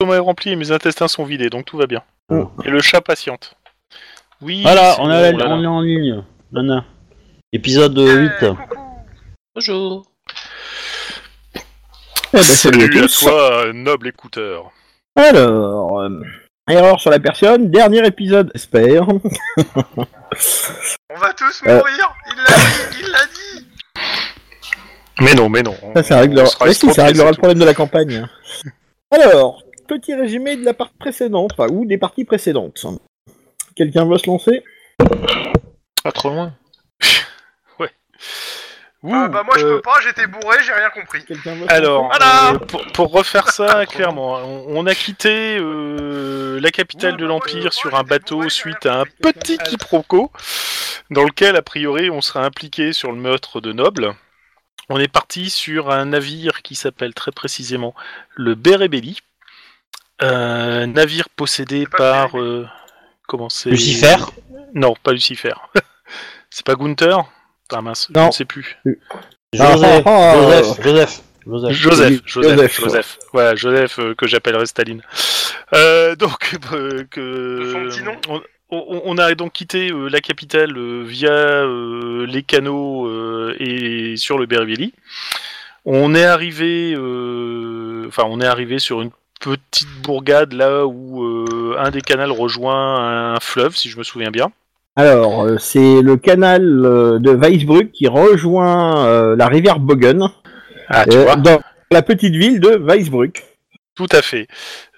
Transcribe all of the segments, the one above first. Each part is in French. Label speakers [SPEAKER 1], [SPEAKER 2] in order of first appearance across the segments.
[SPEAKER 1] l'estomac est rempli et mes intestins sont vidés, donc tout va bien.
[SPEAKER 2] Oh.
[SPEAKER 1] Et le chat patiente. Oui,
[SPEAKER 2] Voilà,
[SPEAKER 1] c'est
[SPEAKER 2] on,
[SPEAKER 1] bon,
[SPEAKER 2] a-
[SPEAKER 1] oh là là.
[SPEAKER 2] on est en ligne. Nana. Épisode euh, 8.
[SPEAKER 3] Bonjour.
[SPEAKER 2] Eh ben,
[SPEAKER 1] salut,
[SPEAKER 2] salut à
[SPEAKER 1] à
[SPEAKER 2] tous.
[SPEAKER 1] toi, euh, noble écouteur.
[SPEAKER 2] Alors, euh, erreur sur la personne, dernier épisode, j'espère.
[SPEAKER 4] On va tous
[SPEAKER 2] Euh.
[SPEAKER 4] mourir Il l'a dit Il l'a dit
[SPEAKER 1] Mais non, mais non. on-
[SPEAKER 2] Ça, ça réglera,
[SPEAKER 1] on sera
[SPEAKER 2] Ouais, si, ça
[SPEAKER 1] estropiés,
[SPEAKER 2] réglera
[SPEAKER 1] c'est
[SPEAKER 2] le
[SPEAKER 1] tout.
[SPEAKER 2] problème de la campagne. Alors, petit résumé de la partie précédente, enfin, ou des parties précédentes. Quelqu'un veut se lancer
[SPEAKER 3] Pas trop loin.
[SPEAKER 4] Ah
[SPEAKER 1] Ouh,
[SPEAKER 4] bah moi je
[SPEAKER 1] euh,
[SPEAKER 4] peux pas, j'étais bourré, j'ai rien compris.
[SPEAKER 2] Quelqu'un veut se
[SPEAKER 1] Alors,
[SPEAKER 4] Voilà.
[SPEAKER 1] euh, pour, pour refaire ça clairement, hein, on, on a quitté euh, la capitale de l'Empire sur un bateau suite à un petit quiproquo dans lequel, a priori, on sera impliqué sur le meurtre de Noble. On est parti sur un navire qui s'appelle très précisément le Bérébéli, euh, navire possédé
[SPEAKER 4] pas le
[SPEAKER 1] par... euh, comment c'est
[SPEAKER 3] Lucifer.
[SPEAKER 1] Non, pas Lucifer. C'est pas Gunther Ah mince, je
[SPEAKER 2] Non.
[SPEAKER 1] ne sais plus.
[SPEAKER 2] Ah,
[SPEAKER 3] Joseph.
[SPEAKER 2] ah, ah,
[SPEAKER 5] Oh.
[SPEAKER 3] Joseph. Joseph. Joseph.
[SPEAKER 1] Joseph, Joseph,
[SPEAKER 2] Joseph,
[SPEAKER 1] Joseph, Voilà, Joseph euh, que j'appellerai Staline. Euh, donc, euh, que.
[SPEAKER 4] De son petit nom
[SPEAKER 1] on, on- on a donc quitté euh, la capitale euh, via euh, les canaux euh, et sur le Bervilly. On est arrivé. euh, Enfin, on est arrivé sur une petite bourgade là où euh, un des canals rejoint un fleuve, si je me souviens bien.
[SPEAKER 2] Alors, euh, c'est le canal euh, de Weisbruck qui rejoint euh, la rivière Bogen
[SPEAKER 1] Ah,
[SPEAKER 2] euh, dans la petite ville de Weisbruck.
[SPEAKER 1] Tout à fait.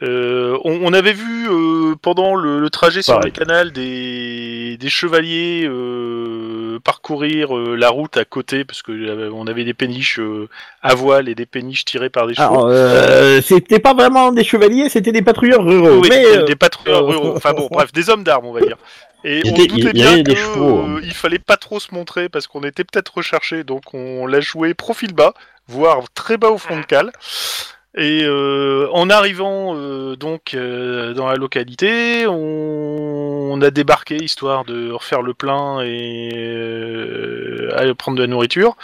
[SPEAKER 1] Euh, on, on avait vu euh, pendant le, le trajet sur le
[SPEAKER 2] Pareil.
[SPEAKER 1] canal des, des chevaliers euh, parcourir euh, la route à côté, parce que euh, on avait des péniches euh, à voile et des péniches tirées par des chevaux.
[SPEAKER 2] Alors, euh, c'était pas vraiment des chevaliers, c'était des patrouilleurs ruraux.
[SPEAKER 1] Oui,
[SPEAKER 2] mais
[SPEAKER 1] des-
[SPEAKER 2] euh,
[SPEAKER 1] des patrouilleurs
[SPEAKER 2] euh,
[SPEAKER 1] ruraux. Enfin bon, bref, des hommes d'armes, on va dire. Et
[SPEAKER 3] Il
[SPEAKER 1] on
[SPEAKER 3] était-
[SPEAKER 1] se doutait
[SPEAKER 3] il y avait
[SPEAKER 1] bien
[SPEAKER 3] des
[SPEAKER 1] qu'il
[SPEAKER 3] chevaux, hein.
[SPEAKER 1] fallait pas trop se montrer parce qu'on était peut-être recherché, donc on l'a joué profil bas, voire très bas au front de cale. Et euh, en arrivant euh, donc euh, dans la localité, on, on a débarqué histoire de refaire le plein et euh, aller prendre de la nourriture.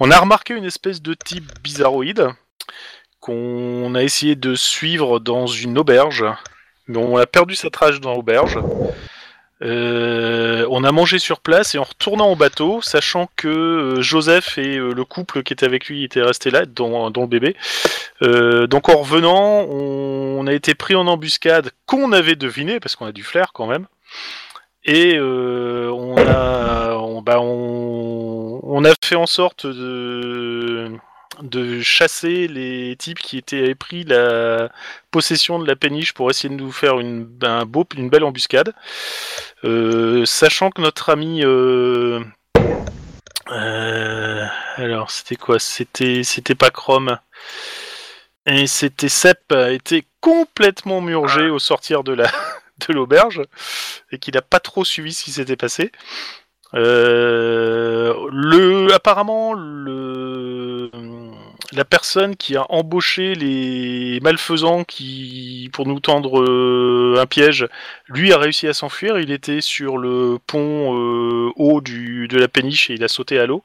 [SPEAKER 1] On a remarqué une espèce de type bizarroïde qu'on a essayé de suivre dans une auberge, mais on a perdu sa trace dans l'auberge. Euh, on a mangé sur place et en retournant au bateau, sachant que euh, Joseph et euh, le couple qui était avec lui étaient restés là, dont, dont le bébé. Euh, donc en revenant, on, on a été pris en embuscade qu'on avait deviné, parce qu'on a du flair quand même. Et euh, on, a, on, bah, on, on a fait en sorte de, de chasser les types qui étaient avaient pris la possession de la péniche pour essayer de nous faire une, un beau, une belle embuscade. Euh, sachant que notre ami. euh, euh, alors, c'était quoi C'était c'était pas Chrome. Et c'était Sepp a été complètement murgé au sortir de la de l'auberge et qu'il n'a pas trop suivi ce qui s'était passé. Euh, le, apparemment, le, la personne qui a embauché les malfaisants qui, pour nous tendre euh, un piège, lui a réussi à s'enfuir. Il était sur le pont euh, haut du, de la péniche et il a sauté à l'eau.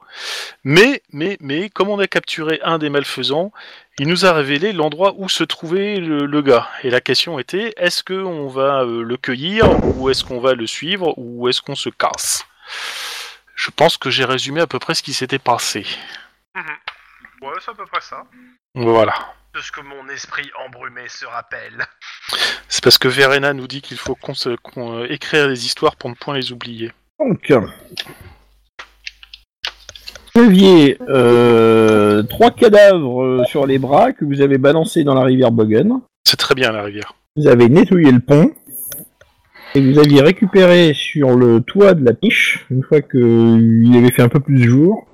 [SPEAKER 1] Mais, mais, mais, comme on a capturé un des malfaisants, il nous a révélé l'endroit où se trouvait le, le gars. Et la question était est-ce qu'on va euh, le cueillir ou est-ce qu'on va le suivre ou est-ce qu'on se casse Je pense que j'ai résumé à peu près ce qui s'était passé.
[SPEAKER 4] Ouais, c'est à peu près ça.
[SPEAKER 1] Voilà.
[SPEAKER 4] De ce que mon esprit embrumé se rappelle.
[SPEAKER 1] C'est parce que Verena nous dit qu'il faut qu'on se- qu'on, euh, écrire des histoires pour ne point les oublier.
[SPEAKER 2] donc, vous aviez euh, trois cadavres euh, sur les bras que vous avez balancés dans la rivière Bogen.
[SPEAKER 1] C'est très bien la rivière.
[SPEAKER 2] Vous avez nettoyé le pont. Et vous aviez récupéré sur le toit de la piche, une fois que il avait fait un peu plus de jour,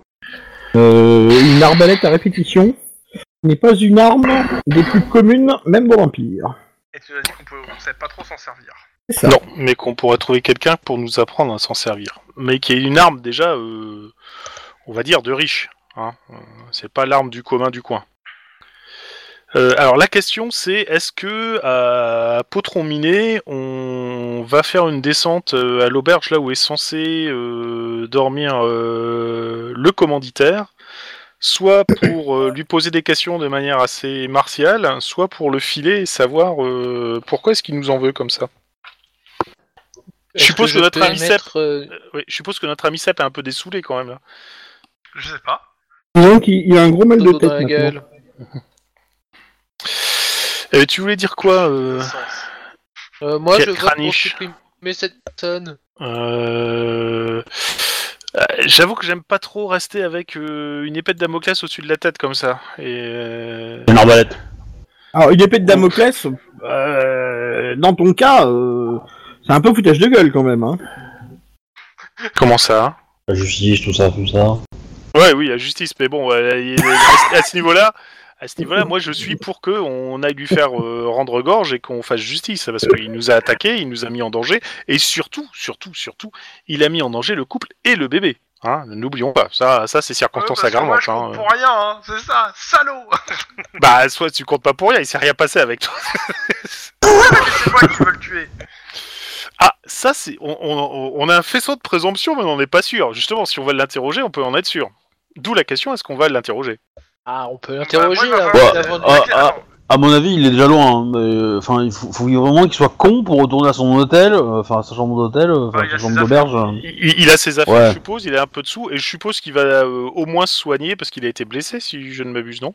[SPEAKER 2] euh, une arbalète à répétition, qui n'est pas une arme des plus communes, même dans l'Empire.
[SPEAKER 4] Et tu nous as dit qu'on peut... on sait pas trop s'en servir.
[SPEAKER 2] C'est ça.
[SPEAKER 1] Non, mais qu'on pourrait trouver quelqu'un pour nous apprendre à s'en servir. Mais qui est une arme déjà, euh, on va dire, de riche. hein. Euh, C'est pas l'arme du commun du coin. Euh, alors la question c'est est-ce que à Potron Miné on va faire une descente euh, à l'auberge là où est censé euh, dormir euh, le commanditaire soit pour euh, lui poser des questions de manière assez martiale, soit pour le filer et savoir euh, pourquoi est-ce qu'il nous en veut comme ça. Je
[SPEAKER 3] Est-ce
[SPEAKER 1] suppose que,
[SPEAKER 3] je
[SPEAKER 1] notre
[SPEAKER 3] peux
[SPEAKER 1] ami Sepp,
[SPEAKER 3] mettre, euh,
[SPEAKER 1] oui, je suppose que notre ami Sepp est un peu dessoulé quand même là.
[SPEAKER 4] Je sais pas.
[SPEAKER 2] Donc il, il a un gros mal de
[SPEAKER 3] Dodo
[SPEAKER 2] tête
[SPEAKER 3] dans la
[SPEAKER 2] maintenant.
[SPEAKER 3] gueule.
[SPEAKER 1] Euh, tu voulais dire quoi euh,
[SPEAKER 4] Sens.
[SPEAKER 3] Euh, moi,
[SPEAKER 1] Quel
[SPEAKER 3] je vote pour
[SPEAKER 1] craniche.
[SPEAKER 3] supprimer cette personne.
[SPEAKER 1] euh, euh, J'avoue que j'aime pas trop rester avec euh, une épée de Damoclès au-dessus de la tête comme ça. Et euh,
[SPEAKER 5] Une arbalète.
[SPEAKER 2] Alors une épée de Damoclès, euh, dans ton cas, euh, c'est un peu foutage de gueule quand même. Hein.
[SPEAKER 1] comment ça hein
[SPEAKER 5] La justice, tout ça, tout ça.
[SPEAKER 1] Ouais, oui, la justice, mais bon, euh, il- il- à ce- à ce niveau-là, à ce niveau-là, moi, je suis pour que on aille lui faire euh, rendre gorge et qu'on fasse justice, parce qu'il nous a attaqué, il nous a mis en danger, et surtout, surtout, surtout, il a mis en danger le couple et le bébé. Hein, n'oublions pas, ça, ça c'est
[SPEAKER 4] Ouais,
[SPEAKER 1] circonstance
[SPEAKER 4] parce que moi,
[SPEAKER 1] aggravante.
[SPEAKER 4] je compte
[SPEAKER 1] hein.
[SPEAKER 4] pour rien, hein, c'est ça, salaud
[SPEAKER 1] Bah, soit tu comptes pas pour rien, il s'est rien passé avec toi.
[SPEAKER 4] C'est moi qui veux le tuer. Bah,
[SPEAKER 1] Ah, ça c'est, on, on- on a un faisceau de présomption, mais on n'en est pas sûr. Justement, si on va l'interroger, on peut en être sûr. D'où la question, est-ce qu'on va l'interroger
[SPEAKER 3] Ah, on peut l'interroger
[SPEAKER 4] Bah, moi, il va
[SPEAKER 3] avant,
[SPEAKER 4] falloir-
[SPEAKER 3] avant de-
[SPEAKER 5] Ah,
[SPEAKER 4] Ok,
[SPEAKER 5] ah.
[SPEAKER 4] alors,
[SPEAKER 5] À mon avis, il est déjà loin. hein, mais, Enfin, il faut, faut vraiment qu'il soit con pour retourner à son hôtel, euh, enfin à sa chambre d'hôtel, euh, enfin
[SPEAKER 4] Ouais, il y a
[SPEAKER 5] sa chambre
[SPEAKER 4] ses
[SPEAKER 5] d'auberge. euh.
[SPEAKER 1] Il, il a ses affaires,
[SPEAKER 5] Ouais.
[SPEAKER 1] je suppose, il a un peu de sous, et je suppose qu'il va euh, au moins se soigner parce qu'il a été blessé, si je ne m'abuse, non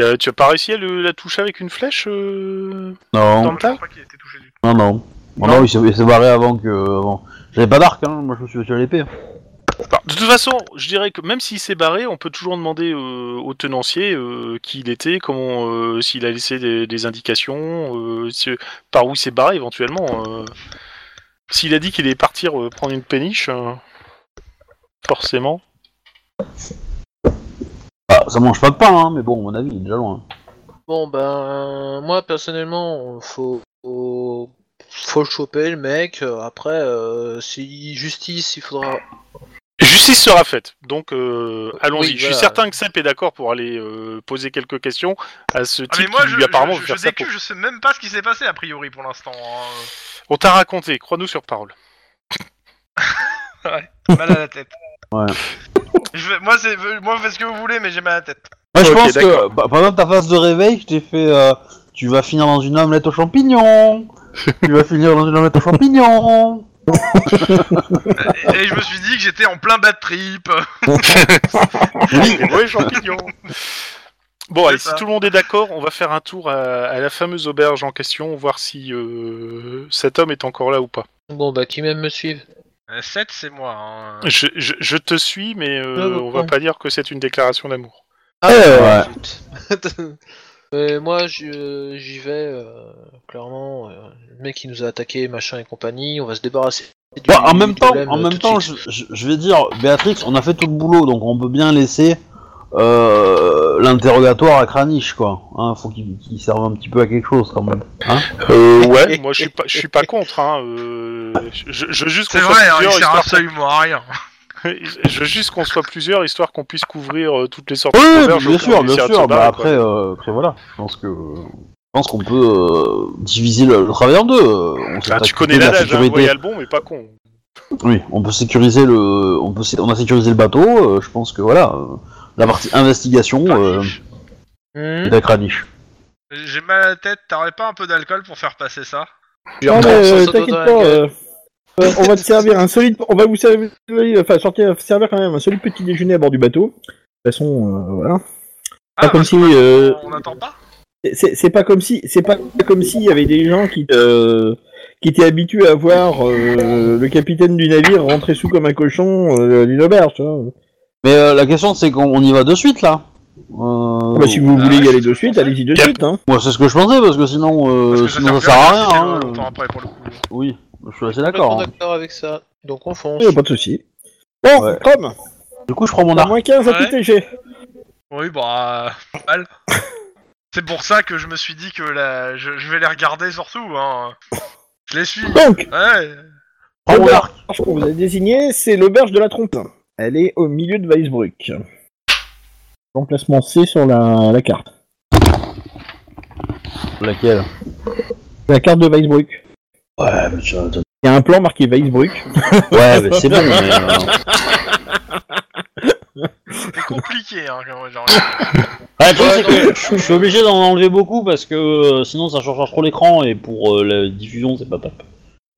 [SPEAKER 1] Euh, Tu as pas réussi à le- la toucher avec une flèche euh
[SPEAKER 5] Non,
[SPEAKER 1] Dans-
[SPEAKER 4] moi, je pense pas qu'il ait été touché du
[SPEAKER 1] Ah,
[SPEAKER 4] tout.
[SPEAKER 5] non, non. Non, non, il s'est il s'est barré avant que. euh, Avant. J'avais pas d'arc, hein. Moi, je me suis tué à l'épée.
[SPEAKER 1] Bah, De toute façon, je dirais que même s'il s'est barré, on peut toujours demander euh, au tenancier euh, qui il était, comment, euh, s'il a laissé des, des indications, euh, si- par où il s'est barré éventuellement. euh. S'il a dit qu'il allait partir euh, prendre une péniche, euh, forcément.
[SPEAKER 5] Ah, ça mange pas de pain, hein, mais bon, à mon avis, il est déjà loin.
[SPEAKER 3] Bon, ben, moi, personnellement, faut, faut, faut le choper, le mec. Euh, Après, euh, si justice, il faudra...
[SPEAKER 1] Justice sera faite, donc euh, allons-y.
[SPEAKER 3] Oui,
[SPEAKER 1] Je suis
[SPEAKER 3] voilà.
[SPEAKER 1] certain que Sap est d'accord pour aller euh, poser quelques questions à ce type
[SPEAKER 4] Ah, mais moi,
[SPEAKER 1] qui
[SPEAKER 4] je,
[SPEAKER 1] lui apparemment
[SPEAKER 4] je,
[SPEAKER 1] veut
[SPEAKER 4] je,
[SPEAKER 1] faire
[SPEAKER 4] je
[SPEAKER 1] sa
[SPEAKER 4] décuve, je sais même pas ce qui s'est passé, a priori, pour l'instant. hein.
[SPEAKER 1] peau. On t'a raconté, crois-nous sur parole.
[SPEAKER 4] Mal à la tête.
[SPEAKER 5] Ouais.
[SPEAKER 4] Je vais- moi, c'est, moi, faites ce que vous voulez, mais j'ai mal à la tête.
[SPEAKER 5] Ouais, je
[SPEAKER 1] Ok,
[SPEAKER 5] pense que,
[SPEAKER 1] d'accord.
[SPEAKER 5] pa- par exemple, ta phase de réveil, je t'ai fait. euh, tu vas finir dans une omelette aux champignons Tu vas finir dans une omelette aux champignons
[SPEAKER 4] Et, et je me suis dit que j'étais en plein bad trip.
[SPEAKER 1] Oui, champignon. Bon,
[SPEAKER 4] C'est
[SPEAKER 1] allez,
[SPEAKER 4] ça.
[SPEAKER 1] si tout le monde est d'accord, on va faire un tour à, à la fameuse auberge en question, voir si euh, cet homme est encore là ou pas.
[SPEAKER 3] Bon, bah, qui même me suive
[SPEAKER 4] 7, Euh, c'est moi. hein.
[SPEAKER 1] Je, je- je te suis, mais euh,
[SPEAKER 3] Ah, bon,
[SPEAKER 1] on va
[SPEAKER 3] bon.
[SPEAKER 1] pas dire que c'est une déclaration d'amour.
[SPEAKER 3] Ah,
[SPEAKER 1] Eh
[SPEAKER 5] Euh,
[SPEAKER 3] zut. Mais moi, je- j'y vais, euh, clairement. euh, le mec, qui nous a attaqué, machin et compagnie. On va se débarrasser. du-
[SPEAKER 5] Bah, en même
[SPEAKER 3] du
[SPEAKER 5] temps,
[SPEAKER 3] golem,
[SPEAKER 5] en
[SPEAKER 3] euh,
[SPEAKER 5] même
[SPEAKER 3] tout de
[SPEAKER 5] temps,
[SPEAKER 3] suite.
[SPEAKER 5] je, je- je vais dire, Béatrix, on a fait tout le boulot, donc on peut bien laisser euh, l'interrogatoire à Kranich, quoi. Hein, faut qu'il qu'il serve un petit peu à quelque chose, quand même. Hein
[SPEAKER 1] ouais, moi je suis pas, je suis pas contre. Hein, euh, je, je veux juste qu'on
[SPEAKER 4] C'est
[SPEAKER 1] soit
[SPEAKER 4] vrai, hein, il
[SPEAKER 1] plusieurs,
[SPEAKER 4] sert
[SPEAKER 1] histoire
[SPEAKER 4] absolument à rien.
[SPEAKER 1] Je veux juste qu'on soit plusieurs, histoire qu'on puisse couvrir euh, toutes les sorties.
[SPEAKER 5] Oui,
[SPEAKER 1] d'auberges
[SPEAKER 5] bien
[SPEAKER 1] auxquelles on
[SPEAKER 5] sûr, bien
[SPEAKER 1] essaie de se
[SPEAKER 5] sûr. Bah,
[SPEAKER 1] barrer, quoi.
[SPEAKER 5] après, euh, après, voilà. Je pense que, je pense qu'on peut euh, diviser le, le travail en deux. euh, on
[SPEAKER 1] Ah,
[SPEAKER 5] s'attaque
[SPEAKER 1] tu
[SPEAKER 5] plutôt
[SPEAKER 1] connais
[SPEAKER 5] de la
[SPEAKER 1] l'adage, hein,
[SPEAKER 5] sécurité.
[SPEAKER 1] voyal bon, mais pas con.
[SPEAKER 5] Oui, on peut sécuriser le, on peut, sé- on a sécurisé le bateau. euh, je pense que voilà, euh, la partie investigation euh,
[SPEAKER 3] Hmm
[SPEAKER 5] est à Kranich.
[SPEAKER 4] J'ai mal à la tête, t'aurais pas un peu d'alcool pour faire passer ça
[SPEAKER 2] Non, mais
[SPEAKER 3] ça,
[SPEAKER 2] euh,
[SPEAKER 3] ça
[SPEAKER 2] t'inquiète
[SPEAKER 3] doit
[SPEAKER 2] pas,
[SPEAKER 3] être-
[SPEAKER 2] euh, euh, on va te servir un solide, on va vous servir, euh, enfin sortir, servir quand même un solide petit déjeuner à bord du bateau. De toute façon, euh, voilà.
[SPEAKER 4] Ah,
[SPEAKER 2] Pas comme
[SPEAKER 4] parce
[SPEAKER 2] si,
[SPEAKER 4] qu'on-
[SPEAKER 2] euh,
[SPEAKER 4] On n'attend pas
[SPEAKER 2] C'est c'est pas comme si, c'est pas comme s'il y avait des gens qui euh, qui étaient habitués à voir euh, le capitaine du navire rentrer sous comme un cochon euh, d'une auberge. tu vois.
[SPEAKER 5] Mais euh, la question, c'est qu'on on y va de suite là. Euh,
[SPEAKER 2] Bah, si vous
[SPEAKER 4] Ah,
[SPEAKER 2] voulez y
[SPEAKER 4] ouais,
[SPEAKER 2] aller
[SPEAKER 4] c'est
[SPEAKER 2] de
[SPEAKER 4] ce
[SPEAKER 2] suite,
[SPEAKER 4] qu'on fait.
[SPEAKER 2] allez-y de
[SPEAKER 1] Yep.
[SPEAKER 2] suite. Hein.
[SPEAKER 5] Moi, c'est ce que je pensais parce que sinon, euh,
[SPEAKER 4] Parce que
[SPEAKER 5] sinon ça
[SPEAKER 4] fait
[SPEAKER 5] sert à
[SPEAKER 4] bien
[SPEAKER 5] rien.
[SPEAKER 4] si
[SPEAKER 5] hein.
[SPEAKER 4] c'est euh, longtemps après, pour le coup.
[SPEAKER 5] Oui, je suis assez
[SPEAKER 3] Complètement
[SPEAKER 5] d'accord. hein.
[SPEAKER 3] d'accord avec ça. Donc, on fonce.
[SPEAKER 2] Y a pas de souci. Bon,
[SPEAKER 5] Ouais.
[SPEAKER 2] Chrome,
[SPEAKER 5] Du coup, je prends mon
[SPEAKER 2] t'as
[SPEAKER 5] arc.
[SPEAKER 2] moins 15 à
[SPEAKER 4] Ouais.
[SPEAKER 2] tout TG.
[SPEAKER 4] Oui, bah, euh, mal. C'est pour ça que je me suis dit que la... je, je vais les regarder surtout. Hein. Je les suis.
[SPEAKER 2] Donc,
[SPEAKER 4] Ouais.
[SPEAKER 5] Prends mon
[SPEAKER 2] l'auberge
[SPEAKER 5] arc.
[SPEAKER 2] qu'on vous a désignée, c'est l'auberge de la trompe. Elle est au milieu de Weisbruck. L'emplacement C sur la, la carte.
[SPEAKER 5] Laquelle
[SPEAKER 2] La carte de Weisbruck.
[SPEAKER 5] Ouais, mais tu-
[SPEAKER 2] Il y a un plan marqué Weisbruck.
[SPEAKER 5] ouais, mais c'est bon. Mais, euh,
[SPEAKER 4] C'est compliqué, hein, quand même, genre.
[SPEAKER 5] Ah, le truc, c'est que je je suis obligé d'en enlever beaucoup parce que euh, sinon ça charge trop l'écran et pour euh, la diffusion c'est pas top.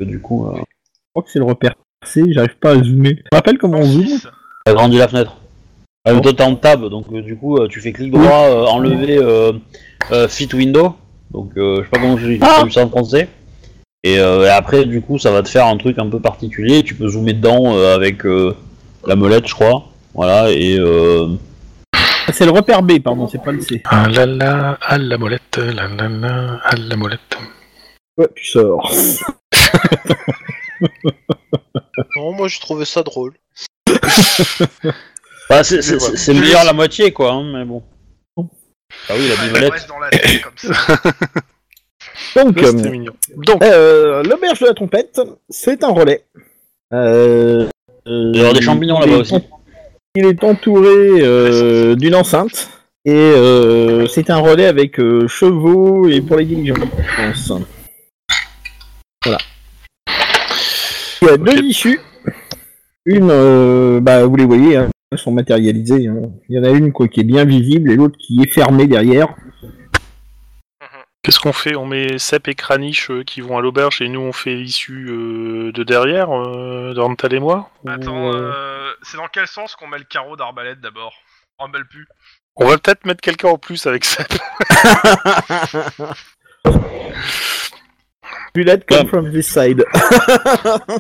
[SPEAKER 5] Du coup, euh,
[SPEAKER 2] Je crois que c'est le repère C, j'arrive pas à zoomer. Tu me rappelles comment on zoome
[SPEAKER 4] Six.
[SPEAKER 5] t'as grandi la fenêtre. Ah, mais toi t'es en tab donc euh, du coup euh, tu fais clic droit, euh, enlever euh, euh, fit window. Donc euh, je sais pas comment je dis je dis ça en français. Et, euh, et après du coup ça va te faire un truc un peu particulier. Tu peux zoomer dedans euh, avec euh, la molette je crois. Voilà et euh,
[SPEAKER 2] Ah, C'est le repère B, pardon, c'est pas le C.
[SPEAKER 1] Ah là là, à la molette, la la la, à la molette.
[SPEAKER 2] Ouais, tu sors.
[SPEAKER 3] Non, moi j'ai trouvé ça drôle.
[SPEAKER 5] bah, c'est- c'est c'est- c'est meilleur la moitié quoi, hein, mais bon. Ah oui la
[SPEAKER 4] Elle
[SPEAKER 5] bimolette.
[SPEAKER 4] reste dans la tête comme ça.
[SPEAKER 2] Donc,
[SPEAKER 1] Ouais, c'était
[SPEAKER 2] euh,
[SPEAKER 1] mignon. Donc,
[SPEAKER 2] euh, l'auberge de la trompette, c'est un relais. Euh,
[SPEAKER 5] Il y aura des champignons là-bas
[SPEAKER 2] il est
[SPEAKER 5] aussi.
[SPEAKER 2] en- Il est entouré euh, d'une enceinte. Et euh, c'est un relais avec euh, chevaux et pour les diligences. Voilà. Il y a deux issues. Une, euh, bah, vous les voyez, hein, elles sont matérialisées. hein. Il y en a une quoi, qui est bien visible et l'autre qui est fermée derrière.
[SPEAKER 1] qu'est-ce qu'on fait On met Sep et Kranich euh, qui vont à l'auberge et nous on fait l'issue euh, de derrière, euh, dans ta mémoire Ou,
[SPEAKER 4] Attends,
[SPEAKER 1] euh,
[SPEAKER 4] euh, c'est dans quel sens qu'on met le carreau d'arbalète d'abord Rambelle plus.
[SPEAKER 1] On va peut-être mettre quelqu'un en plus avec Sep.
[SPEAKER 2] Bullet
[SPEAKER 1] Ah.
[SPEAKER 2] come from this side.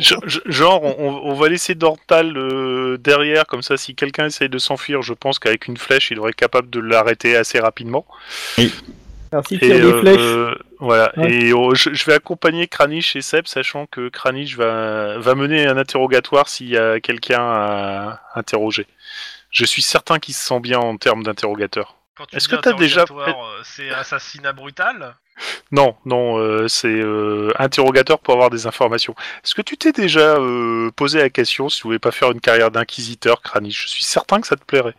[SPEAKER 1] Je- je- Genre, on, on- on va laisser Dortal euh, derrière, comme ça si quelqu'un essaye de s'enfuir, je pense qu'avec une flèche il devrait être capable de l'arrêter assez rapidement.
[SPEAKER 2] Alors s'il
[SPEAKER 1] Et,
[SPEAKER 2] tire des
[SPEAKER 1] euh,
[SPEAKER 2] flèches.
[SPEAKER 1] euh, voilà.
[SPEAKER 2] Ouais.
[SPEAKER 1] Et euh, je, je vais accompagner Kranich et Seb, sachant que Kranich va, va mener un interrogatoire s'il y a quelqu'un à interroger. Je suis certain qu'il se sent bien en termes d'interrogateur.
[SPEAKER 4] Quand tu
[SPEAKER 1] Est-ce
[SPEAKER 4] dis
[SPEAKER 1] que t'as déjà
[SPEAKER 4] interrogatoire, euh, C'est assassinat brutal
[SPEAKER 1] Non, non, euh, c'est euh, interrogateur pour avoir des informations. Est-ce que tu t'es déjà euh, posé la question si tu voulais pas faire une carrière d'inquisiteur, Kranich Je suis certain que ça te plairait.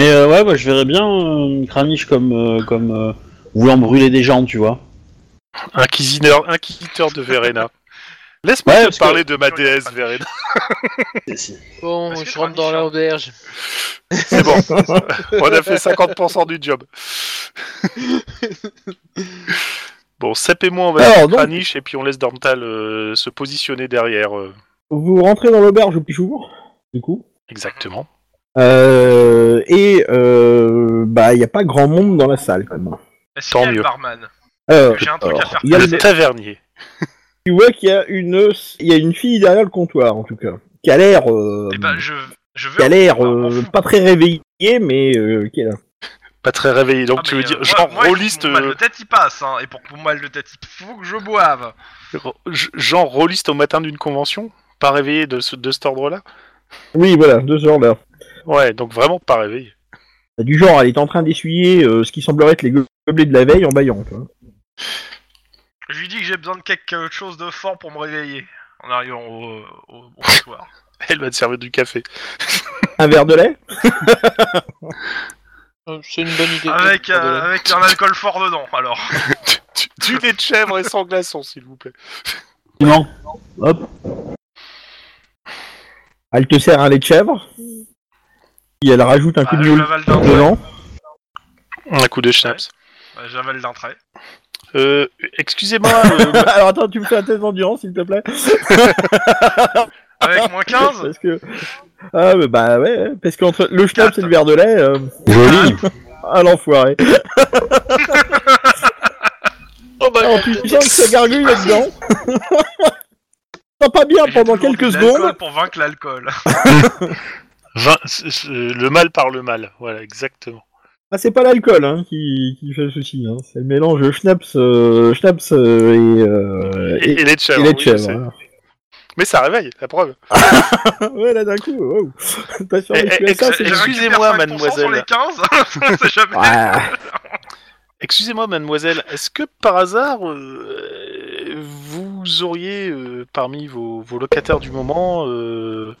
[SPEAKER 5] Mais euh, ouais, bah, je verrais bien euh, Kranich comme, euh, comme euh, voulant brûler des gens, tu vois.
[SPEAKER 1] Inquisiteur, inquisiteur de Verena. Laisse-moi
[SPEAKER 5] Ouais,
[SPEAKER 1] te
[SPEAKER 5] parce que-
[SPEAKER 1] parler de ma déesse, Verena.
[SPEAKER 3] Bon,
[SPEAKER 4] Est-ce que
[SPEAKER 3] je rentre
[SPEAKER 4] Kranich
[SPEAKER 3] dans
[SPEAKER 4] a-
[SPEAKER 3] l'auberge.
[SPEAKER 1] C'est bon, on a fait 50% du job. Bon, Sep et moi, on va
[SPEAKER 2] Alors,
[SPEAKER 1] faire
[SPEAKER 2] donc-
[SPEAKER 1] Kranich et puis on laisse Dormtal euh, se positionner derrière. euh,
[SPEAKER 2] Vous rentrez dans l'auberge au petit jour, du coup.
[SPEAKER 1] exactement.
[SPEAKER 2] Euh, et euh, bah il y a pas grand monde dans la salle quand même.
[SPEAKER 4] Est-ce
[SPEAKER 1] Tant
[SPEAKER 4] qu'il y a le
[SPEAKER 1] mieux.
[SPEAKER 4] barman
[SPEAKER 2] Euh,
[SPEAKER 4] J'ai un truc à
[SPEAKER 2] alors,
[SPEAKER 4] faire
[SPEAKER 2] il y a
[SPEAKER 1] le
[SPEAKER 2] le-
[SPEAKER 1] tavernier.
[SPEAKER 2] tu vois qu'il y a une il y a une fille derrière le comptoir en tout cas qui a l'air euh,
[SPEAKER 4] Eh ben, je, je veux.
[SPEAKER 2] qui a l'air
[SPEAKER 4] Ah,
[SPEAKER 2] euh,
[SPEAKER 4] on fout.
[SPEAKER 2] pas très réveillée mais euh, qui est là.
[SPEAKER 1] Pas très réveillé. Donc
[SPEAKER 4] Ah,
[SPEAKER 1] tu
[SPEAKER 4] mais,
[SPEAKER 1] veux dire,
[SPEAKER 4] euh,
[SPEAKER 1] genre,
[SPEAKER 4] moi- moi, il faut que
[SPEAKER 1] rôliste,
[SPEAKER 4] Mon mal de
[SPEAKER 1] euh,
[SPEAKER 4] tête, il passe, hein, et pour que mon mal de tête, il faut que je boive.
[SPEAKER 1] euh, ro- j- genre rôliste au matin d'une convention Pas réveillé de, ce- de cet ordre-là
[SPEAKER 2] Oui voilà deux genre là.
[SPEAKER 1] Ouais, donc vraiment pas réveillé.
[SPEAKER 2] Du genre elle est en train d'essuyer euh, ce qui semblerait être les go- gobelets de la veille en baillant. quoi.
[SPEAKER 4] Je lui dis que j'ai besoin de quelque chose de fort pour me réveiller en arrivant au, au, au comptoir.
[SPEAKER 1] Elle va te servir du café.
[SPEAKER 2] Un verre de lait
[SPEAKER 3] Euh, C'est une bonne idée.
[SPEAKER 4] Avec,
[SPEAKER 3] Ah,
[SPEAKER 4] euh,
[SPEAKER 3] de-
[SPEAKER 4] avec un alcool fort dedans, alors.
[SPEAKER 1] Tu- tu- Du lait de chèvre et sans glaçon, s'il vous plaît.
[SPEAKER 5] Non. Hop.
[SPEAKER 2] Elle te sert un lait de chèvre. Et elle rajoute un
[SPEAKER 4] Bah,
[SPEAKER 2] coup de
[SPEAKER 4] je
[SPEAKER 2] moule
[SPEAKER 4] l'avale d'un trait.
[SPEAKER 2] dedans.
[SPEAKER 1] Un coup de schnapps.
[SPEAKER 4] Bah, J'avale d'un trait.
[SPEAKER 1] Euh, excusez-moi, euh,
[SPEAKER 2] Alors attends tu me fais un test d'endurance s'il te plaît.
[SPEAKER 4] Avec moins 15
[SPEAKER 2] Parce que. Ah, mais bah ouais, ouais, parce qu'entre le schnapp et le verre de lait, euh,
[SPEAKER 5] Joli.
[SPEAKER 2] ah l'enfoiré.
[SPEAKER 3] Oh, bah,
[SPEAKER 2] En plus, tu sens que ça gargouille là-dedans. T'as pas bien
[SPEAKER 4] Et j'ai
[SPEAKER 2] pendant
[SPEAKER 4] toujours mis
[SPEAKER 2] quelques
[SPEAKER 4] de l'alcool
[SPEAKER 2] secondes.
[SPEAKER 4] Pour vaincre l'alcool.
[SPEAKER 1] Vin- c- c- le mal par le mal, voilà, exactement.
[SPEAKER 2] Ah, c'est pas l'alcool hein, qui, qui fait le souci, hein. c'est le mélange schnapps, euh, schnapps euh, et, euh,
[SPEAKER 1] et,
[SPEAKER 2] et,
[SPEAKER 1] et lait de
[SPEAKER 2] et
[SPEAKER 1] chèvre.
[SPEAKER 2] lait de
[SPEAKER 1] oui, je
[SPEAKER 2] chèvre.
[SPEAKER 1] sais.
[SPEAKER 2] hein.
[SPEAKER 1] Mais ça réveille, la preuve.
[SPEAKER 2] ouais, là d'un coup, wow. T'as
[SPEAKER 1] Eh,
[SPEAKER 2] survécu à
[SPEAKER 1] eh,
[SPEAKER 2] ça,
[SPEAKER 1] ex- ex-
[SPEAKER 2] c'est bien.
[SPEAKER 1] Excusez-moi,
[SPEAKER 4] Je récupère 5% sur les 15 On sait jamais.
[SPEAKER 2] Ouais.
[SPEAKER 1] Excusez-moi, mademoiselle, est-ce que par hasard, euh, vous auriez euh, parmi vos, vos locataires du moment euh,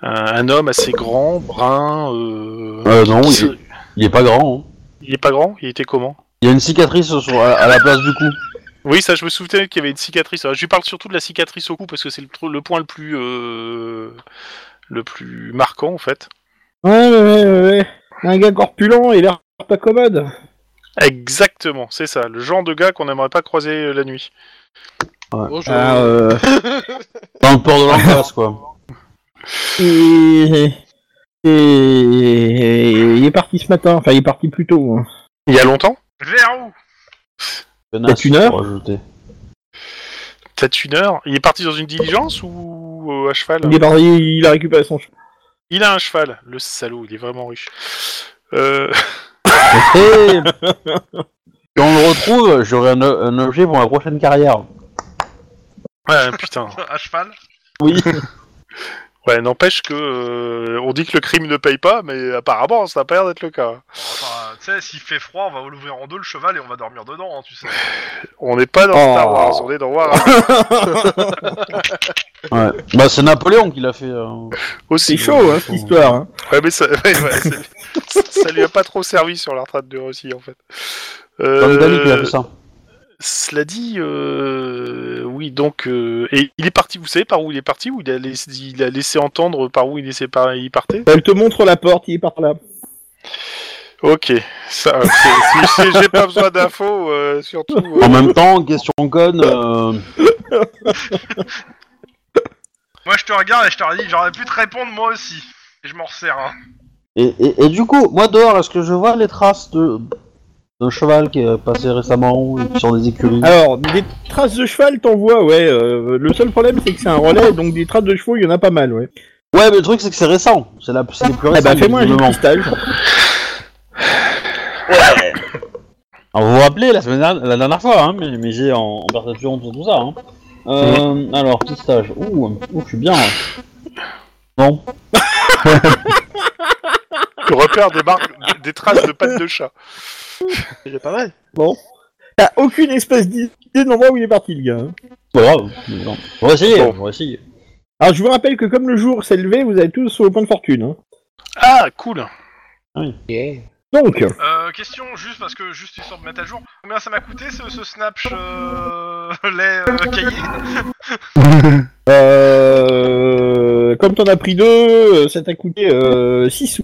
[SPEAKER 1] un, un homme assez grand, brun euh,
[SPEAKER 5] Euh, non,
[SPEAKER 1] qui
[SPEAKER 5] il
[SPEAKER 1] se-
[SPEAKER 5] est, il est pas grand. hein.
[SPEAKER 1] il est pas grand Il était comment
[SPEAKER 5] Il y a une cicatrice sur, à, à la place du cou.
[SPEAKER 1] Oui, ça, je me souvenais qu'il y avait une cicatrice. Alors, je lui parle surtout de la cicatrice au cou parce que c'est le, tru- le point le plus euh, le plus marquant en fait.
[SPEAKER 2] Ouais, ouais, ouais, ouais. Un gars corpulent et l'air pas commode.
[SPEAKER 1] Exactement, c'est ça, le genre de gars qu'on n'aimerait pas croiser euh, la nuit.
[SPEAKER 3] Bonjour.
[SPEAKER 2] Ah, euh...
[SPEAKER 5] Dans le port de l'angoisse, quoi.
[SPEAKER 2] et... et- Il est parti ce matin, enfin il est parti plus tôt. hein.
[SPEAKER 1] Il y a longtemps
[SPEAKER 4] Vers où
[SPEAKER 5] Tenace,
[SPEAKER 2] une heure
[SPEAKER 5] pour ajouter.
[SPEAKER 1] Peut-être une heure. Il est parti dans une diligence ou euh, à cheval
[SPEAKER 2] Il est parti, il a récupéré son cheval.
[SPEAKER 1] Il a un cheval, le salaud, il est vraiment riche. Euh,
[SPEAKER 5] Et... Si on le retrouve, j'aurai un, o- un objet pour ma prochaine carrière.
[SPEAKER 1] ouais, putain.
[SPEAKER 4] À cheval
[SPEAKER 5] Oui.
[SPEAKER 1] Ouais, n'empêche que euh, on dit que le crime ne paye pas, mais apparemment ça a pas l'air d'être le cas.
[SPEAKER 4] Bon, Enfin, tu sais, s'il fait froid, on va l'ouvrir en deux le cheval et on va dormir dedans, hein, tu sais.
[SPEAKER 1] On n'est pas dans
[SPEAKER 2] Oh.
[SPEAKER 1] Star Wars, on est dans War
[SPEAKER 5] Ouais. Bah, c'est Napoléon qui l'a fait. euh.
[SPEAKER 1] aussi.
[SPEAKER 2] C'est chaud hein, cette histoire. hein.
[SPEAKER 1] Ouais, mais ça, ouais, ouais, c'est- ça lui a pas trop servi sur la retraite de Russie en fait. Euh,
[SPEAKER 5] Comme Dali qui l'a fait ça.
[SPEAKER 1] Cela dit, euh, oui, donc euh, et il est parti. Vous savez par où il est parti Ou il a laissé, il a laissé entendre par où il, laissait par- il partait
[SPEAKER 2] Elle te montre la porte, il est par là.
[SPEAKER 1] Ok, ça, ok. Si- si j'ai pas besoin d'infos, euh, surtout. euh,
[SPEAKER 5] En même temps, question conne. euh,
[SPEAKER 4] Moi, je te regarde et je te redis, j'aurais pu te répondre moi aussi. Et je m'en resserre, hein.
[SPEAKER 5] Et, et- et du coup, moi dehors, est-ce que je vois les traces de d'un cheval qui est passé récemment sur des écuries
[SPEAKER 2] Alors, des traces de cheval, t'en vois, ouais. euh, le seul problème, c'est que c'est un relais, donc des traces de chevaux, il y en a pas mal, ouais.
[SPEAKER 5] Ouais, mais le truc c'est que c'est récent, c'est la c'est les plus
[SPEAKER 2] Eh
[SPEAKER 5] récentes.
[SPEAKER 2] bah, fais-moi un jeu de
[SPEAKER 5] visiblement.
[SPEAKER 2] cristal.
[SPEAKER 5] Alors, vous vous rappelez la semaine dernière, la dernière fois, hein, mais, mais j'ai en, en perception tout, tout ça. Hein. Euh, Alors, petit stage. Ouh, ouh, je suis bien. là. Non.
[SPEAKER 1] Tu repères des marques, des traces de pattes de chat.
[SPEAKER 3] Il est pas mal.
[SPEAKER 2] T'as aucune espèce d'idée de l'endroit où il est parti, le gars. hein.
[SPEAKER 5] Pas grave. mais non. On va essayer.
[SPEAKER 1] Bon.
[SPEAKER 5] On va essayer.
[SPEAKER 2] Alors, je vous rappelle que comme le jour s'est levé, vous avez tous vos points de fortune. hein.
[SPEAKER 1] Ah, cool.
[SPEAKER 2] Donc,
[SPEAKER 4] Euh, question, juste parce que, juste histoire de mettre à jour, combien ça m'a coûté ce, ce snapsh euh, lait euh, caillé
[SPEAKER 2] euh, comme t'en as pris deux, euh, ça t'a coûté euh, 6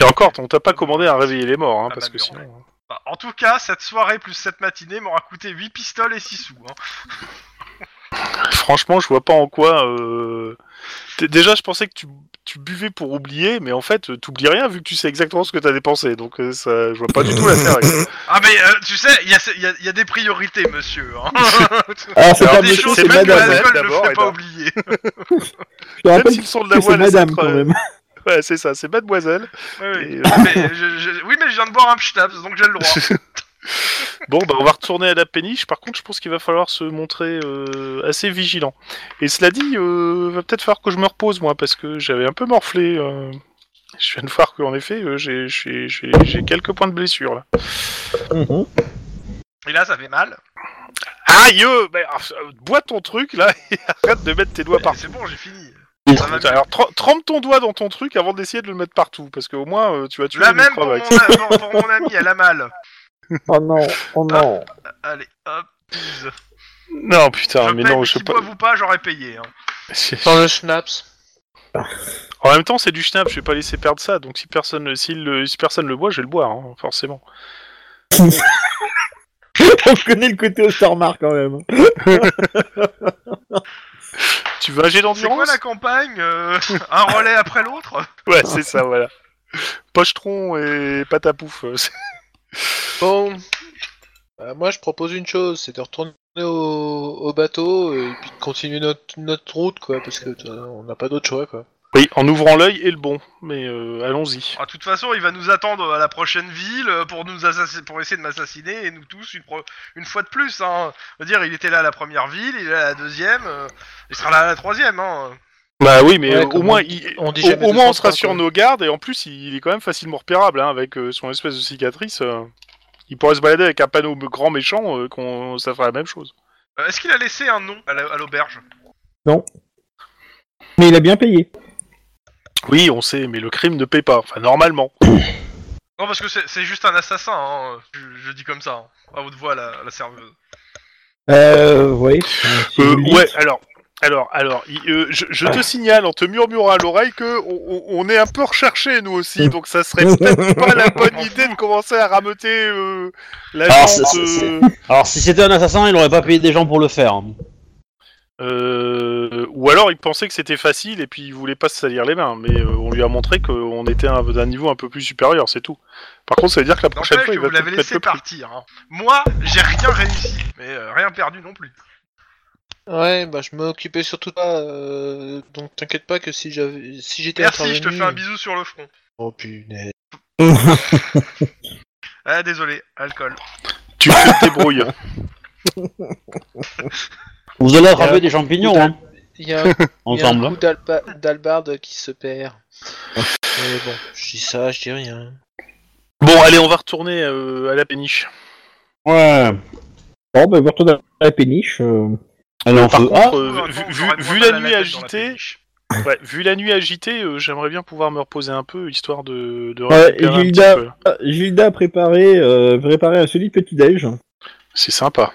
[SPEAKER 1] Et encore, on t'a pas commandé à réveiller les morts, hein,
[SPEAKER 4] Ah
[SPEAKER 1] parce
[SPEAKER 4] bah
[SPEAKER 1] que
[SPEAKER 4] non.
[SPEAKER 1] sinon.
[SPEAKER 4] Bah, En tout cas, cette soirée plus cette matinée m'aura coûté 8 pistoles et 6 sous. Hein.
[SPEAKER 1] Franchement, je vois pas en quoi. euh, t'es- Déjà, je pensais que tu, tu buvais pour oublier, mais en fait, euh, t'oublies rien vu que tu sais exactement ce que t'as dépensé. Donc, euh, ça, je vois pas du tout la série.
[SPEAKER 4] Ah, mais euh, tu sais, il y a, ce- il y a- il y a des priorités, monsieur. Hein.
[SPEAKER 2] Alors, c'est
[SPEAKER 1] Alors,
[SPEAKER 2] pas
[SPEAKER 4] des
[SPEAKER 2] Ah, monsieur,
[SPEAKER 4] choses
[SPEAKER 2] c'est
[SPEAKER 4] même que
[SPEAKER 2] madame. hein,
[SPEAKER 1] la-
[SPEAKER 4] l'alcool ne
[SPEAKER 1] D'abord,
[SPEAKER 4] ferait
[SPEAKER 1] et
[SPEAKER 4] pas
[SPEAKER 1] ben-
[SPEAKER 4] oublier.
[SPEAKER 2] Je te
[SPEAKER 1] Même
[SPEAKER 2] rappelle
[SPEAKER 1] si le son de la
[SPEAKER 2] que
[SPEAKER 1] voix
[SPEAKER 2] c'est
[SPEAKER 1] laisse
[SPEAKER 2] madame,
[SPEAKER 1] être,
[SPEAKER 2] quand
[SPEAKER 1] euh,
[SPEAKER 2] même.
[SPEAKER 1] Ouais, c'est ça, c'est mademoiselle.
[SPEAKER 4] Ouais, ouais.
[SPEAKER 1] Et, euh,
[SPEAKER 4] Ah, Mais je- je- oui, mais je viens de boire un pschnaps, donc j'ai le droit.
[SPEAKER 1] Bon, bah, on va retourner à la péniche. Par contre, je pense qu'il va falloir se montrer euh, assez vigilant. Et cela dit, euh, va peut-être falloir que je me repose, moi, parce que j'avais un peu morflé. euh, Je viens de voir qu'en effet, euh, j'ai- j'ai j'ai- j'ai quelques points de blessure, là.
[SPEAKER 2] Mhm.
[SPEAKER 4] Et là, ça fait mal.
[SPEAKER 1] Aïe euh, bah, euh, Bois ton truc, là, et arrête de mettre tes doigts partout.
[SPEAKER 4] C'est bon, j'ai fini. Ça va mieux.
[SPEAKER 1] Alors, tre- trempe ton doigt dans ton truc avant d'essayer de le mettre partout, parce qu'au moins, euh, tu vas tuer
[SPEAKER 4] Là
[SPEAKER 1] le
[SPEAKER 4] même pour
[SPEAKER 1] microbe
[SPEAKER 4] mon, euh,
[SPEAKER 1] avec ça.
[SPEAKER 4] pour, pour mon ami, elle a mal.
[SPEAKER 2] Oh non, oh non.
[SPEAKER 4] Allez, hop. pise.
[SPEAKER 1] Non, putain,
[SPEAKER 4] je
[SPEAKER 1] mais
[SPEAKER 4] paye,
[SPEAKER 1] non,
[SPEAKER 4] mais
[SPEAKER 1] je sais
[SPEAKER 4] si
[SPEAKER 1] pas.
[SPEAKER 4] boivent ou pas, j'aurais payé. hein.
[SPEAKER 3] Dans le schnapps.
[SPEAKER 1] En même temps, c'est du schnapp, je vais pas laisser perdre ça, donc si personne, si le, si personne le boit, je vais le boire, hein, forcément.
[SPEAKER 2] On connaît le côté Ostarmar quand même.
[SPEAKER 1] Tu veux un jet
[SPEAKER 4] C'est quoi
[SPEAKER 1] d'endurance
[SPEAKER 4] la campagne euh, Un relais après l'autre
[SPEAKER 1] Ouais, c'est ça, voilà. Pochetron et pâte à pouf. euh, c'est-
[SPEAKER 3] Bon. Euh, moi, je propose une chose, c'est de retourner au, au bateau et puis de continuer notre, notre route, quoi, parce que euh, on n'a pas d'autre choix, quoi.
[SPEAKER 1] Oui, en ouvrant l'œil et le bon, mais euh, allons-y.
[SPEAKER 4] Ah, De toute façon, il va nous attendre à la prochaine ville euh, pour nous assassi- pour essayer de m'assassiner et nous tous une, pro- une fois de plus. Hein. Je veux dire, il était là à la première ville, il est là à la deuxième, euh, il sera là à la troisième. Hein.
[SPEAKER 1] Bah oui, mais
[SPEAKER 3] Ouais,
[SPEAKER 1] euh, au
[SPEAKER 3] comme
[SPEAKER 1] moins, il-
[SPEAKER 3] on dit
[SPEAKER 1] au-
[SPEAKER 3] jamais
[SPEAKER 1] au, moins, on
[SPEAKER 3] 200,
[SPEAKER 1] sera sur
[SPEAKER 3] quoi.
[SPEAKER 1] nos gardes, et en plus, il, il est quand même facilement repérable, hein, avec euh, son espèce de cicatrice. euh, il pourrait se balader avec un panneau me- grand méchant, euh, qu'on, ça ferait la même chose.
[SPEAKER 4] Euh, Est-ce qu'il a laissé un nom à la- à l'auberge
[SPEAKER 2] Mais il a bien payé.
[SPEAKER 1] Oui, on sait, mais le crime ne paie pas, enfin, normalement.
[SPEAKER 4] Non, parce que c'est c'est juste un assassin, hein, je, je dis comme ça, hein, à haute voix la, la serveuse.
[SPEAKER 2] Euh, ouais. Si
[SPEAKER 1] Euh,
[SPEAKER 2] vous le dites.
[SPEAKER 1] ouais, alors, Alors, alors, il- euh, je, je te signale en te murmurant à l'oreille que on, on- on est un peu recherché nous aussi, donc ça serait peut-être pas la bonne idée de commencer à rameuter euh, la
[SPEAKER 5] Alors,
[SPEAKER 1] gente,
[SPEAKER 5] c'est- c'est-
[SPEAKER 1] euh,
[SPEAKER 5] Alors, si c'était un assassin, il aurait pas payé des gens pour le faire. hein.
[SPEAKER 1] euh, ou alors il pensait que c'était facile et puis il voulait pas se salir les mains, mais euh, on lui a montré qu'on était à un, d'un niveau un peu plus supérieur, c'est tout. Par contre, ça veut dire que la prochaine
[SPEAKER 4] N'empêche
[SPEAKER 1] fois,
[SPEAKER 4] que
[SPEAKER 1] il va peut-être
[SPEAKER 4] vous l'avez
[SPEAKER 1] mettre
[SPEAKER 4] laissé
[SPEAKER 1] le prix.
[SPEAKER 4] partir. hein. Moi, j'ai rien réussi, mais euh, rien perdu non plus.
[SPEAKER 3] Ouais, bah je m'occupais surtout pas, euh, donc t'inquiète pas que si j'avais, si j'étais
[SPEAKER 4] Merci, je te
[SPEAKER 3] intervenu-
[SPEAKER 4] fais un bisou sur le front.
[SPEAKER 3] Oh punaise.
[SPEAKER 4] Ah, désolé, alcool.
[SPEAKER 1] Tu te débrouilles.
[SPEAKER 5] Vous allez attraper
[SPEAKER 3] Euh,
[SPEAKER 5] des champignons, hein,
[SPEAKER 3] Il y a un, il y a un
[SPEAKER 5] ensemble.
[SPEAKER 3] coup
[SPEAKER 1] hein.
[SPEAKER 3] d'alba- d'albarde qui se perd. Mais bon, je dis ça, je dis rien.
[SPEAKER 1] bon, allez, on va retourner euh, à la péniche.
[SPEAKER 5] Ouais.
[SPEAKER 2] Bon, bah, vous retournez à la péniche. euh,
[SPEAKER 5] Allez, on
[SPEAKER 1] Par
[SPEAKER 5] fait-
[SPEAKER 1] contre,
[SPEAKER 5] Ah,
[SPEAKER 1] euh,
[SPEAKER 4] Attends,
[SPEAKER 1] vu,
[SPEAKER 4] on
[SPEAKER 1] vu-
[SPEAKER 4] s'arrête
[SPEAKER 1] vu
[SPEAKER 4] pas
[SPEAKER 1] la
[SPEAKER 4] mal à
[SPEAKER 1] nuit
[SPEAKER 4] tête dans la
[SPEAKER 1] agitée,
[SPEAKER 4] péniche.
[SPEAKER 1] Ouais, vu la nuit agitée, euh, j'aimerais bien pouvoir me reposer un peu, histoire de, de
[SPEAKER 2] Ouais,
[SPEAKER 1] récupérer un
[SPEAKER 2] Gilda.
[SPEAKER 1] petit peu.
[SPEAKER 2] Ah, Gilda a préparé, euh, préparé un solide petit déj.
[SPEAKER 1] C'est sympa.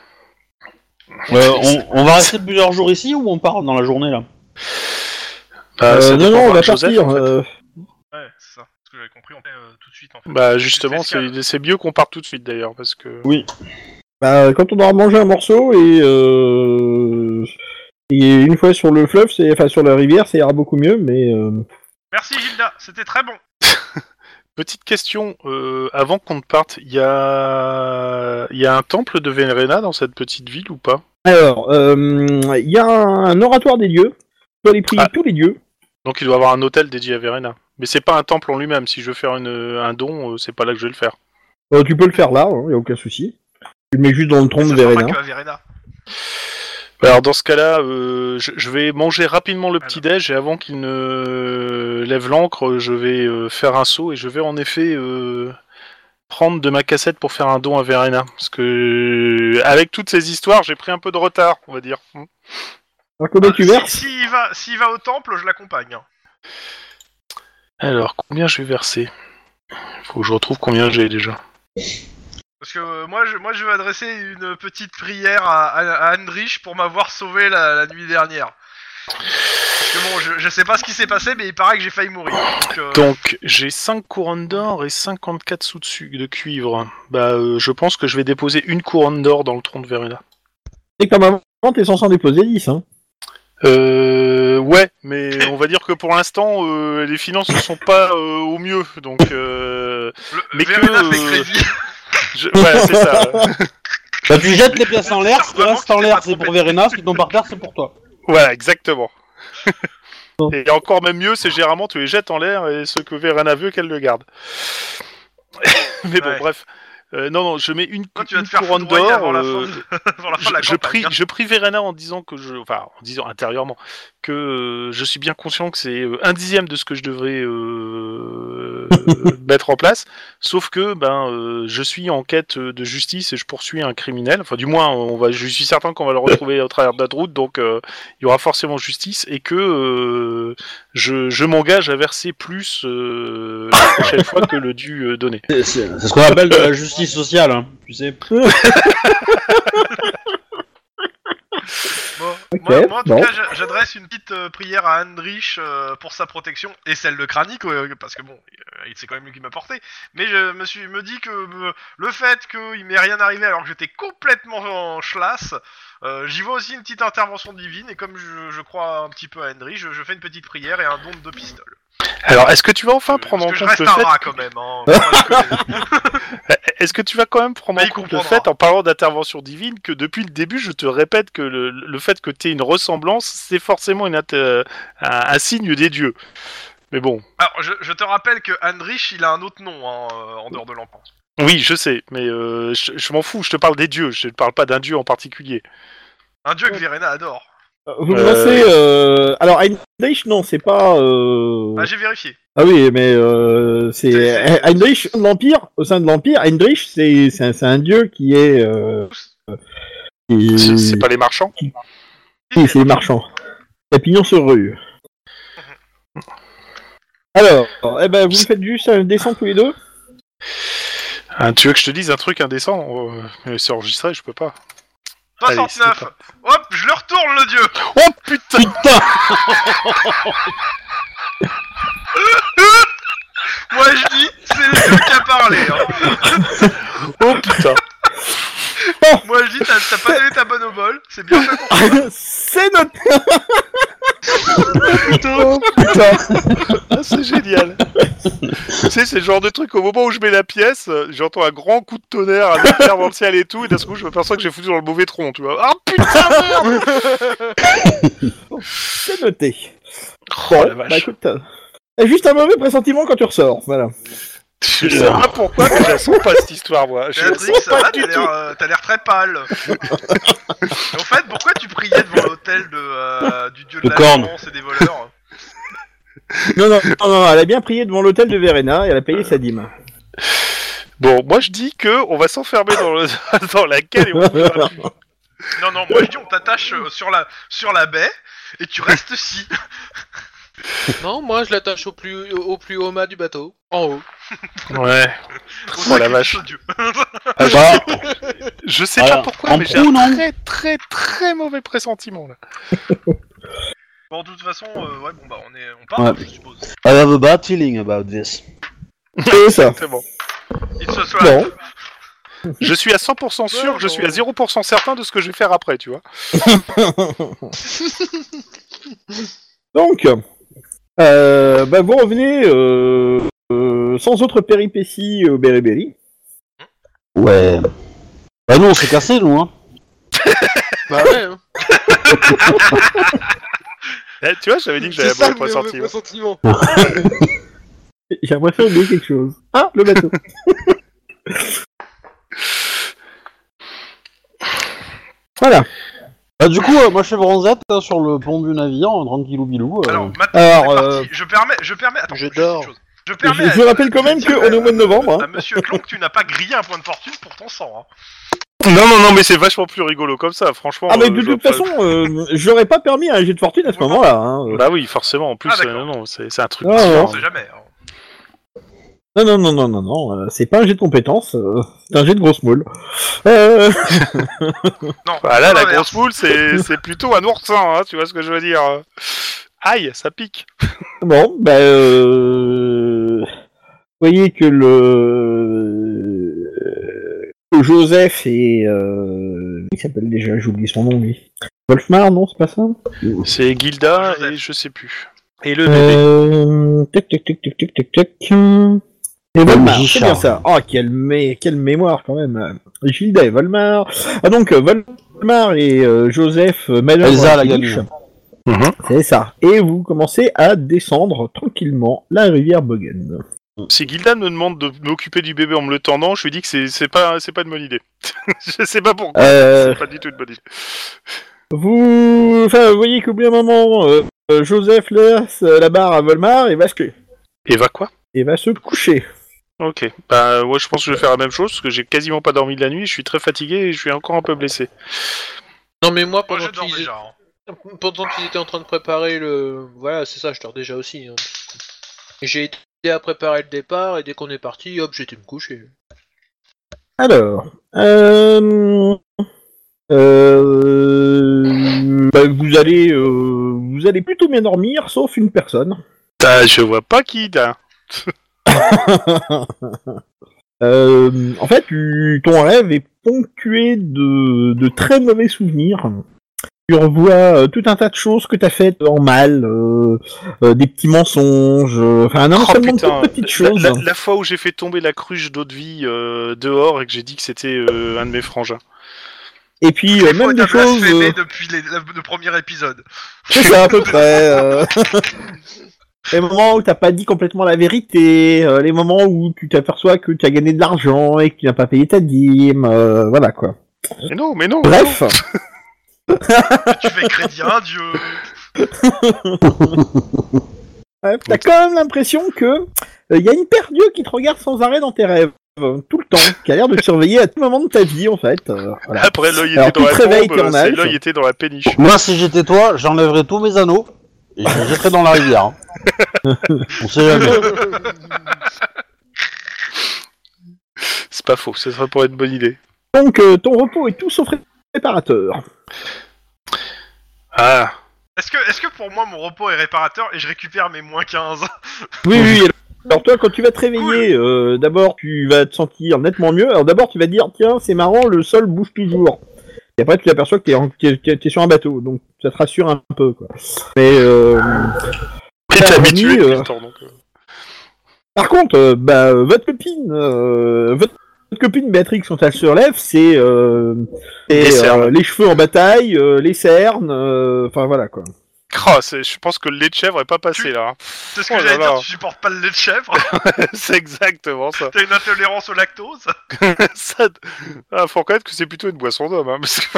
[SPEAKER 5] euh, on, on va rester plusieurs jours ici ou on part dans la journée là
[SPEAKER 1] Bah, ça
[SPEAKER 2] Euh, non, non,
[SPEAKER 1] dépendra
[SPEAKER 2] on va
[SPEAKER 1] de Joseph,
[SPEAKER 2] partir.
[SPEAKER 1] en fait.
[SPEAKER 2] euh,
[SPEAKER 4] Ouais, c'est ça. Ce que j'avais compris, on fait euh, tout de suite en fait.
[SPEAKER 1] Bah justement,
[SPEAKER 4] Juste l'escale.
[SPEAKER 1] c'est c'est mieux qu'on parte tout de suite d'ailleurs, parce que...
[SPEAKER 2] bah, quand on aura mangé un morceau et, euh, et une fois sur le fleuve, c'est enfin sur la rivière, ça ira beaucoup mieux. Mais euh,
[SPEAKER 4] Merci Gilda, c'était très bon.
[SPEAKER 1] Petite question, euh, avant qu'on ne parte, il y a... il y a un temple de Vénéréna dans cette petite ville ou pas
[SPEAKER 2] alors, euh, il y a un, un oratoire des dieux. On peut aller prier
[SPEAKER 1] Ah.
[SPEAKER 2] tous les dieux.
[SPEAKER 1] Donc il doit avoir un hôtel dédié à Véréna. Mais c'est pas un temple en lui-même, si je veux faire une, un don, euh, c'est pas là que je vais le faire.
[SPEAKER 2] Euh, tu peux le faire là, il n'y a aucun souci. Tu le mets juste dans le tronc de
[SPEAKER 4] Ça sera pas
[SPEAKER 2] Verena.
[SPEAKER 4] que à Verena.
[SPEAKER 1] Alors dans ce cas-là, euh, je, je vais manger rapidement le petit déj et avant qu'il ne lève l'encre, je vais euh, faire un saut et je vais en effet euh, prendre de ma cassette pour faire un don à Verena. Parce que avec toutes ces histoires, j'ai pris un peu de retard, on va dire.
[SPEAKER 2] Alors combien Ah,
[SPEAKER 4] Euh,
[SPEAKER 2] bah, tu
[SPEAKER 4] si-
[SPEAKER 2] verses
[SPEAKER 4] S'il va, s'il va au temple, je l'accompagne. hein.
[SPEAKER 1] Alors combien je vais verser Faut que je retrouve combien j'ai déjà.
[SPEAKER 4] Parce que euh, moi, je, moi, je vais adresser une petite prière à, à, à Andrich pour m'avoir sauvé la, la nuit dernière. Parce que bon, je, je sais pas ce qui s'est passé, mais il paraît que j'ai failli mourir. Donc, euh,
[SPEAKER 1] Donc j'ai 5 couronnes d'or et 54 sous dessus de cuivre. Bah euh, je pense que je vais déposer une couronne d'or dans le tronc de Verena.
[SPEAKER 2] Et quand même, t'es censé en déposer 10. Hein.
[SPEAKER 1] Euh, ouais, mais on va dire que pour l'instant, euh, les finances ne sont pas euh, au mieux, donc euh,
[SPEAKER 4] le-
[SPEAKER 1] mais que,
[SPEAKER 4] Verena fait
[SPEAKER 1] euh,
[SPEAKER 4] crédit.
[SPEAKER 1] je- voilà, c'est ça.
[SPEAKER 5] Bah, tu jettes les pièces en l'air,
[SPEAKER 4] J'espère
[SPEAKER 5] ce qui
[SPEAKER 4] vraiment
[SPEAKER 5] reste
[SPEAKER 4] que
[SPEAKER 5] en
[SPEAKER 4] t'es
[SPEAKER 5] l'air
[SPEAKER 4] pas
[SPEAKER 5] c'est pour
[SPEAKER 4] trompé.
[SPEAKER 5] Verena, ce qui tombe par terre c'est pour toi.
[SPEAKER 1] Voilà, exactement. Et encore même mieux, c'est généralement tu les jettes en l'air et ce que Verena veut qu'elle le garde. mais bon,
[SPEAKER 4] Ouais.
[SPEAKER 1] bref. Euh, non, non, je mets une,
[SPEAKER 4] Toi, tu vas
[SPEAKER 1] une
[SPEAKER 4] te faire
[SPEAKER 1] couronne
[SPEAKER 4] foudroyer
[SPEAKER 1] d'or.
[SPEAKER 4] avant la fin
[SPEAKER 1] euh,
[SPEAKER 4] Avant la fin
[SPEAKER 1] je,
[SPEAKER 4] de la
[SPEAKER 1] je
[SPEAKER 4] campagne,
[SPEAKER 1] prie,
[SPEAKER 4] hein.
[SPEAKER 1] je prie Verena en disant que je, enfin, en disant intérieurement que euh, je suis bien conscient que c'est euh, un dixième de ce que je devrais euh, euh, mettre en place. Sauf que ben, euh, je suis en quête euh, de justice et je poursuis un criminel. Enfin, du moins, on va, je suis certain qu'on va le retrouver au travers de la route, donc euh, il y aura forcément justice et que euh, je, je m'engage à verser plus euh, la prochaine fois que le dû euh, donné.
[SPEAKER 5] C'est c'est ce qu'on appelle de la justice sociale, hein, tu sais.
[SPEAKER 4] Bon,
[SPEAKER 2] Ok,
[SPEAKER 4] moi, moi, en tout
[SPEAKER 2] bon.
[SPEAKER 4] cas, j'a- j'adresse une petite euh, prière à Andrich euh, pour sa protection et celle de Kranik, euh, parce que bon, euh, il- c'est quand même lui qui m'a porté. Mais je me suis me dis que euh, le fait qu'il m'ait rien arrivé alors que j'étais complètement en chlasse, euh, j'y vois aussi une petite intervention divine. Et comme je, je crois un petit peu à Andrich, je, je fais une petite prière et un don de deux pistoles.
[SPEAKER 1] Alors, est-ce que tu vas enfin
[SPEAKER 4] Euh,
[SPEAKER 1] prendre en
[SPEAKER 4] parce que
[SPEAKER 1] compte
[SPEAKER 4] je
[SPEAKER 1] le
[SPEAKER 4] reste
[SPEAKER 1] fait
[SPEAKER 4] un rat quand même. Hein, Faut pas déconner.
[SPEAKER 1] Est-ce que tu vas quand même prendre
[SPEAKER 4] Bah,
[SPEAKER 1] en
[SPEAKER 4] il
[SPEAKER 1] compte le
[SPEAKER 4] comprendra.
[SPEAKER 1] fait, en parlant d'intervention divine, que depuis le début, je te répète que le, le fait que tu aies une ressemblance, c'est forcément une inter- un, un signe des dieux. Mais bon,
[SPEAKER 4] alors, je, je te rappelle que Andrich, il a un autre nom hein, euh, en dehors de l'empan.
[SPEAKER 1] oui, je sais, mais euh, je, je m'en fous, je te parle des dieux, je ne parle pas d'un dieu en particulier.
[SPEAKER 4] Un dieu que Verena adore.
[SPEAKER 2] Vous
[SPEAKER 1] Euh,
[SPEAKER 2] commencez. Euh... Alors, Heinrich, non, c'est pas. Euh...
[SPEAKER 4] Ah, j'ai vérifié.
[SPEAKER 2] Ah oui, mais euh, c'est
[SPEAKER 4] C'est- c'est-
[SPEAKER 2] Heinrich, l'Empire, au sein de l'Empire, Heinrich, c'est c'est un, c'est un dieu qui est... Euh, qui-
[SPEAKER 1] C'est c'est pas les marchands
[SPEAKER 2] qui- c'est les marchands. La pignon sur rue.
[SPEAKER 4] Mhm.
[SPEAKER 2] Alors, eh ben, vous me faites juste un dessin tous les deux
[SPEAKER 1] Hein, Tu veux que je te dise un truc indécent Euh, mais C'est enregistré, je peux pas. Allez,
[SPEAKER 4] 69.
[SPEAKER 1] c'est
[SPEAKER 4] Hop, je le retourne le dieu.
[SPEAKER 1] Oh putain
[SPEAKER 5] Putain
[SPEAKER 4] Moi je dis, c'est le dieu qui a parlé. hein.
[SPEAKER 1] Oh putain
[SPEAKER 4] Moi je dis, t'as t'as pas donné ta bonne au bol. C'est bien fait pour
[SPEAKER 2] C'est notre
[SPEAKER 1] Putain, Ah, C'est génial Tu sais, c'est le genre de truc, au moment où je mets la pièce, euh, j'entends un grand coup de tonnerre, un éclair dans le ciel et tout, et d'un seul coup, je m'aperçois que j'ai foutu dans le mauvais tronc, tu vois. Ah putain, merde
[SPEAKER 2] C'est noté.
[SPEAKER 1] Oh,
[SPEAKER 2] Bon,
[SPEAKER 1] la vache.
[SPEAKER 2] bah écoute, t'as- t'as juste un mauvais pressentiment quand tu ressors, voilà.
[SPEAKER 1] Je sais pas pourquoi, mais je la sens pas, cette histoire, moi. Je la
[SPEAKER 4] Béatrix,
[SPEAKER 1] sens
[SPEAKER 4] ça va,
[SPEAKER 1] pas du
[SPEAKER 4] t'as l'air,
[SPEAKER 1] tout
[SPEAKER 4] euh, t'as l'air très pâle. Et en fait, pourquoi tu priais devant l'hôtel de, euh, du dieu de
[SPEAKER 5] De
[SPEAKER 4] la
[SPEAKER 5] corne.
[SPEAKER 4] violence et des voleurs hein
[SPEAKER 2] Non, non, non, non, elle a bien prié devant l'hôtel de Verena et elle a payé sa dîme.
[SPEAKER 1] Bon, moi, je dis que on va s'enfermer dans, le- dans la gueule et on bougera plus.
[SPEAKER 4] Non, non, moi je dis, on t'attache euh, sur la, sur la baie et tu restes ici.
[SPEAKER 3] Non, moi je l'attache au plus, au plus haut mât du bateau, en haut.
[SPEAKER 1] Ouais.
[SPEAKER 4] Au
[SPEAKER 1] Oh la
[SPEAKER 4] sacrifice
[SPEAKER 1] vache.
[SPEAKER 4] au dieu.
[SPEAKER 5] Ah bah,
[SPEAKER 1] Je sais
[SPEAKER 5] Alors,
[SPEAKER 1] pas pourquoi,
[SPEAKER 5] en
[SPEAKER 1] mais j'ai un
[SPEAKER 5] proue, non
[SPEAKER 1] très, très, très mauvais pressentiment, là.
[SPEAKER 4] Bon, de toute façon, euh, ouais, bon, bah, on, est, on part,
[SPEAKER 5] Ouais.
[SPEAKER 4] je suppose.
[SPEAKER 5] I have a bad feeling about this.
[SPEAKER 2] C'est ça.
[SPEAKER 1] C'est bon.
[SPEAKER 4] Il se soit.
[SPEAKER 2] Bon.
[SPEAKER 1] Je suis à 100% sûr, que je suis à 0% certain de ce que je vais faire après, tu vois.
[SPEAKER 2] Donc, euh, bah vous revenez euh, euh, sans autre péripétie au Beriberi.
[SPEAKER 5] Ouais. Bah nous on s'est cassé nous hein.
[SPEAKER 3] Bah ouais, hein.
[SPEAKER 1] Eh, tu vois, j'avais dit que j'avais
[SPEAKER 3] c'est
[SPEAKER 1] un
[SPEAKER 3] ça
[SPEAKER 1] mauvais
[SPEAKER 3] le mauvais
[SPEAKER 1] pressentiment.
[SPEAKER 3] pressentiment.
[SPEAKER 2] J'ai l'impression d'oublier quelque chose. Ah, le bateau. voilà.
[SPEAKER 5] Bah du coup euh, moi je suis bronzette hein, sur le plomb du navire, euh, tranquillou bilou. euh.
[SPEAKER 4] Alors, maintenant,
[SPEAKER 1] Ah,
[SPEAKER 2] Alors,
[SPEAKER 4] c'est
[SPEAKER 2] euh,
[SPEAKER 4] parti. Je permets. Je permets. Attends,
[SPEAKER 3] je
[SPEAKER 4] juste
[SPEAKER 3] dors.
[SPEAKER 4] une chose. Je
[SPEAKER 2] je,
[SPEAKER 4] permets.
[SPEAKER 2] je rappelle quand même
[SPEAKER 4] que
[SPEAKER 2] qu'on est au mois de novembre.
[SPEAKER 4] À
[SPEAKER 2] hein.
[SPEAKER 4] Ah, Monsieur Clon, que tu n'as pas grillé un point de fortune pour ton sang. Hein.
[SPEAKER 1] Non, non, non, mais c'est vachement plus rigolo comme ça, franchement.
[SPEAKER 2] Ah, mais
[SPEAKER 1] euh,
[SPEAKER 2] de
[SPEAKER 1] je
[SPEAKER 2] toute
[SPEAKER 1] vois
[SPEAKER 2] façon, euh, j'aurais pas permis un jet de fortune à ce moment-là. hein.
[SPEAKER 1] pas- Bah oui, forcément, en plus,
[SPEAKER 4] Ah, d'accord.
[SPEAKER 1] euh, non, non, c'est c'est un truc.
[SPEAKER 2] Ah,
[SPEAKER 4] On
[SPEAKER 2] alors.
[SPEAKER 1] différent.
[SPEAKER 4] sait jamais. hein.
[SPEAKER 2] Non, non, non, non, non, non, euh, c'est pas un jet de compétence, euh, c'est un jet de grosse moule. Euh,
[SPEAKER 4] Non.
[SPEAKER 1] Ah, là, la
[SPEAKER 4] l'inverse.
[SPEAKER 1] grosse moule, c'est c'est plutôt un oursin, hein, tu vois ce que je veux dire. Aïe, ça pique.
[SPEAKER 2] bon, bah, euh, vous voyez que le que Joseph et euh, il s'appelle déjà, j'oublie son nom lui. Wolfmar, non, c'est pas ça
[SPEAKER 1] C'est Gilda
[SPEAKER 4] Joseph.
[SPEAKER 1] et je sais plus. Et le bébé.
[SPEAKER 2] Euh, Tac, tac, tac, tac, tac, tac, tac. Et Volmar, c'est
[SPEAKER 5] Richard.
[SPEAKER 2] bien ça. Oh, quelle, mé- quelle mémoire quand même. Gilda et Volmar. Ah donc, euh, Volmar et euh, Joseph euh, manœuvrent
[SPEAKER 5] Elsa, la
[SPEAKER 2] la
[SPEAKER 5] gamine.
[SPEAKER 2] guiche. C'est ça. Et vous commencez à descendre tranquillement la rivière Bogen.
[SPEAKER 1] Si Gilda me demande de m'occuper du bébé en me le tendant, je lui dis que c'est- c'est pas, c'est pas une bonne idée. je sais pas pourquoi.
[SPEAKER 2] Euh,
[SPEAKER 1] C'est pas du tout une bonne idée.
[SPEAKER 2] vous... Enfin, vous voyez qu'au bout d'un moment, euh, euh, Joseph laisse euh, la barre à Volmar et va se,
[SPEAKER 1] Et va quoi
[SPEAKER 2] et va se coucher.
[SPEAKER 1] Ok. Bah, ouais, je pense que je vais faire la même chose parce que j'ai quasiment pas dormi de la nuit, je suis très fatigué et je suis encore un peu blessé.
[SPEAKER 3] Non mais moi
[SPEAKER 4] Moi, je
[SPEAKER 3] pendant
[SPEAKER 4] dors
[SPEAKER 3] qu'ils
[SPEAKER 4] déjà. hein.
[SPEAKER 3] pendant qu'ils étaient en train de préparer le, voilà c'est ça, je dors déjà aussi. hein. J'ai été à préparer le départ et dès qu'on est parti, hop, j'étais me coucher.
[SPEAKER 2] Alors, euh, euh, bah, vous allez, euh, vous allez plutôt bien dormir, sauf une personne.
[SPEAKER 1] Ah, je vois pas qui, là.
[SPEAKER 2] Euh, en fait, tu- ton rêve est ponctué de, de très mauvais souvenirs. Tu revois euh, tout un tas de choses que t'as faites en mal, euh, euh, des petits mensonges, euh, enfin un
[SPEAKER 1] Oh,
[SPEAKER 2] ensemble
[SPEAKER 1] putain.
[SPEAKER 2] de petites
[SPEAKER 1] La,
[SPEAKER 2] choses.
[SPEAKER 1] la- la fois où j'ai fait tomber la cruche d'eau de vie euh, dehors et que j'ai dit que c'était euh, un de mes frangins.
[SPEAKER 2] Et puis
[SPEAKER 1] Oh,
[SPEAKER 2] euh,
[SPEAKER 4] Des fois,
[SPEAKER 2] même des
[SPEAKER 4] t'as
[SPEAKER 2] choses,
[SPEAKER 4] blasphémé
[SPEAKER 2] euh,
[SPEAKER 4] depuis les- la- le premier épisode.
[SPEAKER 2] c'est ça à peu près. euh, les moments où t'as pas dit complètement la vérité, euh, les moments où tu t'aperçois que tu as gagné de l'argent et que tu n'as pas payé ta dîme, euh, voilà quoi.
[SPEAKER 1] Mais non, mais non.
[SPEAKER 2] Bref.
[SPEAKER 4] tu fais crédit à un dieu.
[SPEAKER 2] Ouais, t'as quand même l'impression que il y a une paire d'yeux qui te regarde sans arrêt dans tes rêves, euh, tout le temps, qui a l'air de te surveiller à tout moment de ta vie en fait. euh, voilà.
[SPEAKER 1] Après, l'œil
[SPEAKER 2] Alors,
[SPEAKER 1] était dans
[SPEAKER 2] tu
[SPEAKER 1] la
[SPEAKER 2] te réveilles,
[SPEAKER 1] tombe,
[SPEAKER 2] t'es en
[SPEAKER 1] c'est
[SPEAKER 2] âge.
[SPEAKER 1] l'œil était dans la péniche.
[SPEAKER 5] Moi si j'étais toi, j'enlèverais tous mes anneaux et je les jetterais dans la rivière. hein. on sait jamais.
[SPEAKER 1] C'est pas faux, ça serait pour être une bonne idée.
[SPEAKER 2] Donc euh, ton repos est tout sauf réparateur.
[SPEAKER 1] Ah,
[SPEAKER 4] Est-ce que, est-ce que pour moi mon repos est réparateur et je récupère mes moins 15
[SPEAKER 2] Oui, oui. Alors toi, quand tu vas te réveiller, euh, d'abord tu vas te sentir nettement mieux. Alors d'abord tu vas dire, tiens, c'est marrant, le sol bouge toujours. Et après tu t'aperçois que t'es, en- t'es- t'es- t'es sur un bateau, donc ça te rassure un peu. Quoi. Mais euh,
[SPEAKER 1] t'es
[SPEAKER 2] Bah,
[SPEAKER 1] habitué
[SPEAKER 2] oui,
[SPEAKER 1] depuis
[SPEAKER 2] euh.
[SPEAKER 1] le temps, donc. euh.
[SPEAKER 2] par contre, euh, bah, euh, votre copine, euh, votre, votre copine Béatrix, quand elle se relève, c'est euh, c'est,
[SPEAKER 1] Les cernes.
[SPEAKER 2] euh, les cheveux en bataille, euh, les cernes, euh, enfin voilà quoi.
[SPEAKER 1] Crah, c'est- je pense que le lait de chèvre est pas passé là.
[SPEAKER 4] C'est ce que
[SPEAKER 1] Oh là
[SPEAKER 4] j'allais
[SPEAKER 1] là.
[SPEAKER 4] dire, tu supportes pas le lait de chèvre,
[SPEAKER 1] hein. c'est exactement ça.
[SPEAKER 4] t'as une intolérance au lactose.
[SPEAKER 1] ça ah, faut reconnaître que c'est plutôt une boisson d'homme. Hein, parce que-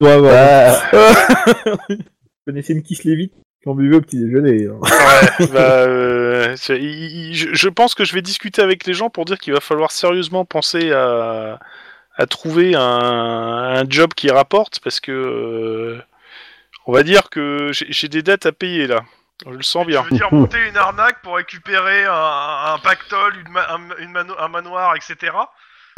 [SPEAKER 2] Ouais, voilà.
[SPEAKER 5] Bah,
[SPEAKER 2] Vous connaissez une kiss lévite quand buvez au petit déjeuner. hein.
[SPEAKER 1] Ouais, bah, euh, c'est- il- il- je, je pense que je vais discuter avec les gens pour dire qu'il va falloir sérieusement penser à, à trouver un, un job qui rapporte parce que euh, on va dire que j'ai j'ai des dettes à payer là. Je le sens bien.
[SPEAKER 4] Je veux dire, monter une arnaque pour récupérer un, un pactole, une ma- un, une mano- un manoir, etc.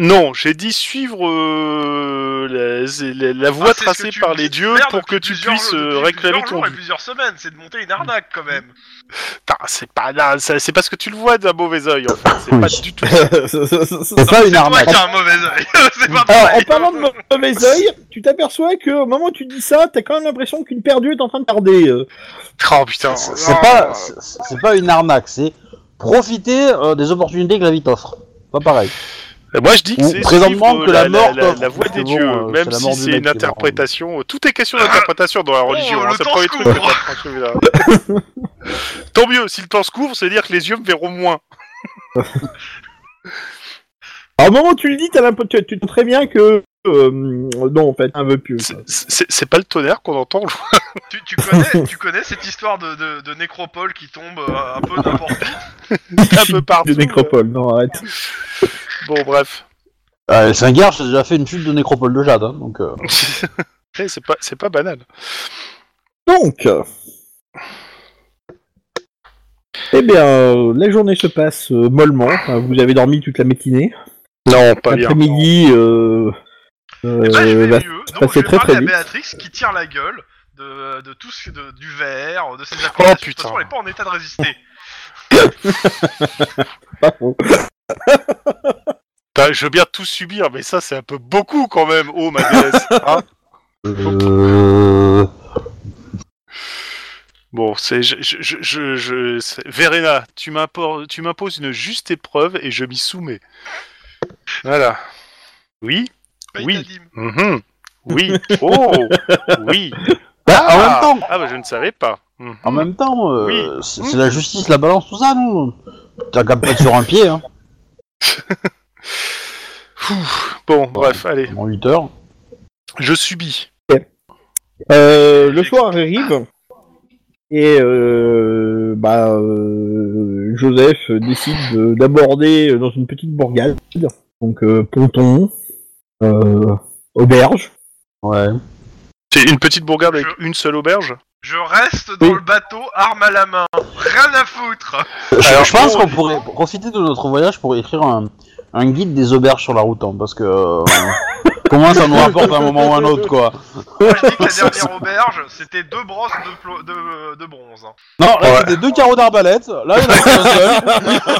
[SPEAKER 1] Non, j'ai dit suivre euh, la, la- la voie
[SPEAKER 4] Ah, c'est ce
[SPEAKER 1] tracée
[SPEAKER 4] que tu
[SPEAKER 1] par
[SPEAKER 4] me
[SPEAKER 1] les
[SPEAKER 4] dis de
[SPEAKER 1] dieux
[SPEAKER 4] faire
[SPEAKER 1] pour que tu
[SPEAKER 4] depuis plusieurs-
[SPEAKER 1] puisses euh,
[SPEAKER 4] depuis
[SPEAKER 1] réclamer
[SPEAKER 4] plusieurs
[SPEAKER 1] ton
[SPEAKER 4] jours et
[SPEAKER 1] dû.
[SPEAKER 4] plusieurs semaines, c'est de monter une arnaque quand même.
[SPEAKER 1] Putain, C'est pas là, ça- c'est parce que tu le vois d'un mauvais œil en fait. C'est pas
[SPEAKER 5] Oui.
[SPEAKER 1] du tout.
[SPEAKER 5] c'est pas une
[SPEAKER 4] C'est toi
[SPEAKER 5] arnaque.
[SPEAKER 4] qui as un mauvais oeil. c'est pas
[SPEAKER 2] Alors, en
[SPEAKER 4] pareil.
[SPEAKER 2] Eh, parlant de mauvais oeil, tu t'aperçois que au moment où tu dis ça, t'as quand même l'impression qu'une perdue est en train de tarder. euh.
[SPEAKER 1] Oh putain.
[SPEAKER 5] C'est c'est
[SPEAKER 1] non.
[SPEAKER 5] pas,
[SPEAKER 4] Oh,
[SPEAKER 5] c'est- c'est pas une arnaque, c'est profiter euh, des opportunités que la vie t'offre. Pas pareil.
[SPEAKER 1] Euh, Moi, je dis que
[SPEAKER 5] Ou
[SPEAKER 1] c'est
[SPEAKER 5] présentement
[SPEAKER 1] suivre
[SPEAKER 5] que la mort
[SPEAKER 1] la,
[SPEAKER 5] t'offre,
[SPEAKER 1] la voie
[SPEAKER 5] parce
[SPEAKER 1] des
[SPEAKER 5] que bon,
[SPEAKER 1] dieux,
[SPEAKER 5] euh,
[SPEAKER 1] même
[SPEAKER 5] c'est la
[SPEAKER 1] si
[SPEAKER 5] mort du
[SPEAKER 1] c'est
[SPEAKER 5] mec
[SPEAKER 1] une
[SPEAKER 5] qui est mort.
[SPEAKER 1] interprétation. Tout est question d'interprétation dans la religion.
[SPEAKER 4] Ah Oh, le
[SPEAKER 1] hein, c'est
[SPEAKER 4] temps
[SPEAKER 1] premier
[SPEAKER 4] se
[SPEAKER 1] truc
[SPEAKER 4] couvre.
[SPEAKER 1] qu'on apprend, celui-là. Tant mieux. Si le temps se couvre, c'est dire que les yeux me verront moins.
[SPEAKER 2] Alors, au moment où tu le dis, t'as l'impression, tu, tu sens très bien que euh, non, en fait, un vœu pieux.
[SPEAKER 1] C'est-
[SPEAKER 2] quoi.
[SPEAKER 1] C'est c'est pas le tonnerre qu'on entend. je vois.
[SPEAKER 4] Tu, tu connais, tu connais cette histoire de, de, de nécropole qui tombe euh, un peu n'importe où.
[SPEAKER 1] un peu partout.
[SPEAKER 2] De nécropole, non, arrête.
[SPEAKER 1] Bon, bref.
[SPEAKER 5] Euh, le Singard, j'ai déjà fait une chute de nécropole de jade, hein, donc. euh,
[SPEAKER 1] Eh, c'est pas, c'est pas banal.
[SPEAKER 2] Donc, euh, eh bien, euh, la journée se passe euh, mollement. Enfin, vous avez dormi toute la matinée.
[SPEAKER 1] Non, pas bien.
[SPEAKER 2] L'après-midi euh, euh,
[SPEAKER 4] Eh ben, je vais
[SPEAKER 2] va
[SPEAKER 4] mieux. Donc,
[SPEAKER 2] passer
[SPEAKER 4] je vais
[SPEAKER 2] très,
[SPEAKER 4] parler
[SPEAKER 2] très
[SPEAKER 4] à
[SPEAKER 2] vite.
[SPEAKER 4] Béatrix qui tire la gueule de, de tout ce de- du verre, de ses
[SPEAKER 1] putain.
[SPEAKER 4] De toute façon, elle est pas en état de résister.
[SPEAKER 2] pas faux.
[SPEAKER 1] Bah, je veux bien tout subir, mais ça, c'est un peu beaucoup quand même. Oh, ma déesse. hein.
[SPEAKER 5] euh,
[SPEAKER 1] Bon, c'est je, je, je, je, je- c'est- Verena, tu m'impo- tu m'imposes une juste épreuve et je m'y soumets. Voilà. Oui.
[SPEAKER 3] Bah,
[SPEAKER 4] Paye
[SPEAKER 1] Oui.
[SPEAKER 4] ta dîme.
[SPEAKER 1] Mhm. Oui. Oh. Oui.
[SPEAKER 5] bah,
[SPEAKER 1] Ah.
[SPEAKER 5] en même temps,
[SPEAKER 1] Ah bah je ne savais pas. Mhm.
[SPEAKER 5] en même temps, euh,
[SPEAKER 1] Oui.
[SPEAKER 5] c'est c'est la justice, la balance, tout ça, non T'as qu'à pas être sur un pied, hein,
[SPEAKER 1] Pfff. Bon, bref, allez.
[SPEAKER 5] en 8 heures.
[SPEAKER 1] Je subis.
[SPEAKER 2] Euh, le soir arrive et euh, bah, euh, Joseph décide de- d'aborder dans une petite bourgade, donc euh, ponton, euh, auberge.
[SPEAKER 5] Ouais.
[SPEAKER 1] C'est une petite bourgade avec une seule auberge
[SPEAKER 4] Je reste dans
[SPEAKER 2] Oui.
[SPEAKER 4] le bateau, arme à la main. Rien à foutre.
[SPEAKER 5] Je,
[SPEAKER 1] Alors,
[SPEAKER 5] je pense
[SPEAKER 1] bon,
[SPEAKER 5] qu'on pourrait profiter de notre voyage pour écrire un, un guide des auberges sur la route, hein, parce que. euh, comment ça nous rapporte à un moment ou à un autre, quoi
[SPEAKER 4] Moi, je dis que la dernière auberge, c'était deux brosses de, plo- de, de bronze. hein.
[SPEAKER 5] Non, là,
[SPEAKER 1] Ouais.
[SPEAKER 5] c'était deux carreaux d'arbalète, là, il y en a qu'un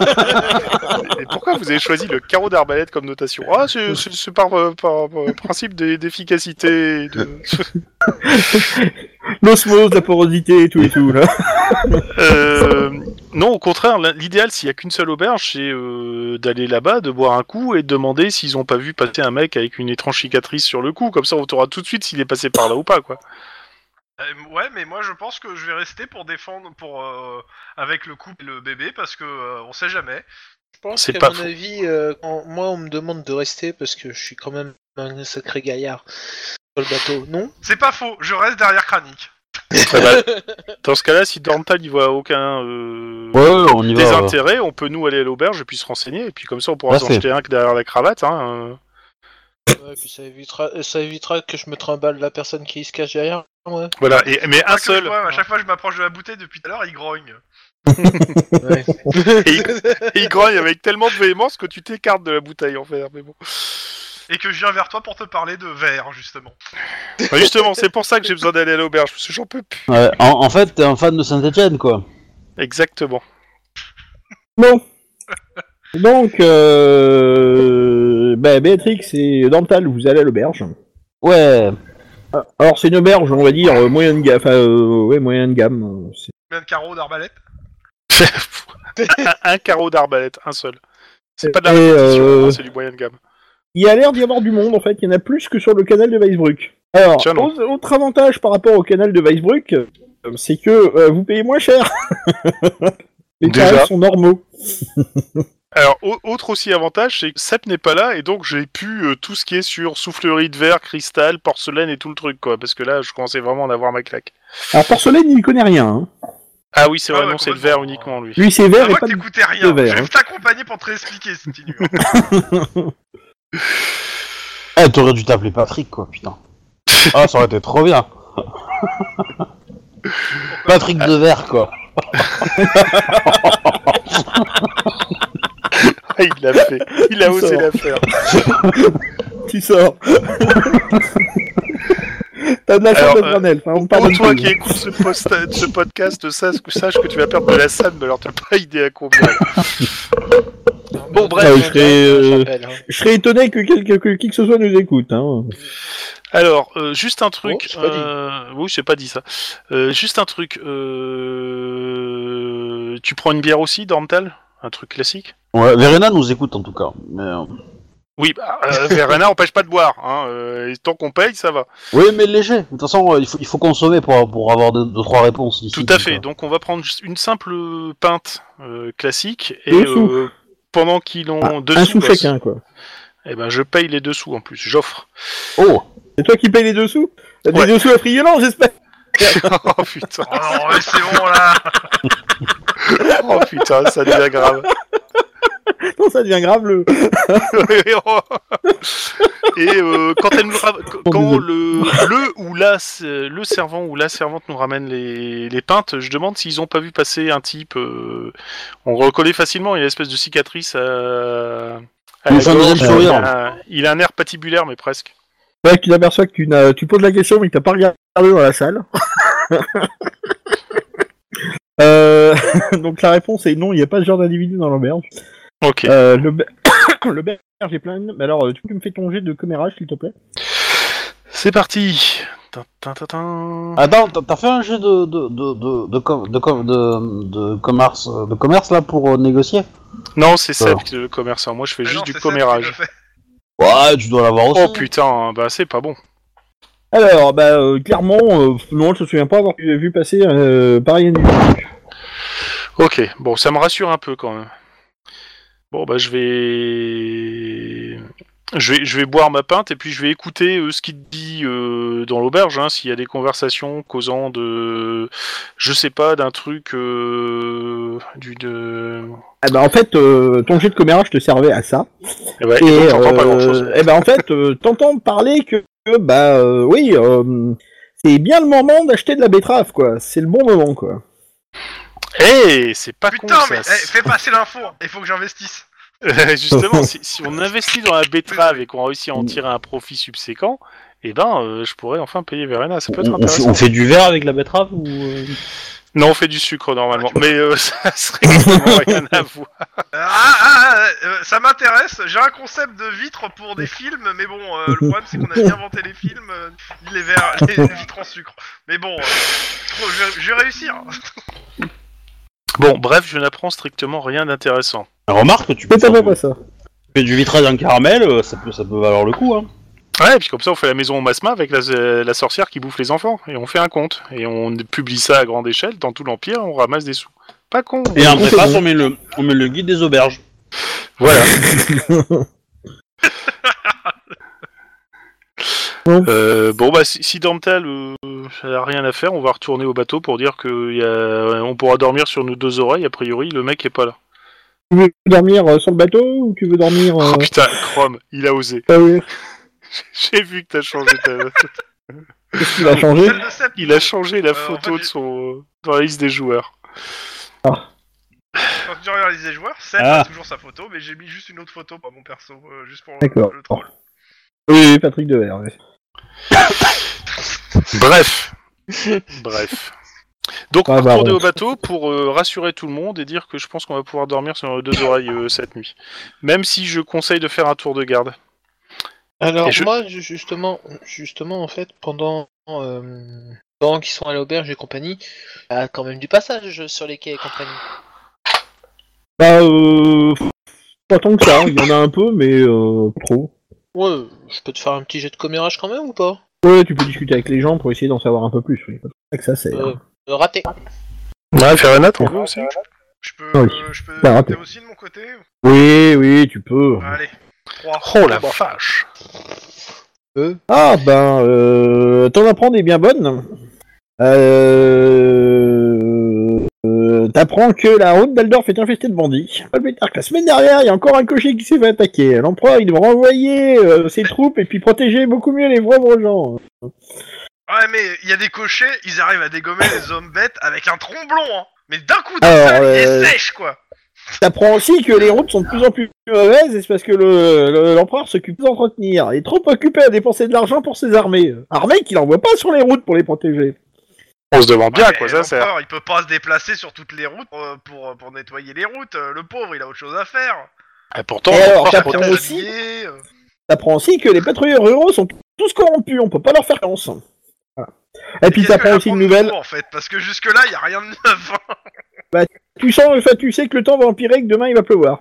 [SPEAKER 5] seul.
[SPEAKER 1] Et pourquoi vous avez choisi le carreau d'arbalète comme notation Ah, c'est c'est- c'est par, euh, par, euh, principe d'e- d'efficacité. de-
[SPEAKER 2] L'osmose, la porosité et tout et tout. Là.
[SPEAKER 1] Euh, non, au contraire, l'in- l'idéal, s'il n'y a qu'une seule auberge, c'est euh, d'aller là-bas, de boire un coup et de demander s'ils n'ont pas vu passer un mec avec une étrange cicatrice sur le cou. Comme ça, on saura tout de suite s'il est passé par là ou pas, quoi.
[SPEAKER 4] Euh, ouais, mais moi, je pense que je vais rester pour défendre pour euh, avec le couple et le bébé parce que euh, on sait jamais.
[SPEAKER 3] Je pense
[SPEAKER 1] C'est
[SPEAKER 3] qu'à
[SPEAKER 1] pas
[SPEAKER 3] mon
[SPEAKER 1] faux.
[SPEAKER 3] avis, euh, quand moi on me demande de rester parce que je suis quand même un sacré gaillard sur le bateau, non
[SPEAKER 4] C'est pas faux. Je reste derrière Kranik.
[SPEAKER 1] Dans ce cas-là, si Dorntal n'y voit aucun euh,
[SPEAKER 5] Ouais, ouais, on y va. Bah, ouais.
[SPEAKER 1] désintérêt, on peut nous aller à l'auberge et puis se renseigner. Et puis comme ça, on pourra s'en
[SPEAKER 5] Parfait.
[SPEAKER 1] jeter un que derrière la cravate. Hein. euh.
[SPEAKER 3] Ouais, puis ça évitera, ça évitera que je me trimballe la personne qui se cache derrière ouais.
[SPEAKER 1] Voilà, et, mais un
[SPEAKER 4] Pas que Ah, je
[SPEAKER 1] seul.
[SPEAKER 4] vois, à chaque fois, je m'approche de la bouteille depuis tout à l'heure, il grogne.
[SPEAKER 3] Ouais.
[SPEAKER 1] Et Et il grogne avec tellement de véhémence que tu t'écartes de la bouteille en fait. Mais bon.
[SPEAKER 4] Et que je viens vers toi pour te parler de verre, justement.
[SPEAKER 1] Enfin, justement, c'est pour ça que j'ai besoin d'aller à l'auberge, parce que j'en peux plus.
[SPEAKER 5] Ouais, en, en fait, t'es un fan de Saint-Etienne, quoi.
[SPEAKER 1] Exactement.
[SPEAKER 2] Bon. Donc, euh, bah, Béatrix et Dental, vous allez à l'auberge.
[SPEAKER 5] Ouais.
[SPEAKER 2] Ah, Alors, c'est une auberge, on va dire, euh, moyenne gamme. Enfin, euh, ouais, moyenne gamme. euh, c'est-
[SPEAKER 4] Combien de carreaux d'arbalète
[SPEAKER 1] Un, un carreau d'arbalète, un seul. C'est pas de la
[SPEAKER 2] Et,
[SPEAKER 1] répétition,
[SPEAKER 2] euh,
[SPEAKER 1] hein, c'est du moyenne gamme.
[SPEAKER 2] Il y a l'air d'y avoir du monde, en fait. Il y en a plus que sur le canal de Weisbruck. Alors,
[SPEAKER 1] Tiens donc.
[SPEAKER 2] au- autre avantage par rapport au canal de Weisbruck, euh, c'est que euh, vous payez moins cher. Les
[SPEAKER 1] Déjà.
[SPEAKER 2] tarifs sont normaux.
[SPEAKER 1] Alors, au- autre aussi avantage, c'est que Sepp n'est pas là, et donc j'ai pu euh, tout ce qui est sur soufflerie de verre, cristal, porcelaine et tout le truc, quoi. Parce que là, je commençais vraiment à en avoir ma claque.
[SPEAKER 2] Alors, Porcelaine, il connaît rien. hein.
[SPEAKER 1] Ah oui, c'est
[SPEAKER 4] Ah
[SPEAKER 1] vrai,
[SPEAKER 4] ouais,
[SPEAKER 1] non, c'est le
[SPEAKER 4] complètement.
[SPEAKER 1] verre uniquement, lui.
[SPEAKER 2] Lui, c'est
[SPEAKER 4] Je
[SPEAKER 2] vert et
[SPEAKER 4] vois
[SPEAKER 2] pas
[SPEAKER 4] que
[SPEAKER 2] de
[SPEAKER 4] t'écoutais rien.
[SPEAKER 2] de verre,
[SPEAKER 4] je
[SPEAKER 2] hein.
[SPEAKER 4] vais t'accompagner pour te réexpliquer, c'est une ignorance.
[SPEAKER 5] Eh, t'aurais dû t'appeler Patrick, quoi, putain. Ah, ça aurait été trop bien. Patrick
[SPEAKER 1] Euh.
[SPEAKER 5] de verre, quoi.
[SPEAKER 1] Ah, il l'a fait. Il a
[SPEAKER 2] Il
[SPEAKER 1] osé
[SPEAKER 2] sort.
[SPEAKER 1] la faire.
[SPEAKER 2] qui sort. T'as de la chance
[SPEAKER 1] Alors,
[SPEAKER 2] d'être
[SPEAKER 1] euh,
[SPEAKER 2] un elfe, hein, on
[SPEAKER 1] Pour
[SPEAKER 2] parle
[SPEAKER 1] toi qui écoutes ce, posta- ce podcast, sache, que- sache que tu vas perdre de la somme, mais alors t'as pas idée à combien. Bon, bref.
[SPEAKER 2] Ah, je serais, euh,
[SPEAKER 3] rappelle, hein.
[SPEAKER 2] Je serais étonné que, quelqu'un- que qui que ce soit nous écoute. Hein.
[SPEAKER 1] Alors, euh, juste un truc.
[SPEAKER 3] Oh, c'est pas dit.
[SPEAKER 1] euh, Oui, j'ai pas dit ça. Euh, juste un truc. euh, Tu prends une bière aussi, Dormtal Un truc classique
[SPEAKER 5] Ouais, Verena nous écoute, en tout cas. Mais, euh,
[SPEAKER 1] Oui, bah, euh, Verena empêche pas de boire. Hein, euh, et tant qu'on paye, ça va.
[SPEAKER 5] Oui, mais léger. De toute façon, euh, il faut, il faut consommer pour, pour avoir deux, deux, trois réponses. ici,
[SPEAKER 1] Tout à
[SPEAKER 5] donc,
[SPEAKER 1] fait.
[SPEAKER 5] euh.
[SPEAKER 1] Donc, on va prendre juste une simple pinte euh, classique. Et
[SPEAKER 2] Deux sous.
[SPEAKER 1] euh, pendant qu'ils ont
[SPEAKER 3] Bah,
[SPEAKER 1] deux
[SPEAKER 2] un
[SPEAKER 1] sous,
[SPEAKER 2] sous
[SPEAKER 1] quoi,
[SPEAKER 2] chacun, quoi.
[SPEAKER 1] Eh ben, je paye les deux sous en plus. J'offre.
[SPEAKER 5] Oh
[SPEAKER 2] C'est toi qui payes les deux sous T'as
[SPEAKER 1] Ouais.
[SPEAKER 2] des deux sous à Friolan, j'espère
[SPEAKER 1] oh putain.
[SPEAKER 4] Oh non, mais c'est bon, là
[SPEAKER 1] Oh putain, ça devient grave.
[SPEAKER 2] Non, ça devient grave le.
[SPEAKER 1] Et euh, quand, elle nous ra- quand
[SPEAKER 2] désolé.
[SPEAKER 1] le, le ou la le servant ou la servante nous ramène les, les pintes, je demande s'ils ont pas vu passer un type. euh, on reconnaît facilement, il a une espèce de cicatrice à, à
[SPEAKER 5] Une
[SPEAKER 1] la
[SPEAKER 5] fin de
[SPEAKER 1] gorge,
[SPEAKER 5] deuxième sourire.
[SPEAKER 1] il a- il a un air patibulaire, mais presque.
[SPEAKER 2] Ouais, tu t'aperçois que tu, n'as- tu poses la question mais que t'as pas regardé dans la salle. Euh, donc la réponse est non, il n'y a pas ce genre d'individu dans l'auberge.
[SPEAKER 1] Ok.
[SPEAKER 2] Euh, l'auber- L'auberge est pleine, mais alors euh, tu peux me fais ton jet de commérage s'il te plaît
[SPEAKER 1] C'est parti. Tin, tin, tin, tin.
[SPEAKER 5] Attends, t'as- t'as fait un jeu de, de, de, de, de, com- de, com- de, de commerce, euh, de commerce, là, pour euh, négocier
[SPEAKER 1] Non, c'est Seb qui est le commerçant. Moi, je fais
[SPEAKER 4] Ah
[SPEAKER 1] juste
[SPEAKER 4] non,
[SPEAKER 1] du
[SPEAKER 4] c'est ça, tu
[SPEAKER 1] commérage.
[SPEAKER 4] le fais.
[SPEAKER 5] Ouais, tu dois l'avoir aussi.
[SPEAKER 1] Oh putain, bah c'est pas bon.
[SPEAKER 2] Alors, bah euh, clairement, euh, non, je me souviens pas avoir vu passer euh, pareil individu.
[SPEAKER 1] Ok, bon, ça me rassure un peu quand même. Bon, bah, je vais. Je vais, je vais boire ma pinte et puis je vais écouter euh, ce qu'il dit euh, dans l'auberge, hein, s'il y a des conversations causant de. Je sais pas, d'un truc. euh, du, de...
[SPEAKER 2] Ah bah en fait, euh, ton jet de commérage te servait à ça.
[SPEAKER 1] Eh ben,
[SPEAKER 2] Et,
[SPEAKER 1] donc, j'entends pas grand chose.
[SPEAKER 2] euh, eh ben en fait, euh, t'entends parler que, que, bah euh, oui, euh, c'est bien le moment d'acheter de la betterave quoi. C'est le bon moment quoi.
[SPEAKER 1] Eh, c'est pas
[SPEAKER 4] Putain,
[SPEAKER 1] con
[SPEAKER 4] mais
[SPEAKER 1] ça.
[SPEAKER 4] eh, fais passer l'info, il faut que j'investisse.
[SPEAKER 1] Justement, si, si on investit dans la betterave et qu'on réussit à
[SPEAKER 5] Mm.
[SPEAKER 1] en tirer un profit subséquent, eh ben, euh, je pourrais enfin payer Verena. Ça peut être
[SPEAKER 5] On, on fait,
[SPEAKER 1] intéressant.
[SPEAKER 5] on fait du verre avec la betterave ou... euh,
[SPEAKER 1] Non, on fait du sucre normalement, mais euh, ça serait exactement rien à voir.
[SPEAKER 4] Ah, ah, ah, euh, ça m'intéresse, j'ai un concept de vitre pour des films, mais bon, euh, le problème c'est qu'on a bien inventé les films, euh, ni les, verres, les vitres en sucre. Mais bon, euh, trop- je, vais- je vais réussir.
[SPEAKER 1] Bon, bref, je n'apprends strictement rien d'intéressant.
[SPEAKER 5] Remarque, tu peux
[SPEAKER 2] C'est
[SPEAKER 5] faire
[SPEAKER 2] pas
[SPEAKER 5] du,
[SPEAKER 2] pas ça.
[SPEAKER 5] tu fais du vitrage en caramel, euh, ça peut, ça peut valoir le coup, hein.
[SPEAKER 1] Ouais, et puis comme ça, on fait la maison au masma avec la, la sorcière qui bouffe les enfants, et on fait un compte, et on publie ça à grande échelle dans tout l'empire, on ramasse des sous. Pas con.
[SPEAKER 5] Et en
[SPEAKER 2] c'est
[SPEAKER 5] préface,
[SPEAKER 2] bon.
[SPEAKER 5] on met, le, on met le guide des auberges.
[SPEAKER 1] Voilà.
[SPEAKER 2] Bon.
[SPEAKER 1] Euh, bon bah si, si Dormtal euh, ça a rien à faire, on va retourner au bateau pour dire que y a- on pourra dormir sur nos deux oreilles. A priori, le mec est pas là.
[SPEAKER 2] Tu veux dormir euh, sur le bateau ou tu veux dormir euh,
[SPEAKER 1] Oh putain, Chrome, il a osé.
[SPEAKER 2] ah oui.
[SPEAKER 1] J'ai vu que t'as changé ta.
[SPEAKER 2] Qu'est-ce qu'il a changé
[SPEAKER 4] Celle de Sept,
[SPEAKER 1] Il a
[SPEAKER 4] non.
[SPEAKER 1] changé la
[SPEAKER 4] Euh,
[SPEAKER 1] photo
[SPEAKER 4] en fait,
[SPEAKER 1] de son dans la liste des joueurs.
[SPEAKER 4] Quand tu regardes les joueurs, Seb
[SPEAKER 5] Ah.
[SPEAKER 4] a toujours sa photo, mais j'ai mis juste une autre photo, pas mon perso, euh, juste pour
[SPEAKER 2] D'accord.
[SPEAKER 4] le troll.
[SPEAKER 2] Oui, oui, Patrick Devers. oui.
[SPEAKER 1] Bref. Bref. Donc, on
[SPEAKER 2] Ah,
[SPEAKER 1] va
[SPEAKER 2] bah,
[SPEAKER 1] retourner
[SPEAKER 2] on-
[SPEAKER 1] au bateau pour euh, rassurer tout le monde et dire que je pense qu'on va pouvoir dormir sur nos deux oreilles euh, cette nuit. Même si je conseille de faire un tour de garde.
[SPEAKER 3] Alors
[SPEAKER 1] Et je-
[SPEAKER 3] moi ju- justement, justement en fait pendant euh, pendant qu'ils sont à l'auberge et compagnie, il y a quand même du passage sur les quais et compagnie.
[SPEAKER 2] Bah, euh... Pas tant que ça, il y en a un peu, mais euh, pas trop.
[SPEAKER 3] Ouais, je peux te faire un petit jet de commérage quand même ou pas
[SPEAKER 2] Ouais, tu peux discuter avec les gens pour essayer d'en savoir un peu plus, oui. C'est vrai que ça, c'est...
[SPEAKER 3] Euh, euh, Raté.
[SPEAKER 1] Ouais, faire un
[SPEAKER 2] on
[SPEAKER 1] aussi.
[SPEAKER 4] Je peux,
[SPEAKER 2] Ah oui.
[SPEAKER 4] euh, je peux
[SPEAKER 2] Bah,
[SPEAKER 4] noter
[SPEAKER 2] raté.
[SPEAKER 4] aussi de mon côté
[SPEAKER 2] Oui, oui, tu peux.
[SPEAKER 4] Allez, 3.
[SPEAKER 1] Oh la vache
[SPEAKER 2] Ah, ben, euh, t'en apprends des bien bonnes. Euh... euh, T'apprends que la route d'Aldorf est infestée de bandits. Pas plus tard que la semaine dernière, il y a encore un cocher qui s'est fait attaquer. L'empereur, il doit renvoyer euh, ses troupes et puis protéger beaucoup mieux les pauvres gens.
[SPEAKER 4] Ouais, mais il y a des cochers, ils arrivent à dégommer les hommes bêtes avec un tromblon, hein Mais d'un coup, d'un
[SPEAKER 2] Alors,
[SPEAKER 4] seul, il
[SPEAKER 2] euh,
[SPEAKER 4] est sèche, quoi
[SPEAKER 2] T'apprends aussi que les routes sont de plus en plus mauvaises, et c'est parce que le- le- l'empereur s'occupe d'entretenir. Il est trop occupé à dépenser de l'argent pour ses armées. Armées qu'il envoie pas sur les routes pour les protéger.
[SPEAKER 1] On se demande bien à
[SPEAKER 4] Ouais,
[SPEAKER 1] quoi
[SPEAKER 4] mais
[SPEAKER 1] ça sert.
[SPEAKER 4] l'empereur, Il peut pas se déplacer sur toutes les routes euh, pour, pour, nettoyer les routes. euh, Le pauvre, il a autre chose à faire.
[SPEAKER 1] Et pourtant,
[SPEAKER 2] Et alors,
[SPEAKER 1] l'empereur
[SPEAKER 2] Bon,
[SPEAKER 4] Faire
[SPEAKER 1] protège-
[SPEAKER 2] aussi-
[SPEAKER 4] jardinier, euh.
[SPEAKER 2] T'apprends aussi que les patrouilleurs ruraux sont tous corrompus, on peut pas leur faire confiance. Voilà. Et puis
[SPEAKER 4] Qu'est-ce que
[SPEAKER 2] t'apprends aussi une
[SPEAKER 4] j'apprends de
[SPEAKER 2] nouvelle.
[SPEAKER 4] nouveau, en fait, parce que jusque-là, il y a rien de neuf. hein.
[SPEAKER 2] Tu sens, enfin, tu sais que le temps va empirer et que demain il va pleuvoir.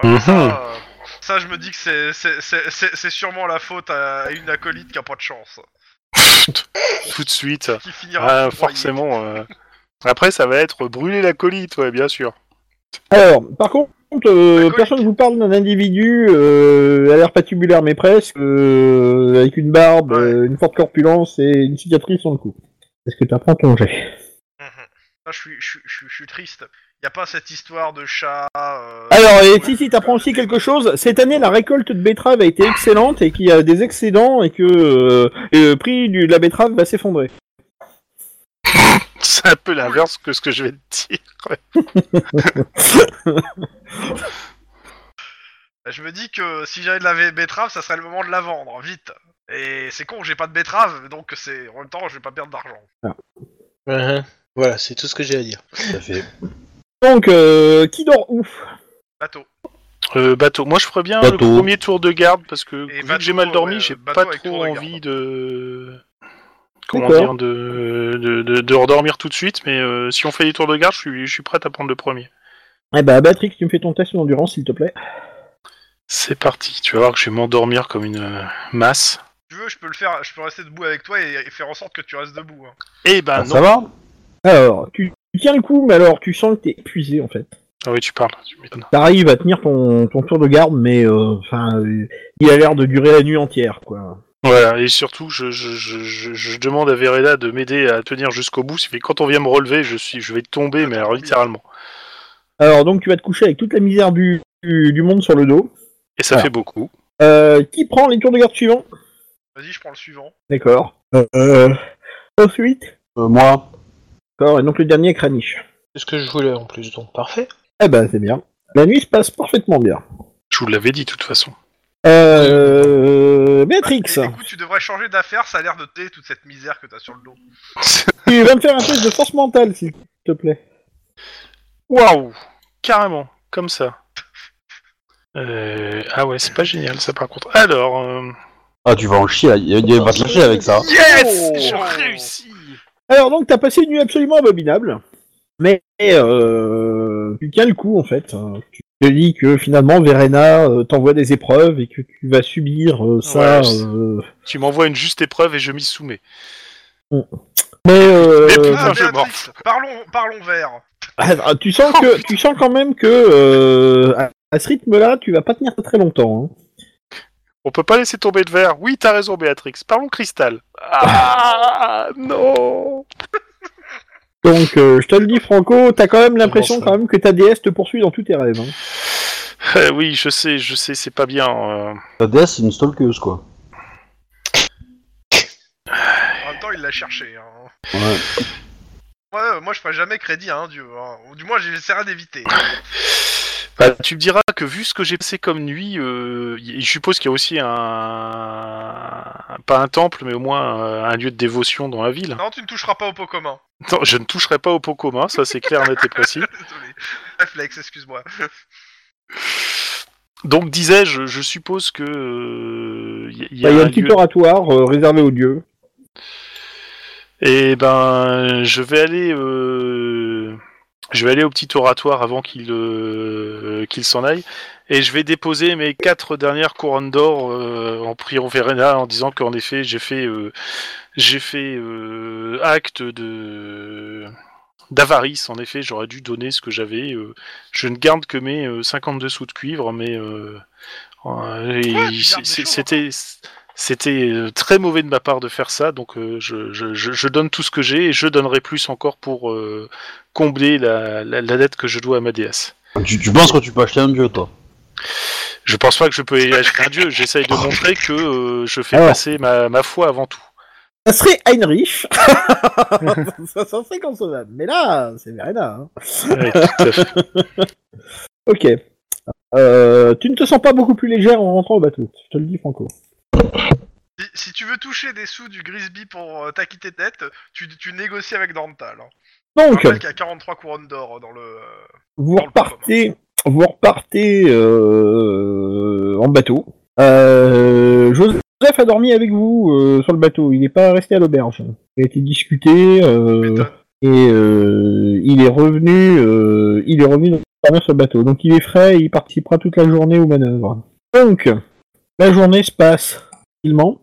[SPEAKER 4] Voilà, ça,
[SPEAKER 1] Mhm.
[SPEAKER 4] euh, Ça, je me dis que c'est- c'est- c'est c'est- c'est sûrement la faute à une acolyte qui a pas de chance.
[SPEAKER 1] tout de suite.
[SPEAKER 4] Qui finira
[SPEAKER 1] Ah,
[SPEAKER 4] par se noyer.
[SPEAKER 1] forcément. euh. Après, ça va être brûler la colite, ouais, bien sûr.
[SPEAKER 2] Alors, par contre, euh,
[SPEAKER 4] Alcoolique.
[SPEAKER 2] personne vous parle d'un individu euh, à l'air patibulaire mais presque, euh, avec une barbe,
[SPEAKER 4] Ouais.
[SPEAKER 2] euh, une forte corpulence et une cicatrice sur le cou. Est-ce que t'apprends ton jet
[SPEAKER 4] Mhm. Ah, je, suis, je, suis- je suis- je suis triste. Il n'y a pas cette histoire de chat. euh,
[SPEAKER 2] Alors, et
[SPEAKER 4] ouais,
[SPEAKER 2] si, si, t'apprends aussi quelque chose. Cette année, la récolte de betterave a été excellente et qu'il y a des excédents et que euh, le prix du- de la betterave va s'effondrer.
[SPEAKER 1] C'est un peu l'inverse que ce que je vais te dire.
[SPEAKER 4] Je me dis que si j'avais de la vé- betterave, ça serait le moment de la vendre, vite. Et c'est con, j'ai pas de betterave, donc c'est en même temps, je vais pas perdre d'argent.
[SPEAKER 3] Mhm. Voilà, c'est tout ce que j'ai à dire.
[SPEAKER 5] Ça fait.
[SPEAKER 2] Donc, euh, qui dort où
[SPEAKER 4] Bateau.
[SPEAKER 1] Euh, bateau. Moi, je ferais bien
[SPEAKER 5] Bateau.
[SPEAKER 1] le premier tour de garde parce que
[SPEAKER 4] Et
[SPEAKER 1] vu
[SPEAKER 4] bateau,
[SPEAKER 1] que j'ai mal dormi,
[SPEAKER 4] ouais,
[SPEAKER 1] j'ai
[SPEAKER 4] bateau
[SPEAKER 1] pas
[SPEAKER 4] avec
[SPEAKER 1] trop
[SPEAKER 4] tour de garde.
[SPEAKER 1] envie de. Comment
[SPEAKER 2] D'accord.
[SPEAKER 1] dire de, de, de, de redormir tout de suite, mais euh, si on fait des tours de garde, je suis, je suis prête à prendre le premier.
[SPEAKER 2] Eh ben, Patrick, tu me fais ton test d'endurance, s'il te plaît.
[SPEAKER 1] C'est parti. Tu vas voir que je vais m'endormir comme une euh, masse.
[SPEAKER 4] Si tu veux, je peux le faire, je peux rester debout avec toi et, et faire en sorte que tu restes debout. hein.
[SPEAKER 1] Eh ben non.
[SPEAKER 5] Ah, Ça va
[SPEAKER 2] Alors, tu, tu tiens le coup, mais alors, tu sens que t'es épuisé, en fait.
[SPEAKER 1] Ah oui, tu parles. Tu m'étonnes.
[SPEAKER 2] T'arrives à tenir ton, ton tour de garde, mais, euh, enfin, euh, il a l'air de durer la nuit entière, quoi.
[SPEAKER 1] Voilà. Et surtout, je, je, je, je, je demande à Vereda de m'aider à tenir jusqu'au bout. Ça fait que quand on vient me relever, je suis, je vais
[SPEAKER 4] Ah,
[SPEAKER 1] tomber, mais alors littéralement.
[SPEAKER 2] Alors, donc, tu vas te coucher avec toute la misère du, du, du monde sur le dos.
[SPEAKER 1] Et ça
[SPEAKER 2] Ah.
[SPEAKER 1] fait beaucoup.
[SPEAKER 2] Euh, qui prend les tours de garde suivants
[SPEAKER 4] Vas-y, je prends le suivant.
[SPEAKER 2] D'accord. Euh, euh, ensuite
[SPEAKER 5] Euh, Moi
[SPEAKER 2] D'accord, et donc le dernier Kranich.
[SPEAKER 3] C'est ce que je voulais en plus, donc parfait.
[SPEAKER 2] Eh ben, c'est bien. La nuit se passe parfaitement bien.
[SPEAKER 1] Je vous l'avais dit de toute façon.
[SPEAKER 2] Euh, Béatrix,
[SPEAKER 4] Et, écoute, tu devrais changer d'affaire, ça a l'air de t'aider toute cette misère que t'as sur le dos.
[SPEAKER 2] tu vas me faire un test de force mentale, s'il te plaît.
[SPEAKER 1] Waouh Carrément, comme ça. Euh, Ah ouais, c'est pas génial ça par contre. Alors... euh,
[SPEAKER 5] Ah, tu vas en chier, là. il il va te lâcher avec ça.
[SPEAKER 1] Yes
[SPEAKER 3] Oh
[SPEAKER 1] J'ai réussi
[SPEAKER 2] Alors donc, t'as passé une nuit absolument abominable, mais euh, tu tiens le coup, en fait. Euh, Tu te dis que finalement, Verena euh, t'envoie des épreuves et que tu vas subir euh, ça...
[SPEAKER 1] Ouais, je-
[SPEAKER 2] euh,
[SPEAKER 1] Tu m'envoies une juste épreuve et je m'y soumets.
[SPEAKER 2] Mais, euh,
[SPEAKER 1] Mais putain,
[SPEAKER 4] Ah,
[SPEAKER 1] je
[SPEAKER 4] Béatrix,
[SPEAKER 1] morfle.
[SPEAKER 4] parlons, parlons vert.
[SPEAKER 2] Ah, tu sens que tu sens quand même que euh, à, à ce rythme-là, tu vas pas tenir très longtemps. hein.
[SPEAKER 1] On peut pas laisser tomber le verre. Oui, t'as raison Béatrix. Parlons cristal. Ah non
[SPEAKER 2] Donc, euh, je te le dis, Franco, t'as quand même l'impression
[SPEAKER 1] Comment ça
[SPEAKER 2] quand même que ta déesse te poursuit dans tous tes rêves. hein.
[SPEAKER 1] Euh, Oui, je sais, je sais, c'est pas bien. euh.
[SPEAKER 5] La DS, c'est une stalkeuse, quoi.
[SPEAKER 4] En même temps, il l'a cherché. hein.
[SPEAKER 5] Ouais.
[SPEAKER 4] Ouais, euh, moi, je ferai jamais crédit à un dieu. hein. Ou du moins, j'essaierai d'éviter.
[SPEAKER 1] Bah, tu me diras que vu ce que j'ai passé comme nuit, euh, y- je suppose qu'il y a aussi un... Pas un temple, mais au moins euh, un lieu de dévotion dans la ville.
[SPEAKER 4] Non, tu ne toucheras pas au pot commun.
[SPEAKER 1] Non, je ne toucherai pas au pot commun, ça c'est clair, net et précis.
[SPEAKER 4] Désolé. Réflexe, excuse-moi.
[SPEAKER 1] Donc disais-je, je suppose que... euh, y- y
[SPEAKER 2] Bah, Il y a un
[SPEAKER 1] lieu-
[SPEAKER 2] petit oratoire euh, réservé aux dieux.
[SPEAKER 1] Eh ben, je vais aller, euh, je vais aller au petit oratoire avant qu'il euh, qu'il s'en aille, et je vais déposer mes quatre dernières couronnes d'or euh, en priant Verena en disant qu'en effet j'ai fait, euh, j'ai fait euh, acte de d'avarice. En effet, j'aurais dû donner ce que j'avais. euh, je ne garde que mes euh, 52 sous de cuivre, mais euh, euh, et
[SPEAKER 4] gardes des
[SPEAKER 1] c'est- c'est-
[SPEAKER 4] choses
[SPEAKER 1] c'était c'était euh, très mauvais de ma part de faire ça, donc euh, je, je- je- je donne tout ce que j'ai et je donnerai plus encore pour euh, combler la, la- la dette que je dois à ma déesse.
[SPEAKER 5] Tu, tu penses que tu peux acheter un dieu, toi
[SPEAKER 1] Je pense pas que je peux y acheter un dieu, j'essaye
[SPEAKER 2] Oh,
[SPEAKER 1] de montrer que euh, je fais
[SPEAKER 2] Alors.
[SPEAKER 1] passer ma, ma foi avant tout.
[SPEAKER 2] Ça serait Heinrich. ça, ça serait concevable. Mais là, c'est Verena. hein. Ok. Euh, tu ne te sens pas beaucoup plus légère en rentrant au bateau. Je te le dis, Franco.
[SPEAKER 4] Si, si tu veux toucher des sous du Grisby pour euh, t'acquitter de dette, tu, tu négocies avec Dorntal. Hein. Je
[SPEAKER 2] Donc,
[SPEAKER 4] rappelle qu'il y a 43 couronnes d'or euh, dans le.
[SPEAKER 2] vous
[SPEAKER 4] dans le
[SPEAKER 2] repartez, vous repartez euh, en bateau. Euh, Joseph a dormi avec vous euh, sur le bateau. Il n'est pas resté à l'auberge. Il a été discuté. euh,
[SPEAKER 4] M'étonne.
[SPEAKER 2] et euh, il est revenu, euh, il est revenu dans dormir sur le bateau. Donc il est frais, et il participera toute la journée aux manœuvres. Donc la journée se passe tranquillement.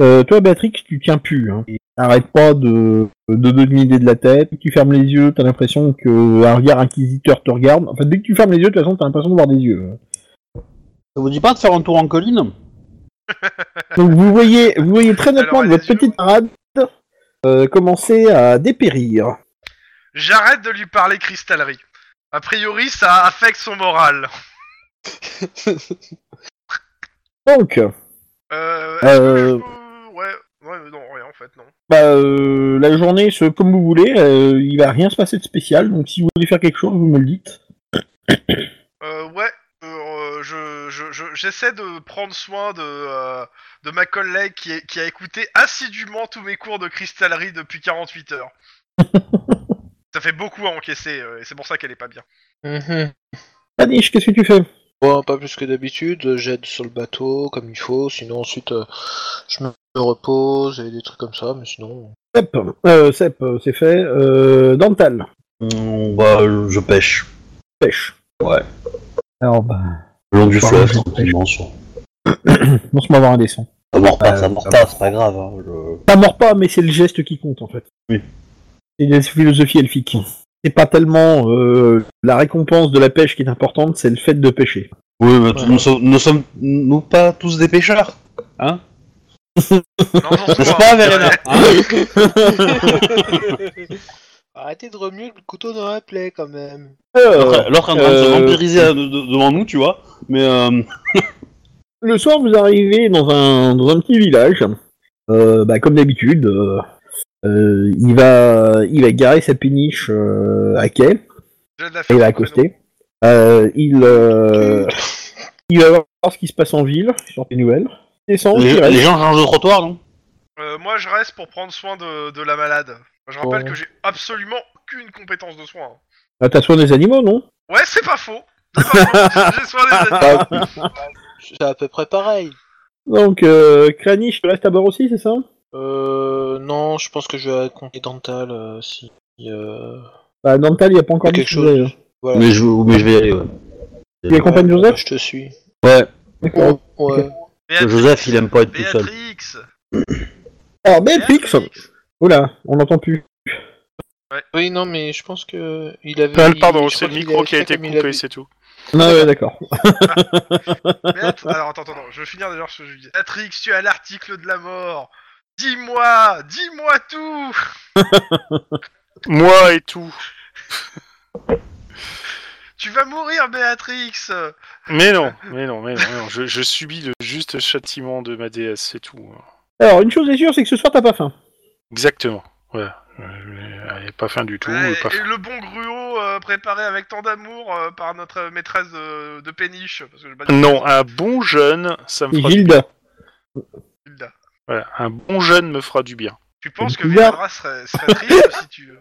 [SPEAKER 2] Euh, toi, Béatrix, tu tiens plus. Hein. Et Arrête pas de de donner l'idée de la tête. Dès que tu fermes les yeux, t'as l'impression que un regard inquisiteur te regarde. En fait, dès que tu fermes les yeux, de toute façon, t'as l'impression de voir des yeux.
[SPEAKER 5] Ça vous dit pas de faire un tour en colline
[SPEAKER 2] Donc vous voyez, vous voyez très nettement
[SPEAKER 4] Alors,
[SPEAKER 2] que
[SPEAKER 4] les
[SPEAKER 2] votre
[SPEAKER 4] yeux,
[SPEAKER 2] petite parade euh, commencer à dépérir.
[SPEAKER 4] J'arrête de lui parler cristallerie. A priori, ça affecte son moral.
[SPEAKER 2] Donc,
[SPEAKER 4] Euh. est-ce que
[SPEAKER 2] Euh.
[SPEAKER 4] je peux- Ouais. Ouais, mais non, rien en fait, non.
[SPEAKER 2] Bah, euh, la journée, se, comme vous voulez, euh, il va rien se passer de spécial, donc si vous voulez faire quelque chose, vous me le dites.
[SPEAKER 4] Euh, ouais, euh, je, je, je- j'essaie de prendre soin de, euh, de ma collègue qui, est- qui a écouté assidûment tous mes cours de cristallerie depuis 48 heures. ça fait beaucoup à encaisser, euh, et c'est pour ça qu'elle est pas bien.
[SPEAKER 3] Mm-hmm.
[SPEAKER 2] Anish, qu'est-ce que tu fais
[SPEAKER 3] Bon, pas plus que d'habitude, euh, j'aide sur le bateau comme il faut, sinon ensuite euh, je me repose et des trucs comme ça, mais sinon.
[SPEAKER 2] Sep, euh, Sep, euh, c'est fait. Euh, Dental,
[SPEAKER 5] Hmm, Bah, je je pêche.
[SPEAKER 2] pêche.
[SPEAKER 5] Ouais.
[SPEAKER 2] Alors, bah,
[SPEAKER 5] Le long du
[SPEAKER 2] Bah,
[SPEAKER 5] fleuve,
[SPEAKER 2] je pêche.
[SPEAKER 5] tranquillement. sur-
[SPEAKER 2] laisse-moi avoir un dessin.
[SPEAKER 5] Ça mord pas,
[SPEAKER 2] Euh,
[SPEAKER 5] ça mord
[SPEAKER 2] ça
[SPEAKER 5] pas, c'est pas grave. hein, je-
[SPEAKER 2] Ça mord pas, mais c'est le geste qui compte, en fait.
[SPEAKER 5] Oui.
[SPEAKER 2] C'est la philosophie elfique. C'est pas tellement euh, la récompense de la pêche qui est importante, c'est le fait de pêcher.
[SPEAKER 5] Oui, mais
[SPEAKER 3] Ouais.
[SPEAKER 5] nous, sommes, nous sommes- nous pas tous des pêcheurs Hein
[SPEAKER 4] Non, non,
[SPEAKER 5] N'est-ce
[SPEAKER 4] non,
[SPEAKER 5] pas,
[SPEAKER 4] non,
[SPEAKER 5] Verena
[SPEAKER 4] ouais.
[SPEAKER 5] Hein
[SPEAKER 3] euh. Arrêtez de remuer le couteau dans la plaie quand même.
[SPEAKER 5] L'autre l'autre est en train de se
[SPEAKER 2] euh,
[SPEAKER 5] vampiriser à- de- de- devant nous, tu vois. Mais euh,
[SPEAKER 2] Le soir, vous arrivez dans un, dans un petit village. Euh, bah, comme d'habitude, euh, euh, il, va, il va garer sa péniche euh, à quai
[SPEAKER 4] J'ai de la
[SPEAKER 2] et il va
[SPEAKER 4] fibre, mais non.
[SPEAKER 2] accoster. Euh, il, euh, il va voir ce qui se passe en ville, sur les nouvelles. Il descend, il
[SPEAKER 5] les,
[SPEAKER 2] reste.
[SPEAKER 5] les gens changent de trottoir, non
[SPEAKER 4] Euh, moi, je reste pour prendre soin de, de la malade. Je rappelle
[SPEAKER 3] Ouais.
[SPEAKER 4] que j'ai absolument aucune compétence de soin.
[SPEAKER 2] Ah, T'as soin des animaux, non
[SPEAKER 4] Ouais, c'est pas faux. C'est pas faux. J'ai soin des animaux.
[SPEAKER 3] C'est à peu près pareil.
[SPEAKER 2] Donc, euh, Kranich, tu restes à bord aussi, c'est ça
[SPEAKER 3] Euh, non, je pense que je vais compter Dental euh, si. Euh,
[SPEAKER 2] Bah, Nantal, il n'y a pas encore
[SPEAKER 3] quelque
[SPEAKER 2] dit ce que vous
[SPEAKER 3] chose.
[SPEAKER 2] avez.
[SPEAKER 3] Voilà.
[SPEAKER 5] mais je, mais je vais y aller, ouais.
[SPEAKER 2] Tu accompagnes
[SPEAKER 3] Ouais,
[SPEAKER 2] Joseph
[SPEAKER 3] Je te suis.
[SPEAKER 5] Ouais,
[SPEAKER 2] D'accord.
[SPEAKER 3] Ouais.
[SPEAKER 4] Béatrix,
[SPEAKER 5] Joseph, il aime pas être tout seul.
[SPEAKER 4] Béatrix,
[SPEAKER 2] Alors, Béatrix Oula, on n'entend plus.
[SPEAKER 3] Oui, non, mais je pense que il avait.
[SPEAKER 1] Ah, Pardon,
[SPEAKER 3] je
[SPEAKER 1] c'est
[SPEAKER 3] crois
[SPEAKER 1] le
[SPEAKER 3] qu'il
[SPEAKER 1] micro
[SPEAKER 3] avait
[SPEAKER 1] qui a
[SPEAKER 3] fait
[SPEAKER 1] été
[SPEAKER 3] comme il
[SPEAKER 1] coupé,
[SPEAKER 3] avait-
[SPEAKER 1] c'est tout.
[SPEAKER 2] Ah ouais, d'accord.
[SPEAKER 4] Béat- Alors attends, attends, attends, je vais finir déjà ce que je dis. Atrix, tu as l'article de la mort. Dis-moi, dis-moi tout.
[SPEAKER 1] Moi et tout.
[SPEAKER 4] Tu vas mourir, Béatrix.
[SPEAKER 1] Mais non, mais non, mais non, mais non, Je, je subis le juste châtiment de ma déesse, c'est tout.
[SPEAKER 2] Alors, une chose est sûre, c'est que ce soir, t'as pas faim.
[SPEAKER 1] Exactement. Ouais. Euh, Elle est pas fin du tout.
[SPEAKER 4] Ouais,
[SPEAKER 1] pas
[SPEAKER 4] et
[SPEAKER 1] fin.
[SPEAKER 4] le bon gruau euh, préparé avec tant d'amour euh, par notre euh, maîtresse de, de péniche. Parce que je
[SPEAKER 1] Non, un bon jeune, ça me fera du
[SPEAKER 2] Gilda.
[SPEAKER 4] Hilda.
[SPEAKER 1] Voilà, un bon jeune me fera du bien.
[SPEAKER 4] Tu penses que
[SPEAKER 2] Une couleur.
[SPEAKER 4] Viadra serait, serait triste si tu.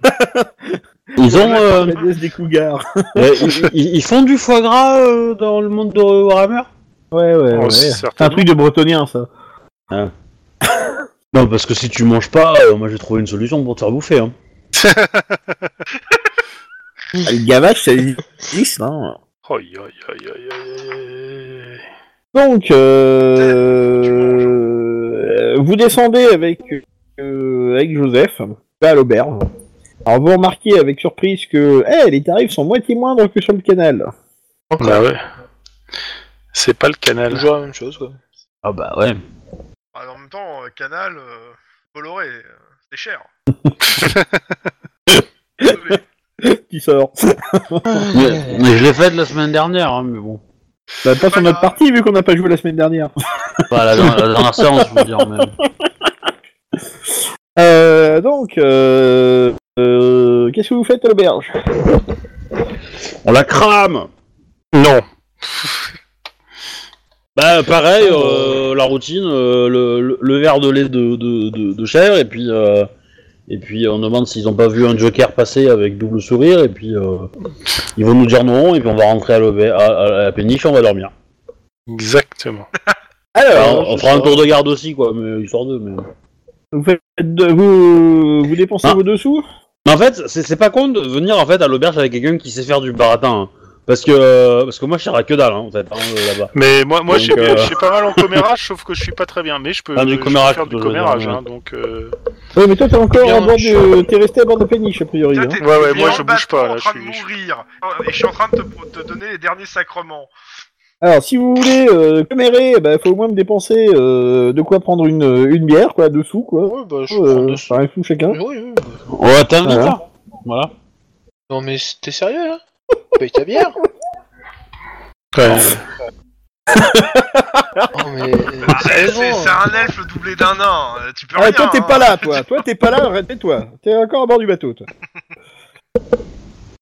[SPEAKER 5] Ils ont, euh,
[SPEAKER 2] La déesse des cougars.
[SPEAKER 5] euh, ils, ils- ils font du foie gras euh, dans le monde de Warhammer
[SPEAKER 2] Ouais, ouais,
[SPEAKER 1] Oh,
[SPEAKER 2] Euh, ouais. C'est
[SPEAKER 1] certainement.
[SPEAKER 2] un truc de bretonien, ça.
[SPEAKER 5] Non, parce que si tu manges pas, euh, moi j'ai trouvé une solution pour te faire bouffer. Hein.
[SPEAKER 2] Ah, le gavage, hein. ça existe, non
[SPEAKER 1] Aïe, aïe, aïe, aïe, aïe, aïe, aïe.
[SPEAKER 2] Donc, euh, vous descendez avec, euh, avec Joseph à l'auberge. Alors vous remarquez avec surprise que eh, les tarifs sont moitié moindres que sur le canal.
[SPEAKER 1] Bah ouais. C'est pas le canal.
[SPEAKER 3] Toujours la même chose, quoi.
[SPEAKER 5] Ah bah ouais.
[SPEAKER 4] Bah, en même temps, euh, Canal, euh, Bolloré, euh, c'est cher.
[SPEAKER 1] hein.
[SPEAKER 4] Désolé.
[SPEAKER 2] Qui sort
[SPEAKER 5] Mais, mais je l'ai faite la semaine dernière, hein, mais bon.
[SPEAKER 2] bah, Pas sur notre partie vu qu'on n'a pas joué la semaine dernière.
[SPEAKER 5] Pas la, la dernière séance, je veux dire. Mais...
[SPEAKER 2] Euh, donc, euh, euh, qu'est-ce que vous faites à l'auberge
[SPEAKER 5] On la crame
[SPEAKER 1] Non.
[SPEAKER 5] Bah pareil, euh, la routine, euh, le, le- le verre de lait de, de, de- de chèvre, et puis, euh, et puis on demande s'ils ont pas vu un joker passer avec double sourire, et puis euh, ils vont nous dire non, et puis on va rentrer à, l'auber- à- à la péniche, on va dormir.
[SPEAKER 1] Exactement.
[SPEAKER 5] Alors, on fera un tour de garde aussi, quoi, mais histoire d'eux. Mais...
[SPEAKER 2] Vous, faites de- vous, vous dépensez
[SPEAKER 5] Ah.
[SPEAKER 2] vos dessous
[SPEAKER 5] Mais en fait, c'est c'est pas con de venir en fait à l'auberge avec quelqu'un qui sait faire du baratin. hein. Parce que euh, parce que moi, je serais que dalle, hein, en fait, hein, euh, là-bas.
[SPEAKER 1] Mais moi, moi,
[SPEAKER 5] Donc,
[SPEAKER 1] je sais bien-
[SPEAKER 5] euh,
[SPEAKER 1] je sais pas mal en commérage, sauf que je suis pas très bien. Mais je peux,
[SPEAKER 5] Ah, du
[SPEAKER 1] je peux
[SPEAKER 5] commérage,
[SPEAKER 1] faire du
[SPEAKER 5] plutôt, je veux dire,
[SPEAKER 1] commérage,
[SPEAKER 5] ouais.
[SPEAKER 1] hein, donc. euh,
[SPEAKER 2] Oui, mais toi t'es encore
[SPEAKER 1] Bien,
[SPEAKER 2] à bord
[SPEAKER 1] je-
[SPEAKER 2] de... T'es resté à bord de péniche, a priori.
[SPEAKER 4] Toi,
[SPEAKER 2] hein.
[SPEAKER 4] t'es-
[SPEAKER 1] Ouais, ouais,
[SPEAKER 4] t'es
[SPEAKER 1] moi,
[SPEAKER 4] dans
[SPEAKER 1] je
[SPEAKER 4] le
[SPEAKER 1] bouge
[SPEAKER 4] bateau
[SPEAKER 1] pas, là,
[SPEAKER 4] en train
[SPEAKER 1] je
[SPEAKER 4] de
[SPEAKER 1] suis- je
[SPEAKER 4] mourir. Euh, Et je suis en train de te, te donner les derniers sacrements.
[SPEAKER 2] Alors, si vous voulez euh, commérer, bah, faut au moins me dépenser euh, de quoi prendre une, une bière, quoi, dessous, quoi.
[SPEAKER 3] Ouais, bah, je prends
[SPEAKER 2] Euh,
[SPEAKER 3] deux sous.
[SPEAKER 2] enfin, un sou chacun.
[SPEAKER 3] Oui, oui.
[SPEAKER 5] Ouais, t'invites,
[SPEAKER 2] Voilà.
[SPEAKER 5] hein. Voilà.
[SPEAKER 3] Non, mais t'es sérieux, là Paye ta bière
[SPEAKER 1] ouais.
[SPEAKER 3] Non, mais. euh,
[SPEAKER 4] Ah, C'est c'est un elfe doublé d'un nain. euh, Tu peux
[SPEAKER 2] Ah,
[SPEAKER 4] rien.
[SPEAKER 2] toi, t'es
[SPEAKER 4] hein.
[SPEAKER 2] pas là, toi. toi, t'es pas là, arrête toi. T'es encore à bord du bateau, toi.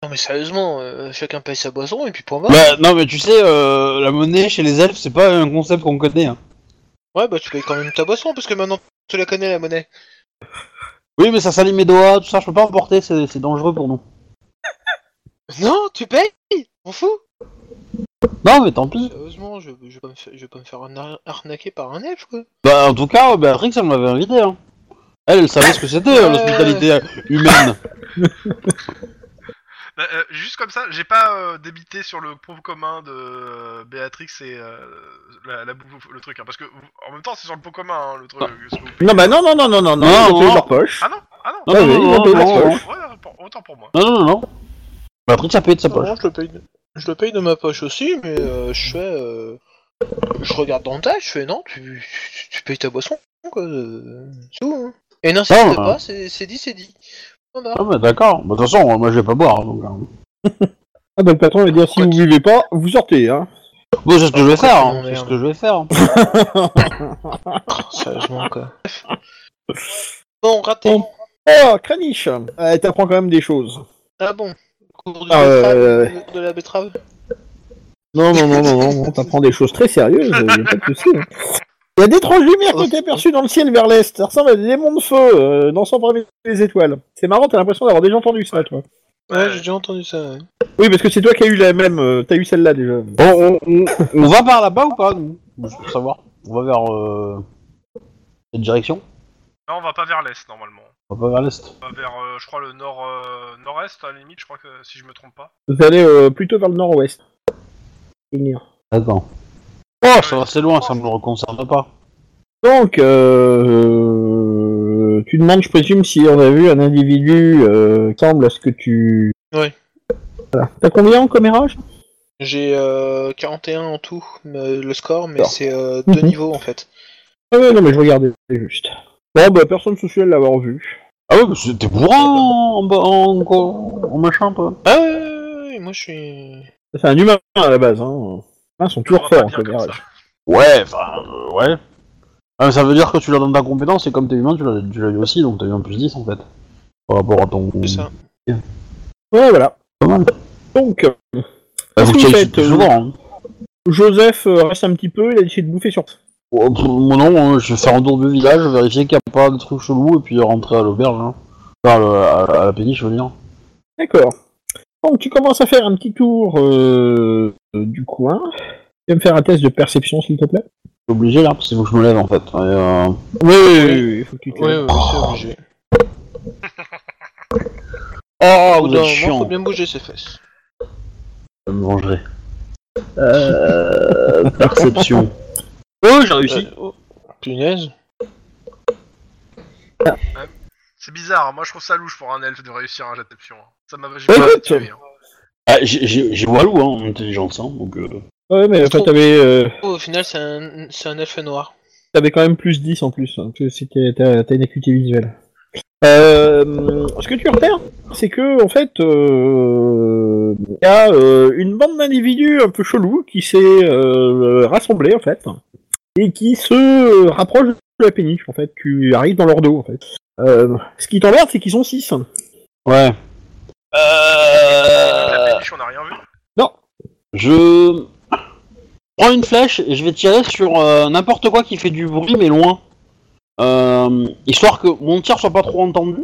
[SPEAKER 3] Non, mais sérieusement, euh, chacun paye sa boisson et puis point barre.
[SPEAKER 5] Bah, non, mais tu sais, euh, la monnaie chez les elfes, c'est pas un concept qu'on connaît. Hein.
[SPEAKER 3] Ouais, bah tu payes quand même ta boisson parce que maintenant tu la connais la monnaie.
[SPEAKER 5] Oui, mais ça salit mes doigts, tout ça, je peux pas emporter, c'est c'est dangereux pour nous.
[SPEAKER 3] Non, tu payes On fout
[SPEAKER 5] Non, mais tant pis.
[SPEAKER 3] Sérieusement, je, je, vais pas me faire, je vais pas me faire arna- arnaquer par un elfe, quoi.
[SPEAKER 5] Bah, en tout cas, euh, Béatrix, elle m'avait invité. Hein. Elle, elle savait ce que c'était, euh, l'hospitalité euh, humaine.
[SPEAKER 4] Bah, euh, juste comme ça, j'ai pas euh, débité sur le pot commun de euh, Béatrix et euh, la, la bouffe- le truc. hein, parce que vous- en même temps, c'est sur le pot commun hein, le truc. ce que vous payez.
[SPEAKER 2] Non, bah non, non, non, non, non, non,
[SPEAKER 5] Non,
[SPEAKER 2] ils ont payé
[SPEAKER 5] non.
[SPEAKER 2] leur poche.
[SPEAKER 4] Ah non, ah non.
[SPEAKER 5] Non,
[SPEAKER 2] Ah
[SPEAKER 5] non,
[SPEAKER 2] oui,
[SPEAKER 5] non,
[SPEAKER 2] il a payé
[SPEAKER 5] non,
[SPEAKER 2] la
[SPEAKER 5] non,
[SPEAKER 2] poche.
[SPEAKER 4] Ouais, pour- autant pour moi.
[SPEAKER 5] non, non, non, non. Béatrix a payé de sa poche.
[SPEAKER 3] Non, je le paye de... je le paye de ma poche aussi, mais euh, je fais. euh, Je regarde dans le tas, je fais non, tu, tu- tu payes ta boisson, quoi. euh, C'est tout, hein. Et n'insiste
[SPEAKER 5] Ah.
[SPEAKER 3] pas, c'est c'est dit, c'est dit. Point barre.
[SPEAKER 5] Ah, bah, d'accord. Bah, De toute façon, moi, je vais pas boire. Donc, hein.
[SPEAKER 2] Ah, bah, le patron va dire, si vous buvez pas, vous sortez, hein.
[SPEAKER 5] Bon, c'est ce que je vais faire. hein.
[SPEAKER 3] non,
[SPEAKER 5] C'est ce
[SPEAKER 3] merde.
[SPEAKER 5] que je vais faire. hein.
[SPEAKER 3] Sérieusement, quoi. Bon, raté.
[SPEAKER 2] Bon. Oh, Kranich euh, T'apprends quand même des choses.
[SPEAKER 3] Ah bon. Cours du
[SPEAKER 2] Ah, ouais,
[SPEAKER 3] betterave,
[SPEAKER 2] ouais,
[SPEAKER 3] De la betterave.
[SPEAKER 2] Non, non, non, non, non, non, t'apprends des choses très sérieuses, euh, y a pas de soucis. hein. Il y a d'étranges lumières qui ont été aperçues dans le ciel vers l'est. Ça ressemble à des démons de feu euh, dans son premier les étoiles. C'est marrant, t'as l'impression d'avoir déjà entendu ça, toi.
[SPEAKER 3] Ouais,
[SPEAKER 4] Ouais.
[SPEAKER 3] j'ai déjà entendu ça. ouais.
[SPEAKER 2] Oui, parce que c'est toi qui as eu la même. euh, t'as eu celle-là déjà.
[SPEAKER 5] On, on- on- on va par là-bas ou pas, nous Je veux savoir. On va vers. Euh... Cette direction
[SPEAKER 4] Non, on va pas vers l'est normalement.
[SPEAKER 5] On va pas vers l'est.
[SPEAKER 4] On va vers, euh, je crois, le nord, euh, nord-est à la limite, je crois que si je me trompe pas.
[SPEAKER 2] Vous allez euh, plutôt vers le nord-ouest. Venir.
[SPEAKER 5] Attends. Oh, ça va, c'est loin, ça me reconcerne pas.
[SPEAKER 2] Donc, euh, tu demandes, je présume, si on a vu un individu euh, qui semble à ce que tu.
[SPEAKER 3] Ouais.
[SPEAKER 2] Voilà. T'as combien en commérage
[SPEAKER 3] J'ai euh, 41 en tout, mais le score, mais
[SPEAKER 2] D'accord.
[SPEAKER 3] c'est euh,
[SPEAKER 2] Mhm.
[SPEAKER 3] deux niveaux en fait.
[SPEAKER 2] Ah ouais, non, mais je regardais juste. Bon, bah, personne soucieux de l'avoir vu.
[SPEAKER 5] Ah ouais, parce que t'es bourrin en, en, en- en machin, toi.
[SPEAKER 3] Ah ouais, ouais, ouais, ouais, moi je suis.
[SPEAKER 2] C'est un humain à la base, hein. Ah, ils sont
[SPEAKER 4] On
[SPEAKER 2] toujours
[SPEAKER 4] va pas
[SPEAKER 2] forts en
[SPEAKER 4] dire comme
[SPEAKER 2] commérage.
[SPEAKER 4] ça.
[SPEAKER 5] Ouais, enfin, euh, ouais. Ah, ça veut dire que tu l'as dans ta compétence et comme t'es humain, tu l'as tu l'as eu aussi, donc t'as eu un plus 10 en fait. Par rapport à ton.
[SPEAKER 3] C'est ça.
[SPEAKER 2] Ouais, voilà.
[SPEAKER 5] Pas mal.
[SPEAKER 2] Donc, euh,
[SPEAKER 5] Bah, faut que tu
[SPEAKER 2] Qu'est-ce que Ah, vous
[SPEAKER 5] ailles
[SPEAKER 2] faites, euh,
[SPEAKER 5] plus souvent. hein.
[SPEAKER 2] Joseph euh, reste un petit peu, il a décidé de bouffer sur
[SPEAKER 5] Oh, pff, Moi non, hein, je vais faire un tour du village, vérifier qu'il n'y a pas de trucs chelous et puis rentrer à l'auberge. Hein. Enfin, à la- à la péniche, je veux dire.
[SPEAKER 2] D'accord. Donc tu commences à faire un petit tour euh, du coin. Tu vas me faire un test de perception, s'il te plaît
[SPEAKER 5] Je suis obligé là, parce qu'il faut que je me lève en fait. Et, euh,
[SPEAKER 2] Oui, oui, oui, faut que tu te
[SPEAKER 3] Ouais,
[SPEAKER 2] lèves.
[SPEAKER 3] ouais, c'est obligé.
[SPEAKER 5] Oh,
[SPEAKER 3] Au bout
[SPEAKER 5] Ah, vous
[SPEAKER 3] d'un
[SPEAKER 5] êtes
[SPEAKER 3] moment,
[SPEAKER 5] chiant.
[SPEAKER 3] faut bien bouger ses fesses.
[SPEAKER 5] Je me vengerai. Euh... Perception. Oh, j'ai réussi.
[SPEAKER 3] Euh, oh, punaise.
[SPEAKER 4] C'est bizarre, hein. moi je trouve ça louche pour un elfe de réussir un jet d'exception. hein. Ça m'a j'ai
[SPEAKER 2] Bah,
[SPEAKER 4] pas
[SPEAKER 2] écoute.
[SPEAKER 4] tué, hein.
[SPEAKER 5] Ah, j'ai- j'ai j'ai Walou hein, en intelligence, hein, donc. Euh...
[SPEAKER 2] Ouais, mais enfin, t'avais, euh,
[SPEAKER 3] Oh, au final, c'est un, c'est un elfe noir.
[SPEAKER 2] t'avais quand même plus 10 en plus. hein, parce que c'était- t'as t'as une acuité visuelle. Euh, ce que tu repères, c'est que en fait, euh, il y a euh, une bande d'individus un peu chelous qui s'est euh, rassemblée en fait et qui se euh, rapproche de la péniche. En fait, tu arrives dans leur dos en fait. Euh, ce qui t'emmerde, c'est qu'ils sont 6.
[SPEAKER 5] Ouais.
[SPEAKER 4] La
[SPEAKER 5] Euh...
[SPEAKER 4] péniche, on a rien vu.
[SPEAKER 5] Je prends une flèche et je vais tirer sur euh, n'importe quoi qui fait du bruit mais loin. Euh, histoire que mon tir soit pas trop entendu,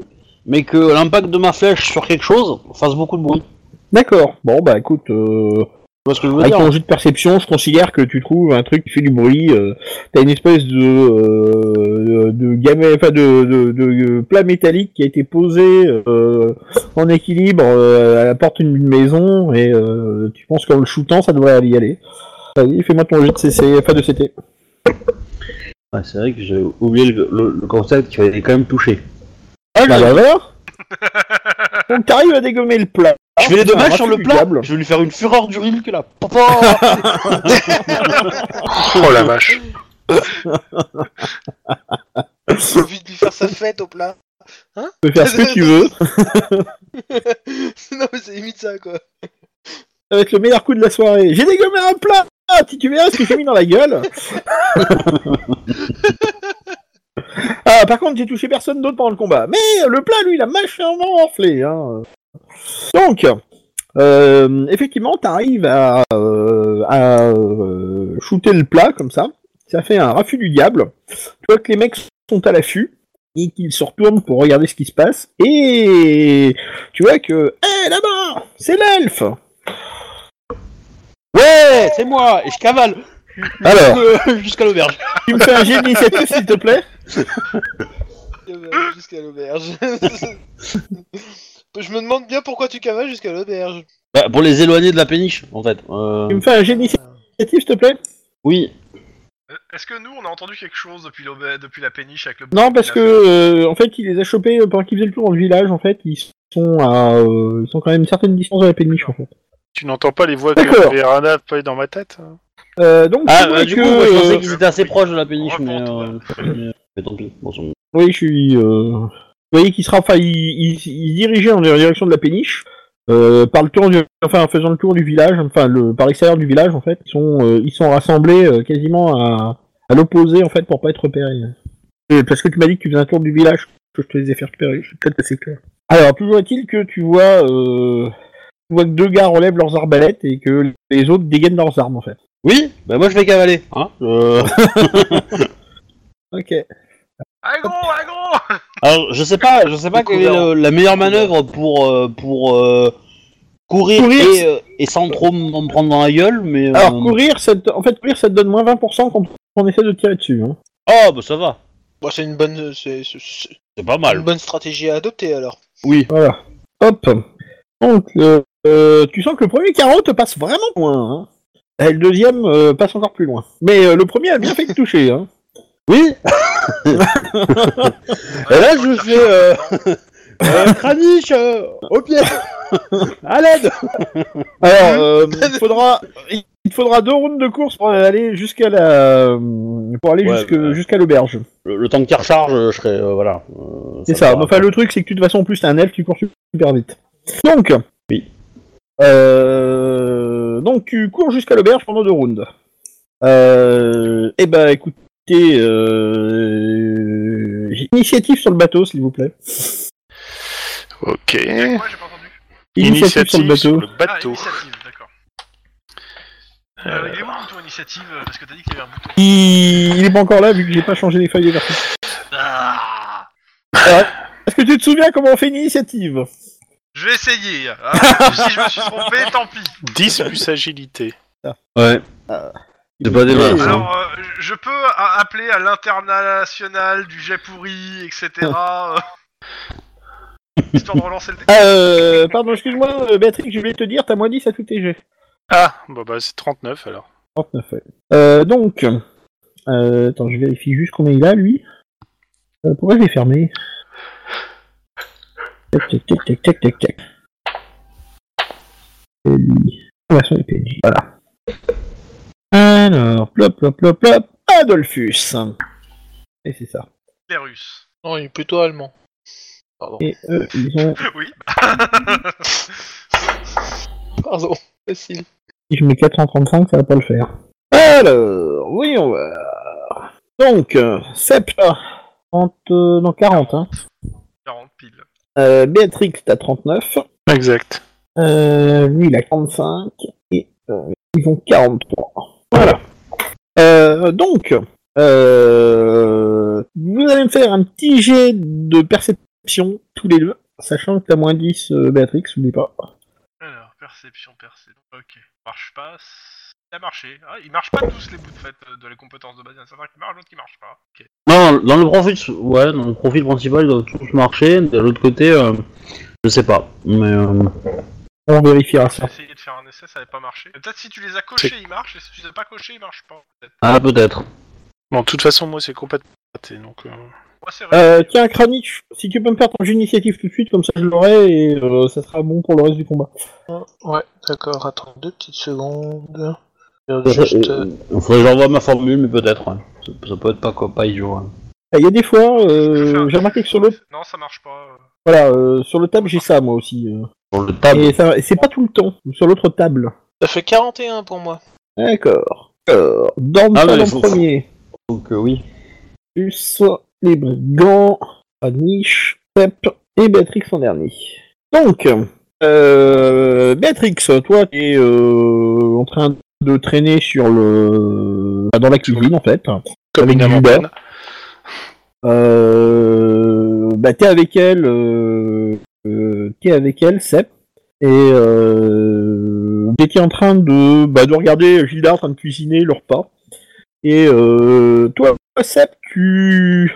[SPEAKER 5] mais que l'impact de ma flèche sur quelque chose fasse beaucoup de bruit. Tu
[SPEAKER 2] D'accord. Bon, bah écoute, euh,
[SPEAKER 5] vois ce que je veux
[SPEAKER 2] avec
[SPEAKER 5] dire hein
[SPEAKER 2] ton jeu de perception, je considère que tu trouves un truc qui fait du bruit. euh, T'as une espèce de euh, de, gamme- enfin, de, de, de plat métallique qui a été posé euh, en équilibre euh, à la porte d'une maison et euh, tu penses qu'en le shootant, ça devrait y aller. Vas-y, fais-moi ton jeu de CC, enfin de CT.
[SPEAKER 5] Ouais, c'est vrai que j'ai oublié le, le- le concept qu'il fallait quand même toucher. Ah,
[SPEAKER 2] Bah, bah, voilà. Donc t'arrives à dégommer le plat.
[SPEAKER 5] Je fais les
[SPEAKER 2] Ah,
[SPEAKER 5] dommages sur le plat,
[SPEAKER 2] infligeable.
[SPEAKER 5] je vais lui faire une fureur du ril que là. Papa
[SPEAKER 1] Oh la vache.
[SPEAKER 3] J'ai envie de lui faire sa fête au plat.
[SPEAKER 2] Tu peux faire ce que tu veux.
[SPEAKER 3] non, mais c'est limite ça, quoi.
[SPEAKER 2] Ça va être le meilleur coup de la soirée. J'ai dégommé un plat Si tu verras ce que j'ai mis dans la gueule Ah, par contre, j'ai touché personne d'autre pendant le combat. Mais le plat, lui, il a machinement enflé. Hein. Donc, euh, effectivement, t'arrives à, euh, à euh, shooter le plat comme ça. Ça fait un raffut du diable. Tu vois que les mecs sont à l'affût et qu'ils se retournent pour regarder ce qui se passe. Et tu vois que, hé, là-bas, c'est l'elfe
[SPEAKER 5] Ouais, c'est moi, et je cavale
[SPEAKER 2] Alors,
[SPEAKER 5] euh, jusqu'à l'auberge.
[SPEAKER 2] tu me fais un jet d'initiative, s'il te plaît
[SPEAKER 3] Cavale Jusqu'à l'auberge. Je me demande bien pourquoi tu cavales jusqu'à l'auberge.
[SPEAKER 5] Bah, pour les éloigner de la péniche, en fait. Euh,
[SPEAKER 2] Tu me fais un jet d'initiative, s'il te plaît
[SPEAKER 5] Oui,
[SPEAKER 4] Euh, Est-ce que nous on a entendu quelque chose depuis, l'aube- depuis la péniche avec le.
[SPEAKER 2] Non, parce que, euh, en fait, il les a chopés pendant qu'ils faisaient le tour dans le village, en fait. Ils sont à, euh, ils sont quand même une certaine distance de la péniche, en fait.
[SPEAKER 1] Tu n'entends pas les voix
[SPEAKER 2] D'accord.
[SPEAKER 1] que Verana fait dans ma tête hein
[SPEAKER 2] Euh, donc,
[SPEAKER 5] Ah,
[SPEAKER 2] c'est
[SPEAKER 5] bah,
[SPEAKER 2] vrai
[SPEAKER 5] du
[SPEAKER 2] que,
[SPEAKER 5] coup, moi, je pensais
[SPEAKER 2] euh,
[SPEAKER 5] qu'ils étaient assez proches de la péniche, mais.
[SPEAKER 4] Raconte,
[SPEAKER 5] euh, Mais tant pis. Bon, c'est-
[SPEAKER 2] Oui, je suis. Euh... Vous voyez qu'il sera. Enfin, il, il, il dirigeait en direction de la péniche. euh, par le tour du, enfin, en faisant le tour du village, enfin, le, par l'extérieur du village, en fait, ils sont, euh, ils sont rassemblés euh, quasiment à, à l'opposé, en fait, pour pas être repérés. Et parce que tu m'as dit que tu faisais un tour du village, que je te les ai fait repérer, c'est peut-être assez clair. Alors, toujours est-il que tu vois, euh, tu vois que deux gars relèvent leurs arbalètes et que les autres dégainent leurs armes, en fait.
[SPEAKER 5] Oui, bah moi je vais cavaler, hein. Euh,
[SPEAKER 2] Ok.
[SPEAKER 4] Ah gros, ah gros
[SPEAKER 5] Alors, je sais pas, je sais pas
[SPEAKER 4] Du coup,
[SPEAKER 5] quelle est
[SPEAKER 4] là,
[SPEAKER 5] le- la meilleure manœuvre pour, euh, pour euh, courir,
[SPEAKER 2] Courir,
[SPEAKER 5] et, euh, et sans trop m- me prendre dans la gueule, mais. euh,
[SPEAKER 2] Alors, courir, ça te- en fait, courir, ça te donne moins 20% quand on essaie de tirer dessus, hein.
[SPEAKER 5] Oh, bah ça va,
[SPEAKER 3] Bon, c'est une bonne, c'est, c'est- c'est
[SPEAKER 5] c'est pas
[SPEAKER 3] une
[SPEAKER 5] mal.
[SPEAKER 3] bonne stratégie à adopter alors.
[SPEAKER 5] Oui.
[SPEAKER 2] Voilà. Hop. Donc, euh, euh, tu sens que le premier carreau te passe vraiment loin. hein. Et le deuxième euh, passe encore plus loin. Mais euh, le premier a bien fait de toucher. Hein.
[SPEAKER 5] Oui Et là, je fais. Euh... euh, Kranich, euh, au pied À l'aide
[SPEAKER 2] Alors, euh, il te faudra, il te faudra deux rounds de course pour aller jusqu'à la, pour aller
[SPEAKER 5] Ouais,
[SPEAKER 2] jusque-
[SPEAKER 5] bah.
[SPEAKER 2] jusqu'à l'auberge.
[SPEAKER 5] le, le temps qu'il recharge, euh, je serai. euh, voilà. euh,
[SPEAKER 2] C'est ça.
[SPEAKER 5] me
[SPEAKER 2] Enfin, le truc, c'est que tu, de toute façon, en plus, t'es un elfe, tu cours super vite. Donc.
[SPEAKER 5] Oui.
[SPEAKER 2] Euh, donc, tu cours jusqu'à l'auberge pendant deux rounds. Euh, eh ben, écoute, T'es, euh, Initiative sur le bateau, s'il vous plaît.
[SPEAKER 1] Ok.
[SPEAKER 4] Moi, j'ai pas entendu.
[SPEAKER 2] Initiative, sur le bateau.
[SPEAKER 4] Ah, initiative, d'accord. Euh, il est où le bouton initiative euh, Parce que t'as dit qu'il y avait un bouton.
[SPEAKER 2] Il... il est pas encore là vu que j'ai pas changé les feuilles de version.
[SPEAKER 4] Ah
[SPEAKER 2] Est-ce que tu te souviens comment on fait une initiative
[SPEAKER 4] je vais essayer. hein. si je me suis trompé, tant pis.
[SPEAKER 1] 10 plus agilité.
[SPEAKER 5] Ouais. C'est pas des masses, hein.
[SPEAKER 4] Alors, euh, je- je peux a- appeler à l'international du jet pourri, etc. euh, Histoire de relancer le dé.
[SPEAKER 2] Euh, pardon, excuse-moi, euh, Béatrix, je vais te dire, t'as moins 10 à tous tes jets.
[SPEAKER 1] Ah, bah, bah c'est 39 alors.
[SPEAKER 2] 39, ouais. Euh, donc, euh, attends, je vérifie juste combien il a, lui. Euh, pourquoi je l'ai fermé Tac, tac, tac, tac, tac, tac, tac. Et lui. Ah, bah, Version des PNJ, voilà. Alors, plop, plop, plop, plop, Adolphus. Et c'est ça.
[SPEAKER 4] Les Russes.
[SPEAKER 3] Non, il est plutôt allemand. Pardon.
[SPEAKER 2] Et eux, ils ont...
[SPEAKER 4] Oui.
[SPEAKER 3] Pardon, facile.
[SPEAKER 2] Si je mets 435, ça va pas le faire. Alors, oui, on va. Donc, euh, Sep, t'as 30, euh, non, 40, hein.
[SPEAKER 4] 40 piles.
[SPEAKER 2] Euh, Béatrix, t'as 39.
[SPEAKER 1] Exact.
[SPEAKER 2] Euh, lui, il a 45. Et euh, ils ont 43. Voilà. Euh, donc, euh, vous allez me faire un petit jet de perception, tous les deux, sachant que t'as moins 10, euh, Béatrix, oublie pas.
[SPEAKER 4] Alors, perception, perception. Ok. Marche pas. Ça a marché. Ah, ils marchent pas tous les bouts de fait euh, de la compétence de base. Il y en a certains qui marchent, d'autres qui marchent pas. Ok.
[SPEAKER 5] Non, dans le profil, ouais, dans le profil principal, ils doivent tous marcher. De l'autre côté, euh, je sais pas. Mais euh,
[SPEAKER 2] On vérifiera
[SPEAKER 4] J'ai
[SPEAKER 2] ça.
[SPEAKER 4] essayé de faire un essai, ça avait pas marché. Euh, Peut-être si tu les as cochés, ils marchent. Et si tu les as pas cochés, ils marchent pas. Peut-être.
[SPEAKER 5] ah peut-être.
[SPEAKER 1] Bon, de toute façon, moi, c'est complètement raté. Donc, euh,
[SPEAKER 4] Moi, c'est vrai.
[SPEAKER 2] Euh, tiens, Kranich, si tu peux me faire ton jeu d'initiative tout de suite, comme ça je l'aurai et euh, ça sera bon pour le reste du combat.
[SPEAKER 3] Ouais, d'accord, attends deux petites secondes.
[SPEAKER 5] Il
[SPEAKER 3] Juste, euh,
[SPEAKER 5] faudrait que j'envoie ma formule, mais peut-être. ouais. Ça, ça peut être pas quoi, pas idiot. hein.
[SPEAKER 2] Ah, Il y a des fois,
[SPEAKER 4] Je fais
[SPEAKER 2] euh,
[SPEAKER 4] un-
[SPEAKER 2] j'ai remarqué que sur le,
[SPEAKER 4] Non, ça marche pas. euh.
[SPEAKER 2] voilà, euh, sur le table j'ai ça moi aussi. euh.
[SPEAKER 5] Sur le table.
[SPEAKER 2] Et ça, c'est pas tout le temps, sur l'autre table.
[SPEAKER 3] Ça fait 41 pour moi.
[SPEAKER 2] D'accord. Alors, Dorme
[SPEAKER 5] Ah,
[SPEAKER 2] pas
[SPEAKER 5] mais
[SPEAKER 2] en
[SPEAKER 5] faut-
[SPEAKER 2] premier.
[SPEAKER 5] Donc euh, oui.
[SPEAKER 2] Plus les brigands, Kranich, Pep et Béatrix en dernier. Donc, euh, Béatrix, toi t'es euh, en train de traîner sur le, bah, dans la cuisine en fait.
[SPEAKER 1] comme
[SPEAKER 2] Avec
[SPEAKER 1] une
[SPEAKER 2] du
[SPEAKER 1] amantane.
[SPEAKER 2] Euh, bah t'es avec elle, euh, euh, t'es avec elle, Sep, et euh, vous étiez en train de, bah, de regarder Gilda en train de cuisiner leur repas. Et euh, toi, Sep, tu,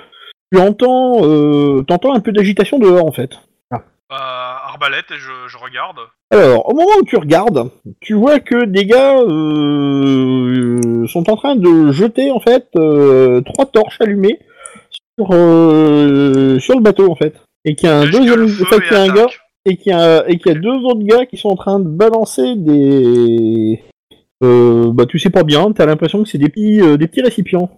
[SPEAKER 2] tu entends, euh, t'entends un peu d'agitation dehors en fait.
[SPEAKER 4] Euh, arbalète et je, je regarde.
[SPEAKER 2] Alors, au moment où tu regardes, tu vois que des gars euh, sont en train de jeter en fait euh, trois torches allumées sur euh, sur le bateau en fait, et qu'il y a un
[SPEAKER 4] Jusque le
[SPEAKER 2] deuxième,
[SPEAKER 4] feu
[SPEAKER 2] enfin,
[SPEAKER 4] et
[SPEAKER 2] qu'il y a un
[SPEAKER 4] attaque.
[SPEAKER 2] gars et qu'il y a et qu'il y a deux autres gars qui sont en train de balancer des euh, bah tu sais pas bien, t'as l'impression que c'est des petits euh, des petits récipients.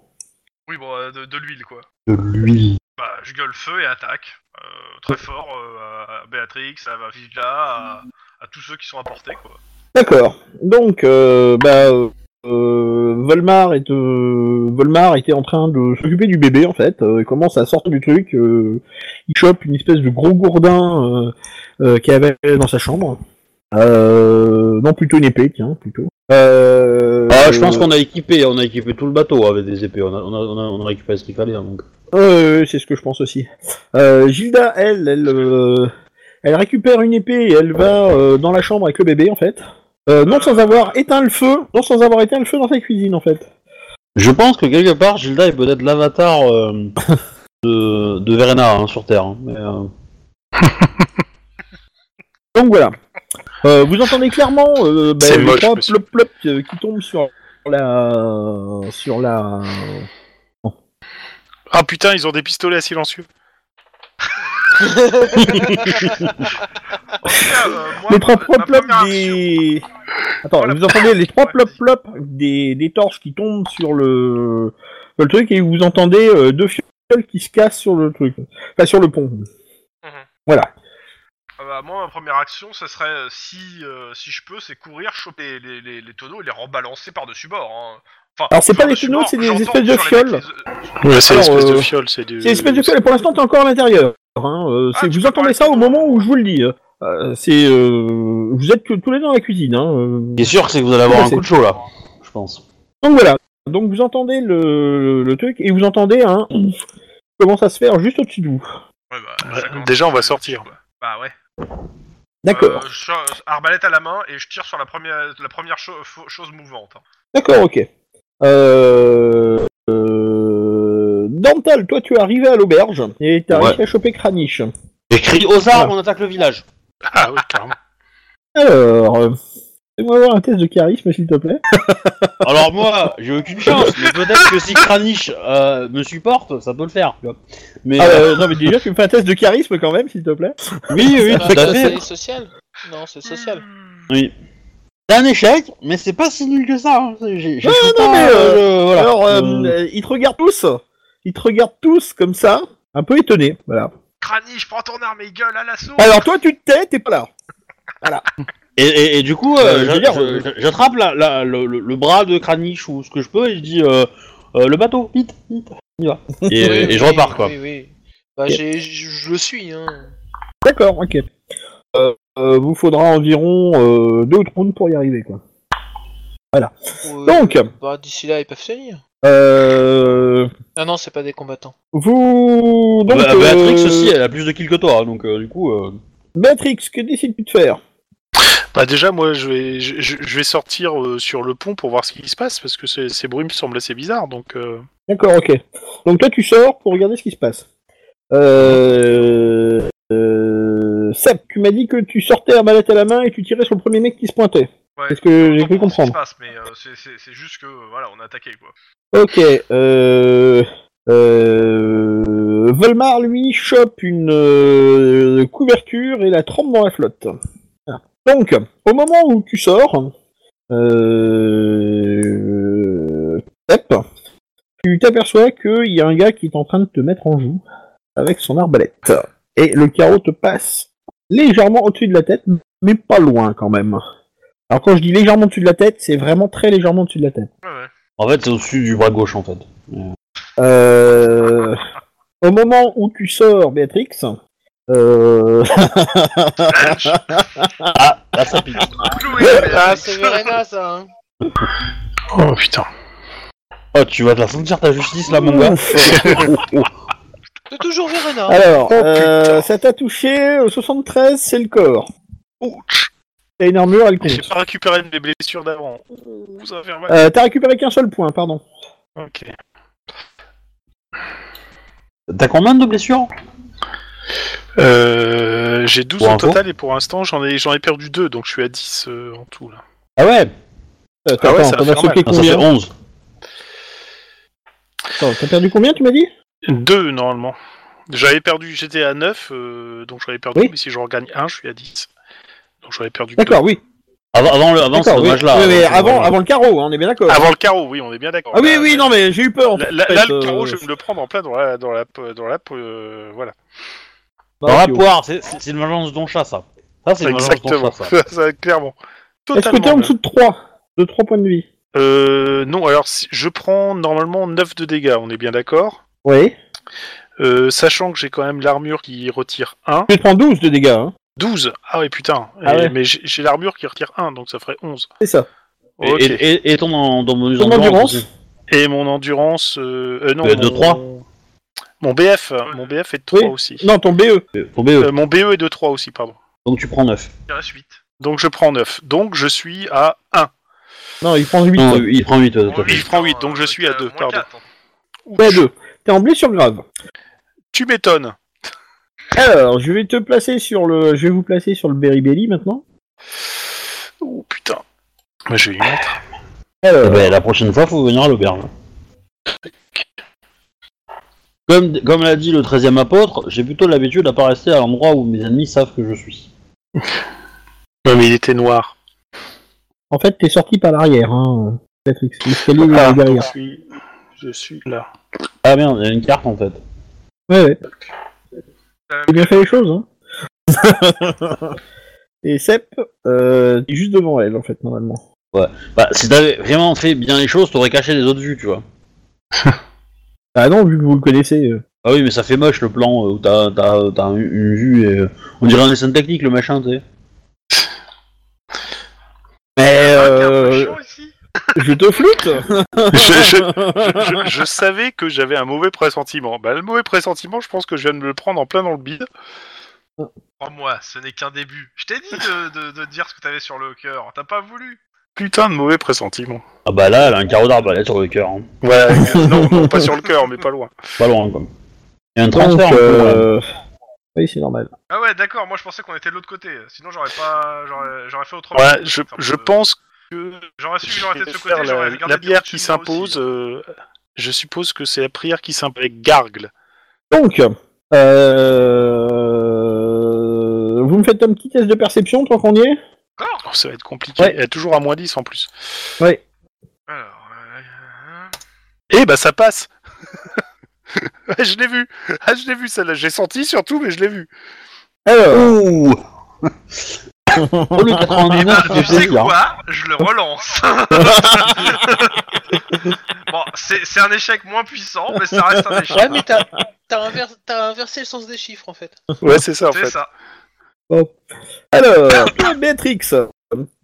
[SPEAKER 4] Oui, bon, euh, de, de l'huile, quoi.
[SPEAKER 5] De l'huile.
[SPEAKER 4] Bah, je gueule feu et attaque. Euh, très fort euh, à Béatrix, à Vigila, à, à tous ceux qui sont à portée, quoi.
[SPEAKER 2] D'accord. Donc, euh, bah, euh, euh, Volmar, est, euh, Volmar était en train de s'occuper du bébé, en fait. Euh, il commence à sortir du truc. euh, il chope une espèce de gros gourdin euh, euh, qu'il avait dans sa chambre. Euh, non, plutôt une épée, tiens, plutôt. Euh,
[SPEAKER 5] Ah, je pense qu'on a équipé, on a équipé tout le bateau avec des épées. On a, on a, on a, on a récupéré ce qu'il fallait. hein, donc.
[SPEAKER 2] Euh, c'est ce que je pense aussi. Euh, Gilda, elle, elle, euh, elle récupère une épée et elle va euh, dans la chambre avec le bébé en fait. Euh, non sans avoir éteint le feu, non sans avoir éteint le feu dans sa cuisine en fait.
[SPEAKER 5] Je pense que quelque part, Gilda est peut-être l'avatar euh, de, de Verena hein, sur Terre. hein. Mais, euh,
[SPEAKER 2] Donc voilà. Euh, vous entendez clairement euh, bah,
[SPEAKER 1] C'est
[SPEAKER 2] les
[SPEAKER 1] moche,
[SPEAKER 2] trois
[SPEAKER 1] monsieur.
[SPEAKER 2] plop plop euh, qui tombent sur la sur la
[SPEAKER 1] Ah putain, ils ont des pistolets à silencieux.
[SPEAKER 4] En tout cas, euh, moi,
[SPEAKER 2] les trois
[SPEAKER 4] ma-
[SPEAKER 2] plop
[SPEAKER 4] ma
[SPEAKER 2] plop
[SPEAKER 4] première action-
[SPEAKER 2] des attends
[SPEAKER 4] Voilà.
[SPEAKER 2] vous entendez les trois
[SPEAKER 4] Ouais,
[SPEAKER 2] plop
[SPEAKER 4] vas-y.
[SPEAKER 2] plop des, des torches qui tombent sur le le truc et vous entendez euh, deux fioles qui se cassent sur le truc enfin sur le pont
[SPEAKER 4] Ah bah, moi, ma première action, ce serait, euh, si, euh, si je peux, c'est courir, choper les, les, les tonneaux et les rembalancer par-dessus bord. hein. Enfin,
[SPEAKER 2] Alors, c'est pas
[SPEAKER 4] je-
[SPEAKER 2] des
[SPEAKER 4] je suis
[SPEAKER 2] tonneaux,
[SPEAKER 4] mort,
[SPEAKER 2] c'est des
[SPEAKER 4] j'entends
[SPEAKER 2] espèces de
[SPEAKER 4] sur les
[SPEAKER 2] fioles.
[SPEAKER 4] mecs qui-
[SPEAKER 1] c'est
[SPEAKER 2] Alors,
[SPEAKER 1] l'espèce
[SPEAKER 2] euh,
[SPEAKER 1] de fiole, c'est du.
[SPEAKER 2] C'est une espèce de fiole, et pour l'instant, t'es encore à l'intérieur. hein, euh,
[SPEAKER 4] Ah,
[SPEAKER 2] c'est-
[SPEAKER 4] tu
[SPEAKER 2] vous
[SPEAKER 4] peux
[SPEAKER 2] entendez
[SPEAKER 4] parler
[SPEAKER 2] ça au
[SPEAKER 4] tout-
[SPEAKER 2] moment où je vous le dis. hein. Euh, c'est, euh, vous êtes tous les deux dans la cuisine. hein, euh.
[SPEAKER 5] Bien sûr que c'est que vous allez avoir
[SPEAKER 2] Ouais,
[SPEAKER 5] un
[SPEAKER 2] c'est-
[SPEAKER 5] coup de chaud là, je pense.
[SPEAKER 2] Donc voilà. Donc vous entendez le, le truc et vous entendez un ouf comment ça se faire juste au-dessus de vous.
[SPEAKER 4] Ouais, bah,
[SPEAKER 1] Ouais,
[SPEAKER 4] ça commence
[SPEAKER 1] déjà, on
[SPEAKER 4] à-
[SPEAKER 1] va sortir.
[SPEAKER 4] quoi. Bah ouais.
[SPEAKER 2] D'accord.
[SPEAKER 4] Euh, je sors- arbalète à la main et je tire sur la première, la première cho- fo- chose mouvante. hein.
[SPEAKER 2] D'accord, ok. Euh... euh, Dental, toi tu es arrivé à l'auberge et t'as
[SPEAKER 5] Ouais.
[SPEAKER 2] réussi à choper Kranich.
[SPEAKER 5] J'écris aux armes, on attaque le village.
[SPEAKER 1] Ah oui, carrément.
[SPEAKER 2] Alors, euh, fais-moi avoir un test de charisme s'il te plaît.
[SPEAKER 5] Alors moi, j'ai aucune chance, mais peut-être que si Kranich euh, me supporte, ça peut le faire. tu vois. Mais
[SPEAKER 2] Ah,
[SPEAKER 5] euh,
[SPEAKER 2] euh, non mais déjà tu me fais un test de charisme quand même s'il te plaît.
[SPEAKER 5] oui, oui,
[SPEAKER 3] Ah,
[SPEAKER 5] tout à
[SPEAKER 3] ça,
[SPEAKER 5] fait.
[SPEAKER 3] c'est social Non, c'est social.
[SPEAKER 4] Mmh,
[SPEAKER 5] Oui. C'est un échec, mais c'est pas si nul que ça. hein. C'est- J'ai, j'ai
[SPEAKER 2] Ouais,
[SPEAKER 5] tout
[SPEAKER 2] non,
[SPEAKER 5] pas,
[SPEAKER 2] mais, euh,
[SPEAKER 5] euh, voilà.
[SPEAKER 2] Alors, euh,
[SPEAKER 5] Euh,
[SPEAKER 2] euh, ils te regardent tous. Ils te regardent tous comme ça, un peu étonnés. Voilà.
[SPEAKER 4] Crani, je prends ton arme et gueule à l'assaut.
[SPEAKER 2] Alors toi tu te tais, t'es pas là.
[SPEAKER 5] et, et- et du coup,
[SPEAKER 2] euh,
[SPEAKER 5] euh,
[SPEAKER 2] je veux
[SPEAKER 5] j'a-
[SPEAKER 2] dire,
[SPEAKER 5] je-
[SPEAKER 2] euh,
[SPEAKER 5] j'a- j'attrape la- la- le, le- le bras de Kranich ou ce que je peux et je dis euh, euh, le bateau, vite, vite, on y va. Et, euh,
[SPEAKER 3] Oui,
[SPEAKER 5] et je
[SPEAKER 3] oui,
[SPEAKER 5] repars quoi.
[SPEAKER 3] Oui, oui. Bah, j'ai- je je le suis, hein.
[SPEAKER 2] D'accord, ok. Euh, euh, vous faudra environ euh, deux ou trois rounds pour y arriver quoi.
[SPEAKER 3] Euh,
[SPEAKER 2] Donc.
[SPEAKER 3] bah, d'ici là, ils peuvent tenir.
[SPEAKER 2] Euh,
[SPEAKER 3] Ah non, c'est pas des combattants.
[SPEAKER 2] vous donc
[SPEAKER 5] Bah,
[SPEAKER 2] euh,
[SPEAKER 5] Béatrix aussi, elle a plus de kills que toi, donc euh, du coup. euh,
[SPEAKER 2] Matrix, que décides-tu de faire
[SPEAKER 1] Bah déjà, moi, je vais, je, je- je vais sortir euh, sur le pont pour voir ce qui se passe parce que ces, ces bruits me semblent assez bizarres. Donc, euh,
[SPEAKER 2] D'accord, ok. Donc toi, tu sors pour regarder ce qui se passe. Euh... euh, Seb, tu m'as dit que tu sortais à mallette à la main et tu tirais sur le premier mec qui se pointait.
[SPEAKER 4] Ouais.
[SPEAKER 2] Est-ce que j'ai
[SPEAKER 4] Autant
[SPEAKER 2] cru
[SPEAKER 4] pour ce qui se
[SPEAKER 2] comprendre
[SPEAKER 4] passe, mais euh, c'est- c'est c'est juste que euh, voilà, on a attaqué quoi.
[SPEAKER 2] Ok. Euh... Euh... Volmar, lui, chope une euh, couverture et la trempe dans la flotte. Voilà. Donc, au moment où tu sors, euh... hop, tu t'aperçois qu'il y a un gars qui est en train de te mettre en joue avec son arbalète. Et le carreau te passe légèrement au-dessus de la tête, mais pas loin quand même. Alors quand je dis légèrement au-dessus de la tête, c'est vraiment très légèrement au-dessus de la tête.
[SPEAKER 4] Ouais, ouais.
[SPEAKER 5] En fait, c'est au-dessus du bras gauche, en fait.
[SPEAKER 2] Euh, au moment où tu sors, Béatrix, euh,
[SPEAKER 5] Ah, là, ça pique.
[SPEAKER 4] Cloué, mais-
[SPEAKER 1] Ah,
[SPEAKER 3] c'est Verena, ça, hein.
[SPEAKER 1] oh putain.
[SPEAKER 5] Oh, tu vas te la sentir ta justice, là, mon gars. Oh, oh.
[SPEAKER 3] C'est toujours Verena.
[SPEAKER 2] alors,
[SPEAKER 1] Oh,
[SPEAKER 2] euh,
[SPEAKER 1] putain.
[SPEAKER 2] ça t'a touché au 73, c'est le corps.
[SPEAKER 1] Ouch.
[SPEAKER 2] T'as une armure, elle
[SPEAKER 1] J'ai
[SPEAKER 2] compte.
[SPEAKER 1] pas récupéré mes blessures d'avant. Ouh, ça va faire mal.
[SPEAKER 2] Euh, T'as récupéré qu'un seul point, pardon.
[SPEAKER 1] Ok.
[SPEAKER 5] T'as combien de blessures
[SPEAKER 1] Euh, j'ai 12
[SPEAKER 5] Pour
[SPEAKER 1] au
[SPEAKER 5] info.
[SPEAKER 1] total et pour l'instant j'en ai j'en ai perdu 2 donc je suis à 10 euh, en tout là.
[SPEAKER 5] Ah ouais
[SPEAKER 2] Euh,
[SPEAKER 1] Ah ouais,
[SPEAKER 2] attends,
[SPEAKER 1] ça va
[SPEAKER 2] t'en as
[SPEAKER 1] faire
[SPEAKER 2] stocké
[SPEAKER 5] Ah, Ça fait
[SPEAKER 2] combien
[SPEAKER 5] 11.
[SPEAKER 2] Attends, T'as perdu combien, tu m'as dit
[SPEAKER 1] 2 normalement. J'avais perdu, j'étais à 9 euh, donc j'avais perdu
[SPEAKER 2] Oui.
[SPEAKER 1] mais si je regagne 1, je suis à 10. Donc j'avais perdu que deux.
[SPEAKER 2] D'accord, oui.
[SPEAKER 5] Avant, avant, le, avant ce
[SPEAKER 2] D'accord, oui.
[SPEAKER 5] dommage-là.
[SPEAKER 2] Oui, mais
[SPEAKER 5] euh,
[SPEAKER 2] avant,
[SPEAKER 5] voilà.
[SPEAKER 2] avant le carreau, hein, on est bien d'accord.
[SPEAKER 1] Avant le carreau, oui, on est bien d'accord.
[SPEAKER 2] Ah oui,
[SPEAKER 1] Là,
[SPEAKER 2] oui, non, mais j'ai eu peur. En
[SPEAKER 1] Là,
[SPEAKER 2] fait,
[SPEAKER 1] là- là, le
[SPEAKER 2] euh,
[SPEAKER 1] carreau, je vais me le prendre en plein dans la dans la dans la euh, voilà.
[SPEAKER 5] Dans
[SPEAKER 2] Bah,
[SPEAKER 5] la poire, c'est- c'est c'est une vengeance d'Oncha, ça. Ça, c'est une vengeance
[SPEAKER 1] Exactement.
[SPEAKER 5] d'Oncha, ça.
[SPEAKER 1] Ça, ça, clairement.
[SPEAKER 2] Est-ce que t'es
[SPEAKER 1] Totalement,
[SPEAKER 2] en dessous de 3 De 3 points de vie
[SPEAKER 1] là. Euh, non, alors si- je prends normalement 9 de dégâts, on est bien d'accord.
[SPEAKER 2] Oui.
[SPEAKER 1] Euh, sachant que j'ai quand même l'armure qui retire 1.
[SPEAKER 2] Tu prends 12 de dégâts, hein.
[SPEAKER 1] 12 Ah ouais, putain.
[SPEAKER 2] Ah
[SPEAKER 1] Et-
[SPEAKER 2] ouais.
[SPEAKER 1] Mais j'ai j'ai l'armure qui retire 1, donc ça ferait 11.
[SPEAKER 2] C'est ça.
[SPEAKER 5] Et,
[SPEAKER 1] Ok. Et,
[SPEAKER 5] et, et, et ton, en- ton bonus
[SPEAKER 2] Ton
[SPEAKER 5] endurance
[SPEAKER 2] endurance
[SPEAKER 5] aussi.
[SPEAKER 1] mon endurance... Euh, euh, non,
[SPEAKER 5] Euh, de
[SPEAKER 1] mon-
[SPEAKER 5] trois.
[SPEAKER 1] Mon BF, euh, mon BF est de 3
[SPEAKER 2] Oui.
[SPEAKER 1] aussi.
[SPEAKER 2] Non, ton E. BE.
[SPEAKER 5] Ton BE.
[SPEAKER 1] Euh, mon BE est de 3 aussi, pardon.
[SPEAKER 5] Donc tu prends 9.
[SPEAKER 4] Il reste 8.
[SPEAKER 1] Donc je prends 9. Donc je suis à 1.
[SPEAKER 2] Non, il prend 8.
[SPEAKER 5] Non, il prend 8,
[SPEAKER 1] Bon, oui.
[SPEAKER 5] fait.
[SPEAKER 1] je prends
[SPEAKER 4] euh,
[SPEAKER 1] huit, donc je suis à deux, pardon.
[SPEAKER 2] Ouais, 2. Bah, T'es en blessure grave.
[SPEAKER 1] Tu m'étonnes.
[SPEAKER 2] Alors, je vais te placer sur le, je vais vous placer sur le Beribelli maintenant.
[SPEAKER 1] Oh putain. Moi, je vais y mettre.
[SPEAKER 5] Eh
[SPEAKER 2] Alors,
[SPEAKER 5] ben, la prochaine fois, faut venir à l'auberge. hein. Comme, comme l'a dit le 13 e apôtre, j'ai plutôt l'habitude à pas rester à l'endroit où mes ennemis savent que je suis.
[SPEAKER 1] Non, mais il était noir.
[SPEAKER 2] en fait, t'es sorti par l'arrière, hein, Patrick. L'escalier il est
[SPEAKER 1] Ah, donc
[SPEAKER 2] derrière.
[SPEAKER 1] je suis... je suis là.
[SPEAKER 5] Ah merde, il y a une carte en fait.
[SPEAKER 2] Ouais, ouais.
[SPEAKER 4] Euh,
[SPEAKER 2] T'as bien fait les choses, hein. Et Sep, euh, t'es juste devant elle, en fait, normalement.
[SPEAKER 5] Bah, si t'avais vraiment fait bien les choses, t'aurais caché les autres vues, tu vois.
[SPEAKER 2] Ah non, vu que vous le connaissez. euh.
[SPEAKER 5] Ah oui, mais ça fait moche le plan euh, où t'as, t'as, t'as une- une vue et. euh, on dirait un dessin technique, le machin, tu sais. Mais.
[SPEAKER 4] T'es un peu
[SPEAKER 5] Euh,
[SPEAKER 4] chaud ici
[SPEAKER 2] Je te floute
[SPEAKER 1] je, je- je- je savais que j'avais un mauvais pressentiment. Bah, le mauvais pressentiment, je pense que je viens de me le prendre en plein dans le bide.
[SPEAKER 4] Crois-moi, ce n'est qu'un début. Je t'ai dit de, de- de dire ce que t'avais sur le cœur, t'as pas voulu.
[SPEAKER 1] Putain de mauvais pressentiment.
[SPEAKER 5] ah bah là, elle a un carreau d'arbalète sur le cœur. hein.
[SPEAKER 1] Ouais, euh, non, non, pas sur le cœur, mais pas loin.
[SPEAKER 5] Pas loin, quoi. Il y a un
[SPEAKER 2] Donc,
[SPEAKER 5] transfert. en cours, là.
[SPEAKER 2] euh, Oui, c'est normal.
[SPEAKER 4] Ah ouais, d'accord, moi je pensais qu'on était de l'autre côté, sinon j'aurais pas. J'aurais j'aurais fait autrement.
[SPEAKER 1] Ouais, je,
[SPEAKER 4] Enfin,
[SPEAKER 1] je
[SPEAKER 4] euh,
[SPEAKER 1] pense que
[SPEAKER 4] J'aurais su,
[SPEAKER 1] je
[SPEAKER 4] j'aurais été
[SPEAKER 1] vais
[SPEAKER 4] de ce
[SPEAKER 1] faire
[SPEAKER 4] côté,
[SPEAKER 1] la,
[SPEAKER 4] j'aurais regardé
[SPEAKER 1] la bière qui
[SPEAKER 4] au-dessus de moi
[SPEAKER 1] s'impose.
[SPEAKER 4] aussi. hein.
[SPEAKER 1] euh, je suppose que c'est la prière qui s'impose avec gargle.
[SPEAKER 2] Donc, euh... vous me faites un petit test de perception, tant qu'on y est
[SPEAKER 4] Encore
[SPEAKER 1] Oh, ça va être compliqué.
[SPEAKER 2] Ouais.
[SPEAKER 1] Elle a toujours à moins 10 en plus.
[SPEAKER 4] Alors.
[SPEAKER 1] Ah,
[SPEAKER 4] euh,
[SPEAKER 1] Eh bah ça passe Ouais, Je l'ai vu Ah, je l'ai vu celle-là. J'ai senti surtout, mais je l'ai vu.
[SPEAKER 2] Alors,
[SPEAKER 5] Ouh
[SPEAKER 2] Oh,
[SPEAKER 5] Au lieu de 99,
[SPEAKER 4] Euh, Tu
[SPEAKER 5] c'est
[SPEAKER 4] sais
[SPEAKER 5] plaisir.
[SPEAKER 4] quoi Je le relance. bon, c'est c'est un échec moins puissant, mais ça reste un échec.
[SPEAKER 3] Ouais, mais t'as t'as inver- t'as inversé le sens des chiffres en fait.
[SPEAKER 1] Ouais, c'est ça en
[SPEAKER 4] C'est
[SPEAKER 1] fait.
[SPEAKER 4] ça.
[SPEAKER 2] alors toi, Béatrix,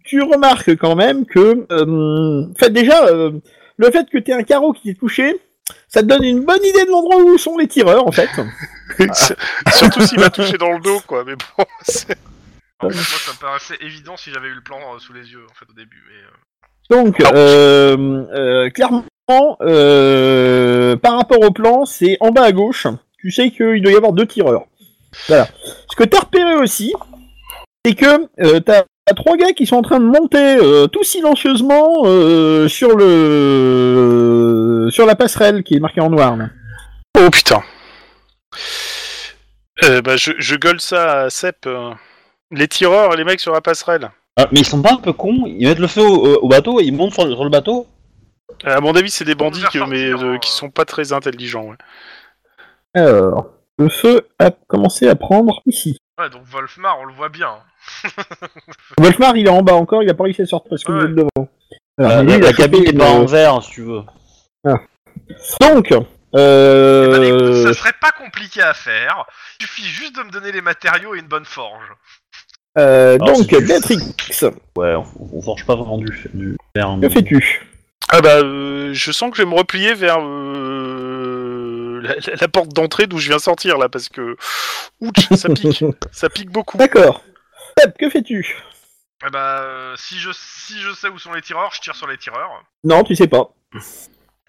[SPEAKER 2] tu remarques quand même que... euh, en fait, déjà, euh, le fait que t'aies un carreau qui est touché, ça te donne une bonne idée de l'endroit où sont les tireurs, en fait.
[SPEAKER 1] surtout s'il m'a touché dans le dos, quoi. Mais bon, c'est-
[SPEAKER 4] En fait, moi, ça me paraissait évident si j'avais eu le plan euh, sous les yeux en fait au début. Mais, euh,
[SPEAKER 2] Donc, euh, euh, clairement, euh, par rapport au plan, c'est en bas à gauche. Tu sais qu'il doit y avoir deux tireurs. Voilà. Ce que t'as repéré aussi, c'est que euh, t'as t'as trois gars qui sont en train de monter euh, tout silencieusement euh, sur le sur la passerelle qui est marquée en noir. là.
[SPEAKER 1] Oh putain Euh, bah, je, je gueule ça à Sep. euh, Les tireurs et les mecs sur la passerelle.
[SPEAKER 5] Ah, mais ils sont pas un peu cons, ils mettent le feu au, au bateau, ils montent sur le, sur le bateau.
[SPEAKER 1] Euh, À mon avis, c'est des bandits
[SPEAKER 4] faire
[SPEAKER 1] que- mais,
[SPEAKER 4] sortir,
[SPEAKER 1] euh,
[SPEAKER 4] hein,
[SPEAKER 1] qui
[SPEAKER 4] euh.
[SPEAKER 1] sont pas très intelligents. ouais.
[SPEAKER 2] Alors, le feu a commencé à prendre ici.
[SPEAKER 4] Ouais, donc Wolfmar, on le voit bien.
[SPEAKER 2] Wolfmar, il est en bas encore, il a pas réussi à sortir parce que vous
[SPEAKER 4] Ouais.
[SPEAKER 2] êtes devant.
[SPEAKER 5] Euh,
[SPEAKER 2] Alors, lui,
[SPEAKER 5] la,
[SPEAKER 2] il a
[SPEAKER 5] la cabine
[SPEAKER 2] chopé
[SPEAKER 5] est pas
[SPEAKER 2] une-
[SPEAKER 5] en verre, si tu veux.
[SPEAKER 2] Donc, euh,
[SPEAKER 4] Bah, écoute, ça serait pas compliqué à faire. Il suffit juste de me donner les matériaux et une bonne forge.
[SPEAKER 2] Euh,
[SPEAKER 5] Alors,
[SPEAKER 2] donc,
[SPEAKER 5] c'est du-
[SPEAKER 2] Béatrix,
[SPEAKER 5] Ouais, on, on forge pas vraiment du, du verre. hein.
[SPEAKER 2] que fais-tu
[SPEAKER 1] Ah bah, euh, je sens que je vais me replier vers euh, la, la- la porte d'entrée d'où je viens sortir là, parce que ouch, ça pique, ça pique beaucoup.
[SPEAKER 2] D'accord. Pep, que fais-tu
[SPEAKER 4] Eh bah, euh, si je si je sais où sont les tireurs, je tire sur les tireurs.
[SPEAKER 2] Non, tu sais pas.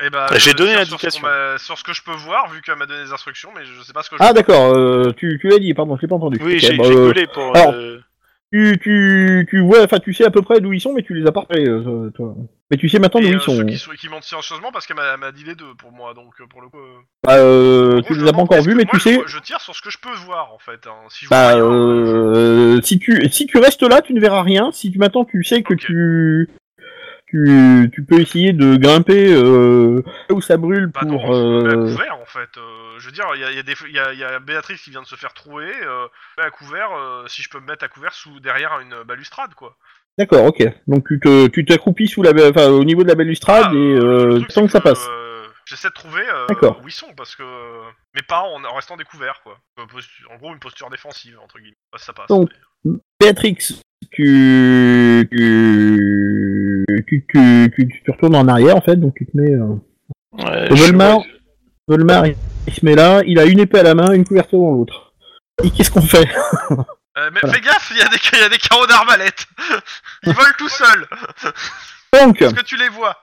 [SPEAKER 4] Et bah,
[SPEAKER 1] Bah, j'ai
[SPEAKER 4] je
[SPEAKER 1] donné
[SPEAKER 4] tire sur ce qu'on
[SPEAKER 1] l'indication.
[SPEAKER 4] m'a- Sur, ce que je peux voir, vu qu'elle m'a donné des instructions, mais je sais pas ce que je.
[SPEAKER 2] Ah, d'accord, euh, tu, tu l'as dit, pardon, je l'ai pas entendu.
[SPEAKER 1] Oui,
[SPEAKER 2] Ok,
[SPEAKER 1] j'ai
[SPEAKER 2] bah,
[SPEAKER 1] j'ai
[SPEAKER 2] euh,
[SPEAKER 1] collé pour.
[SPEAKER 2] alors-
[SPEAKER 1] euh,
[SPEAKER 2] tu, tu, tu vois, enfin, tu sais à peu près d'où ils sont, mais tu les as pas repérés, euh, toi. Mais tu sais maintenant d'où
[SPEAKER 4] Et, euh,
[SPEAKER 2] ils sont.
[SPEAKER 4] ceux qui, sont- qui mentent silencieusement parce qu'elle m'a- m'a dit les deux pour moi, donc euh, pour le coup. euh, Oh,
[SPEAKER 2] Bah, euh,
[SPEAKER 4] en gros,
[SPEAKER 2] tu
[SPEAKER 4] je
[SPEAKER 2] les as pas
[SPEAKER 4] demande,
[SPEAKER 2] encore
[SPEAKER 4] est-ce
[SPEAKER 2] vus,
[SPEAKER 4] que
[SPEAKER 2] mais
[SPEAKER 4] moi,
[SPEAKER 2] tu
[SPEAKER 4] je
[SPEAKER 2] sais.
[SPEAKER 4] vois- Je, tire sur ce que je peux voir en fait. hein. Si je
[SPEAKER 2] Bah,
[SPEAKER 4] vois rien, euh,
[SPEAKER 2] euh, si tu si tu restes là, tu ne verras rien. Si tu m'attends, tu sais que
[SPEAKER 4] Ok.
[SPEAKER 2] tu tu tu peux essayer de grimper euh, là où ça brûle
[SPEAKER 4] Bah
[SPEAKER 2] pour.
[SPEAKER 4] non,
[SPEAKER 2] euh,
[SPEAKER 4] je me mets à couvert en fait. Euh, je veux dire, il y a, il y a des- il y a- il y a Béatrix qui vient de se faire trouer. Euh, je me mets à couvert, euh, si je peux me mettre à couvert sous derrière une balustrade quoi.
[SPEAKER 2] D'accord, ok. Donc tu te tu t'accroupis sous la enfin, au niveau de la balustrade
[SPEAKER 4] Ah,
[SPEAKER 2] et
[SPEAKER 4] euh, le
[SPEAKER 2] euh,
[SPEAKER 4] truc,
[SPEAKER 2] tant
[SPEAKER 4] c'est
[SPEAKER 2] que ça passe.
[SPEAKER 4] euh, J'essaie de trouver euh,
[SPEAKER 2] D'accord.
[SPEAKER 4] où ils sont parce que euh, mes parents en, en restant découverts quoi. Euh, posture- en gros, une posture défensive entre guillemets. Ouais, ça passe.
[SPEAKER 2] Donc, Béatrix, tu tu tu, tu, tu tu te retournes en arrière en fait, donc tu te mets. Euh...
[SPEAKER 1] ouais,
[SPEAKER 2] Et
[SPEAKER 1] je-
[SPEAKER 2] Volmar, Volmar, il, il se met là, il a une épée à la main, une couverture dans l'autre. Et qu'est-ce qu'on fait
[SPEAKER 4] Euh, mais
[SPEAKER 2] voilà.
[SPEAKER 4] fais gaffe, il y, a des- il y a des carreaux d'arbalète. Ils volent tout seuls.
[SPEAKER 2] Donc,
[SPEAKER 4] Est-ce que tu les vois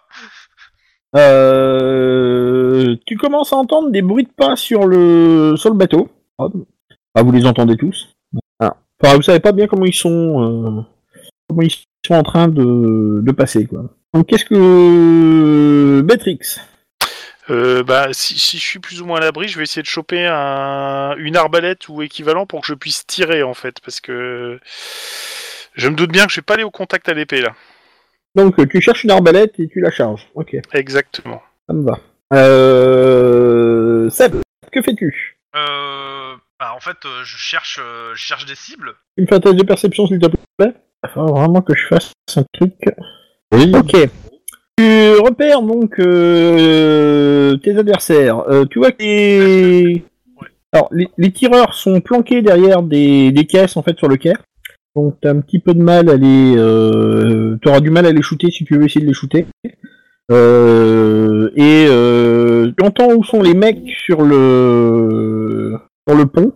[SPEAKER 2] euh, tu commences à entendre des bruits de pas sur le sur le bateau. Hop. Ah, vous les entendez tous. Ah. Enfin, vous savez pas bien comment ils sont, euh, comment ils sont en train de, de passer quoi. Donc, qu'est-ce que Béatrix
[SPEAKER 1] euh, bah, si, si je suis plus ou moins à l'abri, je vais essayer de choper un- une arbalète ou équivalent pour que je puisse tirer en fait, parce que je me doute bien que je vais pas aller au contact à l'épée là.
[SPEAKER 2] Donc, tu cherches une arbalète et tu la charges. Ok,
[SPEAKER 1] Exactement.
[SPEAKER 2] ça me va. Euh, Seb, que fais-tu
[SPEAKER 4] Euh, bah, en fait, euh, je cherche, euh, je cherche des cibles.
[SPEAKER 2] Tu me fais un test de perception s'il te plaît. Faut vraiment que je fasse un truc.
[SPEAKER 5] Oui.
[SPEAKER 2] Ok. Tu repères donc euh, tes adversaires. Euh, tu vois que les... Alors, les, les tireurs sont planqués derrière des, des caisses en fait sur le quai. Donc t'as un petit peu de mal à les. Euh, T'auras du mal à les shooter si tu veux essayer de les shooter. Euh, et euh, tu entends où sont les mecs sur le sur le pont.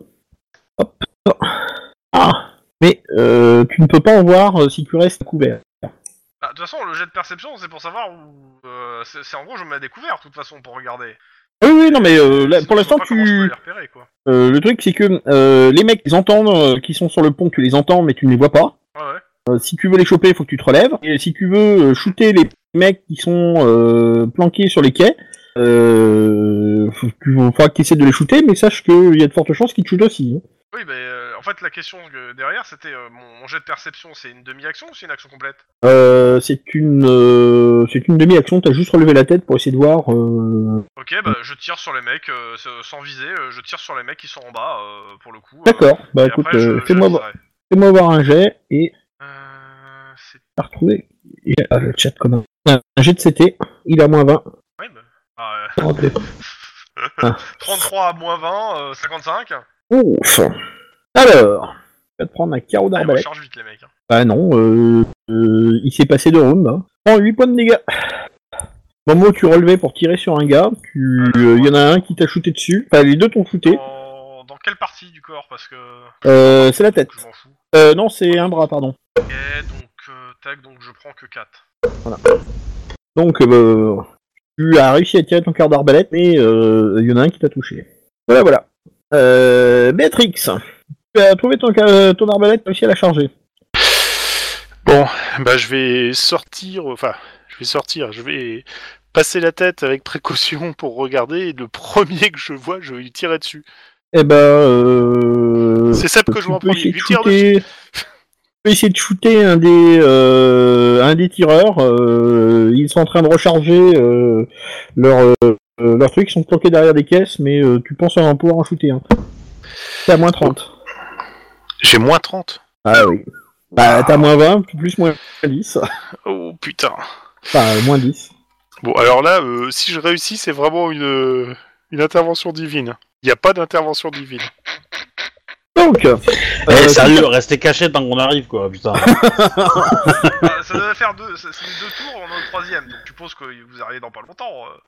[SPEAKER 2] Hop. Ah. Mais euh, tu ne peux pas en voir euh, si tu restes à couvert.
[SPEAKER 4] Bah, de toute façon, le jet de perception, c'est pour savoir où. euh, c'est c'est en gros, je me mets à découvert, de toute façon, pour regarder.
[SPEAKER 2] Ah Oui, oui, non, mais euh, là,
[SPEAKER 4] Sinon,
[SPEAKER 2] pour
[SPEAKER 4] je vois
[SPEAKER 2] l'instant,
[SPEAKER 4] pas comment je peux
[SPEAKER 2] tu.
[SPEAKER 4] les repérer, quoi.
[SPEAKER 2] euh, le truc, c'est que euh, les mecs, ils entendent, euh, qui sont sur le pont, tu les entends, mais tu ne les vois pas.
[SPEAKER 4] Ouais, ouais.
[SPEAKER 2] Euh, si tu veux les choper, il faut que tu te relèves. Et si tu veux euh, shooter les mecs qui sont euh, planqués sur les quais, euh, faut que tu faudra que tu essaies de les shooter, mais sache qu'il y a de fortes chances qu'ils te shootent aussi. hein.
[SPEAKER 4] Oui, bah, euh, en fait, la question euh, derrière, c'était euh, mon, mon jet de perception, c'est une demi-action ou c'est une action complète
[SPEAKER 2] Euh, c'est une, euh, c'est une demi-action. T'as juste relevé la tête pour essayer de voir. euh,
[SPEAKER 4] Ok, bah, je tire sur les mecs, euh, s- sans viser, euh, je tire sur les mecs qui sont en bas, euh, pour le coup. euh,
[SPEAKER 2] D'accord. Bah
[SPEAKER 4] et
[SPEAKER 2] écoute,
[SPEAKER 4] après,
[SPEAKER 2] euh,
[SPEAKER 4] je-
[SPEAKER 2] fais-moi
[SPEAKER 4] je
[SPEAKER 2] voir-
[SPEAKER 4] dirai.
[SPEAKER 2] fais-moi voir un jet et
[SPEAKER 4] Euh, c'est-
[SPEAKER 2] à retrouver. Et- Ah, le chat comment Un jet de CT. Il a moins 20.
[SPEAKER 4] ouais, bah, ah, euh,
[SPEAKER 5] Raté.
[SPEAKER 2] Ah.
[SPEAKER 4] 33 à moins 20, euh, 55. Ah,
[SPEAKER 2] Ouf. Alors, je vais te prendre un carreau
[SPEAKER 4] ils
[SPEAKER 2] d'arbalète.
[SPEAKER 4] rechargent vite, les mecs. hein.
[SPEAKER 2] Bah non, euh, euh, il s'est passé deux rounds. Hein. Prends 8 points de dégâts. Au moment où tu relevais pour tirer sur un gars, tu, euh, il y en a un qui t'a shooté dessus. Enfin, les deux t'ont shooté.
[SPEAKER 4] Dans... dans quelle partie du corps Parce que.
[SPEAKER 2] Euh, c'est la tête.
[SPEAKER 4] Je m'en fous.
[SPEAKER 2] Euh, non, c'est un bras, pardon.
[SPEAKER 4] Ok, donc, euh, tac, donc je prends que 4.
[SPEAKER 2] Donc, euh, tu as réussi à tirer ton quart d'arbalète, mais euh, il y en a un qui t'a touché. Voilà, voilà. Euh, Béatrix, tu as trouvé ton, ca- ton arbalète, tu as réussi à la charger.
[SPEAKER 1] Bah, je vais sortir, enfin, je vais sortir, je vais passer la tête avec précaution pour regarder, et le premier que je vois, je vais lui tirer dessus.
[SPEAKER 2] Eh ben, euh...
[SPEAKER 1] C'est ça que
[SPEAKER 2] Tu
[SPEAKER 1] je vois en
[SPEAKER 2] peux
[SPEAKER 1] premier,
[SPEAKER 2] essayer
[SPEAKER 1] je lui
[SPEAKER 2] de
[SPEAKER 1] tire dessus.
[SPEAKER 2] shooter- tu peux essayer de shooter un des, euh, un des tireurs. euh, ils sont en train de recharger euh, leur, euh, leur truc. Ils sont planqués derrière des caisses, mais euh, tu penses en pouvoir en shooter un. T'es à moins 30.
[SPEAKER 1] J'ai moins 30.
[SPEAKER 2] Ah oui. Bah, t'as moins 20, plus moins 10.
[SPEAKER 1] Oh putain.
[SPEAKER 2] Enfin, euh, moins 10.
[SPEAKER 1] Bon, alors là, euh, si je réussis, c'est vraiment une, euh, une intervention divine. Il n'y a pas d'intervention divine.
[SPEAKER 2] Donc, euh,
[SPEAKER 5] Eh,
[SPEAKER 2] tu-
[SPEAKER 5] sérieux, restez cachés tant qu'on arrive, quoi, putain.
[SPEAKER 4] Ah, ça devait faire deux, c'est c'est les deux tours, on est au troisième, donc je suppose que vous arrivez dans pas longtemps. euh.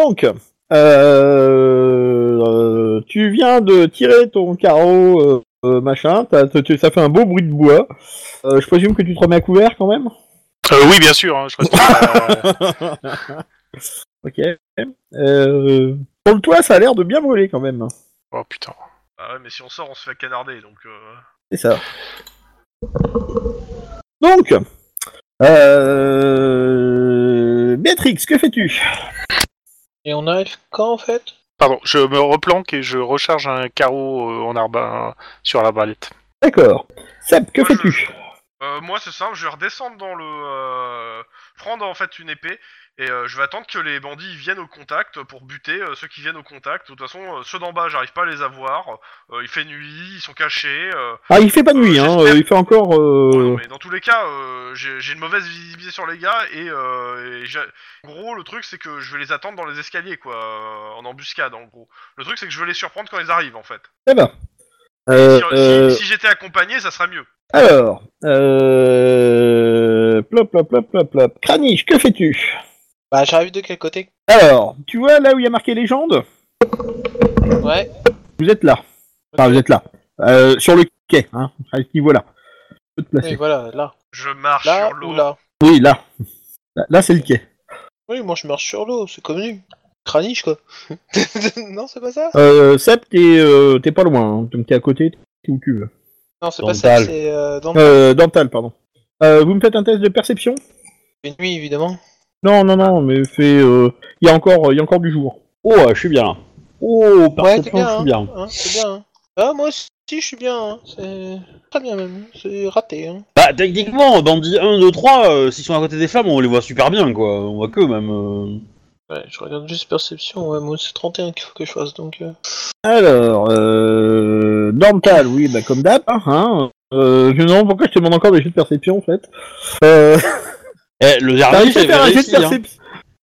[SPEAKER 2] Donc, euh, euh, tu viens de tirer ton carreau, euh, euh, machin, t'as- t'as- tu- ça fait un beau bruit de bois. Euh, je présume que tu te remets à couvert quand même
[SPEAKER 1] Euh, oui, bien sûr, hein, je reste. euh,
[SPEAKER 2] Ok. Euh, pour le toit, ça a l'air de bien brûler quand même.
[SPEAKER 1] Oh putain.
[SPEAKER 4] Ah ouais, mais si on sort, on se fait canarder, donc... euh,
[SPEAKER 2] C'est ça. Donc, euh, Béatrix, que fais-tu
[SPEAKER 3] Et on arrive quand en fait
[SPEAKER 1] Pardon, je me replanque et je recharge un carreau euh, en arba... sur la balette.
[SPEAKER 2] D'accord. Seb, que
[SPEAKER 4] Moi, je-
[SPEAKER 2] fais-tu
[SPEAKER 4] Euh, moi, c'est simple, je vais redescendre dans le. euh, prendre en fait une épée et euh, je vais attendre que les bandits viennent au contact pour buter euh, ceux qui viennent au contact. De toute façon, euh, ceux d'en bas, j'arrive pas à les avoir. Euh, il fait nuit, ils sont cachés. euh,
[SPEAKER 2] Ah, il fait pas de nuit, hein.
[SPEAKER 4] J'espère-
[SPEAKER 2] Il fait encore.
[SPEAKER 4] non,
[SPEAKER 2] euh,
[SPEAKER 4] mais dans tous les cas, euh, j'ai j'ai une mauvaise visibilité sur les gars et, euh, et j'ai- en gros, le truc c'est que je vais les attendre dans les escaliers quoi, euh, en embuscade en gros. Le truc c'est que je veux les surprendre quand ils arrivent en fait.
[SPEAKER 2] Ça va.
[SPEAKER 4] Si-
[SPEAKER 2] Euh,
[SPEAKER 4] si-
[SPEAKER 2] euh,
[SPEAKER 4] si j'étais accompagné, ça serait mieux.
[SPEAKER 2] Alors, euh... plop, plop, plop, plop, plop. Kranich, que fais-tu
[SPEAKER 3] Bah j'arrive de quel côté
[SPEAKER 2] Alors, tu vois là où il y a marqué légende
[SPEAKER 3] Ouais.
[SPEAKER 2] Vous êtes là.
[SPEAKER 5] Ah,
[SPEAKER 2] Enfin, vous êtes là. Euh, sur le quai, hein, à ce niveau-là. Tu peux te
[SPEAKER 3] Oui
[SPEAKER 2] placer.
[SPEAKER 3] voilà, là.
[SPEAKER 4] Je marche
[SPEAKER 3] Là
[SPEAKER 4] sur
[SPEAKER 3] ou
[SPEAKER 4] l'eau.
[SPEAKER 3] là
[SPEAKER 2] Oui, là. Là, là, c'est le quai.
[SPEAKER 3] Oui, moi je marche sur l'eau, c'est connu. Craniche quoi. non, c'est pas ça
[SPEAKER 2] Euh, Seb, t'es euh, t'es pas loin, hein. donc t'es à côté, t'es où tu veux.
[SPEAKER 3] Non, c'est
[SPEAKER 5] Dans
[SPEAKER 3] pas
[SPEAKER 5] le
[SPEAKER 3] ça,
[SPEAKER 5] dalle.
[SPEAKER 3] c'est euh, dans
[SPEAKER 2] Euh, Dental, pardon. Euh, vous me faites un test de perception
[SPEAKER 3] une nuit évidemment.
[SPEAKER 2] Non, non, non, mais fait... euh, Il y, a encore- il y a encore du jour.
[SPEAKER 5] Oh, euh, je suis bien là. Oh,
[SPEAKER 3] Ouais, t'es
[SPEAKER 5] perception, je suis bien.
[SPEAKER 3] hein, hein, c'est bien. hein. Ah, moi aussi je suis bien, hein. c'est très bien même, hein. c'est raté. Hein.
[SPEAKER 5] Bah, techniquement, bandits 1, 2, 3, euh, s'ils sont à côté des femmes, on les voit super bien, quoi. On voit que même. euh.
[SPEAKER 3] Ouais, je regarde juste perception, ouais, moi c'est 31 qu'il faut que je fasse donc. euh.
[SPEAKER 2] Alors, euh, Dental, oui, bah comme d'hab, hein. hein. Euh, je me demande pourquoi je te demande encore des jeux de perception en fait. Euh,
[SPEAKER 5] Eh, le
[SPEAKER 2] T'as
[SPEAKER 5] dernier,
[SPEAKER 2] réussi à
[SPEAKER 5] j'avais
[SPEAKER 2] faire un jet
[SPEAKER 5] réussi.
[SPEAKER 2] de
[SPEAKER 5] Hein.
[SPEAKER 2] perception.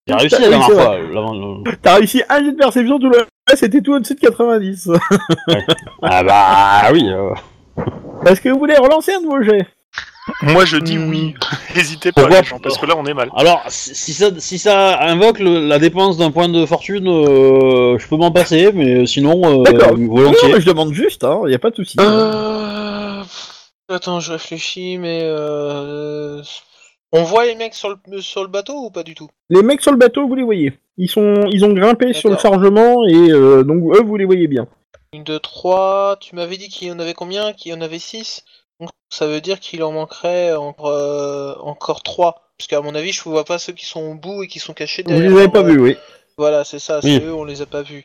[SPEAKER 5] J'ai réussi la
[SPEAKER 2] Oui,
[SPEAKER 5] dernière
[SPEAKER 2] c'est
[SPEAKER 5] fois. l'avant-
[SPEAKER 2] T'as réussi un jet de perception, tout le reste c'était tout au-dessus de 90.
[SPEAKER 5] Ah bah oui. euh.
[SPEAKER 2] Est-ce que vous voulez relancer un nouveau jet
[SPEAKER 1] Moi, je dis
[SPEAKER 2] Hmm.
[SPEAKER 1] oui. N'hésitez pas,
[SPEAKER 5] Pourquoi
[SPEAKER 1] les gens, parce que là, on est mal.
[SPEAKER 5] Alors, si si ça, si ça invoque le- la dépense d'un point de fortune, euh, je peux m'en passer, mais sinon, euh,
[SPEAKER 2] D'accord. Non,
[SPEAKER 5] volontiers.
[SPEAKER 2] mais je demande juste, hein, y a pas de souci.
[SPEAKER 3] Euh... pff, Attends, je réfléchis, mais euh... on voit les mecs sur le sur le bateau ou pas du tout
[SPEAKER 2] Les mecs sur le bateau, vous les voyez. Ils sont, ils ont grimpé sur le
[SPEAKER 3] D'accord.
[SPEAKER 2] chargement et euh, donc eux, vous les voyez bien.
[SPEAKER 3] 1, 2, 3, tu m'avais dit qu'il y en avait combien Qu'il y en avait 6 Donc ça veut dire qu'il en manquerait encore, euh, encore 3. Parce qu'à mon avis, je vois pas ceux qui sont au bout et qui sont cachés
[SPEAKER 2] Vous
[SPEAKER 3] derrière.
[SPEAKER 2] les avez pas
[SPEAKER 3] leur-
[SPEAKER 2] vus, oui.
[SPEAKER 3] Voilà, c'est ça,
[SPEAKER 5] Oui.
[SPEAKER 3] c'est eux, on les a pas vus.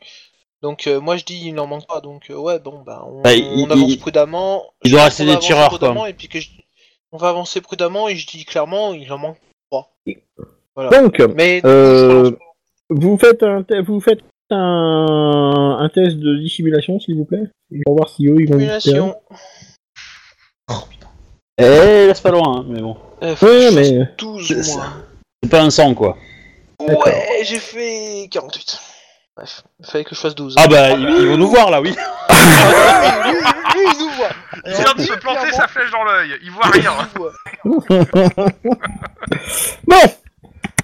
[SPEAKER 3] Donc euh, moi je dis il n'en manque pas, donc euh, ouais bon bah on,
[SPEAKER 5] Bah, il-
[SPEAKER 3] on avance
[SPEAKER 5] il-
[SPEAKER 3] prudemment.
[SPEAKER 5] il
[SPEAKER 3] Je
[SPEAKER 5] doit
[SPEAKER 3] pense
[SPEAKER 5] rester
[SPEAKER 3] qu'on va
[SPEAKER 5] des
[SPEAKER 3] avancer
[SPEAKER 5] tireurs, quoi.
[SPEAKER 3] prudemment, Et puis que je- on va avancer prudemment et je dis clairement il en manque.
[SPEAKER 2] Donc,
[SPEAKER 3] Mais
[SPEAKER 2] Euh, vous faites un, te- vous faites un, un test de dissimulation, s'il vous plaît. Pour voir si eux, ils vont. vous repérer.
[SPEAKER 3] Simulation.
[SPEAKER 5] Eh, laisse pas loin, hein, mais bon.
[SPEAKER 3] Euh, faut que
[SPEAKER 2] Ouais,
[SPEAKER 3] je fasse
[SPEAKER 2] mais
[SPEAKER 3] 12
[SPEAKER 5] c'est-
[SPEAKER 3] moi.
[SPEAKER 5] C'est pas un sang, quoi.
[SPEAKER 2] d'accord.
[SPEAKER 3] Ouais, j'ai fait 48. Bref, il fallait que je fasse 12.
[SPEAKER 5] Ah bah, ils, ils vont nous voir, là, oui.
[SPEAKER 3] oui, oui, oui, il nous voit.
[SPEAKER 4] Il vient de se planter sa flèche dans l'œil, il voit rien.
[SPEAKER 3] Il nous voit.
[SPEAKER 2] bon.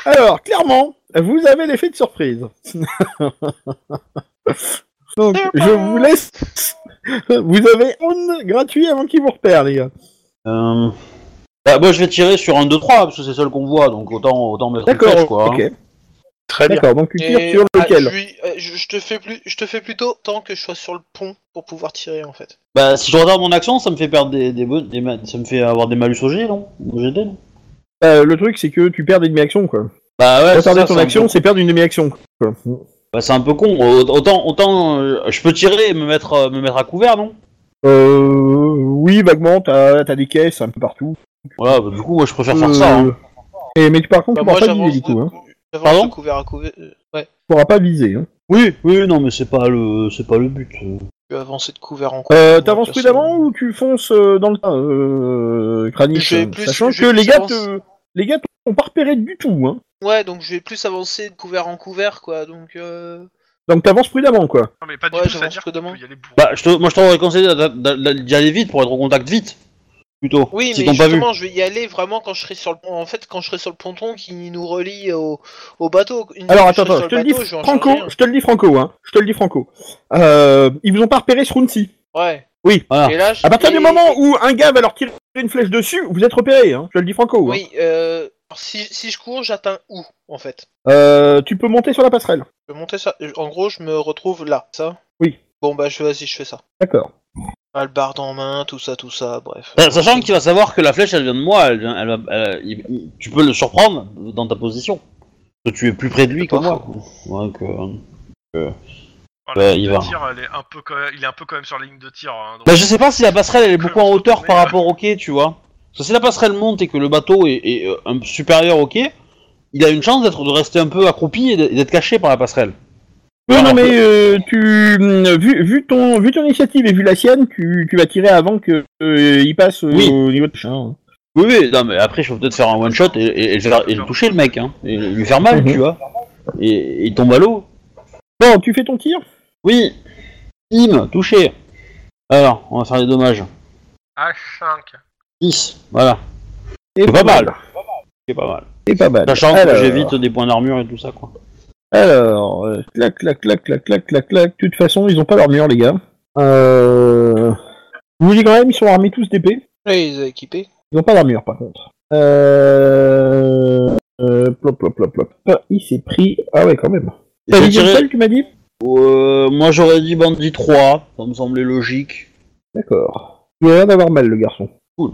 [SPEAKER 2] Alors, clairement, vous avez l'effet de surprise. Donc, je vous laisse. Vous avez un gratuit avant qu'ils vous repèrent, les gars.
[SPEAKER 5] Euh... Bah, moi, je vais tirer sur un 2-3, parce que c'est le seul qu'on voit, donc autant, autant mettre une flèche,
[SPEAKER 2] D'accord.
[SPEAKER 5] quoi. hein.
[SPEAKER 2] Ok.
[SPEAKER 1] Très bien.
[SPEAKER 2] D'accord. Donc, tu tires
[SPEAKER 3] Et-
[SPEAKER 2] sur
[SPEAKER 3] ah,
[SPEAKER 2] lequel
[SPEAKER 3] je lui- euh, je, je te fais plus, je te fais plutôt tant que je sois sur le pont pour pouvoir tirer en fait.
[SPEAKER 5] Bah, si je retarde mon action, ça me fait perdre des, des, bon- des ma- ça me fait avoir des malus au G, non Au GD, non
[SPEAKER 2] Euh, Le truc, c'est que tu perds des demi-actions, quoi.
[SPEAKER 5] Bah ouais, c'est
[SPEAKER 2] Retarder
[SPEAKER 5] ça,
[SPEAKER 2] ton
[SPEAKER 5] c'est un
[SPEAKER 2] action,
[SPEAKER 5] peu-
[SPEAKER 2] c'est perdre une demi-action. quoi.
[SPEAKER 5] Bah, c'est un peu con. Au- Autant, autant, euh, je peux tirer et me mettre, euh, me mettre à couvert, non
[SPEAKER 2] Euh, oui, vaguement, t'as as des caisses un peu partout.
[SPEAKER 5] Voilà, bah, du coup, moi, je préfère faire ça. hein.
[SPEAKER 2] Euh, Et, mais tu- par contre,
[SPEAKER 3] Bah,
[SPEAKER 2] tu pourras pas viser
[SPEAKER 3] j'avance
[SPEAKER 2] du coup.
[SPEAKER 3] de-
[SPEAKER 2] Hein.
[SPEAKER 3] j'avance
[SPEAKER 5] Pardon
[SPEAKER 3] de couvert à couvert. euh, Ouais,
[SPEAKER 2] Tu pourras pas viser. Hein.
[SPEAKER 5] Oui, oui, non, mais c'est pas le, c'est pas le but. euh.
[SPEAKER 3] je vais avancer de couvert en couvert.
[SPEAKER 2] Euh,
[SPEAKER 3] Donc,
[SPEAKER 2] T'avances
[SPEAKER 3] personne-
[SPEAKER 2] prudemment ou tu fonces euh, dans le tas, euh, Kranich,
[SPEAKER 3] Je vais
[SPEAKER 2] hein,
[SPEAKER 3] plus-
[SPEAKER 2] Sachant
[SPEAKER 3] je
[SPEAKER 2] que
[SPEAKER 3] vais
[SPEAKER 2] les
[SPEAKER 3] plus
[SPEAKER 2] gars,
[SPEAKER 3] avancer.
[SPEAKER 2] te, les gars t'ont pas repéré du tout. Hein.
[SPEAKER 3] Ouais, donc je vais plus avancer de couvert en couvert quoi. Donc euh...
[SPEAKER 2] Donc t'avances prudemment, quoi.
[SPEAKER 4] Non, mais pas du
[SPEAKER 3] Ouais,
[SPEAKER 4] tout, ça veut
[SPEAKER 3] j'avance
[SPEAKER 4] dire
[SPEAKER 3] que
[SPEAKER 4] que
[SPEAKER 3] demain.
[SPEAKER 4] y aller pour.
[SPEAKER 5] Bah, je te, moi, je t'aurais conseillé d'a- d'a- d'a- d'y aller vite pour être en contact vite, plutôt.
[SPEAKER 3] oui,
[SPEAKER 5] si
[SPEAKER 3] mais
[SPEAKER 5] t'ont pas vu.
[SPEAKER 3] justement, je vais y aller vraiment quand je serai sur le pont. En fait, quand je serai sur le ponton qui nous relie au, au bateau. Une
[SPEAKER 2] Alors
[SPEAKER 3] fois que
[SPEAKER 2] attends, attends, je
[SPEAKER 3] serai
[SPEAKER 2] te
[SPEAKER 3] sur
[SPEAKER 2] le dis
[SPEAKER 3] bateau, je vais en
[SPEAKER 2] franco,
[SPEAKER 3] changer un.
[SPEAKER 2] je te le dis franco, hein. Je te le dis franco. Euh, ils vous ont pas repéré ce round-ci.
[SPEAKER 3] Ouais.
[SPEAKER 2] Oui.
[SPEAKER 5] Voilà.
[SPEAKER 3] Et là, je-
[SPEAKER 2] Ah. À partir
[SPEAKER 3] et-
[SPEAKER 2] du moment où un gars va leur tirer une flèche dessus, vous êtes repéré, hein. Je te le dis franco. hein.
[SPEAKER 3] Oui, euh, si, si je cours, j'atteins où en fait
[SPEAKER 2] Euh, tu peux monter sur la passerelle.
[SPEAKER 3] Je vais monter ça. En gros, je me retrouve là, ça
[SPEAKER 2] Oui.
[SPEAKER 3] Bon, bah, je vas-y, je fais ça.
[SPEAKER 2] D'accord.
[SPEAKER 3] Ah, le barde en main, tout ça, tout ça, bref.
[SPEAKER 2] Euh.
[SPEAKER 5] Bah, Sachant qu'il va savoir que la flèche, elle vient de moi. Elle vient- elle va- elle- il- il- tu peux le surprendre dans ta position. Parce que tu es plus près de lui que
[SPEAKER 3] pas
[SPEAKER 5] moi. Donc, euh,
[SPEAKER 4] Voilà,
[SPEAKER 5] Ouais, Bah, il
[SPEAKER 4] le
[SPEAKER 5] va.
[SPEAKER 4] tir, elle est un peu quand même- il est un peu quand même sur la ligne de tir. hein, donc-
[SPEAKER 5] Bah, je sais pas si la passerelle elle est beaucoup en hauteur par rapport au quai, tu vois. Parce que si la passerelle monte et que le bateau est, est, euh, un- supérieur au quai, il a une chance d'être de rester un peu accroupi et d'être- d'être caché par la passerelle.
[SPEAKER 2] Oui, non,
[SPEAKER 5] Alors
[SPEAKER 2] mais euh, tu, mm, vu, vu ton, vu ton initiative et vu la sienne, tu, tu vas tirer avant que euh, il passe euh,
[SPEAKER 5] Oui.
[SPEAKER 2] au niveau de chien.
[SPEAKER 5] Oui, oui, non, mais après, je peux peut-être faire un one shot et, et- et le, faire- et le toucher le mec, hein, et lui faire mal,
[SPEAKER 2] Mhm.
[SPEAKER 5] tu vois. Et il tombe à l'eau.
[SPEAKER 2] Bon, tu fais ton tir.
[SPEAKER 5] Oui, Im, touché. Alors, on va faire les dommages.
[SPEAKER 4] H5.
[SPEAKER 5] 10, voilà.
[SPEAKER 2] Et
[SPEAKER 5] C'est pas mal. C'est pas mal.
[SPEAKER 2] C'est pas mal.
[SPEAKER 5] Sachant que
[SPEAKER 2] Alors,
[SPEAKER 5] j'évite des points d'armure et tout ça, quoi.
[SPEAKER 2] Alors, euh, clac, clac, clac, clac, clac, clac, clac. De toute façon, ils ont pas leur mur, les gars. Euh... Willy Graham, ils sont armés tous d'épées.
[SPEAKER 3] Et ils ont équipé.
[SPEAKER 2] Ils ont pas d'armure par contre. Euh... Euh, plop, plop, plop, plop. Il s'est pris. Ah ouais, quand même.
[SPEAKER 5] Il
[SPEAKER 2] T'as
[SPEAKER 5] faut
[SPEAKER 2] dit
[SPEAKER 5] tirer-
[SPEAKER 2] seul, tu m'as dit
[SPEAKER 5] Euh, moi, j'aurais dit bandit 3, ça me semblait logique.
[SPEAKER 2] D'accord. Il a l'air d'avoir mal, le garçon.
[SPEAKER 5] Cool.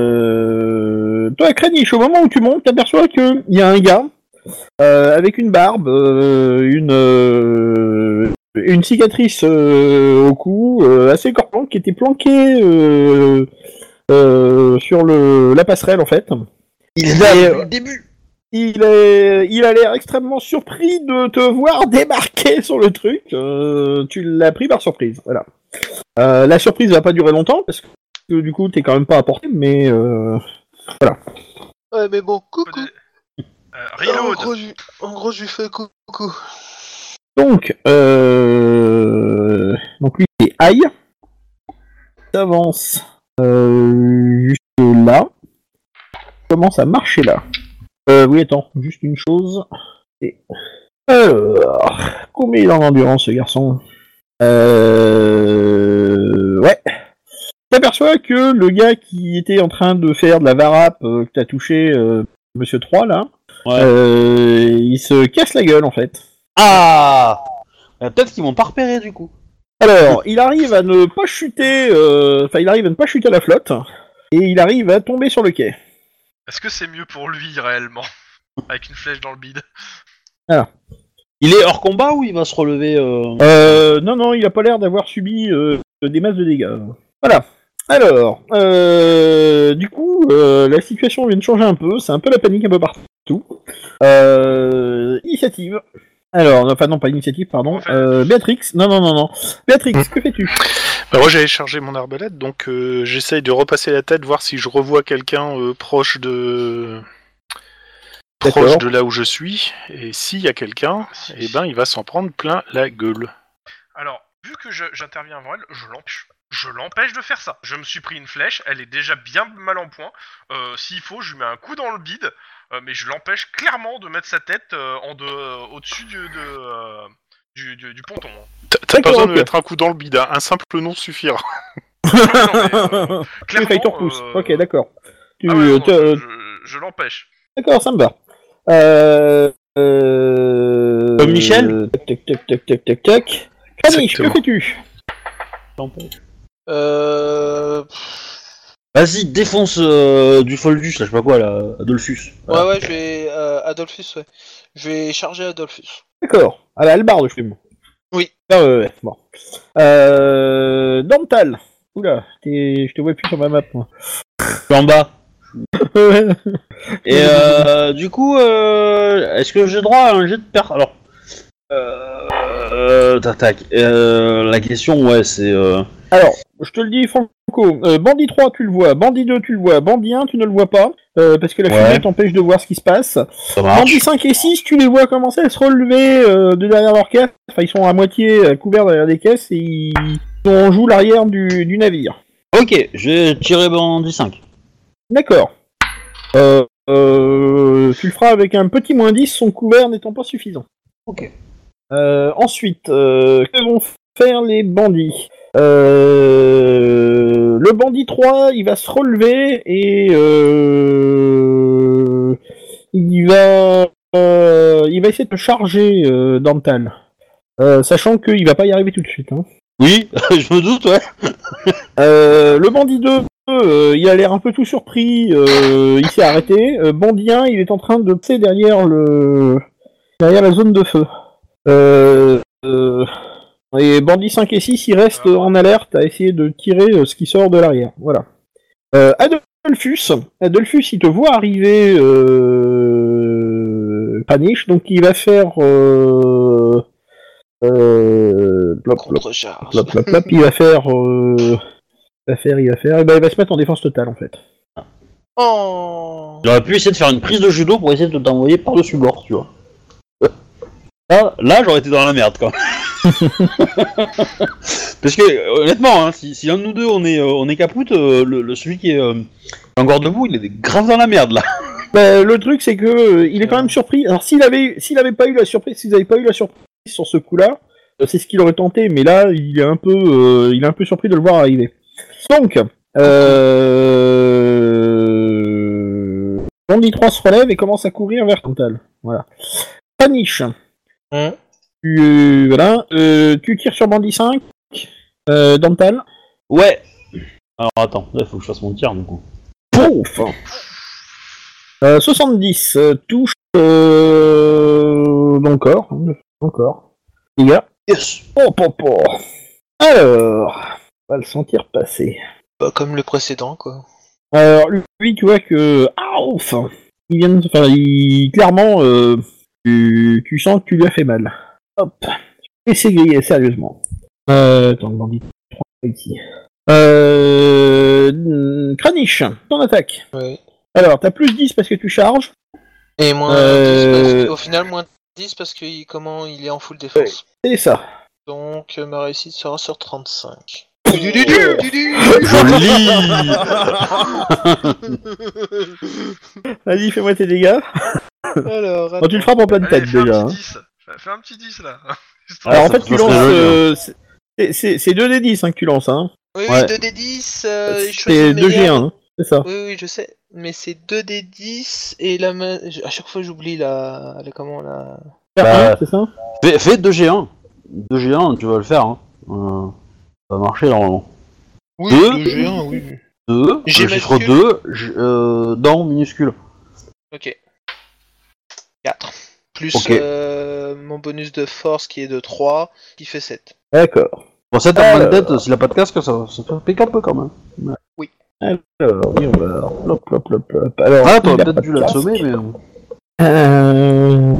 [SPEAKER 2] Euh... Toi, Kranich, au moment où tu montes, t'aperçois qu'il y a un gars euh, avec une barbe, euh, une, euh, une cicatrice euh, au cou, euh, assez corpulente, qui était planqué euh, euh, sur le, la passerelle, en fait.
[SPEAKER 5] Il
[SPEAKER 2] est
[SPEAKER 3] euh,
[SPEAKER 2] là depuis le
[SPEAKER 5] début.
[SPEAKER 2] Il, est, il a l'air extrêmement surpris de te voir débarquer sur le truc. Euh, tu l'as pris par surprise, voilà. Euh, la surprise va pas durer longtemps parce que du coup t'es quand même pas à portée, mais euh, voilà.
[SPEAKER 3] Ouais, mais bon, coucou.
[SPEAKER 4] Euh,
[SPEAKER 3] En
[SPEAKER 4] reload.
[SPEAKER 3] gros, je, en gros, je lui fais coucou.
[SPEAKER 2] Donc, euh... donc lui, il est high. T'avances euh, jusque là. Commence à marcher là. Euh, oui, attends, juste une chose. Et... Alors, combien il a en endurance, ce garçon Euh... Ouais. T'aperçois que le gars qui était en train de faire de la varap euh, que t'as touché, euh, Monsieur 3, là,
[SPEAKER 5] Ouais.
[SPEAKER 2] euh, il se casse la gueule, en fait.
[SPEAKER 5] Ah Euh, Peut-être qu'ils m'ont pas repéré du coup.
[SPEAKER 2] Alors, il arrive à ne pas chuter, euh, enfin, il arrive à ne pas chuter à la flotte, et il arrive à tomber sur le quai.
[SPEAKER 4] Est-ce que c'est mieux pour lui réellement Avec une flèche dans le bide.
[SPEAKER 5] Il est hors combat ou il va se relever euh,
[SPEAKER 2] Euh, non, non, il a pas l'air d'avoir subi euh, des masses de dégâts. Voilà. Alors, euh, du coup, euh, la situation vient de changer un peu, c'est un peu la panique un peu partout. Euh, initiative. Alors, enfin non, pas initiative, pardon. Euh, Béatrix, non, non, non, non. Béatrix,
[SPEAKER 4] Hmm.
[SPEAKER 2] que fais-tu
[SPEAKER 1] Bah, moi j'avais chargé mon arbalète, donc euh, j'essaye de repasser la tête, voir si je revois quelqu'un euh, proche de proche
[SPEAKER 2] D'accord.
[SPEAKER 1] de là où je suis. Et s'il y a quelqu'un, eh ben il va s'en prendre plein la gueule.
[SPEAKER 4] Alors, vu que je- j'interviens avant elle, je l'empêche. Je l'empêche de faire ça. Je me suis pris une flèche, elle est déjà bien mal en point. Euh, S'il faut, je lui mets un coup dans le bide, euh, mais je l'empêche clairement de mettre sa tête euh, en de- euh, au-dessus de, de, euh, du, du- du ponton. hein.
[SPEAKER 1] T'as- T'as pas
[SPEAKER 2] D'accord,
[SPEAKER 1] besoin de
[SPEAKER 2] ok.
[SPEAKER 1] mettre un coup dans le bide, hein, un simple nom suffira.
[SPEAKER 4] Non, mais, euh,
[SPEAKER 2] Tu fais ton pouce.
[SPEAKER 4] euh,
[SPEAKER 2] Ok, d'accord. Tu, euh,
[SPEAKER 4] ah ouais, non,
[SPEAKER 2] te-
[SPEAKER 4] non, je je l'empêche.
[SPEAKER 2] D'accord, ça me va. Euh... euh,
[SPEAKER 5] Comme Michel
[SPEAKER 2] Tac, tac, tac, tac, tac, tac, tac. Kranich, que
[SPEAKER 1] Exactement.
[SPEAKER 2] fais-tu
[SPEAKER 3] Euh... pff,
[SPEAKER 5] Vas-y, défonce euh, du Foldus, là, je sais pas quoi, là, Adolphus.
[SPEAKER 3] Ouais,
[SPEAKER 5] Voilà.
[SPEAKER 3] ouais, je vais... euh, Adolphus, ouais. Je vais charger Adolphus.
[SPEAKER 2] D'accord. À la hallebarde, je fume.
[SPEAKER 3] Oui.
[SPEAKER 2] Ah, ouais, ouais, bon. Euh... Dental. Oula, t'es- je te vois plus sur ma map, moi.
[SPEAKER 5] Je suis en bas.
[SPEAKER 2] ouais,
[SPEAKER 5] Et euh, du coup, euh, est-ce que j'ai droit à un jet de per... Alors, euh, euh, tac, tac. Euh, la question, ouais, c'est... euh,
[SPEAKER 2] Alors, je te le dis, Franco, euh, Bandit 3, tu le vois, Bandit 2, tu le vois, Bandit 1, tu ne le vois pas, euh, parce que la
[SPEAKER 5] Ouais.
[SPEAKER 2] fumée t'empêche de voir ce qui se passe.
[SPEAKER 5] Ça
[SPEAKER 2] Bandit 5 et 6, tu les vois commencer à se relever euh, de derrière leur caisse. Enfin, ils sont à moitié euh, couverts derrière des caisses et ils sont en joue l'arrière du, du navire.
[SPEAKER 5] Ok, j'ai tiré bandit 5.
[SPEAKER 2] D'accord. Euh, euh, tu le feras avec un petit moins 10, son couvert n'étant pas suffisant.
[SPEAKER 5] Ok.
[SPEAKER 2] Euh, ensuite, euh, que vont faire les bandits Euh, Le bandit 3, il va se relever et euh, il va euh, il va essayer de te charger euh, Dantal. Euh, sachant qu'il va pas y arriver tout de suite. hein.
[SPEAKER 5] Oui, je me doute, ouais.
[SPEAKER 2] Euh, le bandit 2, euh, il a l'air un peu tout surpris, euh, il s'est arrêté. Euh, bandit 1, il est en train de passer derrière le derrière la zone de feu. Euh, euh, et bandit 5 et 6, ils restent en alerte à essayer de tirer euh, ce qui sort de l'arrière. Voilà. Euh, Adolphus, Adolphus, il te voit arriver euh, Paniche, donc il va faire euh, euh, plop, plop,
[SPEAKER 3] Contre-charge.
[SPEAKER 2] Plop, plop, plop, il va faire, euh, il va faire, il va faire, et ben il va se mettre en défense totale en fait.
[SPEAKER 3] Oh
[SPEAKER 5] J'aurais pu essayer de faire une prise de judo pour essayer de t'envoyer par-dessus bord, tu vois. Là, là, j'aurais été dans la merde, quoi. Parce que, euh, honnêtement, hein, si, si un de nous deux, on est, euh, on est capoute, euh, le, le- celui qui est euh, encore debout, il est grave dans la merde, là.
[SPEAKER 2] Ben, le truc c'est que euh, il est quand même surpris. Alors s'il avait, s'il avait pas eu la surprise, s'ils avaient pas eu la surprise sur ce coup-là, euh, c'est ce qu'il aurait tenté, mais là il est un peu, euh, il est un peu surpris de le voir arriver. Donc, euh... Bandit 3 se relève et commence à courir vers Cantal. Voilà. Paniche.
[SPEAKER 3] Hein
[SPEAKER 2] Tu, euh, voilà. Euh, tu tires sur Bandit 5. Euh, Dantal.
[SPEAKER 5] Ouais. Alors, attends, là, faut que je fasse mon tir, du coup.
[SPEAKER 2] Pouf Euh, 70, euh, touche euh, mon corps, hein, mon corps. Les gars.
[SPEAKER 5] Yes
[SPEAKER 2] Oh, oh, oh. Alors, on va le sentir passer.
[SPEAKER 3] Bah, comme le précédent, quoi.
[SPEAKER 2] Alors, lui, tu vois que... Ah, enfin, il vient de... Enfin, il... Clairement, euh, tu... tu sens que tu lui as fait mal. Hop. Et s'égayer, sérieusement. Euh... Attends, bandit 3, ici. Euh... Kranich, ton attaque.
[SPEAKER 3] Ouais.
[SPEAKER 2] Alors, t'as plus 10 parce que tu charges.
[SPEAKER 3] Et moins
[SPEAKER 2] Euh,
[SPEAKER 3] 10 parce que- au final, moins 10 parce qu'il comment il est en full défense.
[SPEAKER 2] C'est ça.
[SPEAKER 3] Donc euh, ma réussite sera sur 35.
[SPEAKER 5] Joli
[SPEAKER 2] Vas-y, fais-moi tes dégâts.
[SPEAKER 3] Alors,
[SPEAKER 2] Bon, Oh, tu le frappes en pleine
[SPEAKER 4] Allez,
[SPEAKER 2] tête
[SPEAKER 4] fais un
[SPEAKER 2] déjà.
[SPEAKER 4] petit
[SPEAKER 2] hein.
[SPEAKER 4] 10. Fais- Fais un petit 10 là. Histoire
[SPEAKER 2] Alors en
[SPEAKER 5] ça-
[SPEAKER 2] fait,
[SPEAKER 5] ça
[SPEAKER 2] tu
[SPEAKER 5] serait
[SPEAKER 2] lances.
[SPEAKER 5] joli, hein.
[SPEAKER 2] euh, c'est- c'est- C'est c'est 2 d 10 hein, que tu lances. Hein.
[SPEAKER 3] Oui,
[SPEAKER 5] Ouais.
[SPEAKER 3] oui, 2d10. euh, je choisis
[SPEAKER 2] c'est
[SPEAKER 3] le
[SPEAKER 2] 2
[SPEAKER 3] meilleur.
[SPEAKER 2] G1, hein. c'est ça.
[SPEAKER 3] Oui, oui, je sais. Mais c'est 2d10 et la main. je- À chaque fois, j'oublie la. la- Comment la.
[SPEAKER 5] Bah,
[SPEAKER 2] R1, c'est ça
[SPEAKER 5] Fais, fais 2G1. 2G1, tu vas le faire. Hein. Euh, ça va marcher normalement.
[SPEAKER 3] Oui,
[SPEAKER 5] Deux.
[SPEAKER 3] le G1, oui.
[SPEAKER 5] 2,
[SPEAKER 3] G
[SPEAKER 5] le chiffre
[SPEAKER 3] majuscule.
[SPEAKER 5] 2, j- euh, dans minuscule.
[SPEAKER 3] Ok. 4. Plus
[SPEAKER 5] Ok.
[SPEAKER 3] euh, mon bonus de force qui est de 3, qui fait 7.
[SPEAKER 2] D'accord.
[SPEAKER 5] Bon, ça t'as
[SPEAKER 2] Alors.
[SPEAKER 5] pas de tête, s'il a pas de casque, ça, ça peut piquer un peu quand même.
[SPEAKER 2] Alors, oui, on va. Hop, hop, hop, hop. Alors,
[SPEAKER 5] Ah, t'aurais
[SPEAKER 2] il a pas
[SPEAKER 5] peut-être
[SPEAKER 2] de
[SPEAKER 5] dû
[SPEAKER 2] casque.
[SPEAKER 5] l'assommer, mais.
[SPEAKER 2] Euh,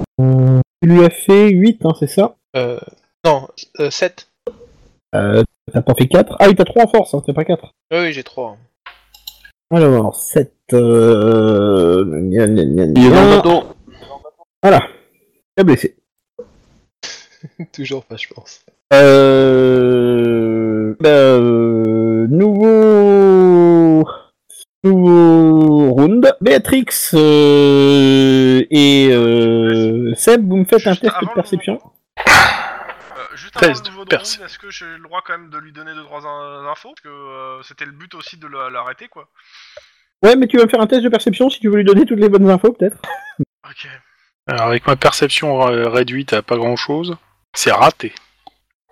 [SPEAKER 2] Tu lui as fait 8, hein, c'est ça
[SPEAKER 3] Euh, non, euh, 7.
[SPEAKER 2] euh, T'as pas fait 4 Ah oui, t'as 3 en force, hein, t'as pas 4.
[SPEAKER 3] Oui, oui, j'ai 3.
[SPEAKER 2] Alors, 7. Euh... gna, gna, gna,
[SPEAKER 5] Il est dans le
[SPEAKER 2] gna.
[SPEAKER 5] bateau.
[SPEAKER 2] Voilà. T'as blessé.
[SPEAKER 3] Toujours pas, je pense.
[SPEAKER 2] Euh... Bah, euh, Nouveau... Nouveau round. Béatrix euh, et euh, Seb, vous me faites un
[SPEAKER 4] Juste
[SPEAKER 2] test
[SPEAKER 4] avant
[SPEAKER 2] de
[SPEAKER 4] le
[SPEAKER 2] perception.
[SPEAKER 4] nouveau Euh, juste avant
[SPEAKER 1] Test
[SPEAKER 4] le nouveau
[SPEAKER 1] perce.
[SPEAKER 4] drone, est-ce que j'ai le droit quand même de lui donner deux trois in- infos Parce que euh, c'était le but aussi de l'a- l'arrêter quoi.
[SPEAKER 2] Ouais, mais tu vas me faire un test de perception si tu veux lui donner toutes les bonnes infos, peut-être.
[SPEAKER 4] Ok.
[SPEAKER 1] Alors, avec ma perception euh, réduite à pas grand chose, c'est raté.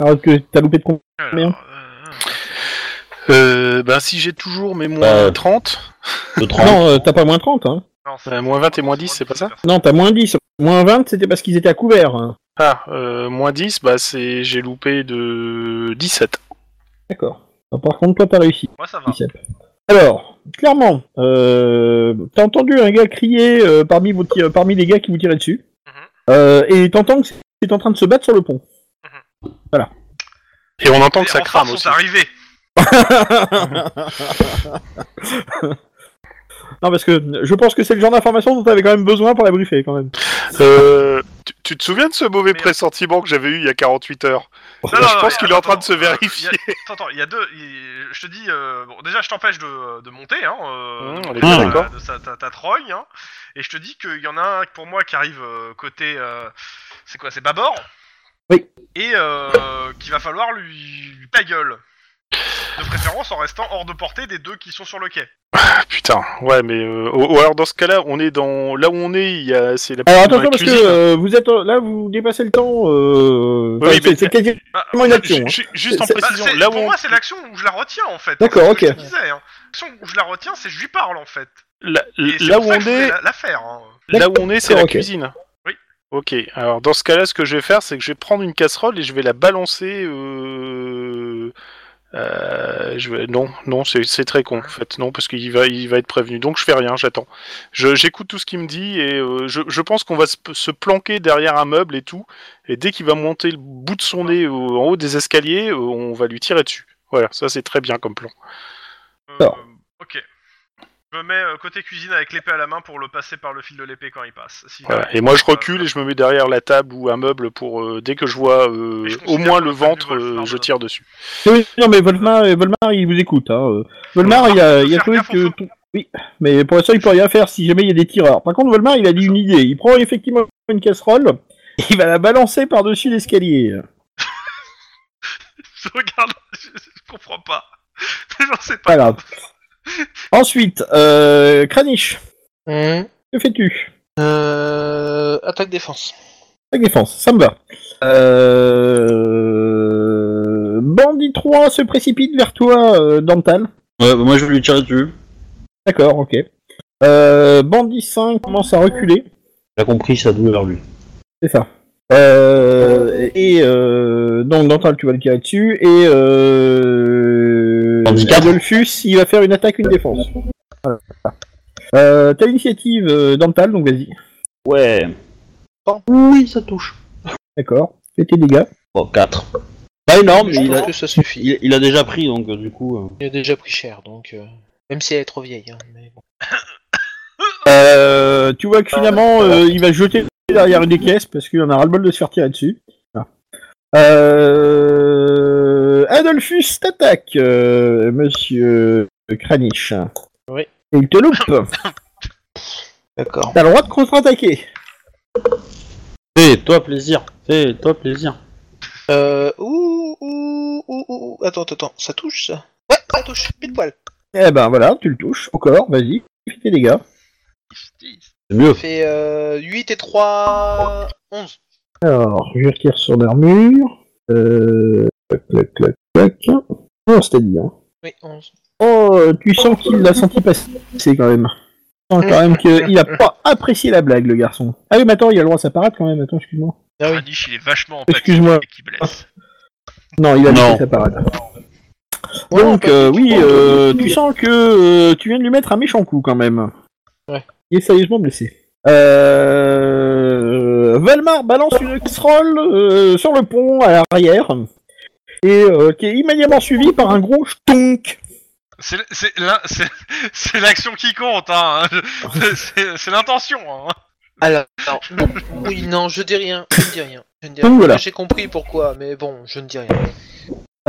[SPEAKER 2] Alors que t'as loupé de compte. Bien.
[SPEAKER 4] Alors, euh,
[SPEAKER 1] Euh, ben, si j'ai toujours mes moins
[SPEAKER 5] Bah.
[SPEAKER 1] 30,
[SPEAKER 5] Le 30.
[SPEAKER 2] Non, euh, t'as pas moins 30, hein.
[SPEAKER 4] non, c'est-
[SPEAKER 1] Euh, moins 20 et moins 10, c'est pas ça
[SPEAKER 2] Non, t'as moins 10. Moins 20, c'était parce qu'ils étaient à couvert. hein.
[SPEAKER 1] ah, euh, moins 10, bah c'est j'ai loupé de 17.
[SPEAKER 2] D'accord. Alors, Par contre, toi, t'as réussi.
[SPEAKER 4] Ouais, ça va.
[SPEAKER 2] Seb. Alors, clairement, euh, t'as entendu un gars crier euh, parmi, vos ti- euh, parmi les gars qui vous tiraient dessus.
[SPEAKER 4] Mhm.
[SPEAKER 2] Euh, et t'entends que c'est en train de se battre sur le pont.
[SPEAKER 1] Et on entend
[SPEAKER 4] Les
[SPEAKER 1] que ça
[SPEAKER 4] renforts
[SPEAKER 1] crame
[SPEAKER 4] sont
[SPEAKER 1] aussi.
[SPEAKER 4] arrivés.
[SPEAKER 2] Non, parce que je pense que c'est le genre d'information dont t'avais quand même besoin pour la briefer, quand même.
[SPEAKER 1] Euh, tu, tu te souviens de ce mauvais
[SPEAKER 4] Merde.
[SPEAKER 1] pressentiment que j'avais eu il y a 48 heures
[SPEAKER 4] euh, Non,
[SPEAKER 1] Je
[SPEAKER 4] non,
[SPEAKER 1] pense
[SPEAKER 4] mais
[SPEAKER 1] qu'il est en train de se
[SPEAKER 4] attends, euh,
[SPEAKER 1] vérifier.
[SPEAKER 4] il y a- Attends, attends, il y a deux. il- Je te dis, euh, bon, déjà, je t'empêche de, de monter, hein. euh,
[SPEAKER 1] Mmh,
[SPEAKER 4] de
[SPEAKER 1] on est
[SPEAKER 4] monter,
[SPEAKER 5] bien
[SPEAKER 4] euh,
[SPEAKER 1] d'accord.
[SPEAKER 4] de sa- ta, ta trogne, hein, Et je te dis qu'il y en a un pour moi qui arrive euh, côté. euh, c'est quoi C'est bâbord
[SPEAKER 2] Oui.
[SPEAKER 4] Et euh, qu'il va falloir lui, lui ta gueule. De préférence en restant hors de portée des deux qui sont sur le quai.
[SPEAKER 1] Ah, Putain, ouais, mais euh, oh, oh, alors dans ce cas-là, on est dans là où on est, il y a c'est la
[SPEAKER 2] Alors
[SPEAKER 1] dans la
[SPEAKER 2] attention, parce que
[SPEAKER 1] cuisine.
[SPEAKER 2] euh, vous êtes euh, là, vous dépassez le temps. Euh...
[SPEAKER 1] hein. Oui,
[SPEAKER 2] enfin,
[SPEAKER 1] mais- Ah,
[SPEAKER 2] c'est- c'est quasi-
[SPEAKER 4] Bah,
[SPEAKER 2] Comment une action,
[SPEAKER 1] Ju-
[SPEAKER 2] hein.
[SPEAKER 1] ju- Juste en
[SPEAKER 2] C'est-
[SPEAKER 4] bah,
[SPEAKER 1] précision,
[SPEAKER 4] c'est-
[SPEAKER 1] là où
[SPEAKER 4] pour
[SPEAKER 1] on-
[SPEAKER 4] moi, c'est l'action où je la retiens en fait.
[SPEAKER 2] D'accord,
[SPEAKER 4] C'est ce que
[SPEAKER 2] ok.
[SPEAKER 4] Je te disais, hein. L'action où je la retiens, c'est je lui parle en fait.
[SPEAKER 1] là-
[SPEAKER 4] Et c'est
[SPEAKER 1] là
[SPEAKER 4] pour
[SPEAKER 1] où
[SPEAKER 4] ça
[SPEAKER 1] on
[SPEAKER 4] que je voulais
[SPEAKER 1] est,
[SPEAKER 4] la- la faire, hein.
[SPEAKER 1] là où on est, c'est la
[SPEAKER 2] Ok.
[SPEAKER 1] cuisine.
[SPEAKER 4] Oui.
[SPEAKER 1] Ok. Alors dans ce cas-là, ce que je vais faire, c'est que je vais prendre une casserole et je vais la balancer. Euh... euh, je vais... Non, non, c'est c'est très con en fait, non, parce qu'il va, il va être prévenu. Donc je fais rien, j'attends. Je- J'écoute tout ce qu'il me dit et euh, je, je pense qu'on va se, se planquer derrière un meuble et tout. Et dès qu'il va monter le bout de son nez au- en haut des escaliers, euh, on va lui tirer dessus. Voilà, ça c'est très bien comme plan.
[SPEAKER 4] Euh,
[SPEAKER 2] Alors.
[SPEAKER 4] ok. Je me mets euh, côté cuisine avec l'épée à la main pour le passer par le fil de l'épée quand il passe. Si
[SPEAKER 1] Voilà. Et moi je recule et je me mets derrière la table ou un meuble pour euh, dès que je vois euh,
[SPEAKER 4] Et je considère
[SPEAKER 1] au moins
[SPEAKER 4] que
[SPEAKER 1] le
[SPEAKER 4] le problème
[SPEAKER 1] ventre,
[SPEAKER 4] du Wolfram,
[SPEAKER 1] euh, je
[SPEAKER 4] euh,
[SPEAKER 1] tire dessus.
[SPEAKER 2] Oui, non, mais Volmar, euh, Volmar, il vous écoute. Hein. euh. Volmar, il a, il a
[SPEAKER 4] Faut
[SPEAKER 2] trouvé
[SPEAKER 4] faire
[SPEAKER 2] que.
[SPEAKER 4] gaffe
[SPEAKER 2] Oui, mais pour l'instant, il peut rien faire si jamais il y a des tireurs. Par contre, Volmar, il a dit une idée. Il prend effectivement une casserole, et il va la balancer par-dessus l'escalier.
[SPEAKER 4] Je regarde, je, je comprends pas. J'en sais pas.
[SPEAKER 2] Pas grave. Ensuite, euh, Kranich,
[SPEAKER 3] Hum.
[SPEAKER 2] que fais-tu
[SPEAKER 3] Euh, attaque défense.
[SPEAKER 2] Attaque défense, ça me va. Euh... Bandit 3 se précipite vers toi, euh, Dantal.
[SPEAKER 5] Ouais, bah, moi je vais lui tirer dessus.
[SPEAKER 2] D'accord, ok. Euh, Bandit 5 commence à reculer.
[SPEAKER 5] Il a compris sa douleur lui.
[SPEAKER 2] C'est ça. Euh, et euh, donc Dantal, tu vas le tirer dessus. Et euh,
[SPEAKER 5] Handicap.
[SPEAKER 2] Adolphus, il va faire une attaque, une défense. Voilà. Euh, T'as l'initiative euh, Dantal, donc vas-y.
[SPEAKER 5] Ouais.
[SPEAKER 3] Bon.
[SPEAKER 5] Oui, ça touche.
[SPEAKER 2] D'accord. Fais tes dégâts.
[SPEAKER 5] Bon, 4. Pas énorme,
[SPEAKER 3] je
[SPEAKER 5] mais il
[SPEAKER 3] pense
[SPEAKER 5] a,
[SPEAKER 3] que ça suffit.
[SPEAKER 5] il, il a déjà pris donc euh, du coup. euh,
[SPEAKER 3] Il a déjà pris cher, donc. euh, Même si elle est trop vieille, hein, mais bon.
[SPEAKER 2] Euh, tu vois que finalement, euh, il va jeter derrière une des caisses parce qu'il en a ras-le-bol de se faire tirer dessus. Ah. Euh, Adolphus t'attaque, euh, monsieur Kranich.
[SPEAKER 3] Oui.
[SPEAKER 2] Et il te loupe.
[SPEAKER 3] D'accord.
[SPEAKER 2] T'as le droit de contre-attaquer.
[SPEAKER 5] Fais-toi plaisir, fais-toi plaisir.
[SPEAKER 3] Euh. Ouh, ouh, ouh, ouh, ouh. Attends, attends, attends, ça touche ça Ouais, ça touche, pile poil.
[SPEAKER 2] Eh ben voilà, tu le touches au corps, vas-y, fais tes dégâts.
[SPEAKER 5] C'est mieux.
[SPEAKER 3] Ça fait euh, 8 et 3. 11.
[SPEAKER 2] Alors, je retire son armure. Euh... Clac, clac, clac, clac. Non, c'était dit, hein.
[SPEAKER 3] Oui, 11.
[SPEAKER 2] Oh, euh, tu sens qu'il l'a senti passer quand même. Tu sens quand même qu'il a pas apprécié la blague, le garçon. Ah oui, mais attends, il a le droit à sa parade quand même, attends, excuse-moi.
[SPEAKER 3] Ah oui.
[SPEAKER 4] Kranich, il est vachement empathie
[SPEAKER 2] Excuse-moi.
[SPEAKER 4] et qui blesse.
[SPEAKER 2] Non, il a
[SPEAKER 5] Non.
[SPEAKER 2] droit sa parade. Donc, euh, oui, euh, tu sens que euh, tu viens de lui mettre un méchant coup quand même.
[SPEAKER 3] Ouais.
[SPEAKER 2] Il est sérieusement blessé. Euh, Valmar balance une X-Roll euh, sur le pont à l'arrière. Et euh, qui est immédiatement suivi par un gros ch'tonk.
[SPEAKER 4] C'est- C'est l'in- c'est- c'est l'action qui compte, hein. C'est- C'est c'est l'intention, hein.
[SPEAKER 3] Alors, alors, oui, non, je dis rien, je ne dis rien. Je ne dis
[SPEAKER 2] Donc
[SPEAKER 3] rien.
[SPEAKER 2] voilà.
[SPEAKER 3] J'ai compris pourquoi, mais bon, je ne dis rien.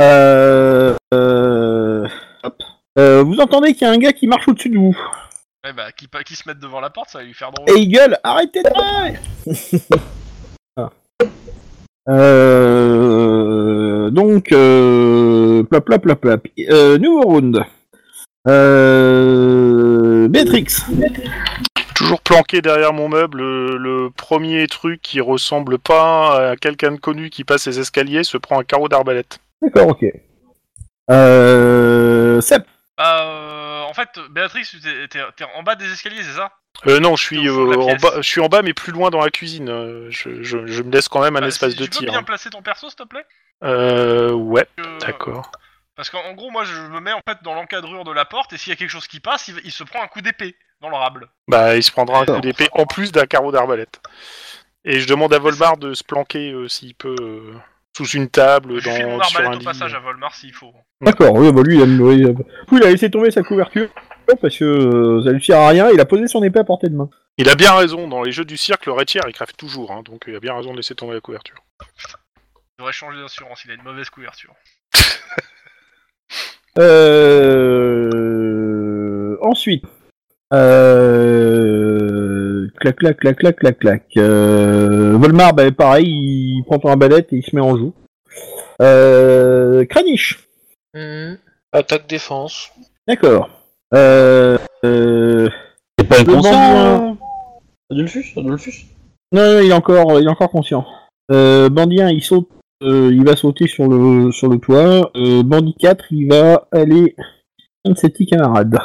[SPEAKER 2] Euh, euh, hop. Euh, vous entendez qu'il y a un gars qui marche au-dessus de vous.
[SPEAKER 4] Eh bah, qui, pa- qui se mettent devant la porte, ça va lui faire drôle.
[SPEAKER 2] Et il gueule, arrêtez de parler Ah. Euh, Donc, euh... plop, plop, plop, plop. Euh, nouveau round. Euh... Béatrix.
[SPEAKER 1] Toujours planqué derrière mon meuble, euh, le premier truc qui ressemble pas à quelqu'un de connu qui passe les escaliers se prend un carreau d'arbalète.
[SPEAKER 2] D'accord, ok. Euh... Sep.
[SPEAKER 4] Bah, euh, en fait, Béatrix, tu t'es t'es- t'es en bas des escaliers, c'est ça
[SPEAKER 1] Euh, non, je suis,
[SPEAKER 4] Au fond de la
[SPEAKER 1] euh, en
[SPEAKER 4] pièce.
[SPEAKER 1] bas, je suis en bas, mais plus loin dans la cuisine. Euh, Je, je- je me laisse quand même un
[SPEAKER 4] Bah,
[SPEAKER 1] espace
[SPEAKER 4] si
[SPEAKER 1] de
[SPEAKER 4] tu peux
[SPEAKER 1] tir. hein.
[SPEAKER 4] bien placer ton perso, s'il te plaît
[SPEAKER 1] Euh, ouais,
[SPEAKER 4] Euh,
[SPEAKER 1] d'accord.
[SPEAKER 4] Parce qu'en en gros, moi, je me mets en fait dans l'encadrure de la porte, et s'il y a quelque chose qui passe, il, il se prend un coup d'épée dans le rable.
[SPEAKER 1] Bah, il se prendra un coup
[SPEAKER 4] alors,
[SPEAKER 1] d'épée en plus d'un carreau d'arbalète. Et je demande à Volmar de se planquer euh, s'il peut euh, sous une table,
[SPEAKER 4] Je file mon
[SPEAKER 1] Euh, dans, sur un
[SPEAKER 4] arbalète au
[SPEAKER 1] lit.
[SPEAKER 4] passage à Volmar s'il faut.
[SPEAKER 2] D'accord, oui, bah lui, il a, oui, euh, il a laissé tomber sa couverture parce que euh, ça lui sert à rien. Il a posé son épée à portée de main.
[SPEAKER 1] Il a bien raison. Dans les jeux du cirque, le rétière, il crève toujours. hein, donc, il a bien raison de laisser tomber la couverture.
[SPEAKER 4] Il devrait changer d'assurance, il a une mauvaise couverture.
[SPEAKER 2] Euh... Ensuite. Euh... Clac, clac, clac, clac, clac, clac. Euh... Volmar, bah, pareil, il prend un balette et il se met en joue. Euh... Kranich,
[SPEAKER 3] Hmm. Attaque défense.
[SPEAKER 2] d'accord. Euh... euh,
[SPEAKER 5] C'est pas
[SPEAKER 2] inconscient,
[SPEAKER 5] inconscient. hein. Adolphus, Adolphus.
[SPEAKER 2] Non, non, il est encore, il est encore conscient. Euh, bandit 1, il saute, euh, il va sauter sur le, sur le toit. Euh, bandit 4, il va aller un de ses petits camarades.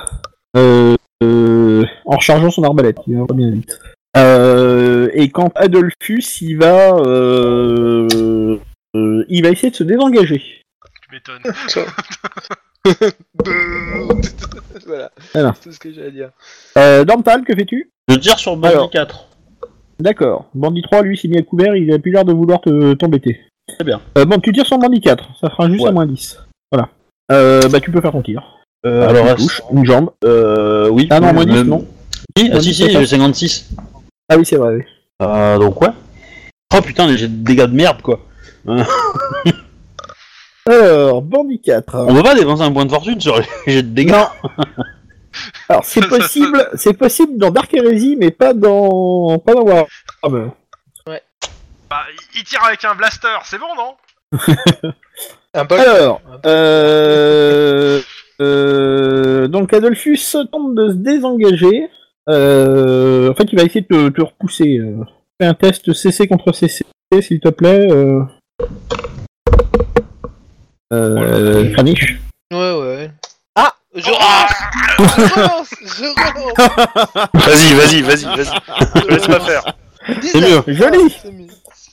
[SPEAKER 2] Euh, euh, en rechargeant son arbalète, il va bien vite. Euh, et quand Adolphus, il va, euh, euh, il va essayer de se désengager.
[SPEAKER 4] Tu m'étonnes.
[SPEAKER 3] voilà.
[SPEAKER 2] Voilà.
[SPEAKER 3] C'est tout ce que j'ai à dire.
[SPEAKER 2] Euh, Dormtal, que fais-tu
[SPEAKER 5] Je tire sur Bandit
[SPEAKER 2] Alors.
[SPEAKER 5] 4.
[SPEAKER 2] D'accord. Bandit 3, lui, s'est mis à couvert, il a plus l'air de vouloir te- t'embêter.
[SPEAKER 5] Très bien.
[SPEAKER 2] Euh, bon, tu tires son bandit 4, ça fera juste
[SPEAKER 5] Ouais.
[SPEAKER 2] à moins 10. Voilà. Euh, bah, tu peux faire ton tir.
[SPEAKER 5] Euh,
[SPEAKER 2] Alors,
[SPEAKER 5] alors,
[SPEAKER 2] une
[SPEAKER 5] est-ce-
[SPEAKER 2] touche, une jambe.
[SPEAKER 5] euh, oui.
[SPEAKER 2] Ah non, moins 10,
[SPEAKER 5] Même-
[SPEAKER 2] non.
[SPEAKER 5] Si, ah,
[SPEAKER 2] Moins
[SPEAKER 5] si,
[SPEAKER 2] 10,
[SPEAKER 5] si,
[SPEAKER 2] c'est ça.
[SPEAKER 5] j'ai 56.
[SPEAKER 2] Ah oui, c'est vrai, oui.
[SPEAKER 5] Euh, donc, ouais. Oh putain, les jets de dégâts de merde, quoi.
[SPEAKER 2] Alors, bandit 4.
[SPEAKER 5] On peut pas dépenser un point de fortune sur les jets de dégâts.
[SPEAKER 2] Alors, c'est possible, c'est possible dans Dark Heresy, mais pas dans, pas dans Warhammer.
[SPEAKER 4] Bah, il- il tire avec un blaster, c'est bon, non
[SPEAKER 3] Un bol.
[SPEAKER 2] Alors, euh, euh, donc Adolphus tente de se désengager. Euh, en fait, il va essayer de te, te repousser. euh. Fais un test CC contre CC, s'il te plaît. Euh, euh, Kranich.
[SPEAKER 3] Ouais, ouais. Ah Je relance Je relance Je relance
[SPEAKER 1] Vas-y, vas-y, vas-y, vas-y. Je te laisse pas faire.
[SPEAKER 3] Ah, C'est
[SPEAKER 5] mieux.
[SPEAKER 2] Joli.
[SPEAKER 3] mieux.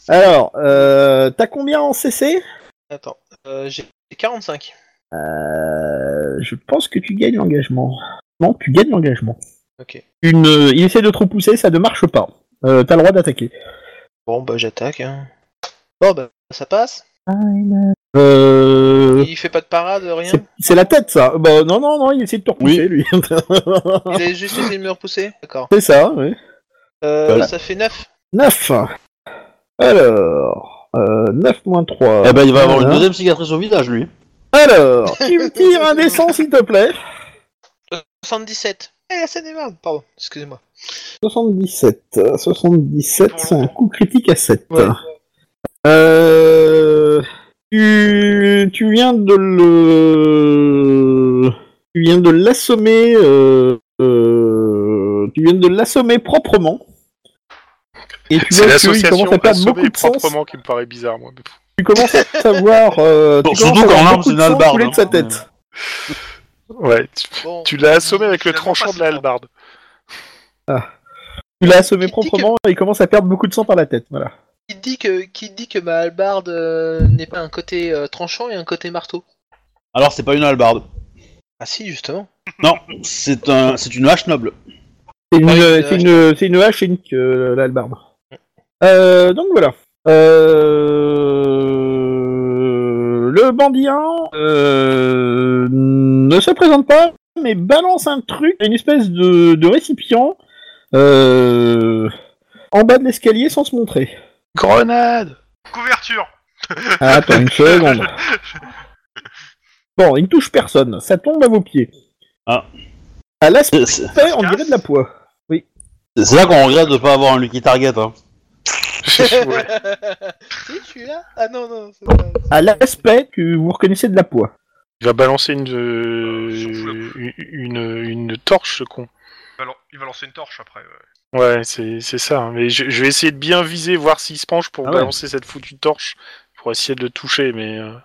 [SPEAKER 2] Alors, euh, t'as combien en CC
[SPEAKER 3] Attends, euh, j'ai 45.
[SPEAKER 2] Euh, je pense que tu gagnes l'engagement. Non, tu gagnes l'engagement.
[SPEAKER 3] Ok.
[SPEAKER 2] Une, euh, il essaie de te repousser, ça ne marche pas. Euh, T'as le droit d'attaquer.
[SPEAKER 3] Bon, bah j'attaque. Hein. Bon, bah ça passe.
[SPEAKER 2] Euh, euh,
[SPEAKER 3] Il fait pas de parade, rien.
[SPEAKER 2] c'est- c'est la tête, ça. Bah, non, non, non, il essaie de te repousser, lui.
[SPEAKER 3] Il a juste essayé de me repousser. D'accord.
[SPEAKER 2] c'est ça, oui.
[SPEAKER 3] Euh,
[SPEAKER 5] Voilà.
[SPEAKER 3] Ça fait 9.
[SPEAKER 2] 9. Alors, euh, 9 moins 3.
[SPEAKER 5] Eh ben, il va avoir une
[SPEAKER 2] Voilà.
[SPEAKER 5] deuxième cicatrice au visage, lui.
[SPEAKER 2] Alors, tu me tires un dessin, s'il te plaît.
[SPEAKER 3] 77. Eh, la scène est marre. Pardon, excusez-moi.
[SPEAKER 2] 77. euh, 77, c'est un coup critique à 7.
[SPEAKER 3] Ouais.
[SPEAKER 2] Euh, tu, tu viens de le... Tu viens de l'assommer... euh, euh, tu viens de l'assommer proprement. Et tu
[SPEAKER 1] C'est
[SPEAKER 2] vois qu'il
[SPEAKER 1] l'association
[SPEAKER 2] commence à perdre
[SPEAKER 1] assommée
[SPEAKER 2] beaucoup de sens.
[SPEAKER 1] proprement qui me paraît bizarre, moi. mais pff.
[SPEAKER 2] Tu commences à savoir... Euh,
[SPEAKER 5] Bon,
[SPEAKER 2] tu commences
[SPEAKER 5] surtout
[SPEAKER 2] à
[SPEAKER 5] quand
[SPEAKER 2] avoir
[SPEAKER 5] l'arme,
[SPEAKER 2] beaucoup
[SPEAKER 5] c'est
[SPEAKER 2] de
[SPEAKER 5] une
[SPEAKER 2] sang
[SPEAKER 5] hallebarde,
[SPEAKER 2] couler de sa
[SPEAKER 5] hein.
[SPEAKER 2] tête.
[SPEAKER 1] Ouais, tu,
[SPEAKER 3] Bon.
[SPEAKER 1] tu l'as assommé avec le
[SPEAKER 4] Finalement,
[SPEAKER 1] tranchant
[SPEAKER 4] pas
[SPEAKER 1] de la
[SPEAKER 4] si
[SPEAKER 1] hallebarde.
[SPEAKER 2] Tu l'as assommé
[SPEAKER 3] Critique.
[SPEAKER 2] proprement et il commence à perdre beaucoup de sang par la tête. Voilà.
[SPEAKER 3] Qui dit que, qui dit que ma hallebarde euh, n'est pas un côté euh, tranchant et un côté marteau
[SPEAKER 5] Alors, c'est pas une hallebarde.
[SPEAKER 3] Ah si, justement.
[SPEAKER 5] Non, c'est un, c'est une hache noble.
[SPEAKER 2] C'est une,
[SPEAKER 3] Ah oui,
[SPEAKER 2] euh,
[SPEAKER 3] c'est
[SPEAKER 2] c'est une, c'est une hache et une queue, euh, la hallebarde. Euh, donc voilà. Euh, le bandit euh, ne se présente pas, mais balance un truc, une espèce de, de récipient euh, en bas de l'escalier sans se montrer.
[SPEAKER 1] Grenade
[SPEAKER 4] Couverture
[SPEAKER 2] Ah, attends une seconde. Bon, il ne touche personne, ça tombe à vos pieds.
[SPEAKER 5] Ah.
[SPEAKER 2] À l'aspect,
[SPEAKER 5] C'est- C'est
[SPEAKER 2] on dirait de la poix.
[SPEAKER 5] c'est là qu'on regrette de pas avoir un Lucky Target. Hein.
[SPEAKER 1] Ouais.
[SPEAKER 3] Si, je suis là Ah non, non, c'est pas...
[SPEAKER 2] À l'aspect, tu- vous reconnaissez de la poix.
[SPEAKER 1] Il va balancer une,
[SPEAKER 4] Euh, sur le-
[SPEAKER 1] une, une, une torche, ce con.
[SPEAKER 4] il va, lan- il va lancer une torche après. ouais.
[SPEAKER 1] Ouais, c'est c'est ça. hein. Mais je, je vais essayer de bien viser, voir s'il se penche pour
[SPEAKER 5] Ah ouais.
[SPEAKER 1] balancer cette foutue torche, pour essayer de le toucher. Mais euh,
[SPEAKER 4] Ouais,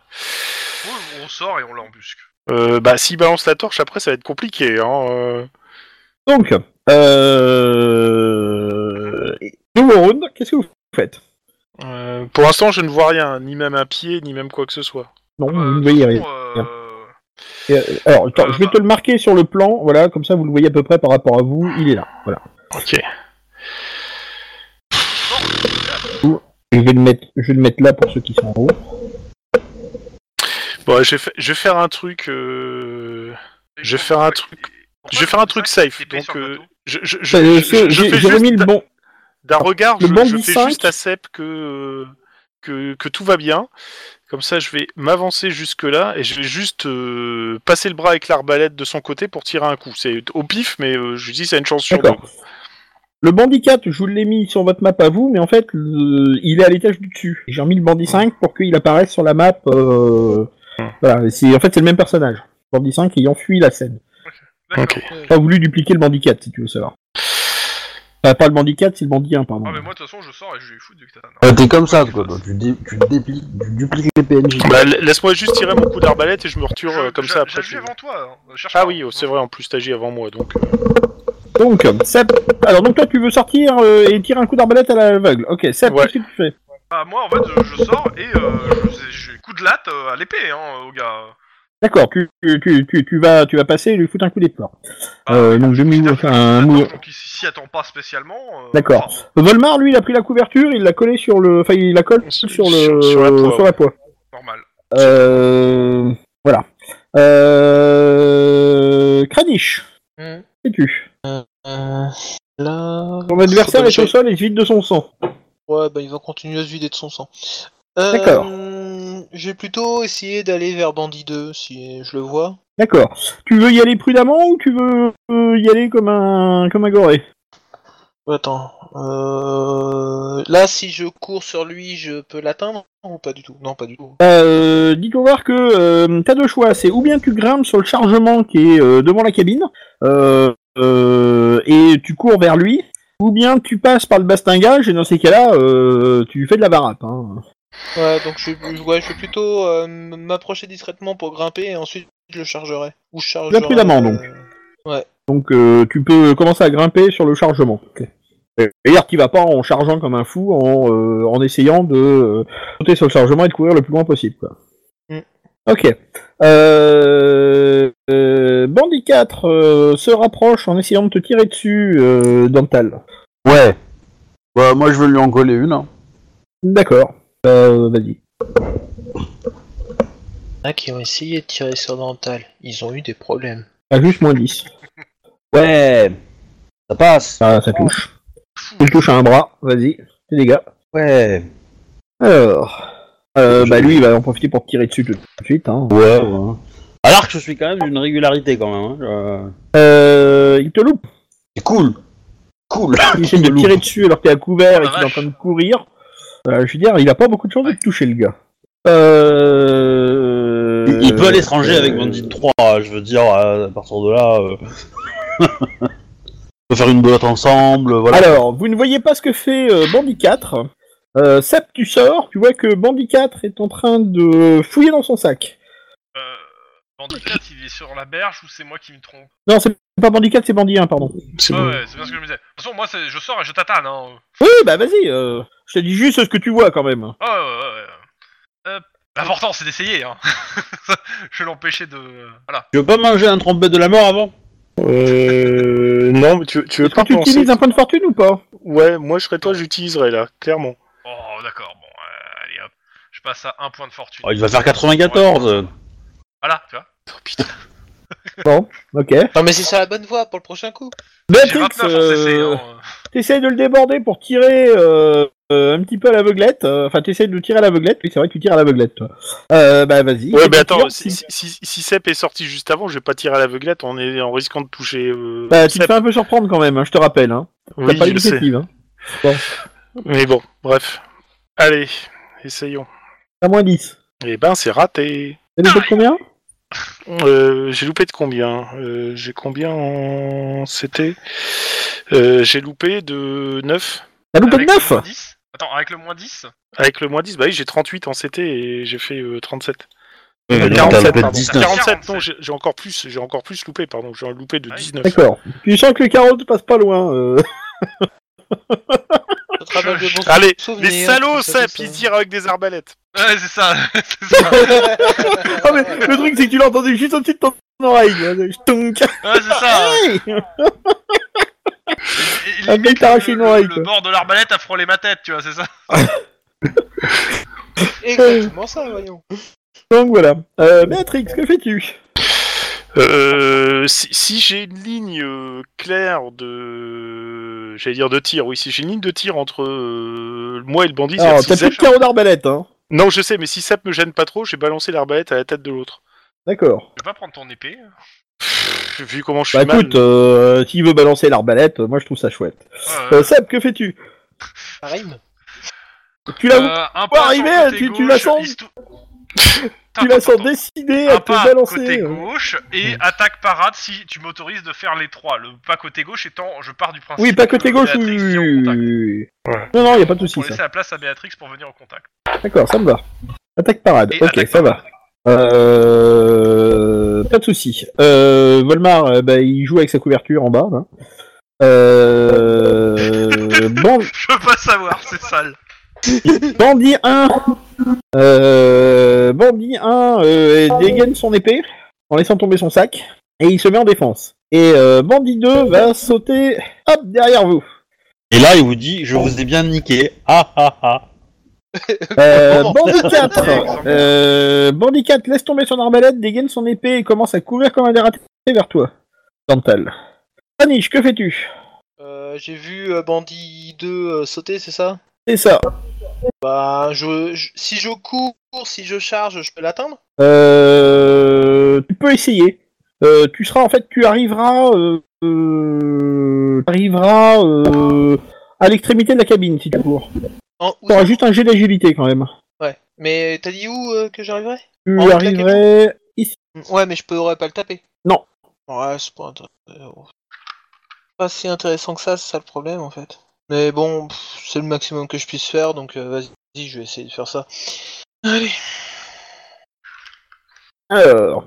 [SPEAKER 4] Oh, on sort et on l'embusque.
[SPEAKER 1] euh, bah, s'il balance la torche, après, ça va être compliqué. Hein, euh.
[SPEAKER 2] Donc, euh... nouveau round, qu'est-ce que vous faites
[SPEAKER 1] Euh, pour l'instant, je ne vois rien, ni même un pied, ni même quoi que ce soit.
[SPEAKER 2] Non,
[SPEAKER 4] Euh,
[SPEAKER 2] vous ne
[SPEAKER 4] de
[SPEAKER 2] voyez
[SPEAKER 4] toute
[SPEAKER 2] rien.
[SPEAKER 4] façon, euh,
[SPEAKER 2] Euh, Alors, attends,
[SPEAKER 4] euh,
[SPEAKER 2] je vais
[SPEAKER 4] bah.
[SPEAKER 2] te le marquer sur le plan, voilà, comme ça vous le voyez à peu près par rapport à vous, il est là, voilà.
[SPEAKER 1] Ok.
[SPEAKER 2] Et je vais le mettre, je vais le mettre là pour ceux qui sont en haut.
[SPEAKER 1] Bon, je vais, fa- je vais faire un truc. euh, Je vais faire un truc-
[SPEAKER 4] Pourquoi
[SPEAKER 1] Je vais faire un
[SPEAKER 4] tu fais
[SPEAKER 1] truc
[SPEAKER 4] ça
[SPEAKER 1] safe.
[SPEAKER 4] T'es payé
[SPEAKER 1] Donc,
[SPEAKER 4] sur le
[SPEAKER 1] euh,
[SPEAKER 4] bateau
[SPEAKER 1] je, je,
[SPEAKER 5] Bah,
[SPEAKER 1] je, je-
[SPEAKER 2] Euh,
[SPEAKER 1] je
[SPEAKER 2] J'ai
[SPEAKER 1] fais
[SPEAKER 2] j'ai
[SPEAKER 1] juste
[SPEAKER 2] remis le bon.
[SPEAKER 1] d'un regard.
[SPEAKER 2] Le
[SPEAKER 1] je- je,
[SPEAKER 2] bandit
[SPEAKER 1] fais
[SPEAKER 2] 5.
[SPEAKER 1] juste à Sep que, que que tout va bien. Comme ça, je vais m'avancer jusque là et je vais juste euh, passer le bras avec l'arbalète de son côté pour tirer un coup. C'est au pif, mais euh, je lui dis c'est une chance sur deux.
[SPEAKER 2] D'accord. Le bandit 4, je vous l'ai mis sur votre map à vous, mais en fait, le- il est à l'étage du dessus. J'ai remis le bandit 5 pour qu'il apparaisse sur la map. euh, Voilà, et c'est- en fait, c'est le même personnage. Le bandit 5 ayant fui la scène.
[SPEAKER 4] D'accord.
[SPEAKER 1] Ok.
[SPEAKER 3] Ouais.
[SPEAKER 2] pas voulu dupliquer le bandit 4, si tu veux savoir. Enfin, pas le bandit 4, c'est le bandit 1, pardon.
[SPEAKER 4] Ah, mais moi, de toute façon, je sors et je lui fous du katana.
[SPEAKER 5] Bah, T'es comme ça, quoi. donc tu, dé- tu, dépli- tu dupliques les PNJ.
[SPEAKER 1] Bah, la- laisse-moi juste tirer mon coup d'arbalète et je me retire euh,
[SPEAKER 4] Je-
[SPEAKER 1] comme
[SPEAKER 4] j'a-
[SPEAKER 1] ça après.
[SPEAKER 4] j'agis
[SPEAKER 1] je-
[SPEAKER 4] avant toi. hein. Cherche
[SPEAKER 1] Ah
[SPEAKER 4] pas.
[SPEAKER 1] oui, oh, c'est vrai. En plus, t'agis avant moi, donc. euh,
[SPEAKER 2] Donc, Seb... Alors, donc toi, tu veux sortir euh, et tirer un coup d'arbalète à l'aveugle. Ok, Seb,
[SPEAKER 1] Ouais.
[SPEAKER 2] qu'est-ce que tu fais
[SPEAKER 4] Bah, moi, en fait, euh, je sors et euh, je- j'ai coup de latte euh, à l'épée, hein, au gars.
[SPEAKER 2] D'accord, tu, tu, tu, tu- tu vas, tu vas passer et lui foutre un coup d'éclat.
[SPEAKER 4] Ah,
[SPEAKER 2] Euh, donc, je mets
[SPEAKER 4] Putain,
[SPEAKER 2] enfin, un
[SPEAKER 4] attends,
[SPEAKER 2] mou-
[SPEAKER 4] Donc, il s'y attend pas spécialement. euh,
[SPEAKER 2] D'accord.
[SPEAKER 4] enfin,
[SPEAKER 2] Volmar, lui, il a pris la couverture, il l'a collé sur le... Enfin, il la colle
[SPEAKER 1] Sur-
[SPEAKER 2] sur, le...
[SPEAKER 1] sur- sur la poix,
[SPEAKER 2] sur la poix.
[SPEAKER 4] normal.
[SPEAKER 2] Euh... Voilà. Euh... Kranich,
[SPEAKER 3] Hum,
[SPEAKER 2] es-tu
[SPEAKER 3] euh, Là...
[SPEAKER 2] Ton adversaire
[SPEAKER 3] Faut
[SPEAKER 2] est au sol et se vide de son sang.
[SPEAKER 3] Ouais, bah il va continuer à se vider de son sang. Euh,
[SPEAKER 2] D'accord.
[SPEAKER 3] Je vais plutôt essayer d'aller vers Bandit 2, si je le vois.
[SPEAKER 2] D'accord. Tu veux y aller prudemment ou tu veux euh, y aller comme un comme un goré
[SPEAKER 3] Attends. Euh... Là, si je cours sur lui, je peux l'atteindre ou pas du tout Non, pas du tout.
[SPEAKER 2] euh, Dis-toi voir que euh, t'as deux choix. C'est ou bien tu grimpes sur le chargement qui est euh, devant la cabine euh, euh, et tu cours vers lui, ou bien tu passes par le bastingage et dans ces cas-là, euh, tu fais de la baratte. Hein.
[SPEAKER 3] Ouais, donc je, je- ouais, je vais plutôt euh, m- m'approcher discrètement pour grimper et ensuite je le chargerai. Ou je chargerai. euh,
[SPEAKER 2] Bien prudemment, donc. Donc euh, tu peux commencer à grimper sur le chargement. Et D'ailleurs, tu vas pas en chargeant comme un fou, en, euh, en essayant de euh, sauter sur le chargement et de courir le plus loin possible. Quoi.
[SPEAKER 3] Mm.
[SPEAKER 2] Ok. Euh, euh, Bandit 4 euh, se rapproche en essayant de te tirer dessus, euh, Dental.
[SPEAKER 5] Ouais. Bah, moi, je veux lui en coller une. hein.
[SPEAKER 2] D'accord. Euh, Vas-y.
[SPEAKER 3] Il y en a qui ont essayé de tirer sur Dental. Ils ont eu des problèmes.
[SPEAKER 2] Ah, juste moins 10.
[SPEAKER 5] Ouais Ça passe
[SPEAKER 2] Ah, ça touche. Tu le touches à un bras, vas-y, c'est des gars.
[SPEAKER 5] Ouais
[SPEAKER 2] Alors. Euh, bah lui, il va en profiter pour tirer dessus tout de suite. Hein.
[SPEAKER 5] Ouais, ouais. Alors que je suis quand même d'une régularité quand même. hein, je-
[SPEAKER 2] Euh, il te loupe.
[SPEAKER 5] C'est cool Cool
[SPEAKER 2] Il essaie de
[SPEAKER 5] Il te
[SPEAKER 2] tirer
[SPEAKER 5] loupe.
[SPEAKER 2] dessus alors que t'es à couvert
[SPEAKER 4] Oh,
[SPEAKER 2] et
[SPEAKER 4] la
[SPEAKER 2] qu'il est en
[SPEAKER 4] vache.
[SPEAKER 2] train de courir. Euh, je veux dire, il a pas beaucoup de chance de te toucher le gars. Euh...
[SPEAKER 5] Il- Il peut aller se ranger
[SPEAKER 2] euh,
[SPEAKER 5] avec Bandit 3, euh, je veux dire, euh, à partir de là... euh, On peut faire une belote ensemble, euh, voilà.
[SPEAKER 2] Alors, vous ne voyez pas ce que fait euh, Bandit 4. Euh, Sep, tu sors, tu vois que Bandit 4 est en train de fouiller dans son sac.
[SPEAKER 4] Euh, Bandit 4, il est sur la berge ou c'est moi qui me trompe
[SPEAKER 2] Non, c'est pas Bandit 4, c'est Bandit 1, pardon.
[SPEAKER 1] C'est
[SPEAKER 4] Ouais,
[SPEAKER 1] bon.
[SPEAKER 4] ouais, c'est bien ce que je me disais. De toute façon, moi, c'est- je sors et je tatane. Hein.
[SPEAKER 2] Oui, bah vas-y, euh, je te dis juste ce que tu vois quand même.
[SPEAKER 4] Oh, ouais, ouais, ouais. Euh, L'important, c'est d'essayer. Hein. je vais l'empêcher de. Voilà.
[SPEAKER 5] Tu veux pas manger un trompette de la mort avant
[SPEAKER 1] Euh, non, mais tu, tu veux
[SPEAKER 2] Est-ce que
[SPEAKER 1] pas
[SPEAKER 2] tu
[SPEAKER 1] penser...
[SPEAKER 2] utilises un point de fortune ou pas
[SPEAKER 1] Ouais, moi je serais toi, j'utiliserais là, clairement.
[SPEAKER 4] Oh, d'accord. Bon, euh, allez hop. Je passe à un point de fortune.
[SPEAKER 5] Oh, Il va faire 94
[SPEAKER 4] Voilà, tu vois.
[SPEAKER 2] Ok.
[SPEAKER 3] Non, mais c'est ça la bonne voie pour le prochain coup.
[SPEAKER 4] J'ai
[SPEAKER 2] Béatrix,
[SPEAKER 4] 29 en
[SPEAKER 2] euh,
[SPEAKER 4] CC. Hein.
[SPEAKER 2] t'essayes de le déborder pour tirer euh, euh, un petit peu à l'aveuglette. euh, Enfin, t'essayes de tirer à l'aveuglette. Oui, c'est vrai que tu tires à l'aveuglette, toi. Euh, bah vas-y.
[SPEAKER 1] Ouais,
[SPEAKER 2] Et
[SPEAKER 1] mais
[SPEAKER 2] tu
[SPEAKER 1] attends,
[SPEAKER 2] tires,
[SPEAKER 1] si,
[SPEAKER 2] tu-
[SPEAKER 1] si, si, si Sepp est sorti juste avant, je vais pas tirer à l'aveuglette en, est- en risquant de toucher. Euh,
[SPEAKER 2] Bah, tu te
[SPEAKER 1] Sepp.
[SPEAKER 2] fais un peu surprendre quand même, hein, je te rappelle. Hein. T'as
[SPEAKER 1] Oui,
[SPEAKER 2] pas
[SPEAKER 1] je sais.
[SPEAKER 2] l'initiative. Hein.
[SPEAKER 1] Mais bon, bref. Allez, essayons.
[SPEAKER 2] T'as moins 10.
[SPEAKER 1] Eh ben, c'est raté.
[SPEAKER 2] T'as des taux de combien
[SPEAKER 1] Euh, j'ai loupé de combien Euh, J'ai combien en... C'était... Euh, j'ai loupé de 9.
[SPEAKER 2] T'as loupé de
[SPEAKER 4] euh, Avec le
[SPEAKER 2] 9
[SPEAKER 4] moins 10 Attends, avec le moins 10
[SPEAKER 1] Avec le moins 10, bah oui, j'ai 38 en CT et j'ai fait euh, 37.
[SPEAKER 5] Ouais,
[SPEAKER 1] Euh,
[SPEAKER 5] donc t'as
[SPEAKER 1] 47,
[SPEAKER 5] loupé
[SPEAKER 1] pardon.
[SPEAKER 5] 19.
[SPEAKER 1] 47, non, j'ai j'ai encore plus, j'ai encore plus loupé, pardon, j'ai loupé de
[SPEAKER 4] Ah oui.
[SPEAKER 1] 19.
[SPEAKER 2] D'accord. Tu sens que le carreau te passe pas loin. Euh...
[SPEAKER 3] Ça te rappelle de bons
[SPEAKER 1] Allez,
[SPEAKER 3] souvenirs,
[SPEAKER 1] les salauds,
[SPEAKER 3] tout
[SPEAKER 1] Sepp,
[SPEAKER 3] ça, tout ça.
[SPEAKER 1] ils tirent avec des arbalètes.
[SPEAKER 4] Ouais, c'est ça. c'est ça.
[SPEAKER 2] Ah, mais le truc, c'est que tu l'as entendu juste au-dessus de ton oreille. euh, Stonk.
[SPEAKER 4] Ouais, c'est ça.
[SPEAKER 2] Hey
[SPEAKER 4] Et- et
[SPEAKER 2] Un mec
[SPEAKER 4] limite,
[SPEAKER 2] t'a arraché
[SPEAKER 4] le-
[SPEAKER 2] une oreille,
[SPEAKER 4] Le,
[SPEAKER 2] quoi.
[SPEAKER 4] bord de l'arbalète a frôlé ma tête, tu vois, c'est ça
[SPEAKER 3] Exactement
[SPEAKER 2] euh,
[SPEAKER 3] ça, voyons.
[SPEAKER 2] Donc voilà. Euh, Béatrix, que fais-tu
[SPEAKER 1] Euh, si, si j'ai une ligne euh, claire de, j'allais dire de tir, oui, si j'ai une ligne de tir entre euh, moi et le bandit,
[SPEAKER 2] Alors,
[SPEAKER 1] c'est-à-dire
[SPEAKER 2] Ah, t'as
[SPEAKER 1] si
[SPEAKER 2] plus de
[SPEAKER 1] Zep-
[SPEAKER 2] carreau d'arbalète, hein
[SPEAKER 1] non, je sais, mais si ça me gêne pas trop, j'ai balancé l'arbalète à la tête de l'autre.
[SPEAKER 2] D'accord.
[SPEAKER 4] Je vais pas prendre ton épée. hein.
[SPEAKER 1] Pff, Vu comment je suis
[SPEAKER 2] Bah
[SPEAKER 1] mal.
[SPEAKER 2] écoute, euh, s'il veut balancer l'arbalète, moi je trouve ça chouette.
[SPEAKER 4] Euh,
[SPEAKER 2] Euh, Seb, que fais-tu
[SPEAKER 3] Ça rime.
[SPEAKER 2] Tu la,
[SPEAKER 4] euh, un pas
[SPEAKER 2] arriver,
[SPEAKER 4] sur le côté
[SPEAKER 2] tu- tu
[SPEAKER 4] gauche,
[SPEAKER 2] la sens-
[SPEAKER 4] histoire-
[SPEAKER 2] tu la
[SPEAKER 4] Attends,
[SPEAKER 2] sens
[SPEAKER 4] attends,
[SPEAKER 2] décidée à
[SPEAKER 4] un
[SPEAKER 2] te
[SPEAKER 4] pas
[SPEAKER 2] balancer.
[SPEAKER 4] côté
[SPEAKER 2] euh.
[SPEAKER 4] gauche et attaque parade si tu m'autorises de faire les trois. Le pas côté gauche étant, je pars du principe.
[SPEAKER 2] Oui, pas
[SPEAKER 4] que
[SPEAKER 2] côté gauche, oui,
[SPEAKER 4] Béatrix
[SPEAKER 2] oui,
[SPEAKER 4] est euh, en
[SPEAKER 2] oui,
[SPEAKER 4] contact.
[SPEAKER 2] oui, oui.
[SPEAKER 1] Ouais.
[SPEAKER 2] Non, non, y a pas de souci.
[SPEAKER 4] Pour laisser
[SPEAKER 2] ça.
[SPEAKER 4] la place à Béatrix pour venir au contact.
[SPEAKER 2] D'accord, ça me va. Attaque parade,
[SPEAKER 4] Et
[SPEAKER 2] ok,
[SPEAKER 4] attaque
[SPEAKER 2] ça va.
[SPEAKER 4] parade.
[SPEAKER 2] Euh... Pas de souci. Euh, Volmar, euh, bah, il joue avec sa couverture en bas. Là. Euh... Ban-
[SPEAKER 4] Je veux pas savoir, c'est sale.
[SPEAKER 2] Bandit 1 euh... Bandit 1 euh, dégaine son épée en laissant tomber son sac et il se met en défense. Et euh, Bandit 2 va sauter hop derrière vous.
[SPEAKER 5] Et là, il vous dit, je vous ai bien niqué. Ah ah ah.
[SPEAKER 2] Euh, Bandit 4 euh, Bandit 4 laisse tomber son arbalète, dégaine son épée et commence à courir comme un dératé vers toi. Dental. Anish, que fais-tu
[SPEAKER 3] Euh, J'ai vu euh, Bandit 2 euh, sauter, c'est ça
[SPEAKER 2] C'est ça.
[SPEAKER 3] Bah, je, je- si je cours, si je charge, je peux l'atteindre
[SPEAKER 2] Euh, tu peux essayer. Euh, tu seras en fait, tu arriveras, euh, euh, tu arriveras euh, à l'extrémité de la cabine si tu cours.
[SPEAKER 3] En- où
[SPEAKER 2] Tu auras juste un jet d'agilité quand même.
[SPEAKER 3] Ouais. Mais t'as dit où euh, que j'arriverais
[SPEAKER 2] Tu
[SPEAKER 3] En haut de la
[SPEAKER 2] arriverais ici.
[SPEAKER 3] Mm, Ouais, mais je pourrais pas le taper.
[SPEAKER 2] Non.
[SPEAKER 3] Ouais, c'est pas intéressant. Pas si intéressant que ça, c'est ça le problème en fait. Mais bon, pff, c'est le maximum que je puisse faire, donc euh, vas-y, je vais essayer de faire ça. Allez.
[SPEAKER 2] Alors,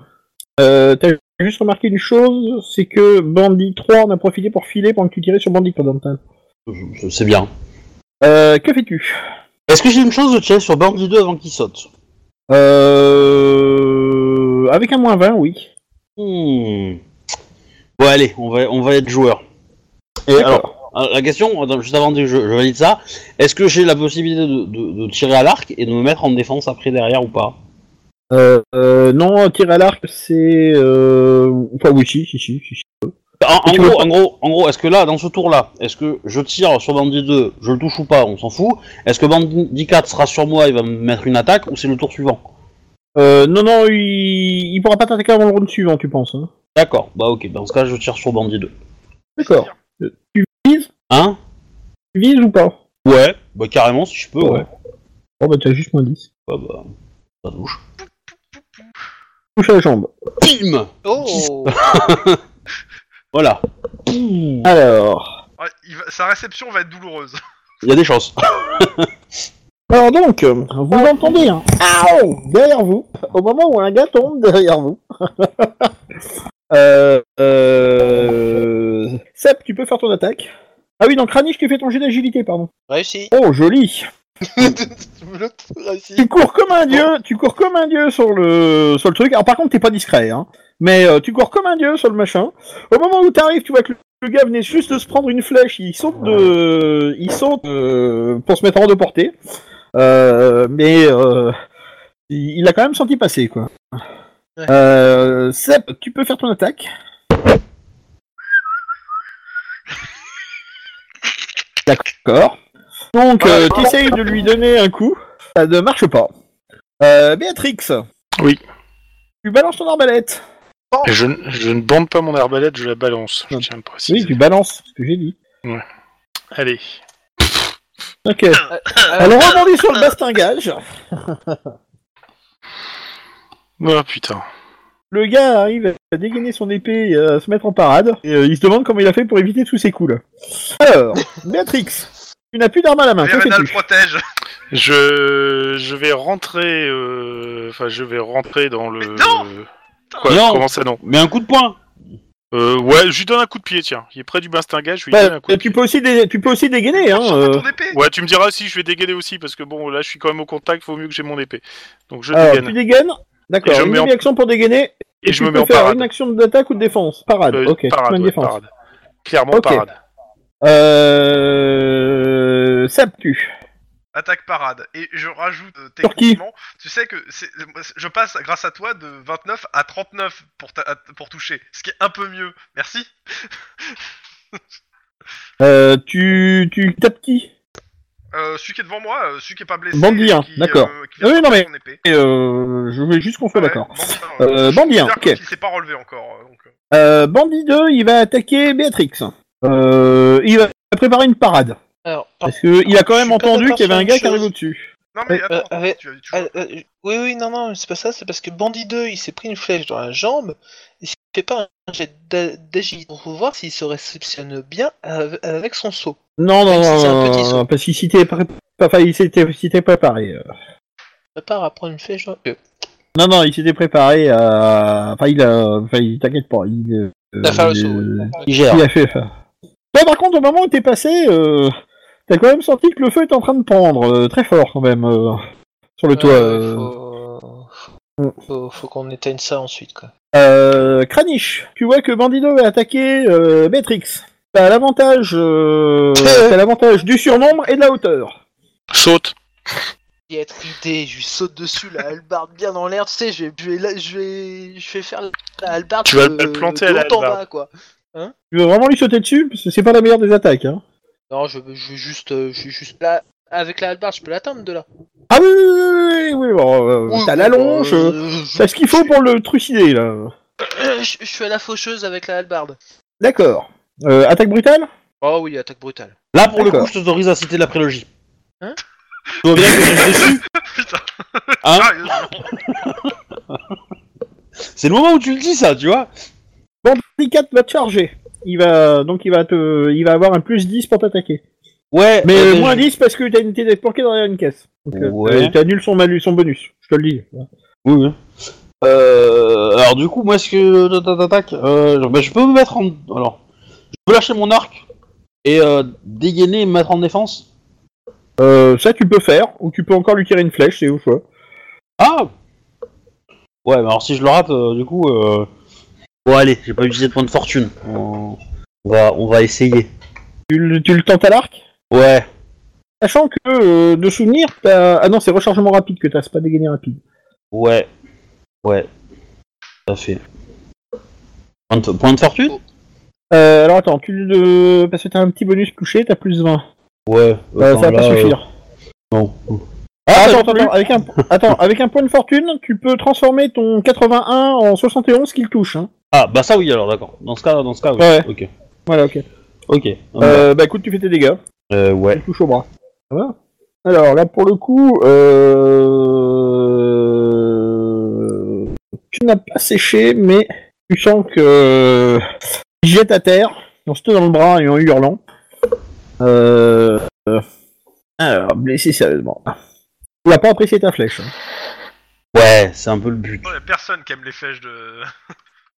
[SPEAKER 2] euh, t'as juste remarqué une chose, c'est que Bandit 3 en a profité pour filer pendant que tu tirais sur Bandit pendant le temps.
[SPEAKER 5] Je- je- C'est bien.
[SPEAKER 2] Euh, que fais-tu
[SPEAKER 5] Est-ce que j'ai une chose de tirer sur Bandit 2 avant qu'il saute
[SPEAKER 2] euh, Avec un moins 20, oui.
[SPEAKER 5] Hmm. Bon, allez, on va, on va être joueur. Et
[SPEAKER 2] D'accord.
[SPEAKER 5] alors, euh, la question, attends, juste avant que je, je valide ça, est-ce que j'ai la possibilité de, de- de tirer à l'arc et de me mettre en défense après derrière ou pas
[SPEAKER 2] Euh, euh, non, tirer à l'arc, c'est... Euh... Enfin, oui, si, si, si, si, si.
[SPEAKER 5] En, en
[SPEAKER 2] Et tu veux
[SPEAKER 5] gros, en gros, en gros, est-ce que là, dans ce tour-là, est-ce que je tire sur Bandit 2, je le touche ou pas, on s'en fout Est-ce que Bandit 4 sera sur moi, il va me mettre une attaque, ou c'est le tour suivant
[SPEAKER 2] Euh, non, non, il... il pourra pas t'attaquer avant le round suivant, tu penses. Hein
[SPEAKER 5] D'accord, bah ok, dans ce cas, je tire sur Bandit 2.
[SPEAKER 2] D'accord. Euh, Tu vises
[SPEAKER 5] Hein
[SPEAKER 2] Tu vises ou pas
[SPEAKER 5] Ouais, bah carrément, si je peux, ouais.
[SPEAKER 2] Ouais. Oh bah t'as juste moins 10.
[SPEAKER 5] Bah, bah, ça touche.
[SPEAKER 2] Touche à la jambe.
[SPEAKER 5] Bim
[SPEAKER 3] Oh
[SPEAKER 5] Voilà, Mmh.
[SPEAKER 2] Alors...
[SPEAKER 4] Ouais, il va- sa réception va être douloureuse.
[SPEAKER 5] il y a des chances.
[SPEAKER 2] Alors donc, euh, vous entendez un Aouh derrière vous, au moment où un gars tombe derrière vous. euh, euh... Sep, tu peux faire ton attaque. Ah oui, donc Kranich, tu fais ton jet d'agilité, pardon.
[SPEAKER 3] Réussi
[SPEAKER 2] Oh, joli
[SPEAKER 3] L'autre, Réussi
[SPEAKER 2] Tu cours comme un dieu, tu cours comme un dieu sur le sur le truc. Alors par contre, t'es pas discret, hein. Mais euh, tu cours comme un dieu sur le machin. Au moment où t'arrives, tu vois que le, le gars venait juste de se prendre une flèche. Il saute de, il saute euh, pour se mettre hors de portée. Euh, mais euh, il, il a quand même senti passer quoi.
[SPEAKER 3] Ouais.
[SPEAKER 2] Euh, Sep, tu peux faire ton attaque. 'Corps. Donc, euh, t'essayes de lui donner un coup, ça ne marche pas. Euh, Béatrix.
[SPEAKER 1] Oui.
[SPEAKER 2] Tu balances ton arbalète.
[SPEAKER 1] Et je, n- je ne bande pas mon arbalète, je la balance. Je tiens à le préciser.
[SPEAKER 2] Ah. Oui, tu balances, ce que j'ai dit.
[SPEAKER 1] Allez.
[SPEAKER 2] Ok. Euh, Alors, rebondis sur le bastingage.
[SPEAKER 1] Oh putain.
[SPEAKER 2] Le gars arrive à dégainer son épée et à se mettre en parade. Et euh, il se demande comment il a fait pour éviter tous ces coups là. Alors, Béatrix, tu n'as plus d'arme à la main,
[SPEAKER 4] Les
[SPEAKER 2] que
[SPEAKER 4] rénales
[SPEAKER 2] fais-tu
[SPEAKER 4] protègent.
[SPEAKER 1] Je, je vais rentrer. euh, Enfin, je vais rentrer dans le.
[SPEAKER 4] Mais non
[SPEAKER 1] Quoi,
[SPEAKER 5] Non.
[SPEAKER 1] Comment ça non
[SPEAKER 5] Mais un coup de poing
[SPEAKER 1] Euh, Ouais, je lui donne un coup de pied, tiens. Il est près du bastingage, je lui
[SPEAKER 2] Bah,
[SPEAKER 1] donne un coup de
[SPEAKER 2] tu,
[SPEAKER 1] pied.
[SPEAKER 2] peux aussi dé- tu peux aussi dégainer, hein.
[SPEAKER 4] Surtout
[SPEAKER 2] euh.
[SPEAKER 4] ton épée.
[SPEAKER 1] Ouais, tu me diras si je vais dégainer aussi, parce que bon, là, je suis quand même au contact, faut mieux que j'ai mon épée. Donc je
[SPEAKER 2] Alors, Ah, tu
[SPEAKER 1] dégaine.
[SPEAKER 2] dégaines. D'accord,
[SPEAKER 1] Et je
[SPEAKER 2] une
[SPEAKER 1] mets en-
[SPEAKER 2] demi-action pour dégainer.
[SPEAKER 1] Et je
[SPEAKER 2] tu
[SPEAKER 1] me
[SPEAKER 2] peux
[SPEAKER 1] mets en
[SPEAKER 2] faire
[SPEAKER 1] parade.
[SPEAKER 2] une action d'attaque ou de défense. Parade,
[SPEAKER 1] Euh,
[SPEAKER 2] ok. tu
[SPEAKER 1] parade,
[SPEAKER 2] mets une
[SPEAKER 1] ouais,
[SPEAKER 2] défense.
[SPEAKER 1] parade. Clairement
[SPEAKER 2] Ok.
[SPEAKER 1] parade.
[SPEAKER 2] Euh... Sap tu.
[SPEAKER 4] Attaque parade. Et je rajoute euh,
[SPEAKER 2] Sur qui
[SPEAKER 4] techniquement, tu sais que c'est- je passe grâce à toi de 29 à 39 pour, ta- pour toucher, ce qui est un peu mieux. Merci.
[SPEAKER 2] Euh, tu, tu tapes qui
[SPEAKER 4] Euh, celui qui est devant moi, euh, celui qui est pas blessé.
[SPEAKER 2] Bandit, hein,
[SPEAKER 4] et qui,
[SPEAKER 2] d'accord.
[SPEAKER 4] euh, qui vient
[SPEAKER 2] Oui,
[SPEAKER 4] de
[SPEAKER 2] non,
[SPEAKER 4] perdre
[SPEAKER 2] mais-
[SPEAKER 4] son épée.
[SPEAKER 2] Et, euh, Je veux juste qu'on soit
[SPEAKER 4] Ouais,
[SPEAKER 2] d'accord.
[SPEAKER 4] Bandit, hein,
[SPEAKER 2] Euh,
[SPEAKER 4] je-
[SPEAKER 2] Bandit,
[SPEAKER 4] je
[SPEAKER 2] hein,
[SPEAKER 4] veux dire
[SPEAKER 2] ok.
[SPEAKER 4] que Il s'est pas relevé encore. euh, donc, euh.
[SPEAKER 2] Euh, Bandit 2, il va attaquer Béatrix. Euh, il va préparer une parade.
[SPEAKER 3] Alors, par-
[SPEAKER 2] Parce que il a quand
[SPEAKER 3] Je
[SPEAKER 2] même
[SPEAKER 3] suis pas
[SPEAKER 2] entendu
[SPEAKER 3] d'accord
[SPEAKER 2] qu'il y avait
[SPEAKER 3] sur
[SPEAKER 2] un
[SPEAKER 3] une
[SPEAKER 2] gars qui
[SPEAKER 3] chose.
[SPEAKER 2] arrive au-dessus.
[SPEAKER 4] Non, mais
[SPEAKER 2] Euh,
[SPEAKER 4] attends,
[SPEAKER 3] avec-
[SPEAKER 4] tu as dit toujours.
[SPEAKER 3] euh, euh, oui, oui, non, non, c'est pas ça, c'est parce que Bandit 2, il s'est pris une flèche dans la jambe, et il fait pas un jet d'a- d'agilité pour voir s'il se réceptionne bien av- avec son saut.
[SPEAKER 2] Non, non,
[SPEAKER 3] Même si
[SPEAKER 2] non,
[SPEAKER 3] c'est un
[SPEAKER 2] non,
[SPEAKER 3] petit
[SPEAKER 2] non,
[SPEAKER 3] saut.
[SPEAKER 2] non, parce qu'il s'était pré- pas- enfin, il s'était- s'était préparé. euh.
[SPEAKER 3] Prépare à prendre une flèche dans le
[SPEAKER 2] Non, non, il s'était préparé à... Enfin, il a... Enfin, il t'inquiète pas. Il, euh,
[SPEAKER 3] Il va faire le saut.
[SPEAKER 2] euh,
[SPEAKER 3] oui.
[SPEAKER 5] Il gère.
[SPEAKER 2] Il a fait ça. Toi, par contre, au moment où t'es passé, euh, t'as quand même senti que le feu est en train de prendre, euh, très fort quand même, euh, sur le toit.
[SPEAKER 3] Euh,
[SPEAKER 2] Euh,
[SPEAKER 3] faut...
[SPEAKER 2] Mm.
[SPEAKER 3] faut- faut qu'on éteigne ça ensuite, quoi.
[SPEAKER 2] Euh, Kranich, tu vois que Bandido va attaquer euh, Matrix. T'as l'avantage, euh, t'as l'avantage du surnombre et de la hauteur.
[SPEAKER 1] Saute.
[SPEAKER 3] y être idée, je lui saute dessus, la hallebarde bien dans l'air, tu sais, je vais, je vais, la- je vais, je vais faire la hallebarde.
[SPEAKER 1] Tu vas
[SPEAKER 3] de-
[SPEAKER 1] le planter à la
[SPEAKER 3] de haut en
[SPEAKER 1] hallebarde.
[SPEAKER 3] bas, quoi.
[SPEAKER 2] Tu veux vraiment lui sauter dessus parce que c'est pas la meilleure des attaques. Hein.
[SPEAKER 3] Non, je, je vais juste, euh, je suis juste là. Avec la hallebarde, je peux l'atteindre de là.
[SPEAKER 2] Ah oui, oui, oui, oui, oui, bon, euh,
[SPEAKER 3] Oui,
[SPEAKER 2] t'as
[SPEAKER 3] oui,
[SPEAKER 2] l'allonge,
[SPEAKER 3] euh,
[SPEAKER 2] euh, t'as ce qu'il faut pour le trucider là.
[SPEAKER 3] je, je- je fais la faucheuse avec la hallebarde.
[SPEAKER 2] D'accord. Euh, attaque brutale.
[SPEAKER 3] Oh oui, attaque brutale.
[SPEAKER 5] Là, pour le
[SPEAKER 2] D'accord.
[SPEAKER 5] coup, je t'autorise à citer la prélogie.
[SPEAKER 3] Hein
[SPEAKER 5] Tu vois bien que je suis dessus
[SPEAKER 4] Putain.
[SPEAKER 5] Hein
[SPEAKER 4] Ah, Sérieusement.
[SPEAKER 5] C'est le moment où tu le dis, ça, tu vois
[SPEAKER 2] Bandit 4 va te charger. Il va donc il va te, il va avoir un plus 10 pour t'attaquer.
[SPEAKER 5] Ouais,
[SPEAKER 2] Mais
[SPEAKER 5] euh,
[SPEAKER 2] euh, moins 10 parce que t'as une t'es planqué derrière une caisse. Donc euh,
[SPEAKER 5] Ouais.
[SPEAKER 2] euh, t'annules son malus, son bonus. Je te le dis.
[SPEAKER 5] Oui, oui. Euh, alors du coup, moi, est-ce que ta- ta- t'attaques euh, ben, Je peux me mettre en... Alors, je peux lâcher mon arc et euh, dégainer et me mettre en défense
[SPEAKER 2] Euh, ça tu peux faire, ou tu peux encore lui tirer une flèche, c'est au choix.
[SPEAKER 5] Ah Ouais, mais alors si je le rate, euh, du coup... Euh... Bon, allez, j'ai pas utilisé de point de fortune. On on va, on va essayer.
[SPEAKER 2] Tu, le- tu le tentes à l'arc
[SPEAKER 5] Ouais.
[SPEAKER 2] Sachant que, euh, de souvenir, t'as... Ah non, c'est rechargement rapide que t'as, c'est pas dégainé rapide.
[SPEAKER 5] Ouais. Ouais. Tout à fait. Point de, point de fortune
[SPEAKER 2] Euh, alors attends, tu le... parce que t'as un petit bonus touché, t'as plus 20.
[SPEAKER 5] Ouais.
[SPEAKER 2] Euh,
[SPEAKER 5] attends,
[SPEAKER 2] ça va pas
[SPEAKER 5] là, euh,
[SPEAKER 2] suffire.
[SPEAKER 5] non.
[SPEAKER 2] Ah,
[SPEAKER 5] ça
[SPEAKER 2] attends,
[SPEAKER 5] joue
[SPEAKER 2] attends, attends, avec un... attends, avec un point de fortune, tu peux transformer ton 81 en 71 qu'il touche. Hein.
[SPEAKER 5] Ah, bah ça oui, alors d'accord. Dans ce cas, dans ce cas, oui.
[SPEAKER 2] Ouais.
[SPEAKER 5] Ok.
[SPEAKER 2] Voilà, ok.
[SPEAKER 5] Ok. Euh,
[SPEAKER 2] Euh, bah écoute, tu fais tes dégâts.
[SPEAKER 5] euh,
[SPEAKER 2] Tu
[SPEAKER 5] ouais.
[SPEAKER 2] touches au bras. Voilà. Alors là, pour le coup, euh... tu n'as pas séché, mais tu sens que il jette à terre, en se tenant le bras et en hurlant. Euh... euh, Alors, blessé sérieusement. Il n'a pas apprécié ta flèche.
[SPEAKER 5] Ouais, c'est un peu le but.
[SPEAKER 4] Non, y a personne qui aime les flèches de.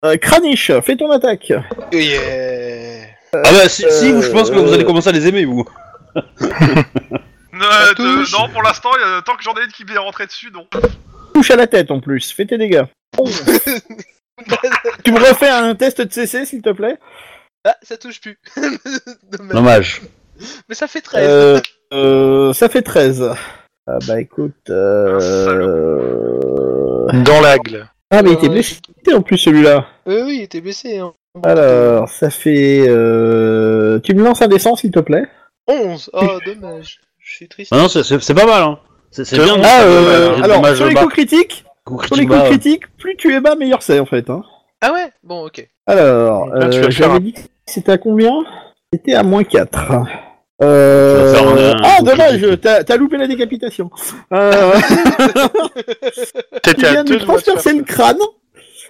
[SPEAKER 2] Euh, Kranich, fais ton attaque.
[SPEAKER 3] Yeah.
[SPEAKER 5] ah bah si, si,
[SPEAKER 2] euh,
[SPEAKER 5] vous, je pense que vous
[SPEAKER 2] euh,
[SPEAKER 5] allez commencer à les aimer, vous.
[SPEAKER 4] Non,
[SPEAKER 2] touche.
[SPEAKER 4] non, pour l'instant, y a- tant que j'en ai une qui vient rentrer dessus, non.
[SPEAKER 2] Touche à la tête en plus, fais tes dégâts. Tu me refais un test de CC s'il te plaît
[SPEAKER 3] Ah, ça touche plus. Dommage.
[SPEAKER 5] Dommage.
[SPEAKER 3] Mais ça fait 13.
[SPEAKER 2] Euh, euh, ça fait 13. Ah bah écoute.
[SPEAKER 4] Un
[SPEAKER 2] Euh...
[SPEAKER 1] Dans l'agle.
[SPEAKER 2] Ah, mais il était blessé Ah en plus celui-là.
[SPEAKER 3] Euh, oui, il était blessé. Hein.
[SPEAKER 2] Alors, ça fait. Euh... Tu me lances un dessin s'il te plaît
[SPEAKER 3] 11. Oh, dommage. Je suis triste.
[SPEAKER 5] Ah non, c'est- c'est c'est pas mal, hein. C'est c'est
[SPEAKER 1] Ah,
[SPEAKER 5] bien.
[SPEAKER 2] Ah,
[SPEAKER 5] c'est pas mal,
[SPEAKER 2] euh,
[SPEAKER 5] hein.
[SPEAKER 2] alors,
[SPEAKER 5] Dommage, euh,
[SPEAKER 2] sur les
[SPEAKER 5] bas.
[SPEAKER 2] coups critiques,
[SPEAKER 5] Coup
[SPEAKER 2] sur les
[SPEAKER 5] critique
[SPEAKER 2] coups
[SPEAKER 5] bas.
[SPEAKER 2] critiques, plus tu es bas, meilleur c'est en fait. Hein.
[SPEAKER 3] Ah ouais Bon, ok.
[SPEAKER 2] Alors,
[SPEAKER 5] Ah,
[SPEAKER 1] Donc là, tu
[SPEAKER 2] euh,
[SPEAKER 1] vas faire
[SPEAKER 5] hein.
[SPEAKER 2] j'avais
[SPEAKER 1] un-
[SPEAKER 2] dit que c'était à combien C'était à moins 4. Euh...
[SPEAKER 5] Tu vas faire un- un
[SPEAKER 2] Ah,
[SPEAKER 5] coup
[SPEAKER 2] dommage,
[SPEAKER 5] critique.
[SPEAKER 2] t'as t'as loupé la décapitation. Euh... tu
[SPEAKER 1] T'étais à
[SPEAKER 2] viens de
[SPEAKER 1] deux
[SPEAKER 2] lui
[SPEAKER 1] doigts de
[SPEAKER 2] transpercer
[SPEAKER 1] faire-
[SPEAKER 2] le crâne.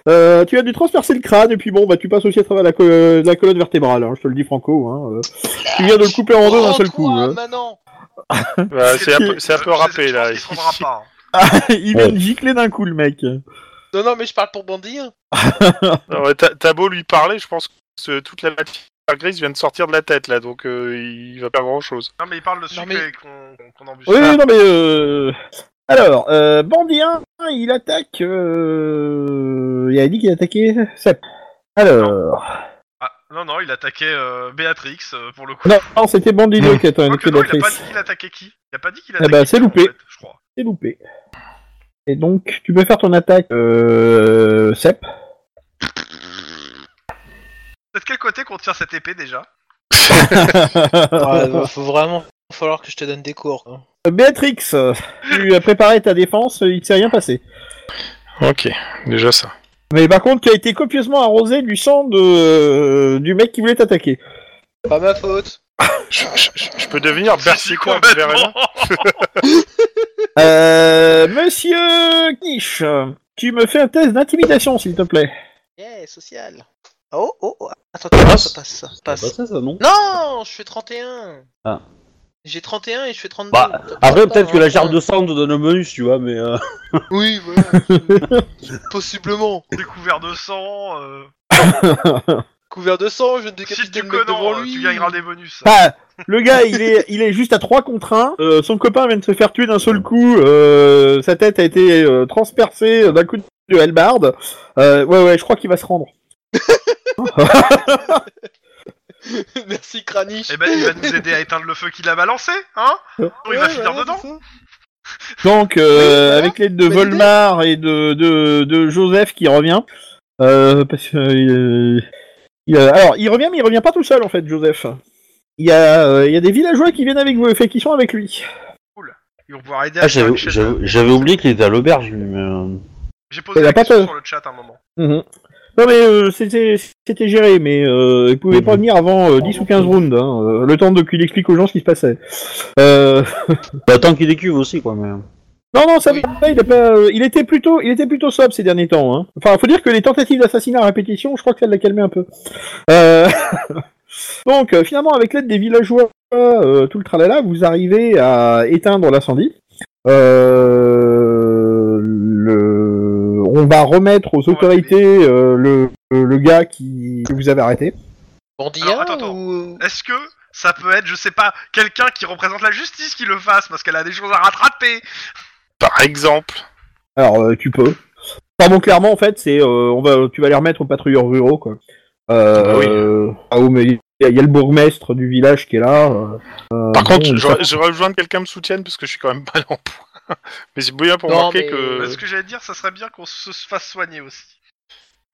[SPEAKER 2] Euh, tu viens de lui transpercer le crâne et puis bon bah tu passes aussi à travers la, col- la colonne vertébrale, hein, je te le dis Franco. Hein, euh. Tu viens de le couper en deux d'un seul coup.
[SPEAKER 3] Rends-toi,
[SPEAKER 2] hein.
[SPEAKER 3] Oh, Manon.
[SPEAKER 1] Bah, c'est un peu, c'est un peu
[SPEAKER 4] Je- je-
[SPEAKER 1] râpé,
[SPEAKER 4] je
[SPEAKER 1] là.
[SPEAKER 4] pense qu'il se rendra pas. hein.
[SPEAKER 2] Il vient de gicler d'un coup le mec.
[SPEAKER 3] Non, non, mais je parle pour Bandit. hein.
[SPEAKER 1] Ouais, t'as t'as beau lui parler, je pense que ce- toute la matière grise vient de sortir de la tête, là, donc euh, il va pas grand-chose.
[SPEAKER 4] Non, mais il parle de celui
[SPEAKER 3] Non, mais-
[SPEAKER 4] qu'on qu'on embûche.
[SPEAKER 2] Oui, non mais euh... alors euh, Bandien, il attaque. Euh... Il a dit qu'il attaquait Sep. Alors
[SPEAKER 4] Ah, non, non, il attaquait euh, Béatrix euh, pour le coup.
[SPEAKER 2] non, non, c'était Bandino
[SPEAKER 1] Mmh.
[SPEAKER 2] qui était une
[SPEAKER 4] Quoique, non, il a pas
[SPEAKER 2] prédatrice.
[SPEAKER 4] dit qu'il attaquait qui Il a pas dit qu'il
[SPEAKER 2] bah,
[SPEAKER 4] attaquait.
[SPEAKER 2] c'est
[SPEAKER 4] qui,
[SPEAKER 2] loupé.
[SPEAKER 4] en fait, je crois.
[SPEAKER 2] C'est loupé. Et donc tu peux faire ton attaque euh... Sep.
[SPEAKER 4] C'est de quel côté qu'on tire cette épée déjà
[SPEAKER 2] Ah,
[SPEAKER 3] Ouais, bah, faut vraiment falloir que je te donne des cours. quoi.
[SPEAKER 2] Euh, Béatrix, euh, tu as préparé ta défense, euh, il ne s'est rien passé.
[SPEAKER 1] Ok, déjà ça.
[SPEAKER 2] Mais par contre, tu as été copieusement arrosé du sang de, euh, du mec qui voulait t'attaquer.
[SPEAKER 3] Pas ma faute.
[SPEAKER 1] Je, je- je- je peux devenir Bersicourt de Verena
[SPEAKER 4] complètement.
[SPEAKER 2] Euh, monsieur Knish, euh, tu me fais un test d'intimidation, s'il te plaît.
[SPEAKER 3] Yeah, social. Oh, oh, oh. Attends, attends,
[SPEAKER 5] Passe.
[SPEAKER 3] attends, passe, passe.
[SPEAKER 5] Ah, bah, ça, ça, non
[SPEAKER 3] Non, je fais 31.
[SPEAKER 5] Ah.
[SPEAKER 3] J'ai 31 et je fais 32.
[SPEAKER 5] Bah,
[SPEAKER 3] T'as pas
[SPEAKER 5] Après,
[SPEAKER 3] le temps,
[SPEAKER 5] peut-être que la
[SPEAKER 3] hein.
[SPEAKER 5] gerbe de sang te donne un bonus, tu vois, mais. euh,
[SPEAKER 3] Oui, voilà. Possiblement.
[SPEAKER 4] Découvert de sang. euh,
[SPEAKER 3] Couvert de sang, je ne
[SPEAKER 4] Si
[SPEAKER 3] décapite
[SPEAKER 4] tu
[SPEAKER 3] le mec devant
[SPEAKER 4] connais, euh,
[SPEAKER 3] lui.
[SPEAKER 4] tu gagneras des bonus.
[SPEAKER 2] Ah, le gars, il est, il est juste à trois contre un. Euh, son copain vient de se faire tuer d'un seul coup. Euh, sa tête a été euh, transpercée d'un coup de halbarde. Euh, ouais, ouais, je crois qu'il va se rendre.
[SPEAKER 3] Merci Kranich.
[SPEAKER 4] Eh ben, il va nous aider à éteindre le feu qu'il a balancé, hein Il va
[SPEAKER 3] Ouais,
[SPEAKER 4] finir
[SPEAKER 3] voilà,
[SPEAKER 4] dedans.
[SPEAKER 3] c'est ça.
[SPEAKER 2] Donc, euh,
[SPEAKER 3] voilà,
[SPEAKER 2] avec l'aide de
[SPEAKER 3] bonne idée.
[SPEAKER 2] Volmar et de, de, de Joseph qui revient. euh, parce que, euh, il, euh, alors, il revient, mais il revient pas tout seul en fait, Joseph. Il y a, euh, il y a des villageois qui viennent avec vous, fait, qui sont avec lui.
[SPEAKER 4] Ils vont pouvoir aider à
[SPEAKER 5] Ah,
[SPEAKER 4] faire
[SPEAKER 5] j'avais
[SPEAKER 4] une chaîne. euh,
[SPEAKER 5] j'avais- j'avais oublié qu'il était à l'auberge, lui, mais. euh,
[SPEAKER 4] J'ai posé
[SPEAKER 2] Elle a
[SPEAKER 4] la
[SPEAKER 2] pas
[SPEAKER 4] question
[SPEAKER 2] peur.
[SPEAKER 4] sur le chat un moment.
[SPEAKER 2] Mhm. Non, mais euh, c'était c'était géré, mais euh, il pouvait pas
[SPEAKER 5] Mhm.
[SPEAKER 2] venir avant euh, 10 ou 15 rounds, hein, euh, le temps de qu'il explique aux gens ce qui se passait. Euh,
[SPEAKER 5] Bah, tant qu'il décuve aussi, quoi, mais. euh.
[SPEAKER 2] non, non, ça
[SPEAKER 3] Oui.
[SPEAKER 2] va, il, a pas, euh, il était plutôt il était plutôt sobre ces derniers temps. Hein. Enfin, faut dire que les tentatives d'assassinat à répétition, je crois que ça l'a calmé un peu. Euh, Donc, euh, finalement, avec l'aide des villageois, euh, tout le tralala, vous arrivez à éteindre l'incendie. Euh, le- On va remettre aux autorités euh, le... le gars qui... que vous avez arrêté.
[SPEAKER 3] Bandit
[SPEAKER 4] Alors,
[SPEAKER 3] hein,
[SPEAKER 4] attends, attends.
[SPEAKER 3] ou...
[SPEAKER 4] Est-ce que ça peut être, je sais pas, quelqu'un qui représente la justice qui le fasse parce qu'elle a des choses à rattraper
[SPEAKER 1] Par exemple.
[SPEAKER 2] Alors, euh, tu peux. Enfin bon, clairement, en fait, c'est euh, on va, tu vas les remettre aux patrouilleurs ruraux, quoi. Euh,
[SPEAKER 1] Oui.
[SPEAKER 2] euh, ah oui, mais il y, a- il y a le bourgmestre du village qui est là. euh, euh,
[SPEAKER 1] Par
[SPEAKER 2] bon,
[SPEAKER 1] contre,
[SPEAKER 2] ça-
[SPEAKER 1] j'aurais j'aurais besoin de quelqu'un me soutienne parce que je suis quand même pas en point. Mais c'est bien pour
[SPEAKER 3] Non,
[SPEAKER 1] marquer
[SPEAKER 3] mais-
[SPEAKER 1] que.
[SPEAKER 4] Ce que j'allais dire, ça serait bien qu'on se fasse soigner aussi.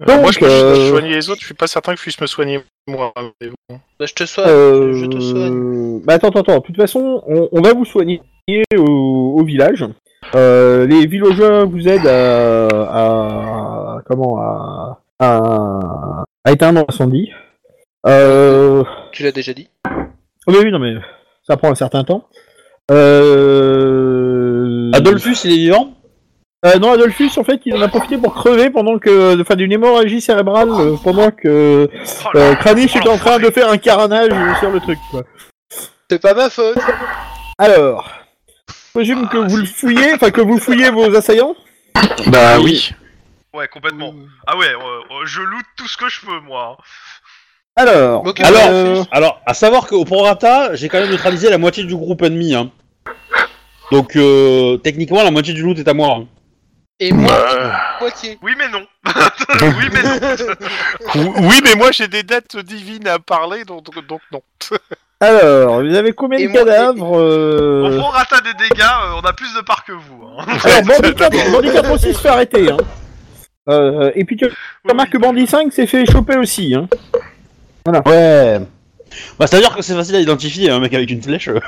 [SPEAKER 1] Euh, moi, je peux
[SPEAKER 2] Donc,
[SPEAKER 1] juste
[SPEAKER 2] euh,
[SPEAKER 1] soigner les autres, je suis pas certain que je puisse me soigner moi. hein, mais bon.
[SPEAKER 3] Bah, je te soigne,
[SPEAKER 2] Euh,
[SPEAKER 3] je te soigne.
[SPEAKER 2] Bah attends, attends, attends. De toute façon, on, on va vous soigner au, au village. Euh, les villageois vous aident à, à- comment à, à, à éteindre l'incendie. Euh,
[SPEAKER 3] Tu l'as déjà dit.
[SPEAKER 2] oh, mais oui, non mais ça prend un certain temps. Euh...
[SPEAKER 5] Adolphus, il est vivant
[SPEAKER 2] Euh, non, Adolphus, en fait, il en a profité pour crever pendant que, enfin, d'une hémorragie cérébrale euh, pendant que
[SPEAKER 4] Oh là
[SPEAKER 2] euh,
[SPEAKER 4] là,
[SPEAKER 2] Kranich
[SPEAKER 4] oh
[SPEAKER 2] était en train de faire un caranage sur le truc. Quoi.
[SPEAKER 3] C'est pas ma faute.
[SPEAKER 2] Alors, je présume que vous le fouillez, enfin que vous fouillez vos assaillants.
[SPEAKER 1] Bah
[SPEAKER 5] Ah oui.
[SPEAKER 4] Ouais, complètement. Ah ouais, euh, euh, je loot tout ce que je peux, moi. hein.
[SPEAKER 2] Alors,
[SPEAKER 3] Ok,
[SPEAKER 2] alors,
[SPEAKER 3] euh,
[SPEAKER 5] Alors, à savoir qu'au prorata, j'ai quand même neutralisé la moitié du groupe ennemi. hein. Donc, euh, techniquement, la moitié du loot est à moi. hein.
[SPEAKER 3] Et moi,
[SPEAKER 1] Bah,
[SPEAKER 3] moitié.
[SPEAKER 4] Oui, mais non. oui, mais non.
[SPEAKER 1] ou- oui, mais moi j'ai des dates divines à parler, donc, donc non.
[SPEAKER 2] alors, vous avez combien
[SPEAKER 3] Et
[SPEAKER 2] de
[SPEAKER 3] moi-
[SPEAKER 2] cadavres
[SPEAKER 4] On
[SPEAKER 2] euh...
[SPEAKER 4] prend rata des dégâts, euh, on a plus de parts que vous. Hein.
[SPEAKER 2] Alors, Bandit 4, Bandit 4 aussi se fait arrêter. Hein. Euh, et puis tu remarques que Bandit 5 s'est fait choper aussi. Hein.
[SPEAKER 5] Ouais. Bah, c'est-à-dire que c'est facile à identifier, hein, un mec avec une flèche. euh.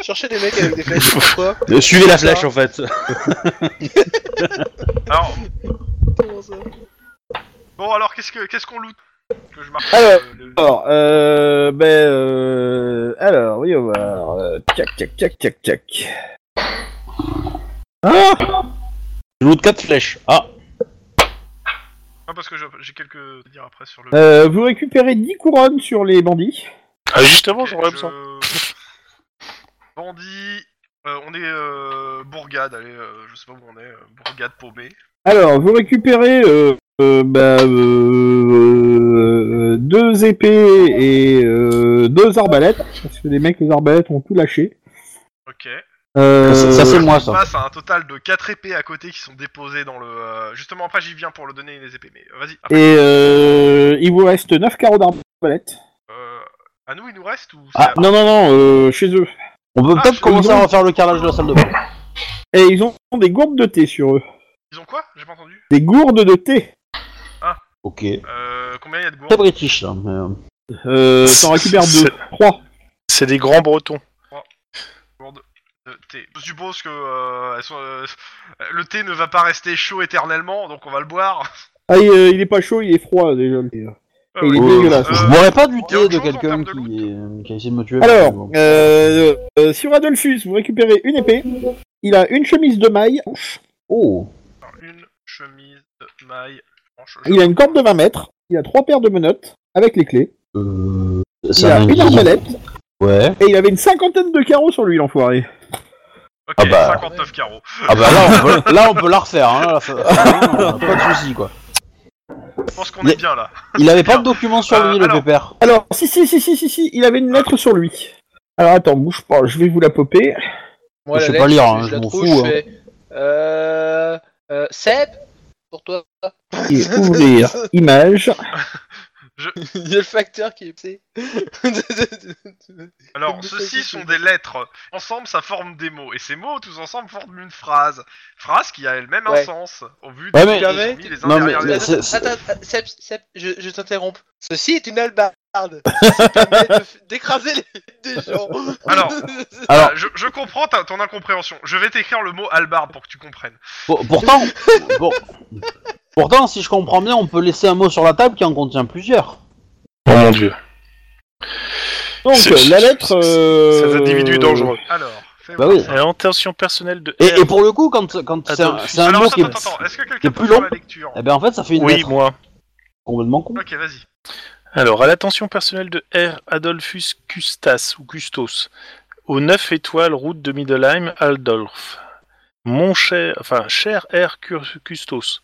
[SPEAKER 3] Cherchez des mecs avec des flèches, pourquoi
[SPEAKER 5] Euh, Suivez la flèche, en fait.
[SPEAKER 4] Alors,
[SPEAKER 3] Comment ça
[SPEAKER 4] bon, alors qu'est-ce que qu'est-ce qu'on loot que je marque
[SPEAKER 2] Alors,
[SPEAKER 4] euh, le-
[SPEAKER 2] Alors, euh, ben, euh, alors, oui, on va voir. euh, Tac, tac, tac, tac, tac. Ah
[SPEAKER 5] Je loot 4 flèches. Ah,
[SPEAKER 4] Ah, parce que je- j'ai quelques à dire après sur le.
[SPEAKER 2] Euh, vous récupérez 10 couronnes sur les bandits.
[SPEAKER 1] Ah, justement,
[SPEAKER 4] Ok,
[SPEAKER 1] j'aurais
[SPEAKER 4] je-
[SPEAKER 1] besoin.
[SPEAKER 4] Bandit. euh, on est euh, bourgade, allez, euh, je sais pas où on est, euh, bourgade paumée.
[SPEAKER 2] Alors, vous récupérez euh, euh, bah, euh, euh, deux épées et euh, deux arbalètes, parce que les mecs aux arbalètes ont tout lâché.
[SPEAKER 4] Ok.
[SPEAKER 2] Euh,
[SPEAKER 5] ça, ça, c'est moi,
[SPEAKER 4] On
[SPEAKER 5] ça.
[SPEAKER 4] passe à un total de 4 épées à côté qui sont déposées dans le. euh, Justement, après j'y viens pour le donner les épées, mais euh, vas-y. après.
[SPEAKER 2] et euh, il vous reste 9 carreaux d'arbalète.
[SPEAKER 4] Euh, à nous il nous reste ou c'est
[SPEAKER 5] Ah,
[SPEAKER 4] à-
[SPEAKER 2] Non, non, non, euh, chez eux.
[SPEAKER 5] On peut
[SPEAKER 4] Ah,
[SPEAKER 5] peut-être
[SPEAKER 4] je-
[SPEAKER 5] commencer à
[SPEAKER 2] donc-
[SPEAKER 5] refaire le carrelage de la salle de bain.
[SPEAKER 2] Et Eh, ils ont des gourdes de thé sur eux.
[SPEAKER 4] Ils ont quoi J'ai pas entendu.
[SPEAKER 2] Des gourdes de thé.
[SPEAKER 5] Ok.
[SPEAKER 4] Euh, combien il y a de
[SPEAKER 5] Très
[SPEAKER 4] gourdes
[SPEAKER 5] british, ça. mais, euh,
[SPEAKER 2] Euh, T'en récupères deux. Trois.
[SPEAKER 1] C'est des grands bretons.
[SPEAKER 4] de thé Euh, Je suppose que euh, elles sont, euh, le thé ne va pas rester chaud éternellement, donc on va le boire.
[SPEAKER 2] Ah, il, euh, il est pas chaud, il est froid déjà. le thé. hein.
[SPEAKER 4] Ah
[SPEAKER 2] Il
[SPEAKER 4] oui.
[SPEAKER 2] est
[SPEAKER 5] euh,
[SPEAKER 2] dégueulasse.
[SPEAKER 5] je boirais pas du
[SPEAKER 4] y a
[SPEAKER 5] thé
[SPEAKER 4] autre
[SPEAKER 5] de
[SPEAKER 4] chose en
[SPEAKER 5] quelqu'un
[SPEAKER 4] termes de
[SPEAKER 5] qui, est- euh, qui a essayé de me tuer.
[SPEAKER 2] Alors, euh, euh, sur Adolphus, vous récupérez une épée. Il a une chemise de maille.
[SPEAKER 5] Oh.
[SPEAKER 4] Alors, Une chemise de maille. manche-
[SPEAKER 2] Il a une corde de 20 mètres. Il a trois paires de menottes avec les clés.
[SPEAKER 5] Euh,
[SPEAKER 2] Il a une arbalète.
[SPEAKER 5] Ouais.
[SPEAKER 2] Et il avait une cinquantaine de carreaux sur lui, l'enfoiré.
[SPEAKER 4] Ok,
[SPEAKER 5] Ah bah.
[SPEAKER 4] 59 carreaux.
[SPEAKER 5] Ah bah là, on peut, là, on peut la refaire. Hein, la fa- euh, pas de soucis, quoi.
[SPEAKER 4] Je pense qu'on
[SPEAKER 5] Mais-
[SPEAKER 4] est bien là.
[SPEAKER 5] Il avait pas de document sur lui,
[SPEAKER 4] Euh,
[SPEAKER 5] le
[SPEAKER 4] alors-
[SPEAKER 5] pépère.
[SPEAKER 2] Alors, si, si, si, si, si, si, il avait une lettre sur lui. Alors, attends, bouge pas, je vais vous la popper.
[SPEAKER 3] Moi,
[SPEAKER 5] Je sais
[SPEAKER 3] la
[SPEAKER 5] pas
[SPEAKER 3] lettre,
[SPEAKER 5] lire, hein,
[SPEAKER 3] je la
[SPEAKER 5] je m'en
[SPEAKER 3] trouve,
[SPEAKER 5] fous,
[SPEAKER 3] je
[SPEAKER 5] hein.
[SPEAKER 3] fais. Euh. euh, Seb Pour toi.
[SPEAKER 2] Et ouvrir image.
[SPEAKER 3] Il y a le facteur qui est psy.
[SPEAKER 4] Alors, ceux-ci sont des lettres. Ensemble, ça forme des mots. Et ces mots, tous ensemble, forment une phrase. Phrase qui a elle-même
[SPEAKER 3] Ouais.
[SPEAKER 4] un sens. Au vu
[SPEAKER 5] Ouais,
[SPEAKER 4] de
[SPEAKER 5] mais-
[SPEAKER 4] ce qu'ils ont mis les uns
[SPEAKER 5] Non, mais-
[SPEAKER 4] derrière les
[SPEAKER 5] mais
[SPEAKER 4] autres.
[SPEAKER 5] c'est- c'est-
[SPEAKER 3] Attends, attends, euh, Seb, Seb, je, je t'interromps. Ceci est une albarde. Ça permet de f- d'écraser les têtes des gens.
[SPEAKER 4] Alors,
[SPEAKER 5] Alors-
[SPEAKER 4] Euh, je, je comprends ta- ton incompréhension. Je vais t'écrire le mot albarde pour que tu comprennes.
[SPEAKER 5] Pour- pourtant, pour- pourtant, si je comprends bien, on peut laisser un mot sur la table qui en contient plusieurs.
[SPEAKER 1] Oh mon dieu.
[SPEAKER 2] Donc,
[SPEAKER 1] C'est-
[SPEAKER 2] la lettre. euh,
[SPEAKER 1] Ces individus dangereux.
[SPEAKER 4] Alors, fais
[SPEAKER 5] Bah
[SPEAKER 4] voir.
[SPEAKER 5] oui.
[SPEAKER 1] Euh, Intention personnelle de.
[SPEAKER 5] Et, et pour le coup, quand, quand c'est un,
[SPEAKER 1] Attends,
[SPEAKER 5] c'est un
[SPEAKER 4] Alors,
[SPEAKER 5] mot qui
[SPEAKER 4] Euh, attends,
[SPEAKER 5] est,
[SPEAKER 4] attends, attends. Est-ce que
[SPEAKER 5] qui est
[SPEAKER 4] quelqu'un
[SPEAKER 5] plus
[SPEAKER 4] peut faire
[SPEAKER 5] long
[SPEAKER 4] la lecture
[SPEAKER 5] Eh ben en fait, ça fait une
[SPEAKER 1] Oui,
[SPEAKER 5] lettre
[SPEAKER 1] moi.
[SPEAKER 5] complètement con.
[SPEAKER 4] Ok, vas-y.
[SPEAKER 1] Alors, à l'attention personnelle de R. Adolphus Custas ou Custos, aux 9 étoiles, route de Middelheim, Aldolf. Mon cher, enfin, cher R. Cur- Custos,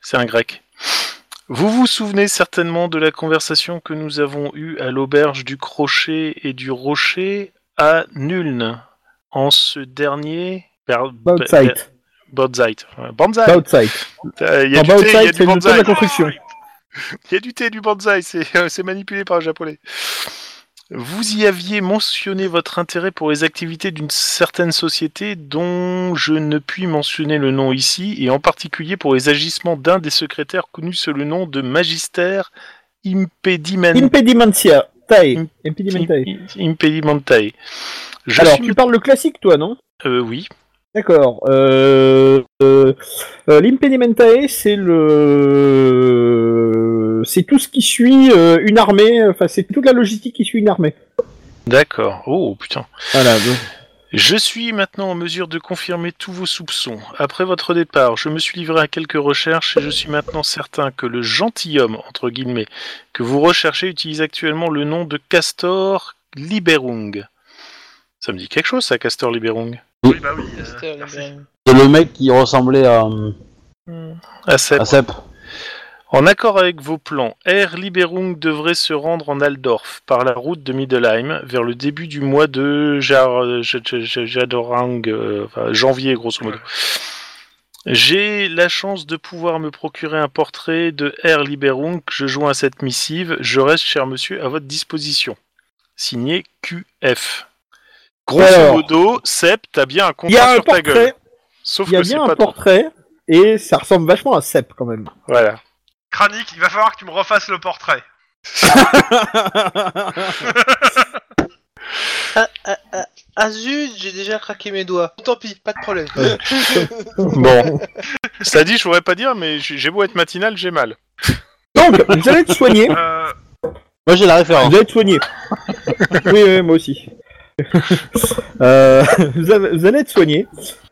[SPEAKER 1] c'est un grec. Vous vous souvenez certainement de la conversation que nous avons eue à l'auberge du Crochet et du Rocher à Nuln, en ce dernier. Ber-
[SPEAKER 2] Bautzeit.
[SPEAKER 1] Ber- Bautzeit. Ouais, Banzai.
[SPEAKER 2] Bautzeit.
[SPEAKER 1] Euh, Il y a du thé, il y
[SPEAKER 2] Ah,
[SPEAKER 1] a
[SPEAKER 2] Bautzeit,
[SPEAKER 1] du
[SPEAKER 2] c'est le temps de
[SPEAKER 1] banzai.
[SPEAKER 2] la construction.
[SPEAKER 1] Il y a du thé et du bonsaï, c'est c'est manipulé par un japonais. Vous y aviez mentionné votre intérêt pour les activités d'une certaine société dont je ne puis mentionner le nom ici, et en particulier pour les agissements d'un des secrétaires connus sous le nom de Magister Impediment-
[SPEAKER 2] Impedimentia. Tae.
[SPEAKER 1] Im-
[SPEAKER 2] Impedimentae.
[SPEAKER 1] Impedimentae. Je
[SPEAKER 2] Alors,
[SPEAKER 1] suis-
[SPEAKER 2] tu parles le classique, toi, non
[SPEAKER 1] euh, oui.
[SPEAKER 2] D'accord. Euh, euh, euh, L'impedimentae, c'est le, c'est tout ce qui suit euh, une armée. Enfin, c'est toute la logistique qui suit une armée.
[SPEAKER 1] D'accord. Oh putain.
[SPEAKER 2] Voilà. donc.
[SPEAKER 1] Je suis maintenant en mesure de confirmer tous vos soupçons. Après votre départ, je me suis livré à quelques recherches et je suis maintenant certain que le gentilhomme, entre guillemets, que vous recherchez utilise actuellement le nom de Castor Liberung. Ça me dit quelque chose, ça, Castor Liberung
[SPEAKER 4] Oui, bah oui. euh,
[SPEAKER 3] C'était le
[SPEAKER 4] merci.
[SPEAKER 3] même.
[SPEAKER 5] C'est le mec qui ressemblait à, euh,
[SPEAKER 3] Hmm.
[SPEAKER 1] Ah, ça-
[SPEAKER 5] à Sepp.
[SPEAKER 1] En accord avec vos plans, Air Liberung devrait se rendre en Aldorf par la route de Middelheim vers le début du mois de Jar- J- J- J- Jadorang, euh, enfin, janvier grosso modo. J'ai la chance de pouvoir me procurer un portrait de Air Liberung que je joins à cette missive. Je reste, cher monsieur, à votre disposition. Signé QF. Grosso
[SPEAKER 2] Alors.
[SPEAKER 1] modo, Sep, t'as bien un
[SPEAKER 2] Il y a
[SPEAKER 1] contrat
[SPEAKER 2] un
[SPEAKER 1] sur ta gueule.
[SPEAKER 2] portrait.
[SPEAKER 1] Sauf
[SPEAKER 2] Il y a
[SPEAKER 1] que c'est
[SPEAKER 2] bien un
[SPEAKER 1] pas toi.
[SPEAKER 2] portrait. Et ça ressemble vachement à Sep quand même.
[SPEAKER 1] Voilà.
[SPEAKER 4] Kranik, il va falloir que tu me refasses le portrait.
[SPEAKER 3] Ah zut, j'ai déjà craqué mes doigts. Tant pis, pas de problème.
[SPEAKER 1] Bon. Ça dit, je voudrais pas dire, mais j'ai j'ai beau être matinal, j'ai mal.
[SPEAKER 2] Donc, vous allez être soigné.
[SPEAKER 4] Euh,
[SPEAKER 5] Moi j'ai la référence.
[SPEAKER 2] Vous allez être soigné. oui, oui, moi aussi. Euh, vous, avez- vous allez être soigné.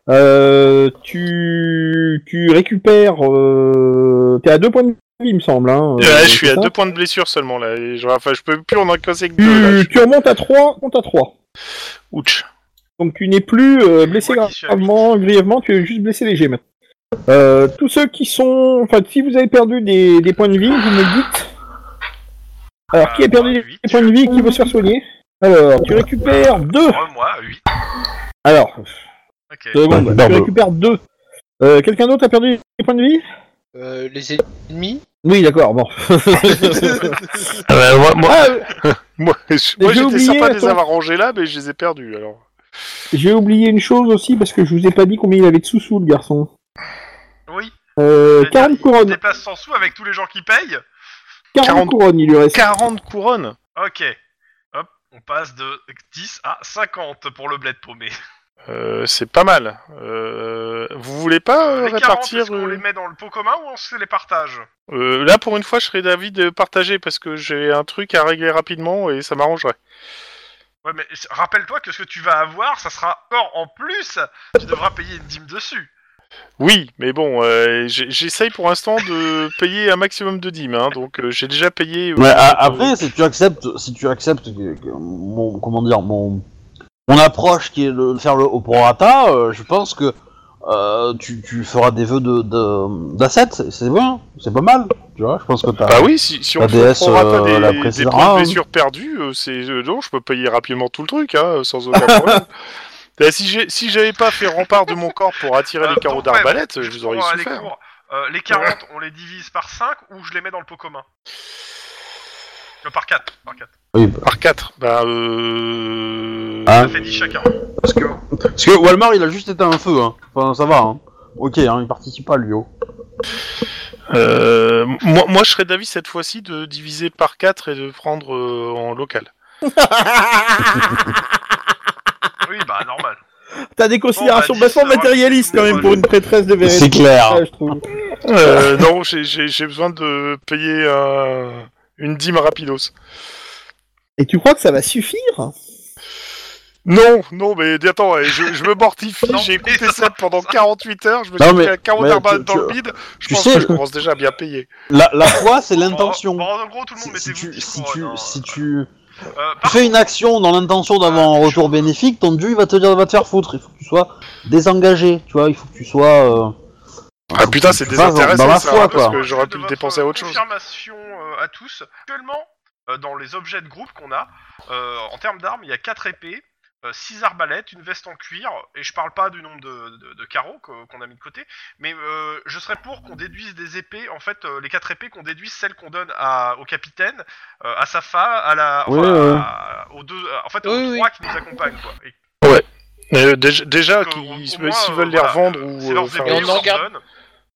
[SPEAKER 2] Euh, tu, tu récupères. Euh, T'es à deux points de vie, il me semble. Hein,
[SPEAKER 1] Euh,
[SPEAKER 2] euh,
[SPEAKER 1] je suis
[SPEAKER 2] c'est
[SPEAKER 1] à
[SPEAKER 2] ça
[SPEAKER 1] deux points de blessure seulement là. Et je, enfin, je peux plus en encaisser que deux. là.
[SPEAKER 2] Tu,
[SPEAKER 1] Je-
[SPEAKER 2] tu remontes à 3, compte à 3.
[SPEAKER 1] Ouch.
[SPEAKER 2] Donc tu n'es plus euh, blessé
[SPEAKER 4] Moi qui suis à
[SPEAKER 2] gravement, grièvement, tu es juste blessé léger maintenant. Euh, tous ceux qui sont... Enfin, si vous avez perdu des, des points de vie, vous me dites... Alors, qui a perdu
[SPEAKER 4] Euh,
[SPEAKER 2] des
[SPEAKER 4] huit.
[SPEAKER 2] points de vie, qui veut se faire soigner Alors, tu récupères deux.
[SPEAKER 4] oh, moi, 8.
[SPEAKER 2] Alors,
[SPEAKER 4] Ok.
[SPEAKER 2] deux secondes,
[SPEAKER 5] Barbe.
[SPEAKER 2] tu récupères deux. Euh, Quelqu'un d'autre a perdu des points de vie
[SPEAKER 3] Euh, les ennemis
[SPEAKER 2] Oui, d'accord, bon.
[SPEAKER 1] moi, moi,
[SPEAKER 2] Ah, euh, j'ai
[SPEAKER 1] j'étais
[SPEAKER 2] oublié,
[SPEAKER 1] sympa de les
[SPEAKER 2] attends.
[SPEAKER 1] avoir rangés là, mais je les ai perdus alors.
[SPEAKER 2] J'ai oublié une chose aussi, parce que je vous ai pas dit combien il avait de sous-sous, le garçon.
[SPEAKER 4] Oui.
[SPEAKER 5] oh,
[SPEAKER 2] Euh,
[SPEAKER 4] C'est-à-dire,
[SPEAKER 2] 40
[SPEAKER 4] il
[SPEAKER 2] couronnes.
[SPEAKER 4] dépasse 100 sous avec tous les gens qui payent.
[SPEAKER 2] 40 couronnes, il lui reste.
[SPEAKER 1] 40 couronnes
[SPEAKER 4] Ok. Hop, on passe de 10 à 50 pour le bled paumé.
[SPEAKER 1] Euh, C'est pas mal. Euh, vous voulez
[SPEAKER 5] Ah,
[SPEAKER 1] pas euh,
[SPEAKER 4] les 40,
[SPEAKER 1] répartir
[SPEAKER 4] est-ce qu'on
[SPEAKER 1] euh,
[SPEAKER 4] les met dans le pot commun ou on se les partage
[SPEAKER 1] euh, Là, pour une fois, je serais d'avis de partager parce que j'ai un truc à régler rapidement et ça m'arrangerait.
[SPEAKER 4] Ouais, mais s- rappelle-toi que ce que tu vas avoir, ça sera or en plus. Tu devras payer une dîme dessus.
[SPEAKER 1] Oui, mais bon, euh, j'ai- j'essaye pour l'instant de payer un maximum de dîmes. hein, donc, euh, j'ai déjà payé. euh,
[SPEAKER 5] Ouais, a-
[SPEAKER 1] euh,
[SPEAKER 5] après, si tu acceptes, si tu acceptes que- que mon, comment dire, mon, mon approche qui est de faire le au prorata, euh, je pense que euh, tu, tu feras des vœux de, de, d'assets, c'est bien, c'est pas mal, tu vois, je pense que t'as...
[SPEAKER 1] Bah oui, si, si on
[SPEAKER 5] Ah. La
[SPEAKER 1] fait
[SPEAKER 5] DS,
[SPEAKER 1] prend
[SPEAKER 5] euh,
[SPEAKER 1] des,
[SPEAKER 5] la
[SPEAKER 1] des
[SPEAKER 5] précédente.
[SPEAKER 1] points de blessure perdus, euh, c'est euh, non, je peux payer rapidement tout le truc, hein, sans aucun problème. Là, si j'ai- si j'avais pas fait rempart de mon corps pour attirer les
[SPEAKER 4] Euh,
[SPEAKER 1] carreaux
[SPEAKER 4] donc, ouais,
[SPEAKER 1] d'arbalète,
[SPEAKER 4] juste
[SPEAKER 1] je vous aurais
[SPEAKER 4] pour, euh, les
[SPEAKER 1] souffert. hein.
[SPEAKER 4] cours, euh, les 40, on les divise par 5 ou je les mets dans le pot commun Euh, Par 4. Par 4.
[SPEAKER 5] Oui, bah,
[SPEAKER 1] Par 4, bah euh...
[SPEAKER 5] Ah.
[SPEAKER 4] Ça fait 10 chacun.
[SPEAKER 5] parce, que, parce que Walmart, il a juste éteint un feu, hein. enfin, ça va, hein. ok, hein, il participe pas, lui, oh.
[SPEAKER 1] euh, moi, moi, je serais d'avis cette fois-ci de diviser par 4 et de prendre euh, en local.
[SPEAKER 4] Oui, bah normal.
[SPEAKER 2] T'as des considérations
[SPEAKER 4] Bon, bah,
[SPEAKER 2] vachement
[SPEAKER 4] dix,
[SPEAKER 2] matérialistes quand
[SPEAKER 4] euh,
[SPEAKER 2] même pour une prêtresse de vérité.
[SPEAKER 5] C'est clair.
[SPEAKER 2] ça, je trouve.
[SPEAKER 1] Euh, non, j'ai- j'ai j'ai besoin de payer un- une dîme rapidos.
[SPEAKER 2] Et tu crois que ça va suffire
[SPEAKER 1] Non, non, mais attends, ouais, je, je me mortifie,
[SPEAKER 4] Non,
[SPEAKER 1] j'ai
[SPEAKER 4] mais
[SPEAKER 1] écouté
[SPEAKER 4] ça-
[SPEAKER 1] ça pendant 48 heures, je me
[SPEAKER 5] Non,
[SPEAKER 1] suis
[SPEAKER 5] mais-
[SPEAKER 1] fait à 40
[SPEAKER 5] mais
[SPEAKER 1] arbalètes
[SPEAKER 5] tu-
[SPEAKER 1] dans
[SPEAKER 5] tu-
[SPEAKER 1] le bide, je
[SPEAKER 5] tu
[SPEAKER 1] pense
[SPEAKER 5] sais-
[SPEAKER 1] que je commence déjà à bien payer.
[SPEAKER 5] La, la foi, c'est l'intention.
[SPEAKER 4] Bon, bon, en gros, Oh, tout le monde
[SPEAKER 5] Si, si
[SPEAKER 4] mettez-vous
[SPEAKER 5] tu,
[SPEAKER 4] 10
[SPEAKER 5] si,
[SPEAKER 4] couronnes,
[SPEAKER 5] tu,
[SPEAKER 4] hein.
[SPEAKER 5] si tu
[SPEAKER 4] Euh, par
[SPEAKER 5] fais une action dans l'intention d'avoir un retour bénéfique, ton dieu il va te dire va te faire foutre. Il faut que tu sois désengagé, tu vois. Il faut que tu sois. euh,
[SPEAKER 1] Ah putain, c'est
[SPEAKER 5] tu fasses Dans
[SPEAKER 1] désintéressant
[SPEAKER 5] la
[SPEAKER 1] ça, hein,
[SPEAKER 5] foi,
[SPEAKER 1] parce
[SPEAKER 5] quoi.
[SPEAKER 1] que j'aurais
[SPEAKER 4] de
[SPEAKER 1] pu le
[SPEAKER 4] votre
[SPEAKER 1] dépenser à autre chose.
[SPEAKER 4] Confirmation euh, à tous. Actuellement, euh, dans les objets de groupe qu'on a, euh, en termes d'armes, il y a 4 épées, euh, six arbalètes, une veste en cuir, et je parle pas du nombre de, de- de carreaux qu'o- qu'on a mis de côté, mais euh, je serais pour qu'on déduise des épées, en fait, euh, les quatre épées, qu'on déduise celles qu'on donne à, au capitaine, euh, à sa femme, à la. enfin,
[SPEAKER 5] Ouais, ouais.
[SPEAKER 4] à- aux deux, euh, en fait,
[SPEAKER 3] Oui,
[SPEAKER 4] aux
[SPEAKER 3] oui.
[SPEAKER 4] trois qui nous accompagnent, quoi. Et
[SPEAKER 1] Euh, déjà, déjà,
[SPEAKER 4] que,
[SPEAKER 1] qu'ils-
[SPEAKER 4] au- au
[SPEAKER 1] s'ils
[SPEAKER 4] moins, euh,
[SPEAKER 1] veulent les
[SPEAKER 4] voilà,
[SPEAKER 1] revendre
[SPEAKER 4] euh,
[SPEAKER 1] ou
[SPEAKER 4] c'est leurs
[SPEAKER 1] euh, faire
[SPEAKER 4] épées,
[SPEAKER 3] on
[SPEAKER 4] on
[SPEAKER 3] en
[SPEAKER 4] leur
[SPEAKER 3] garde-
[SPEAKER 4] donne.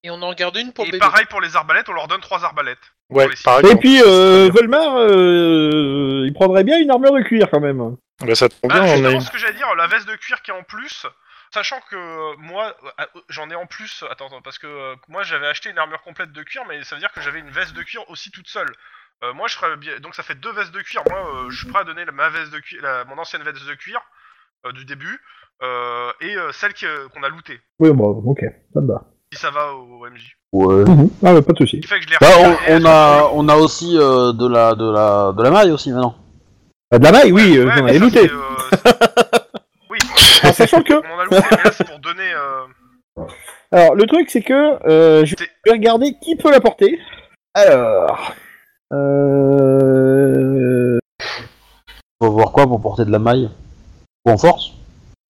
[SPEAKER 3] Et on en garde une pour
[SPEAKER 4] Et
[SPEAKER 3] bébé.
[SPEAKER 4] pareil pour les arbalètes, on leur donne trois arbalètes.
[SPEAKER 1] Ouais,
[SPEAKER 4] pour les-
[SPEAKER 1] par
[SPEAKER 2] Et
[SPEAKER 1] exemple.
[SPEAKER 2] puis, euh, Volmar, euh, il prendrait bien une armure de cuir quand même.
[SPEAKER 1] Bah, ça tombe
[SPEAKER 4] Bah,
[SPEAKER 1] bien, on a
[SPEAKER 4] justement,
[SPEAKER 1] une-
[SPEAKER 4] ce que j'allais dire, la veste de cuir qui est en plus, sachant que euh, moi, euh, ah, j'en ai en plus, attends, attends, parce que euh, moi j'avais acheté une armure complète de cuir, mais ça veut dire que j'avais une veste de cuir aussi toute seule. Euh, moi, je ferais bien, donc ça fait deux vestes de cuir. Moi, euh, je suis prêt à donner la- ma veste de cuir, la- mon ancienne veste de cuir euh, du début euh, et euh, celle qui, euh, qu'on a lootée,
[SPEAKER 2] Oui, bon, ok, ça me va.
[SPEAKER 4] si ça va au, au MJ.
[SPEAKER 5] Ouais.
[SPEAKER 2] Ah, bah, pas de souci.
[SPEAKER 4] Ce qui fait que je les
[SPEAKER 5] Bah,
[SPEAKER 4] récupère et
[SPEAKER 5] on, on
[SPEAKER 4] elles
[SPEAKER 5] a, on a aussi euh, de la, de la, de la maille aussi maintenant.
[SPEAKER 2] Ah, de la maille, oui,
[SPEAKER 4] sont-
[SPEAKER 2] euh,
[SPEAKER 4] Ouais,
[SPEAKER 2] j'en
[SPEAKER 4] mais
[SPEAKER 2] avais
[SPEAKER 4] ça,
[SPEAKER 2] looté.
[SPEAKER 4] c'est, euh, oui,
[SPEAKER 2] En sachant que,
[SPEAKER 4] on en a looté, mais là c'est pour donner. euh,
[SPEAKER 2] alors, le truc, c'est que euh, je
[SPEAKER 4] C'est-
[SPEAKER 2] vais regarder qui peut la porter. Alors, euh,
[SPEAKER 5] Faut voir quoi pour porter de la maille Ou en force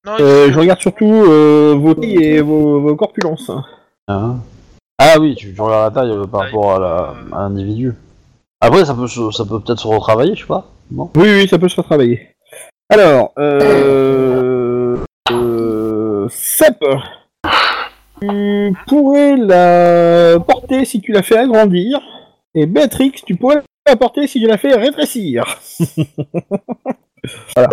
[SPEAKER 3] Non,
[SPEAKER 2] euh, je regarde surtout euh, vos tailles et vos, vos corpulences.
[SPEAKER 5] Hein Ah oui, tu, tu regardes la taille euh, par
[SPEAKER 4] Taille.
[SPEAKER 5] rapport à la- à l'individu. Après, ça peut, se- ça peut peut-être se retravailler, je sais pas. Non
[SPEAKER 2] Oui, oui, ça peut se retravailler. Alors, euh... euh Sep, tu pourrais la porter si tu la fais agrandir, et Béatrix, tu pourrais la porter si tu la fais rétrécir.
[SPEAKER 5] Ah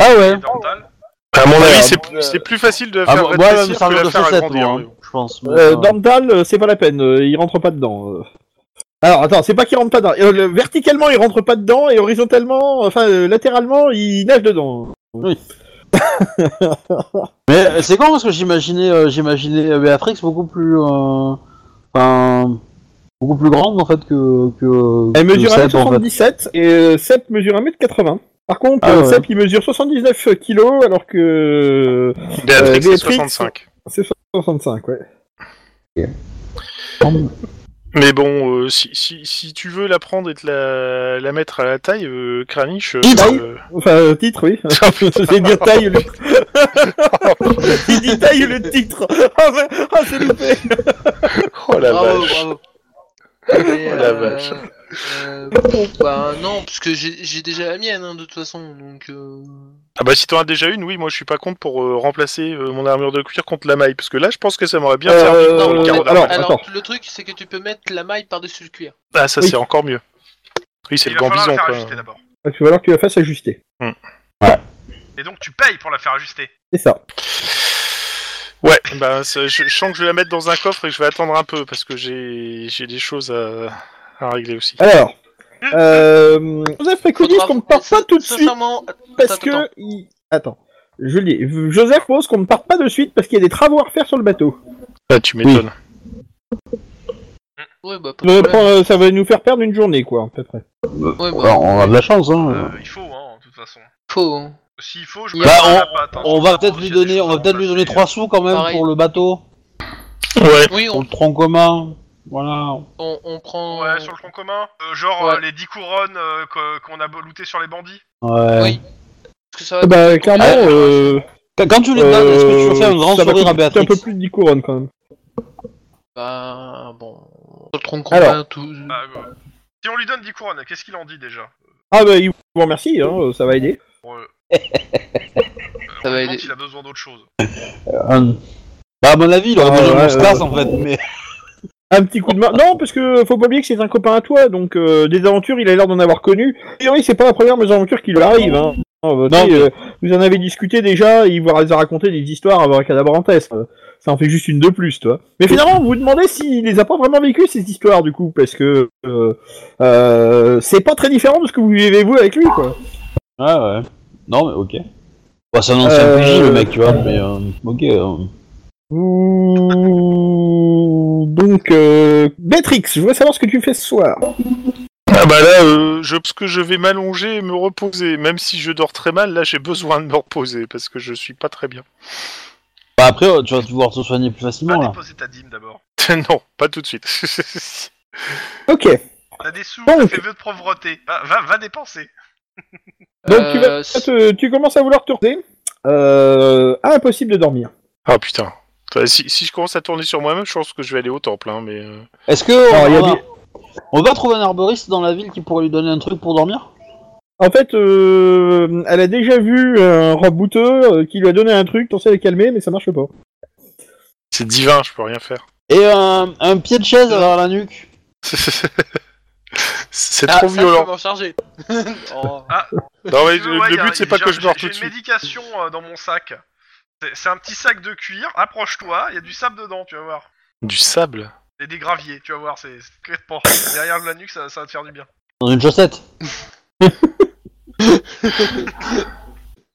[SPEAKER 5] ouais
[SPEAKER 4] dental.
[SPEAKER 1] À mon
[SPEAKER 5] Ouais,
[SPEAKER 1] avis,
[SPEAKER 5] euh,
[SPEAKER 1] Ah c'est
[SPEAKER 5] euh,
[SPEAKER 1] c'est plus facile de la
[SPEAKER 5] ah,
[SPEAKER 1] faire
[SPEAKER 5] Moi, moi, elle va me
[SPEAKER 1] rétrécir que
[SPEAKER 5] servir
[SPEAKER 1] de
[SPEAKER 5] de
[SPEAKER 1] la faire
[SPEAKER 5] chaussette,
[SPEAKER 1] agrandir.
[SPEAKER 5] moi, hein, je pense. mais,
[SPEAKER 2] Euh,
[SPEAKER 5] euh,
[SPEAKER 2] Dental, euh, c'est pas la peine, euh, il rentre pas dedans. euh. Alors, attends, c'est pas qu'il rentre pas dedans. euh, le- verticalement, il rentre pas dedans, et horizontalement, enfin, euh, latéralement, il nage dedans.
[SPEAKER 5] Mais euh, c'est con parce que j'imaginais euh, j'imaginais euh, Béatrix beaucoup plus euh, enfin beaucoup plus grande en fait que que
[SPEAKER 2] Elle
[SPEAKER 5] que
[SPEAKER 2] mesure
[SPEAKER 5] Seb, en fait.
[SPEAKER 2] 1m77 et euh, Sepp mesure 1m80. Par contre,
[SPEAKER 5] Ah
[SPEAKER 2] euh,
[SPEAKER 5] ouais.
[SPEAKER 2] Sepp, il mesure 79 kilos alors que euh,
[SPEAKER 1] Béatrix, c'est
[SPEAKER 2] Béatrix,
[SPEAKER 1] 65.
[SPEAKER 2] c'est 65, ouais.
[SPEAKER 1] Mais bon, euh, si, si, si tu veux la prendre et te la, la mettre à la taille, euh, Kranich, euh,
[SPEAKER 5] Titre.
[SPEAKER 1] euh,
[SPEAKER 2] Enfin, euh, titre, oui. c'est dire taille le Il dit taille le titre. Ah, ouais, ah, c'est loupé.
[SPEAKER 1] oh la
[SPEAKER 3] bravo,
[SPEAKER 1] vache.
[SPEAKER 3] bravo. Mais,
[SPEAKER 1] Oh la vache.
[SPEAKER 3] euh, bah non, parce que j'ai j'ai déjà la mienne hein, de toute façon, donc. euh,
[SPEAKER 1] Ah bah si t'en as déjà une, oui, moi je suis pas contre pour euh, remplacer euh, mon armure de cuir contre la maille, parce que là je pense que ça m'aurait bien
[SPEAKER 2] Euh,
[SPEAKER 1] servi dans
[SPEAKER 2] Euh,
[SPEAKER 1] le carreau
[SPEAKER 2] alors,
[SPEAKER 1] d'arbalète.
[SPEAKER 2] attends.
[SPEAKER 3] Alors le truc, c'est que tu peux mettre la maille par-dessus le cuir.
[SPEAKER 1] Ah ça
[SPEAKER 2] oui.
[SPEAKER 1] c'est encore mieux. Oui, c'est
[SPEAKER 4] Il
[SPEAKER 1] le
[SPEAKER 4] va falloir
[SPEAKER 1] gambison
[SPEAKER 4] la faire
[SPEAKER 1] quoi.
[SPEAKER 4] ajuster d'abord.
[SPEAKER 2] Ah, Il va falloir que tu la fasses ajuster.
[SPEAKER 4] Et donc tu payes pour la faire ajuster.
[SPEAKER 2] C'est ça.
[SPEAKER 1] Ouais, bah c'est- je, je sens que je vais la mettre dans un coffre et que je vais attendre un peu, parce que j'ai j'ai des choses à, à régler aussi.
[SPEAKER 2] Alors. Euh, Joseph préconise
[SPEAKER 3] Faudra-
[SPEAKER 2] qu'on ne parte pas tout de suite
[SPEAKER 3] Sincèrement,
[SPEAKER 2] parce
[SPEAKER 3] attends,
[SPEAKER 2] que. il- Attends. Je le dis. Joseph propose qu'on ne parte pas de suite parce qu'il y a des travaux à refaire sur le bateau. bah,
[SPEAKER 1] Ah tu m'étonnes.
[SPEAKER 3] Ouais, bah, pas
[SPEAKER 2] Ça va,
[SPEAKER 3] de problème.
[SPEAKER 2] prendre- euh, ça va nous faire perdre une journée, quoi, à peu près.
[SPEAKER 3] Ouais, bah,
[SPEAKER 5] Alors, on a de la chance hein.
[SPEAKER 4] Euh, il faut, hein, de toute façon.
[SPEAKER 3] faut, hein.
[SPEAKER 4] S'il faut, je me
[SPEAKER 3] Bah,
[SPEAKER 4] prends
[SPEAKER 5] on-
[SPEAKER 4] la patte, hein.
[SPEAKER 5] On va peut-être lui
[SPEAKER 4] Il y a des
[SPEAKER 5] donner
[SPEAKER 4] choses
[SPEAKER 5] on
[SPEAKER 4] euh, à
[SPEAKER 5] va peut-être lui donner
[SPEAKER 4] remplacer.
[SPEAKER 5] 3 sous quand même
[SPEAKER 3] Pareil.
[SPEAKER 5] pour le bateau,
[SPEAKER 1] Ouais.
[SPEAKER 3] Oui,
[SPEAKER 5] pour
[SPEAKER 3] on,
[SPEAKER 5] le tronc commun. Voilà.
[SPEAKER 3] on, on prend.
[SPEAKER 4] Ouais, sur le tronc commun. Euh, genre
[SPEAKER 3] Ouais.
[SPEAKER 4] euh, les 10 couronnes euh, que- qu'on a looté sur les bandits.
[SPEAKER 5] Ouais.
[SPEAKER 3] Oui. Parce que ça va.
[SPEAKER 2] Bah, clairement,
[SPEAKER 5] Ouais.
[SPEAKER 2] euh,
[SPEAKER 5] Quand, quand tu Ah, les donnes, est-ce que tu veux faire un
[SPEAKER 2] euh,
[SPEAKER 5] grand
[SPEAKER 2] ça va
[SPEAKER 5] sourire à
[SPEAKER 2] coûter
[SPEAKER 5] Béatrix
[SPEAKER 2] un peu plus de 10 couronnes, quand même.
[SPEAKER 3] Bah, bon. Sur le tronc
[SPEAKER 2] Alors.
[SPEAKER 3] commun, tout.
[SPEAKER 5] Mm.
[SPEAKER 4] Bah, euh, si on lui donne 10 couronnes, qu'est-ce qu'il en dit déjà
[SPEAKER 2] Ah bah, il vous remercie, hein, ça va aider.
[SPEAKER 4] Pour, euh,
[SPEAKER 3] Ça
[SPEAKER 4] on
[SPEAKER 3] va
[SPEAKER 4] lui demande
[SPEAKER 3] aider.
[SPEAKER 4] s'il Euh, a besoin d'autre chose.
[SPEAKER 5] Euh, Bah à mon avis, il aurait
[SPEAKER 2] Ah,
[SPEAKER 5] besoin de
[SPEAKER 2] ouais,
[SPEAKER 5] mon stas
[SPEAKER 2] euh,
[SPEAKER 5] en fait, mais
[SPEAKER 2] Un petit coup de main. Non, parce que faut pas oublier que c'est un copain à toi, donc euh, des aventures, il a l'air d'en avoir connu. A priori, c'est pas la première mésaventure qui lui arrive, hein. Euh, tu
[SPEAKER 5] Non,
[SPEAKER 2] sais, euh, vous en avez discuté déjà, il vous a raconté des histoires avec Cadabrantes. euh, Ça en fait juste une de plus, toi. Mais finalement, vous vous demandez s'il les a pas vraiment vécues, ces histoires, du coup, parce que euh, euh, c'est pas très différent de ce que vous vivez, vous, avec lui, quoi.
[SPEAKER 5] Ouais, ouais. Non, mais ok. Bah, c'est un ancien
[SPEAKER 2] Euh,
[SPEAKER 5] PJ, le mec, tu vois, mais euh, ok. euh.
[SPEAKER 2] Ouh. Donc, euh, Béatrix, je voudrais savoir ce que tu fais ce soir.
[SPEAKER 1] Ah bah là, euh, je pense que je vais m'allonger et me reposer. Même si je dors très mal, là j'ai besoin de me reposer parce que je suis pas très bien.
[SPEAKER 5] Bah, après, euh, tu vas pouvoir te soigner plus
[SPEAKER 4] Va
[SPEAKER 5] facilement, là.
[SPEAKER 4] déposer ta dîme d'abord.
[SPEAKER 1] non, pas tout de suite.
[SPEAKER 2] Ok.
[SPEAKER 4] T'as des sous,
[SPEAKER 2] Donc.
[SPEAKER 4] t'as fait vœu de pauvreté. Va, va, va dépenser.
[SPEAKER 2] Donc
[SPEAKER 3] Euh,
[SPEAKER 2] tu, vas-
[SPEAKER 3] si-
[SPEAKER 2] te- tu commences à vouloir tourner. Euh, ah, impossible de dormir.
[SPEAKER 1] Ah putain. Enfin, Si, si je commence à tourner sur moi-même, je pense que je vais aller au temple. hein, mais euh,
[SPEAKER 5] Est-ce que
[SPEAKER 2] Alors, il y a
[SPEAKER 5] on, va... on va trouver un arboriste dans la ville qui pourrait lui donner un truc pour dormir
[SPEAKER 2] En fait, euh, elle a déjà vu un robe bouteux euh, qui lui a donné un truc, censé la calmer, mais ça marche pas.
[SPEAKER 1] c'est divin, je peux rien faire.
[SPEAKER 5] Et un, un pied de chaise derrière la nuque.
[SPEAKER 1] c'est
[SPEAKER 3] Ah,
[SPEAKER 1] trop
[SPEAKER 3] ça, Je
[SPEAKER 1] violent.
[SPEAKER 3] peux m'en charger. Oh.
[SPEAKER 4] Ah.
[SPEAKER 1] Non, mais
[SPEAKER 4] Tu
[SPEAKER 1] le,
[SPEAKER 4] vois,
[SPEAKER 1] le
[SPEAKER 4] y a-
[SPEAKER 1] but, c'est
[SPEAKER 4] y-
[SPEAKER 1] pas
[SPEAKER 4] j'ai-
[SPEAKER 1] que je
[SPEAKER 4] j'ai-
[SPEAKER 1] meure
[SPEAKER 4] J'ai
[SPEAKER 1] tout de
[SPEAKER 4] une
[SPEAKER 1] suite.
[SPEAKER 4] médication euh, dans mon sac. C'est- C'est un petit sac de cuir, approche-toi, il y a du sable dedans, tu vas voir.
[SPEAKER 1] Du sable
[SPEAKER 4] Et des graviers, tu vas voir, c'est c'est crépant. Derrière la nuque, ça, ça va te faire du bien.
[SPEAKER 5] Dans une chaussette.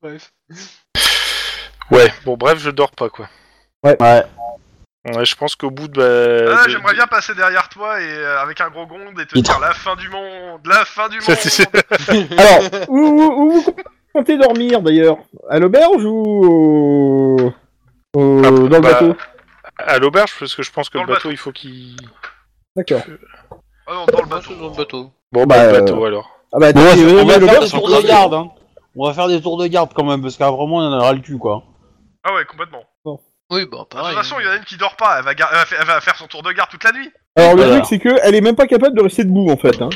[SPEAKER 3] Bref.
[SPEAKER 1] Ouais, bon, bref, je dors pas, quoi.
[SPEAKER 5] Ouais.
[SPEAKER 1] Ouais, je pense qu'au bout de.
[SPEAKER 2] Euh,
[SPEAKER 1] bah,
[SPEAKER 4] Ah,
[SPEAKER 1] de-
[SPEAKER 4] J'aimerais bien passer derrière toi et euh, avec un gros gond et te
[SPEAKER 5] Il te-
[SPEAKER 4] dire la fin du monde, la fin du
[SPEAKER 1] Ça,
[SPEAKER 4] monde.
[SPEAKER 1] c'est-
[SPEAKER 2] Alors, où, où- où vous comptez dormir d'ailleurs À l'auberge ou au-
[SPEAKER 1] Ah,
[SPEAKER 2] au- dans le
[SPEAKER 1] bah,
[SPEAKER 2] bateau
[SPEAKER 1] À l'auberge, parce que je pense que
[SPEAKER 4] Dans
[SPEAKER 1] le
[SPEAKER 4] le
[SPEAKER 1] bateau, il faut qu'il.
[SPEAKER 2] D'accord.
[SPEAKER 4] Ah non, dans le
[SPEAKER 3] Moi, je suis
[SPEAKER 4] bateau.
[SPEAKER 3] dans le bateau.
[SPEAKER 1] Bon,
[SPEAKER 2] Bah,
[SPEAKER 1] bah, le
[SPEAKER 2] euh,
[SPEAKER 1] bateau alors.
[SPEAKER 2] Ah bah,
[SPEAKER 5] on va,
[SPEAKER 2] attends, il est venu à
[SPEAKER 5] faire des
[SPEAKER 2] l'auberge,
[SPEAKER 5] tours
[SPEAKER 2] c'est
[SPEAKER 5] de
[SPEAKER 2] pas
[SPEAKER 5] garde. Hein. On va faire des tours de garde quand même, parce qu'après moi on en aura le cul quoi.
[SPEAKER 4] Ah ouais, complètement.
[SPEAKER 3] Oui, bah
[SPEAKER 4] De toute
[SPEAKER 3] pareil.
[SPEAKER 4] façon, il y en a une qui dort pas, elle va, gar- elle va fa- elle va faire son tour de garde toute la nuit.
[SPEAKER 2] Alors le
[SPEAKER 5] Voilà.
[SPEAKER 2] truc c'est que elle est même pas capable de rester debout en fait. Hein.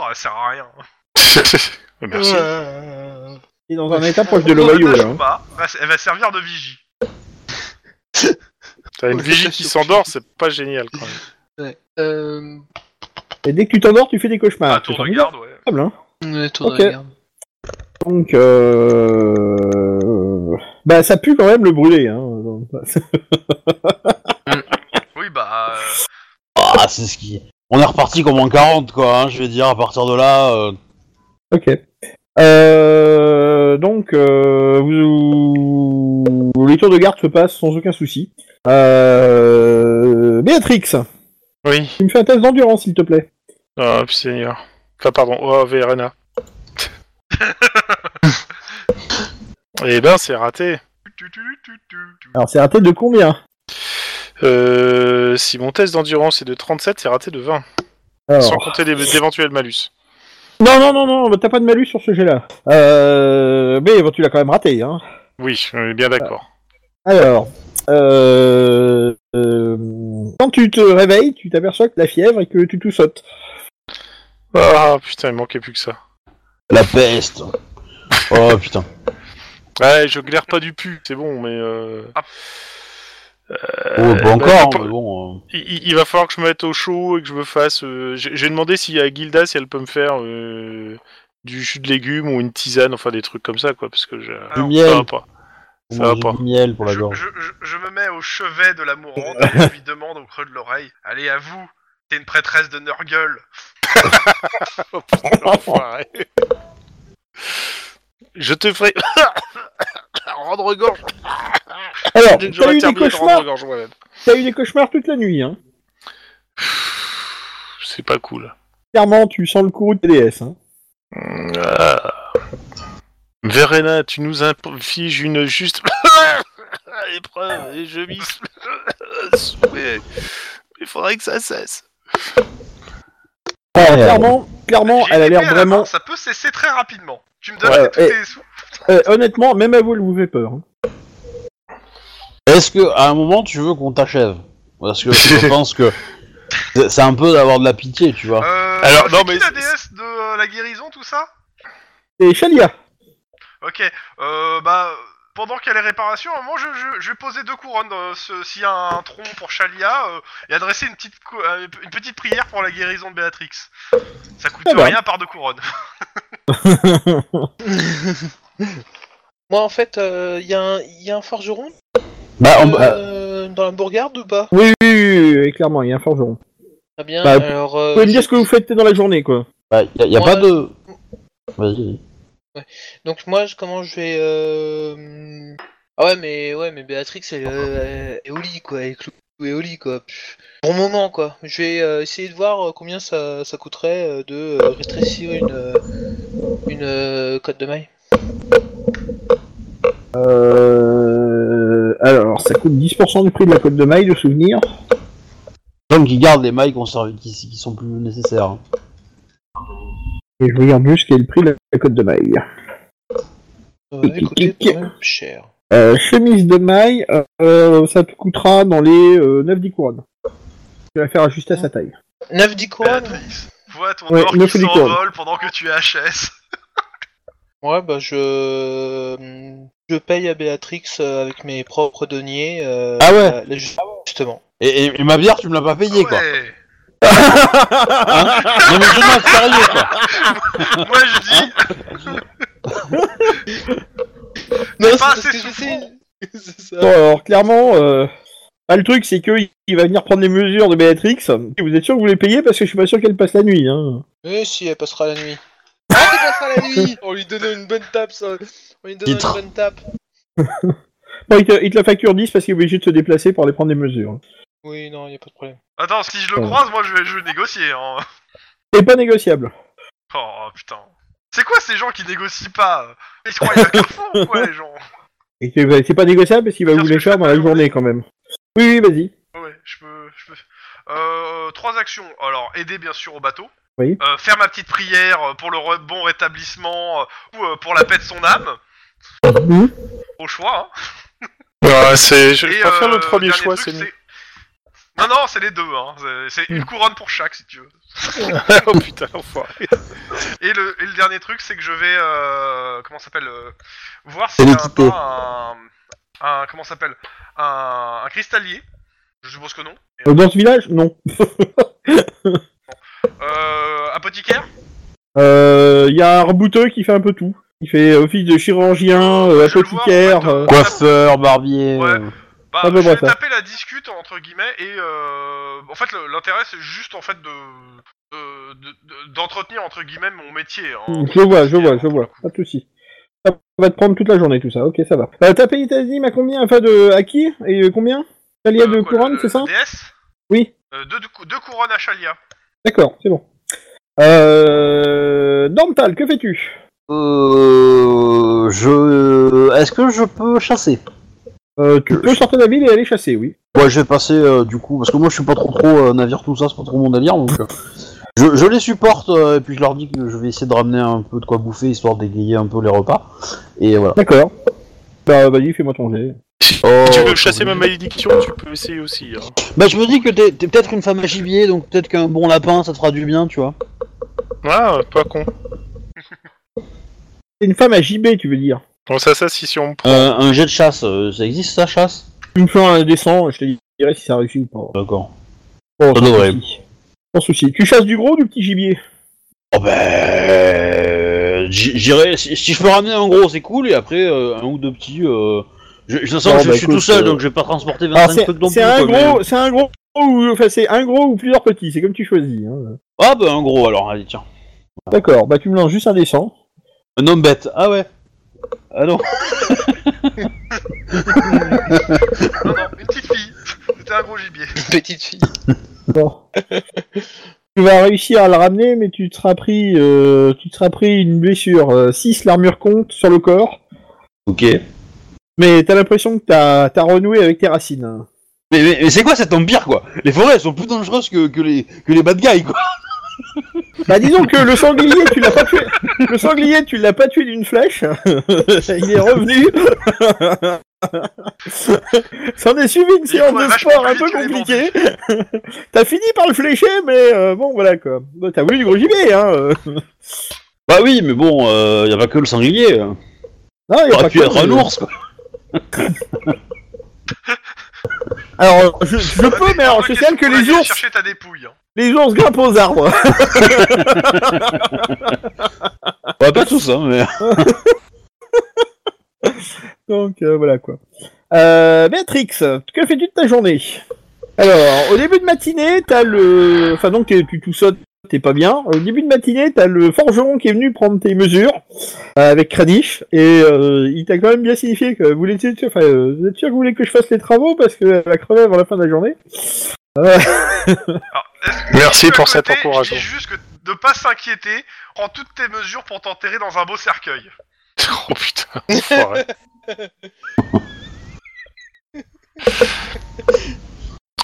[SPEAKER 4] Oh, elle sert à rien.
[SPEAKER 1] Merci.
[SPEAKER 3] Euh,
[SPEAKER 2] Elle est dans un état proche de
[SPEAKER 4] On
[SPEAKER 2] l'Ohio
[SPEAKER 4] l'attache
[SPEAKER 2] là. hein.
[SPEAKER 4] ou pas, elle va- Elle va servir de vigie.
[SPEAKER 1] T'as une
[SPEAKER 3] Ouais,
[SPEAKER 1] vigie
[SPEAKER 3] ça,
[SPEAKER 1] qui
[SPEAKER 3] c'est
[SPEAKER 1] s'endort, c'est pas génial quand même.
[SPEAKER 3] ouais. Euh,
[SPEAKER 2] Et dès que tu t'endors, tu fais des cauchemars.
[SPEAKER 5] Ah,
[SPEAKER 4] un
[SPEAKER 2] Ah, C'est
[SPEAKER 4] tour de
[SPEAKER 2] formidable,
[SPEAKER 4] garde, ouais.
[SPEAKER 2] hein.
[SPEAKER 3] le tour de
[SPEAKER 2] Ok.
[SPEAKER 3] garde.
[SPEAKER 2] Donc, euh... bah ça pue quand même le brûler. Hein.
[SPEAKER 4] Oui, bah. euh,
[SPEAKER 5] Ah, c'est ce qui. On est reparti comme en 40 quoi, hein, je vais dire, à partir de là. euh,
[SPEAKER 2] Ok. Euh, donc, euh, vous- les tours de garde se passent sans aucun souci. Euh, Béatrix,
[SPEAKER 1] Oui.
[SPEAKER 2] tu me fais un test d'endurance, s'il te plaît.
[SPEAKER 1] Oh, Seigneur. Enfin, pardon. Oh, Verena. Eh ben, c'est raté.
[SPEAKER 4] tu- tu- tu- tu- tu- tu.
[SPEAKER 2] Alors, c'est raté de combien
[SPEAKER 1] Euh, si mon test d'endurance est de 37, c'est raté de 20. Sans
[SPEAKER 2] Alors,
[SPEAKER 1] compter les- d'éventuels malus.
[SPEAKER 2] Non, non, non, non, bah, t'as pas de malus sur ce jet-là. Euh, mais bon, tu l'as quand même raté. Hein.
[SPEAKER 1] Oui, on est bien d'accord.
[SPEAKER 2] Alors, euh, euh, quand tu te réveilles, tu t'aperçois que la fièvre et que tu tout sautes.
[SPEAKER 1] Ah, putain, il manquait plus que ça.
[SPEAKER 5] la peste. Oh putain.
[SPEAKER 1] Ouais, je glaire pas du pu, c'est bon, mais... Euh...
[SPEAKER 4] Ah.
[SPEAKER 5] Oh,
[SPEAKER 1] euh,
[SPEAKER 5] pas
[SPEAKER 1] bah,
[SPEAKER 5] encore,
[SPEAKER 1] pour-
[SPEAKER 5] mais bon. euh,
[SPEAKER 1] il- Il, il va falloir que je me mette au chaud et que je me fasse... euh, J'ai j'ai demandé si à Gilda, si elle peut me faire euh, du jus de légumes ou une tisane, enfin des trucs comme ça, quoi, parce que je...
[SPEAKER 4] Alors,
[SPEAKER 5] du
[SPEAKER 1] Ça
[SPEAKER 5] miel.
[SPEAKER 1] va pas. Ah, ça va
[SPEAKER 5] Manger
[SPEAKER 1] pas.
[SPEAKER 5] Du miel pour la
[SPEAKER 4] Je,
[SPEAKER 5] gorge.
[SPEAKER 4] je, je, je me mets au chevet de la mourante et je lui demande au creux de l'oreille Allez, à vous, t'es une prêtresse de Nurgle.
[SPEAKER 1] Enfoiré. Je te ferai. rendre gorge.
[SPEAKER 2] Alors,
[SPEAKER 1] Dès que j'aurai
[SPEAKER 2] Oh, t'as eu
[SPEAKER 1] terminé
[SPEAKER 2] des
[SPEAKER 1] de
[SPEAKER 2] cauchemars,
[SPEAKER 1] rendre gorge moi-même.
[SPEAKER 2] t'as eu des cauchemars toute la nuit. Hein.
[SPEAKER 1] C'est pas cool.
[SPEAKER 2] Clairement, tu sens le courroux de TDS. Hein.
[SPEAKER 1] Ah. Verena, tu nous infliges une juste épreuve et je m'y souhaite. Il faudrait que ça cesse.
[SPEAKER 5] Eh
[SPEAKER 2] Alors, clairement, clairement,
[SPEAKER 4] J'ai
[SPEAKER 2] elle a
[SPEAKER 4] une
[SPEAKER 2] l'air
[SPEAKER 4] épée à la
[SPEAKER 2] vraiment.
[SPEAKER 4] main, Ça peut cesser très rapidement. Tu me donnes
[SPEAKER 2] Ouais,
[SPEAKER 4] tous
[SPEAKER 2] et-
[SPEAKER 4] tes sous.
[SPEAKER 1] hein.
[SPEAKER 2] euh, honnêtement, même à vous, elle vous fait peur. hein.
[SPEAKER 5] Est-ce que à un moment tu veux qu'on t'achève Parce que je pense que c'est- c'est un peu d'avoir de la pitié, tu vois.
[SPEAKER 4] Euh,
[SPEAKER 1] Ah. Alors,
[SPEAKER 4] c'est
[SPEAKER 1] non,
[SPEAKER 4] qui
[SPEAKER 1] mais
[SPEAKER 4] la
[SPEAKER 1] c'est-
[SPEAKER 4] déesse de euh, la guérison, tout ça
[SPEAKER 2] Et Chalia,
[SPEAKER 4] Ok, euh, bah. Pendant qu'elle est réparation, moi je, je, je vais poser deux couronnes euh, ce- s'il y a un tronc pour Chalia euh, et adresser une petite, cou- euh, une petite prière pour la guérison de Béatrix. Ça coûte
[SPEAKER 2] Ah bah.
[SPEAKER 4] rien par deux couronnes.
[SPEAKER 3] Moi, en fait, il y, a un- y a un forgeron
[SPEAKER 2] Ah,
[SPEAKER 5] Bah, on- euh,
[SPEAKER 3] euh, dans la bourgade ou pas
[SPEAKER 2] oui, oui, oui, oui, oui, clairement, il y a un forgeron. Vous
[SPEAKER 3] Très bien.
[SPEAKER 2] Bah,
[SPEAKER 3] alors, euh,
[SPEAKER 2] pouvez me dire ce que vous faites dans la journée, quoi.
[SPEAKER 5] bah, y a, y a
[SPEAKER 3] moi,
[SPEAKER 5] pas de. Vas-y.
[SPEAKER 3] donc moi, je, comment je vais euh... Ah ouais, mais ouais, mais Béatrix elle, euh, est au lit quoi, elle est clouée au lit quoi. Pff, Bon moment quoi. Je vais euh, essayer de voir euh, combien ça, ça coûterait euh, de euh, rétrécir une euh, une euh, cote de maille.
[SPEAKER 2] Euh... Alors, ça coûte 10% du prix de la côte de maille, de souvenir.
[SPEAKER 5] hein. Donc ils gardent les mailles qu'on serv- qui, qui sont plus nécessaires.
[SPEAKER 2] Et je regarde juste quel prix la, la cote de maille.
[SPEAKER 3] Ça va coûter Euh, quand même cher.
[SPEAKER 2] Euh, chemise de maille, euh, euh, ça te coûtera dans les euh, 9-10 couronnes. Tu vas faire ajuster à sa taille.
[SPEAKER 3] 9-10 couronnes
[SPEAKER 4] Béatrice, vois ton
[SPEAKER 2] Ouais,
[SPEAKER 4] or
[SPEAKER 2] neuf
[SPEAKER 4] qui
[SPEAKER 2] licornes.
[SPEAKER 4] s'envole pendant que tu es HS.
[SPEAKER 3] Ouais, bah je. Je paye à Béatrix euh, avec mes propres deniers. euh,
[SPEAKER 5] Ah ouais.
[SPEAKER 3] euh, là, ju- Justement.
[SPEAKER 5] Et, et- et ma bière, tu me l'as pas payée, quoi.
[SPEAKER 4] Ouais.
[SPEAKER 5] Hein non, mais je demande sérieux, quoi.
[SPEAKER 4] Moi je dis,
[SPEAKER 3] Non,
[SPEAKER 4] pas assez
[SPEAKER 3] j'essaie- C'est ça.
[SPEAKER 2] Bon, alors clairement, euh, ah, le truc c'est que il- il va venir prendre les mesures de Béatrix. Et vous êtes sûr que vous les payez parce que je suis pas sûr qu'elle passe la nuit. Hein.
[SPEAKER 3] Oui, si, elle passera la nuit. Ah, elle passera la nuit On lui donnait une bonne tape, ça. On lui donnait
[SPEAKER 5] Titre.
[SPEAKER 3] une bonne tape.
[SPEAKER 2] Bon, il te, il te la facture 10 parce qu'il est obligé de se déplacer pour aller prendre les mesures.
[SPEAKER 3] Oui, non, y a pas de problème.
[SPEAKER 4] attends, si je le
[SPEAKER 2] Ouais.
[SPEAKER 4] croise, moi je vais, je vais négocier. hein.
[SPEAKER 2] C'est pas négociable.
[SPEAKER 4] Oh putain. C'est quoi ces gens qui négocient pas euh Ils se croient à Carrefour ou quoi les gens
[SPEAKER 2] Et c'est c'est pas négociable parce qu'il va
[SPEAKER 4] Dire
[SPEAKER 2] vous
[SPEAKER 4] ce
[SPEAKER 2] les
[SPEAKER 4] que je
[SPEAKER 2] faire
[SPEAKER 4] fais
[SPEAKER 2] dans la
[SPEAKER 4] pas,
[SPEAKER 2] journée quand même. Oui, oui, vas-y.
[SPEAKER 4] Ouais, je peux. Je peux... Euh, trois actions. Alors, aider bien sûr au bateau.
[SPEAKER 2] Oui.
[SPEAKER 4] Euh, faire ma petite prière euh, pour le re- bon rétablissement euh, ou euh, pour la paix de son âme. Au choix. Hein.
[SPEAKER 1] Ouais, Ah, c'est... Je
[SPEAKER 4] Et,
[SPEAKER 1] préfère
[SPEAKER 4] euh,
[SPEAKER 1] le premier
[SPEAKER 4] dernier
[SPEAKER 1] choix,
[SPEAKER 4] truc,
[SPEAKER 1] c'est mieux.
[SPEAKER 4] Non, non, c'est les deux. Hein. C'est- C'est une couronne pour chaque si tu veux.
[SPEAKER 1] oh putain, l'enfoiré.
[SPEAKER 4] Et le, et le dernier truc, c'est que je vais. Euh, comment ça s'appelle euh, Voir
[SPEAKER 5] Et
[SPEAKER 4] s'il y a un,
[SPEAKER 5] l'équiper.
[SPEAKER 4] pas un, un- Comment ça s'appelle un, un cristallier. Je suppose que non.
[SPEAKER 2] Euh, Dans ce village Non.
[SPEAKER 4] Euh, apothicaire
[SPEAKER 2] Euh, Il y a un rebouteux qui fait un peu tout. Il fait euh, office de chirurgien, euh,
[SPEAKER 4] Je le vois, en
[SPEAKER 2] apothicaire.
[SPEAKER 4] fait,
[SPEAKER 2] euh,
[SPEAKER 5] Coiffeur, barbier.
[SPEAKER 4] Ouais.
[SPEAKER 5] euh,
[SPEAKER 4] Bah,
[SPEAKER 2] Ah,
[SPEAKER 4] je
[SPEAKER 2] bah,
[SPEAKER 4] vais
[SPEAKER 2] bah, ça.
[SPEAKER 4] taper la discute entre guillemets et euh, en fait le- l'intérêt c'est juste en fait de de- de- de- d'entretenir entre guillemets mon métier. hein.
[SPEAKER 2] Je vois, je vois, je vois. Pas de soucis. Ça va te prendre toute la journée tout ça. Ok, ça va. Euh, T'as payé ta dîme à combien Enfin, de... à qui Et euh, combien Talia
[SPEAKER 4] Euh,
[SPEAKER 2] de
[SPEAKER 4] quoi,
[SPEAKER 2] couronne,
[SPEAKER 4] le-
[SPEAKER 2] c'est ça
[SPEAKER 4] le DS
[SPEAKER 2] Oui.
[SPEAKER 4] Euh, deux, deux cou- deux couronnes à Chalia.
[SPEAKER 2] D'accord, c'est bon. Euh... Dormtal, que fais-tu
[SPEAKER 5] Euh, je. Est-ce que je peux chasser
[SPEAKER 2] euh, Tu
[SPEAKER 5] Euh,
[SPEAKER 2] peux sortir de la ville et aller chasser, oui.
[SPEAKER 5] Ouais, je vais passer euh, du coup, parce que moi je suis pas trop trop euh, navire tout ça, c'est pas trop mon délire donc. euh, je, je les supporte euh, et puis je leur dis que je vais essayer de ramener un peu de quoi bouffer histoire d'égayer un peu les repas. Et voilà.
[SPEAKER 2] D'accord. Bah vas-y, fais-moi ton jet.
[SPEAKER 5] Oh,
[SPEAKER 1] Si tu veux
[SPEAKER 5] je
[SPEAKER 1] chasser ma
[SPEAKER 5] suis-
[SPEAKER 1] malédiction, tu peux essayer aussi. hein.
[SPEAKER 5] Bah, je me dis que t'es t'es peut-être une femme à gibier donc peut-être qu'un bon lapin ça te fera du bien, tu vois.
[SPEAKER 1] Ah, pas con.
[SPEAKER 2] C'est une femme à JB, tu veux dire
[SPEAKER 1] Bon, ça, ça, si, si on me prend.
[SPEAKER 5] Euh, un jet de chasse, euh, ça existe ça, chasse
[SPEAKER 2] Tu me fais un descend, je te dirai si ça réussit ou pas.
[SPEAKER 5] D'accord.
[SPEAKER 2] Bon,
[SPEAKER 5] Ça devrait.
[SPEAKER 2] Sans souci. Tu chasses du gros ou du petit gibier
[SPEAKER 5] Oh ben. j- J'irai. Si, si je peux ramener un gros, c'est cool et après euh, un ou deux petits. euh, Je, je, de toute façon,
[SPEAKER 2] Bon,
[SPEAKER 5] je,
[SPEAKER 2] bah,
[SPEAKER 5] je suis
[SPEAKER 2] écoute,
[SPEAKER 5] tout seul
[SPEAKER 2] euh,
[SPEAKER 5] donc je vais pas transporter
[SPEAKER 2] Alors,
[SPEAKER 5] 25
[SPEAKER 2] Ah, c'est
[SPEAKER 5] trucs non
[SPEAKER 2] c'est
[SPEAKER 5] plus,
[SPEAKER 2] un
[SPEAKER 5] quoi, mais- euh,
[SPEAKER 2] gros, c'est un gros ou enfin c'est un gros ou plusieurs petits, c'est comme tu choisis. hein.
[SPEAKER 5] Ah bah un gros alors, allez tiens.
[SPEAKER 2] D'accord, bah tu me lances juste un dessin.
[SPEAKER 5] Un homme bête, ah ouais. Ah non.
[SPEAKER 4] Non non, une petite fille. C'était un gros gibier.
[SPEAKER 3] Petite fille.
[SPEAKER 2] Bon. tu vas réussir à le ramener, mais tu te seras pris, euh, tu te seras pris une blessure 6, l'armure compte sur le corps,
[SPEAKER 5] Ok. Mais,
[SPEAKER 2] mais t'as l'impression que t'as as renoué avec tes racines.
[SPEAKER 5] mais- mais c'est quoi cet empire quoi Les forêts elles sont plus dangereuses que, que les, que les bad guys quoi
[SPEAKER 2] Bah disons que le sanglier, tu l'as pas tué. Le sanglier, tu l'as pas tué d'une flèche. Il est revenu. S'en est suivi une séance
[SPEAKER 4] courait
[SPEAKER 2] de
[SPEAKER 4] vachement
[SPEAKER 2] sport
[SPEAKER 4] plus
[SPEAKER 2] un
[SPEAKER 4] vite
[SPEAKER 2] peu
[SPEAKER 4] que les
[SPEAKER 2] compliquée. T'as fini par le flécher, mais euh, bon voilà quoi. Bah, T'as voulu du gros gibier, hein. euh.
[SPEAKER 5] Bah oui mais bon, euh, y a pas que le sanglier. hein.
[SPEAKER 2] Non, il y a
[SPEAKER 5] T'aurais
[SPEAKER 2] pas
[SPEAKER 5] pu
[SPEAKER 2] que-
[SPEAKER 5] être un ours quoi.
[SPEAKER 2] Alors, je, je peux, mais alors,
[SPEAKER 4] Toi,
[SPEAKER 2] je
[SPEAKER 4] qu'est-ce
[SPEAKER 2] signale que
[SPEAKER 4] qu'on va
[SPEAKER 2] les
[SPEAKER 4] aller
[SPEAKER 2] ours,
[SPEAKER 4] Chercher ta dépouille. hein.
[SPEAKER 2] les ours grimpent aux arbres.
[SPEAKER 5] Ouais pas tous hein mais...
[SPEAKER 2] Donc, euh, voilà, quoi. Euh, Béatrix, que fais-tu de ta journée Alors, au début de matinée, t'as le... Enfin, donc, t'es- tu tout sautes, t'es pas bien. Au début de matinée, t'as le forgeron qui est venu prendre tes mesures euh, avec Kranich, et euh, il t'a quand même bien signifié que vous voulez... Enfin, euh, vous êtes sûr que vous voulez que je fasse les travaux parce qu'elle va crever avant la fin de la journée
[SPEAKER 4] Alors, est-ce-
[SPEAKER 1] Merci
[SPEAKER 4] est-ce que à
[SPEAKER 1] pour cet
[SPEAKER 4] côté, Je
[SPEAKER 1] encouragement.
[SPEAKER 4] dis juste que de pas s'inquiéter, prends toutes tes mesures pour t'enterrer dans un beau cercueil.
[SPEAKER 1] Oh putain, l'enfoiré.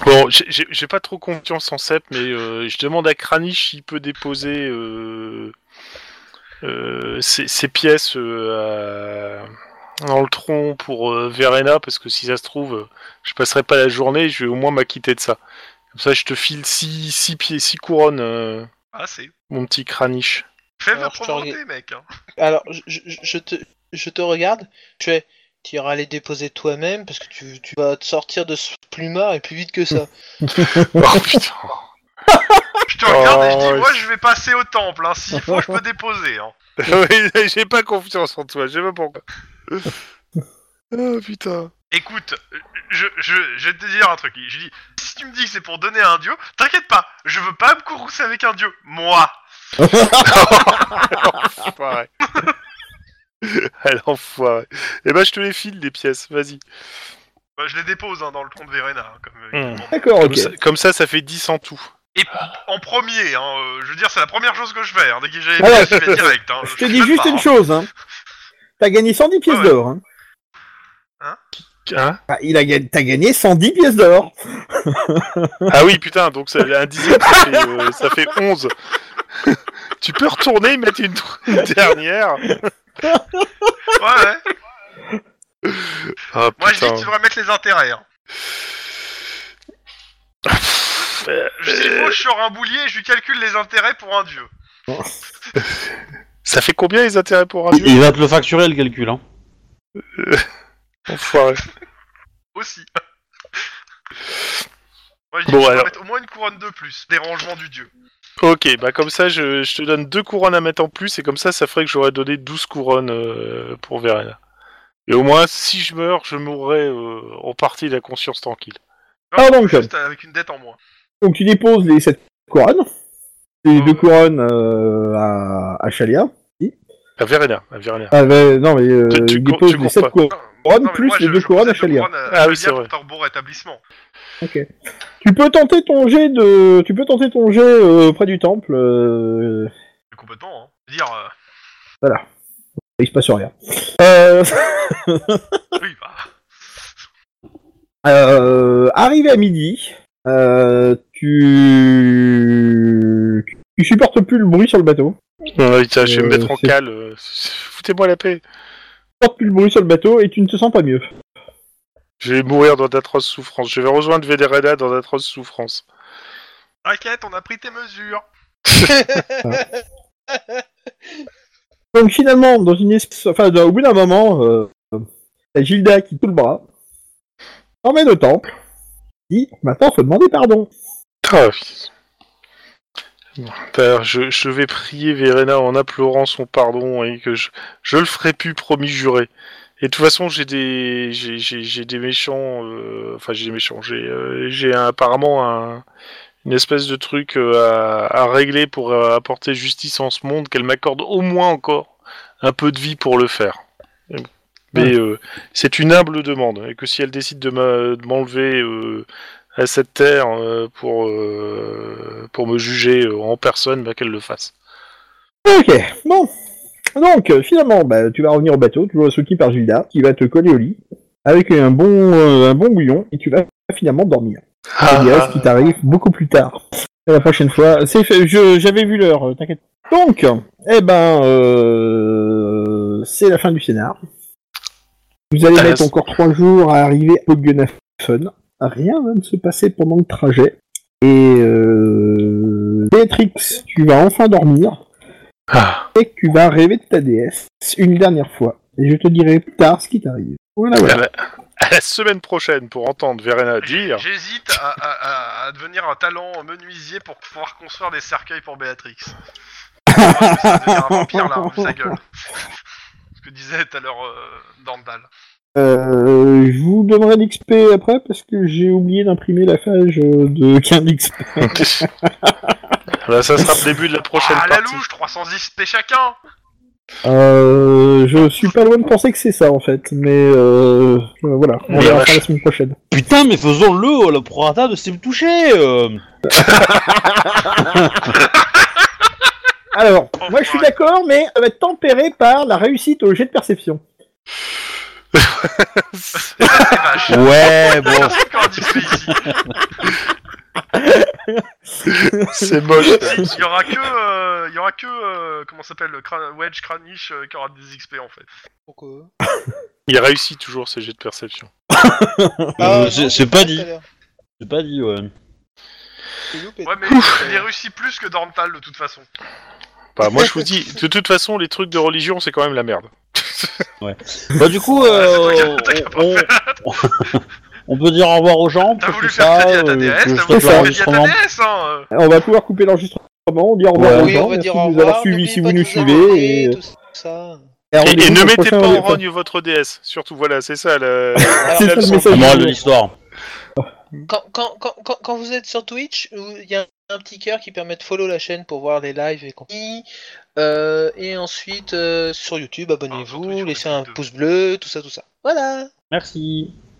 [SPEAKER 1] Bon, j'ai- j'ai j'ai pas trop confiance en Sep, mais euh, je demande à Kranich s'il peut déposer euh, euh, ces, ces pièces euh, à- dans le tronc pour euh, Verena, parce que si ça se trouve, euh, je passerai pas la journée, je vais au moins m'acquitter de ça. Comme ça, je te file six, six pieds, six couronnes, euh,
[SPEAKER 4] Ah, c'est.
[SPEAKER 1] mon petit craniche.
[SPEAKER 4] Fais
[SPEAKER 3] Alors,
[SPEAKER 4] votre
[SPEAKER 3] je te
[SPEAKER 4] volonté, mec. hein.
[SPEAKER 3] Alors, je, je- je te, je te regarde, tu es, tu iras les déposer toi-même parce que tu, tu vas te sortir de ce plumard et plus vite que ça.
[SPEAKER 1] Oh putain
[SPEAKER 4] Je te regarde et je
[SPEAKER 1] Oh,
[SPEAKER 4] dis, moi,
[SPEAKER 1] je-
[SPEAKER 4] je vais passer au temple. Hein. S'il faut, je peux déposer. Hein.
[SPEAKER 1] Oui, J'ai pas confiance en toi, je sais pas pourquoi. oh putain
[SPEAKER 4] Écoute, je, je, je vais te dire un truc. Je dis, si tu me dis que c'est pour donner à un dieu, t'inquiète pas, je veux pas me courroucer avec un dieu. Moi
[SPEAKER 1] Pareil. Ah, l'enfoiré. Eh ben, je te les file, les pièces, vas-y.
[SPEAKER 4] Bah, Je les dépose hein, dans le tronc de Verena. hein, comme, euh,
[SPEAKER 1] Hmm.
[SPEAKER 2] D'accord,
[SPEAKER 1] Comme,
[SPEAKER 2] ok.
[SPEAKER 1] ça, comme ça, ça fait 10 en tout.
[SPEAKER 4] En premier, hein, euh, je veux dire, c'est la première chose que je fais. Hein. Dès que j'ai
[SPEAKER 2] Ah ouais.
[SPEAKER 4] je fais direct. Hein.
[SPEAKER 2] Je te
[SPEAKER 4] fais
[SPEAKER 2] dis juste
[SPEAKER 4] pas,
[SPEAKER 2] une
[SPEAKER 4] hein.
[SPEAKER 2] chose, hein. T'as gagné 110 pièces
[SPEAKER 4] Ouais.
[SPEAKER 2] d'or. Hein.
[SPEAKER 1] Hein
[SPEAKER 2] Ah, il a gagné, t'as gagné 110 pièces d'or.
[SPEAKER 1] ah oui, putain, donc ça, un dixième, ça fait, euh, ça fait 11. tu peux retourner et mettre une, une dernière.
[SPEAKER 4] Ouais, ouais.
[SPEAKER 1] Ah
[SPEAKER 4] Moi, je dis
[SPEAKER 1] putain.
[SPEAKER 4] que tu devrais mettre les intérêts. hein. Je dis, moi, je sors un boulier et je lui calcule les intérêts pour un dieu.
[SPEAKER 1] Ça fait combien les intérêts pour un
[SPEAKER 5] Il,
[SPEAKER 1] dieu
[SPEAKER 5] il va te le facturer le calcul. Hein.
[SPEAKER 1] Enfoiré.
[SPEAKER 4] Aussi. Moi, je dis
[SPEAKER 1] Bon,
[SPEAKER 4] que je
[SPEAKER 1] alors.
[SPEAKER 4] mettre au moins une couronne de plus. Dérangement du dieu.
[SPEAKER 1] Ok, bah comme ça, je, je te donne deux couronnes à mettre en plus, et comme ça, ça ferait que j'aurais donné 12 couronnes euh, pour Verena. Et au moins, si je meurs, je mourrai euh, en partie la conscience tranquille.
[SPEAKER 2] Ah, donc,
[SPEAKER 4] juste euh, avec une dette en moins.
[SPEAKER 2] Donc tu déposes les 7 couronnes. Les
[SPEAKER 4] Ouais.
[SPEAKER 2] deux couronnes euh, à, à Chalia.
[SPEAKER 1] À Verena, à Verena.
[SPEAKER 2] Ah, ben, non, mais euh,
[SPEAKER 1] Tu- tu
[SPEAKER 2] il
[SPEAKER 1] cours-
[SPEAKER 2] dépose
[SPEAKER 1] tu
[SPEAKER 2] les
[SPEAKER 1] cours
[SPEAKER 2] 7
[SPEAKER 1] pas.
[SPEAKER 2] couronnes. Couronne
[SPEAKER 4] mais
[SPEAKER 2] plus
[SPEAKER 4] moi,
[SPEAKER 2] les
[SPEAKER 4] je-
[SPEAKER 2] deux
[SPEAKER 4] je
[SPEAKER 2] couronnes
[SPEAKER 4] pose
[SPEAKER 2] à
[SPEAKER 4] les deux
[SPEAKER 2] Chalia.
[SPEAKER 4] couronnes à-
[SPEAKER 1] Ah
[SPEAKER 4] à
[SPEAKER 1] oui,
[SPEAKER 4] Chalia
[SPEAKER 1] c'est vrai.
[SPEAKER 4] pour ton bon rétablissement.
[SPEAKER 2] Tu peux tenter ton jet de, tu peux tenter ton jet euh, près du temple. euh,
[SPEAKER 4] Mais Complètement, hein. Je veux Dire, euh,
[SPEAKER 2] Il se passe rien. Euh,
[SPEAKER 4] oui, bah,
[SPEAKER 2] euh, arrivé à midi, euh, tu... tu supportes plus le bruit sur le bateau.
[SPEAKER 1] Ah, putain, je vais me
[SPEAKER 2] Euh,
[SPEAKER 1] mettre en
[SPEAKER 2] c'est-
[SPEAKER 1] cale. euh, Foutez-moi la paix.
[SPEAKER 2] Tu supportes plus le bruit sur le bateau et tu ne te sens pas mieux.
[SPEAKER 1] Je vais mourir dans d'atroces souffrances. Je vais rejoindre Vedereda dans d'atroces souffrances.
[SPEAKER 4] t'inquiète, on a pris tes mesures.
[SPEAKER 2] Donc finalement, dans une espèce... enfin, dans- au bout d'un moment, euh, t'as Gilda qui tout le bras, t'emmène au temple, dit maintenant faut demander pardon.
[SPEAKER 1] Ah, putain. Père, je, je vais prier Verena en implorant son pardon et que je, je le ferai plus, promis juré. Et de toute façon, j'ai des j'ai- j'ai j'ai des méchants. euh, enfin, j'ai des méchants. J'ai euh, j'ai un- apparemment un- une espèce de truc euh, à, à régler pour euh, apporter justice en ce monde, qu'elle m'accorde au moins encore un peu de vie pour le faire. Mais euh, c'est une humble demande, et que si elle décide de m'a- de m'enlever euh, à cette terre euh, pour, euh, pour me juger euh, en personne, bah, qu'elle le fasse.
[SPEAKER 2] Ok, bon. Donc euh, finalement, bah, tu vas revenir au bateau, toujours soutenu par Gilda, qui va te coller au lit, avec un bon, euh, un bon bouillon, et tu vas finalement dormir.
[SPEAKER 1] Ah,
[SPEAKER 2] Il y a ce qui t'arrive beaucoup plus tard. Et La prochaine fois, c'est fait, je- j'avais vu l'heure, euh, t'inquiète. Donc, eh ben, euh, c'est la fin du scénar. Vous allez
[SPEAKER 1] Ah,
[SPEAKER 2] mettre
[SPEAKER 1] c'est-
[SPEAKER 2] encore trois jours à arriver au Gunnafon. Rien va ne se passer pendant le trajet. Et euh, Béatrix, tu vas enfin dormir
[SPEAKER 1] ah.
[SPEAKER 2] et tu vas rêver de ta déesse une dernière fois. Et je te dirai plus tard ce qui t'arrive. Voilà, voilà.
[SPEAKER 1] À, la, Bah, à la semaine prochaine pour entendre Verena dire.
[SPEAKER 4] J'hésite à, à- à- à devenir un talent menuisier pour pouvoir construire des cercueils pour Béatrix. Parce que ça devient un vampire là, sa gueule. Ce que disait tout à l'heure euh, Dandal.
[SPEAKER 2] Euh, je vous donnerai l'XP après parce que j'ai oublié d'imprimer la page euh, de 15 XP.
[SPEAKER 1] Bah, ça sera le début de la prochaine
[SPEAKER 4] Ah la
[SPEAKER 1] partie.
[SPEAKER 4] louche, 310 p chacun
[SPEAKER 2] Euh, je suis pas loin de penser que c'est ça en fait, mais euh, euh, voilà, on
[SPEAKER 1] Mais
[SPEAKER 2] verra
[SPEAKER 1] vache.
[SPEAKER 2] ça la semaine prochaine.
[SPEAKER 5] Putain, mais faisons-le, oh, le prorata de Steve Touché euh.
[SPEAKER 2] Alors,
[SPEAKER 4] Oh,
[SPEAKER 2] moi je suis d'accord, mais elle va être tempérée par la réussite au jet de perception.
[SPEAKER 4] Eh ben, je
[SPEAKER 5] Ouais, bon.
[SPEAKER 4] sais pas ce qu'on dit ici.
[SPEAKER 1] C'est moche.
[SPEAKER 4] Il y aura que, euh, il y aura que, euh, comment ça s'appelle, Cra- Wedge Cranish euh, qui aura des XP en fait.
[SPEAKER 3] Pourquoi
[SPEAKER 1] Il réussit toujours ses jets de perception.
[SPEAKER 3] Bah,
[SPEAKER 5] Euh, c'est- c'est pas dit. C'est pas dit, ouais.
[SPEAKER 3] C'est loupé.
[SPEAKER 4] Ouais, mais il les réussit plus que Dormtal de toute façon.
[SPEAKER 1] Bah, moi, je vous dis, de toute façon, les trucs de religion, c'est quand même la merde.
[SPEAKER 5] Bah, du coup, euh, on, on- on peut dire au revoir aux gens.
[SPEAKER 4] T'as
[SPEAKER 5] parce
[SPEAKER 4] voulu
[SPEAKER 5] que
[SPEAKER 4] faire
[SPEAKER 5] ça,
[SPEAKER 4] crédit à ta
[SPEAKER 5] euh, que
[SPEAKER 4] DS,
[SPEAKER 5] je
[SPEAKER 4] t'as
[SPEAKER 5] stoppe
[SPEAKER 4] voulu faire crédit à ta
[SPEAKER 5] l'enregistrement.
[SPEAKER 4] DS, hein.
[SPEAKER 2] On va pouvoir couper l'enregistrement, on dit au revoir
[SPEAKER 5] Ouais.
[SPEAKER 2] aux
[SPEAKER 5] Oui,
[SPEAKER 2] gens,
[SPEAKER 3] on
[SPEAKER 2] Bah,
[SPEAKER 3] va
[SPEAKER 2] merci
[SPEAKER 3] dire
[SPEAKER 2] de
[SPEAKER 3] au
[SPEAKER 2] nous
[SPEAKER 3] revoir.
[SPEAKER 2] avoir suivis
[SPEAKER 3] n'oubliez
[SPEAKER 2] si
[SPEAKER 3] pas
[SPEAKER 2] vous
[SPEAKER 3] de
[SPEAKER 2] nous
[SPEAKER 3] abonner,
[SPEAKER 2] suivez.
[SPEAKER 3] tout ça.
[SPEAKER 2] Et,
[SPEAKER 1] Et, et
[SPEAKER 2] rendez-vous
[SPEAKER 1] ne
[SPEAKER 2] pour le
[SPEAKER 1] mettez
[SPEAKER 2] prochain
[SPEAKER 1] pas en
[SPEAKER 2] rendez-vous.
[SPEAKER 1] rendre votre DS. Surtout, voilà, c'est ça la.
[SPEAKER 3] Alors,
[SPEAKER 2] C'est ça le
[SPEAKER 5] La
[SPEAKER 2] message.
[SPEAKER 5] morale de l'histoire.
[SPEAKER 3] Quand, quand, quand, quand, quand vous êtes sur Twitch, il y a un petit cœur qui permet de follow la chaîne pour voir les lives et compagnie. Euh, et ensuite, euh, sur YouTube,
[SPEAKER 4] Ah, sur Twitch,
[SPEAKER 3] abonnez-vous,
[SPEAKER 4] on
[SPEAKER 3] laissez
[SPEAKER 4] est
[SPEAKER 3] un
[SPEAKER 4] deux.
[SPEAKER 3] pouce bleu, tout ça, tout ça. Voilà
[SPEAKER 5] Merci.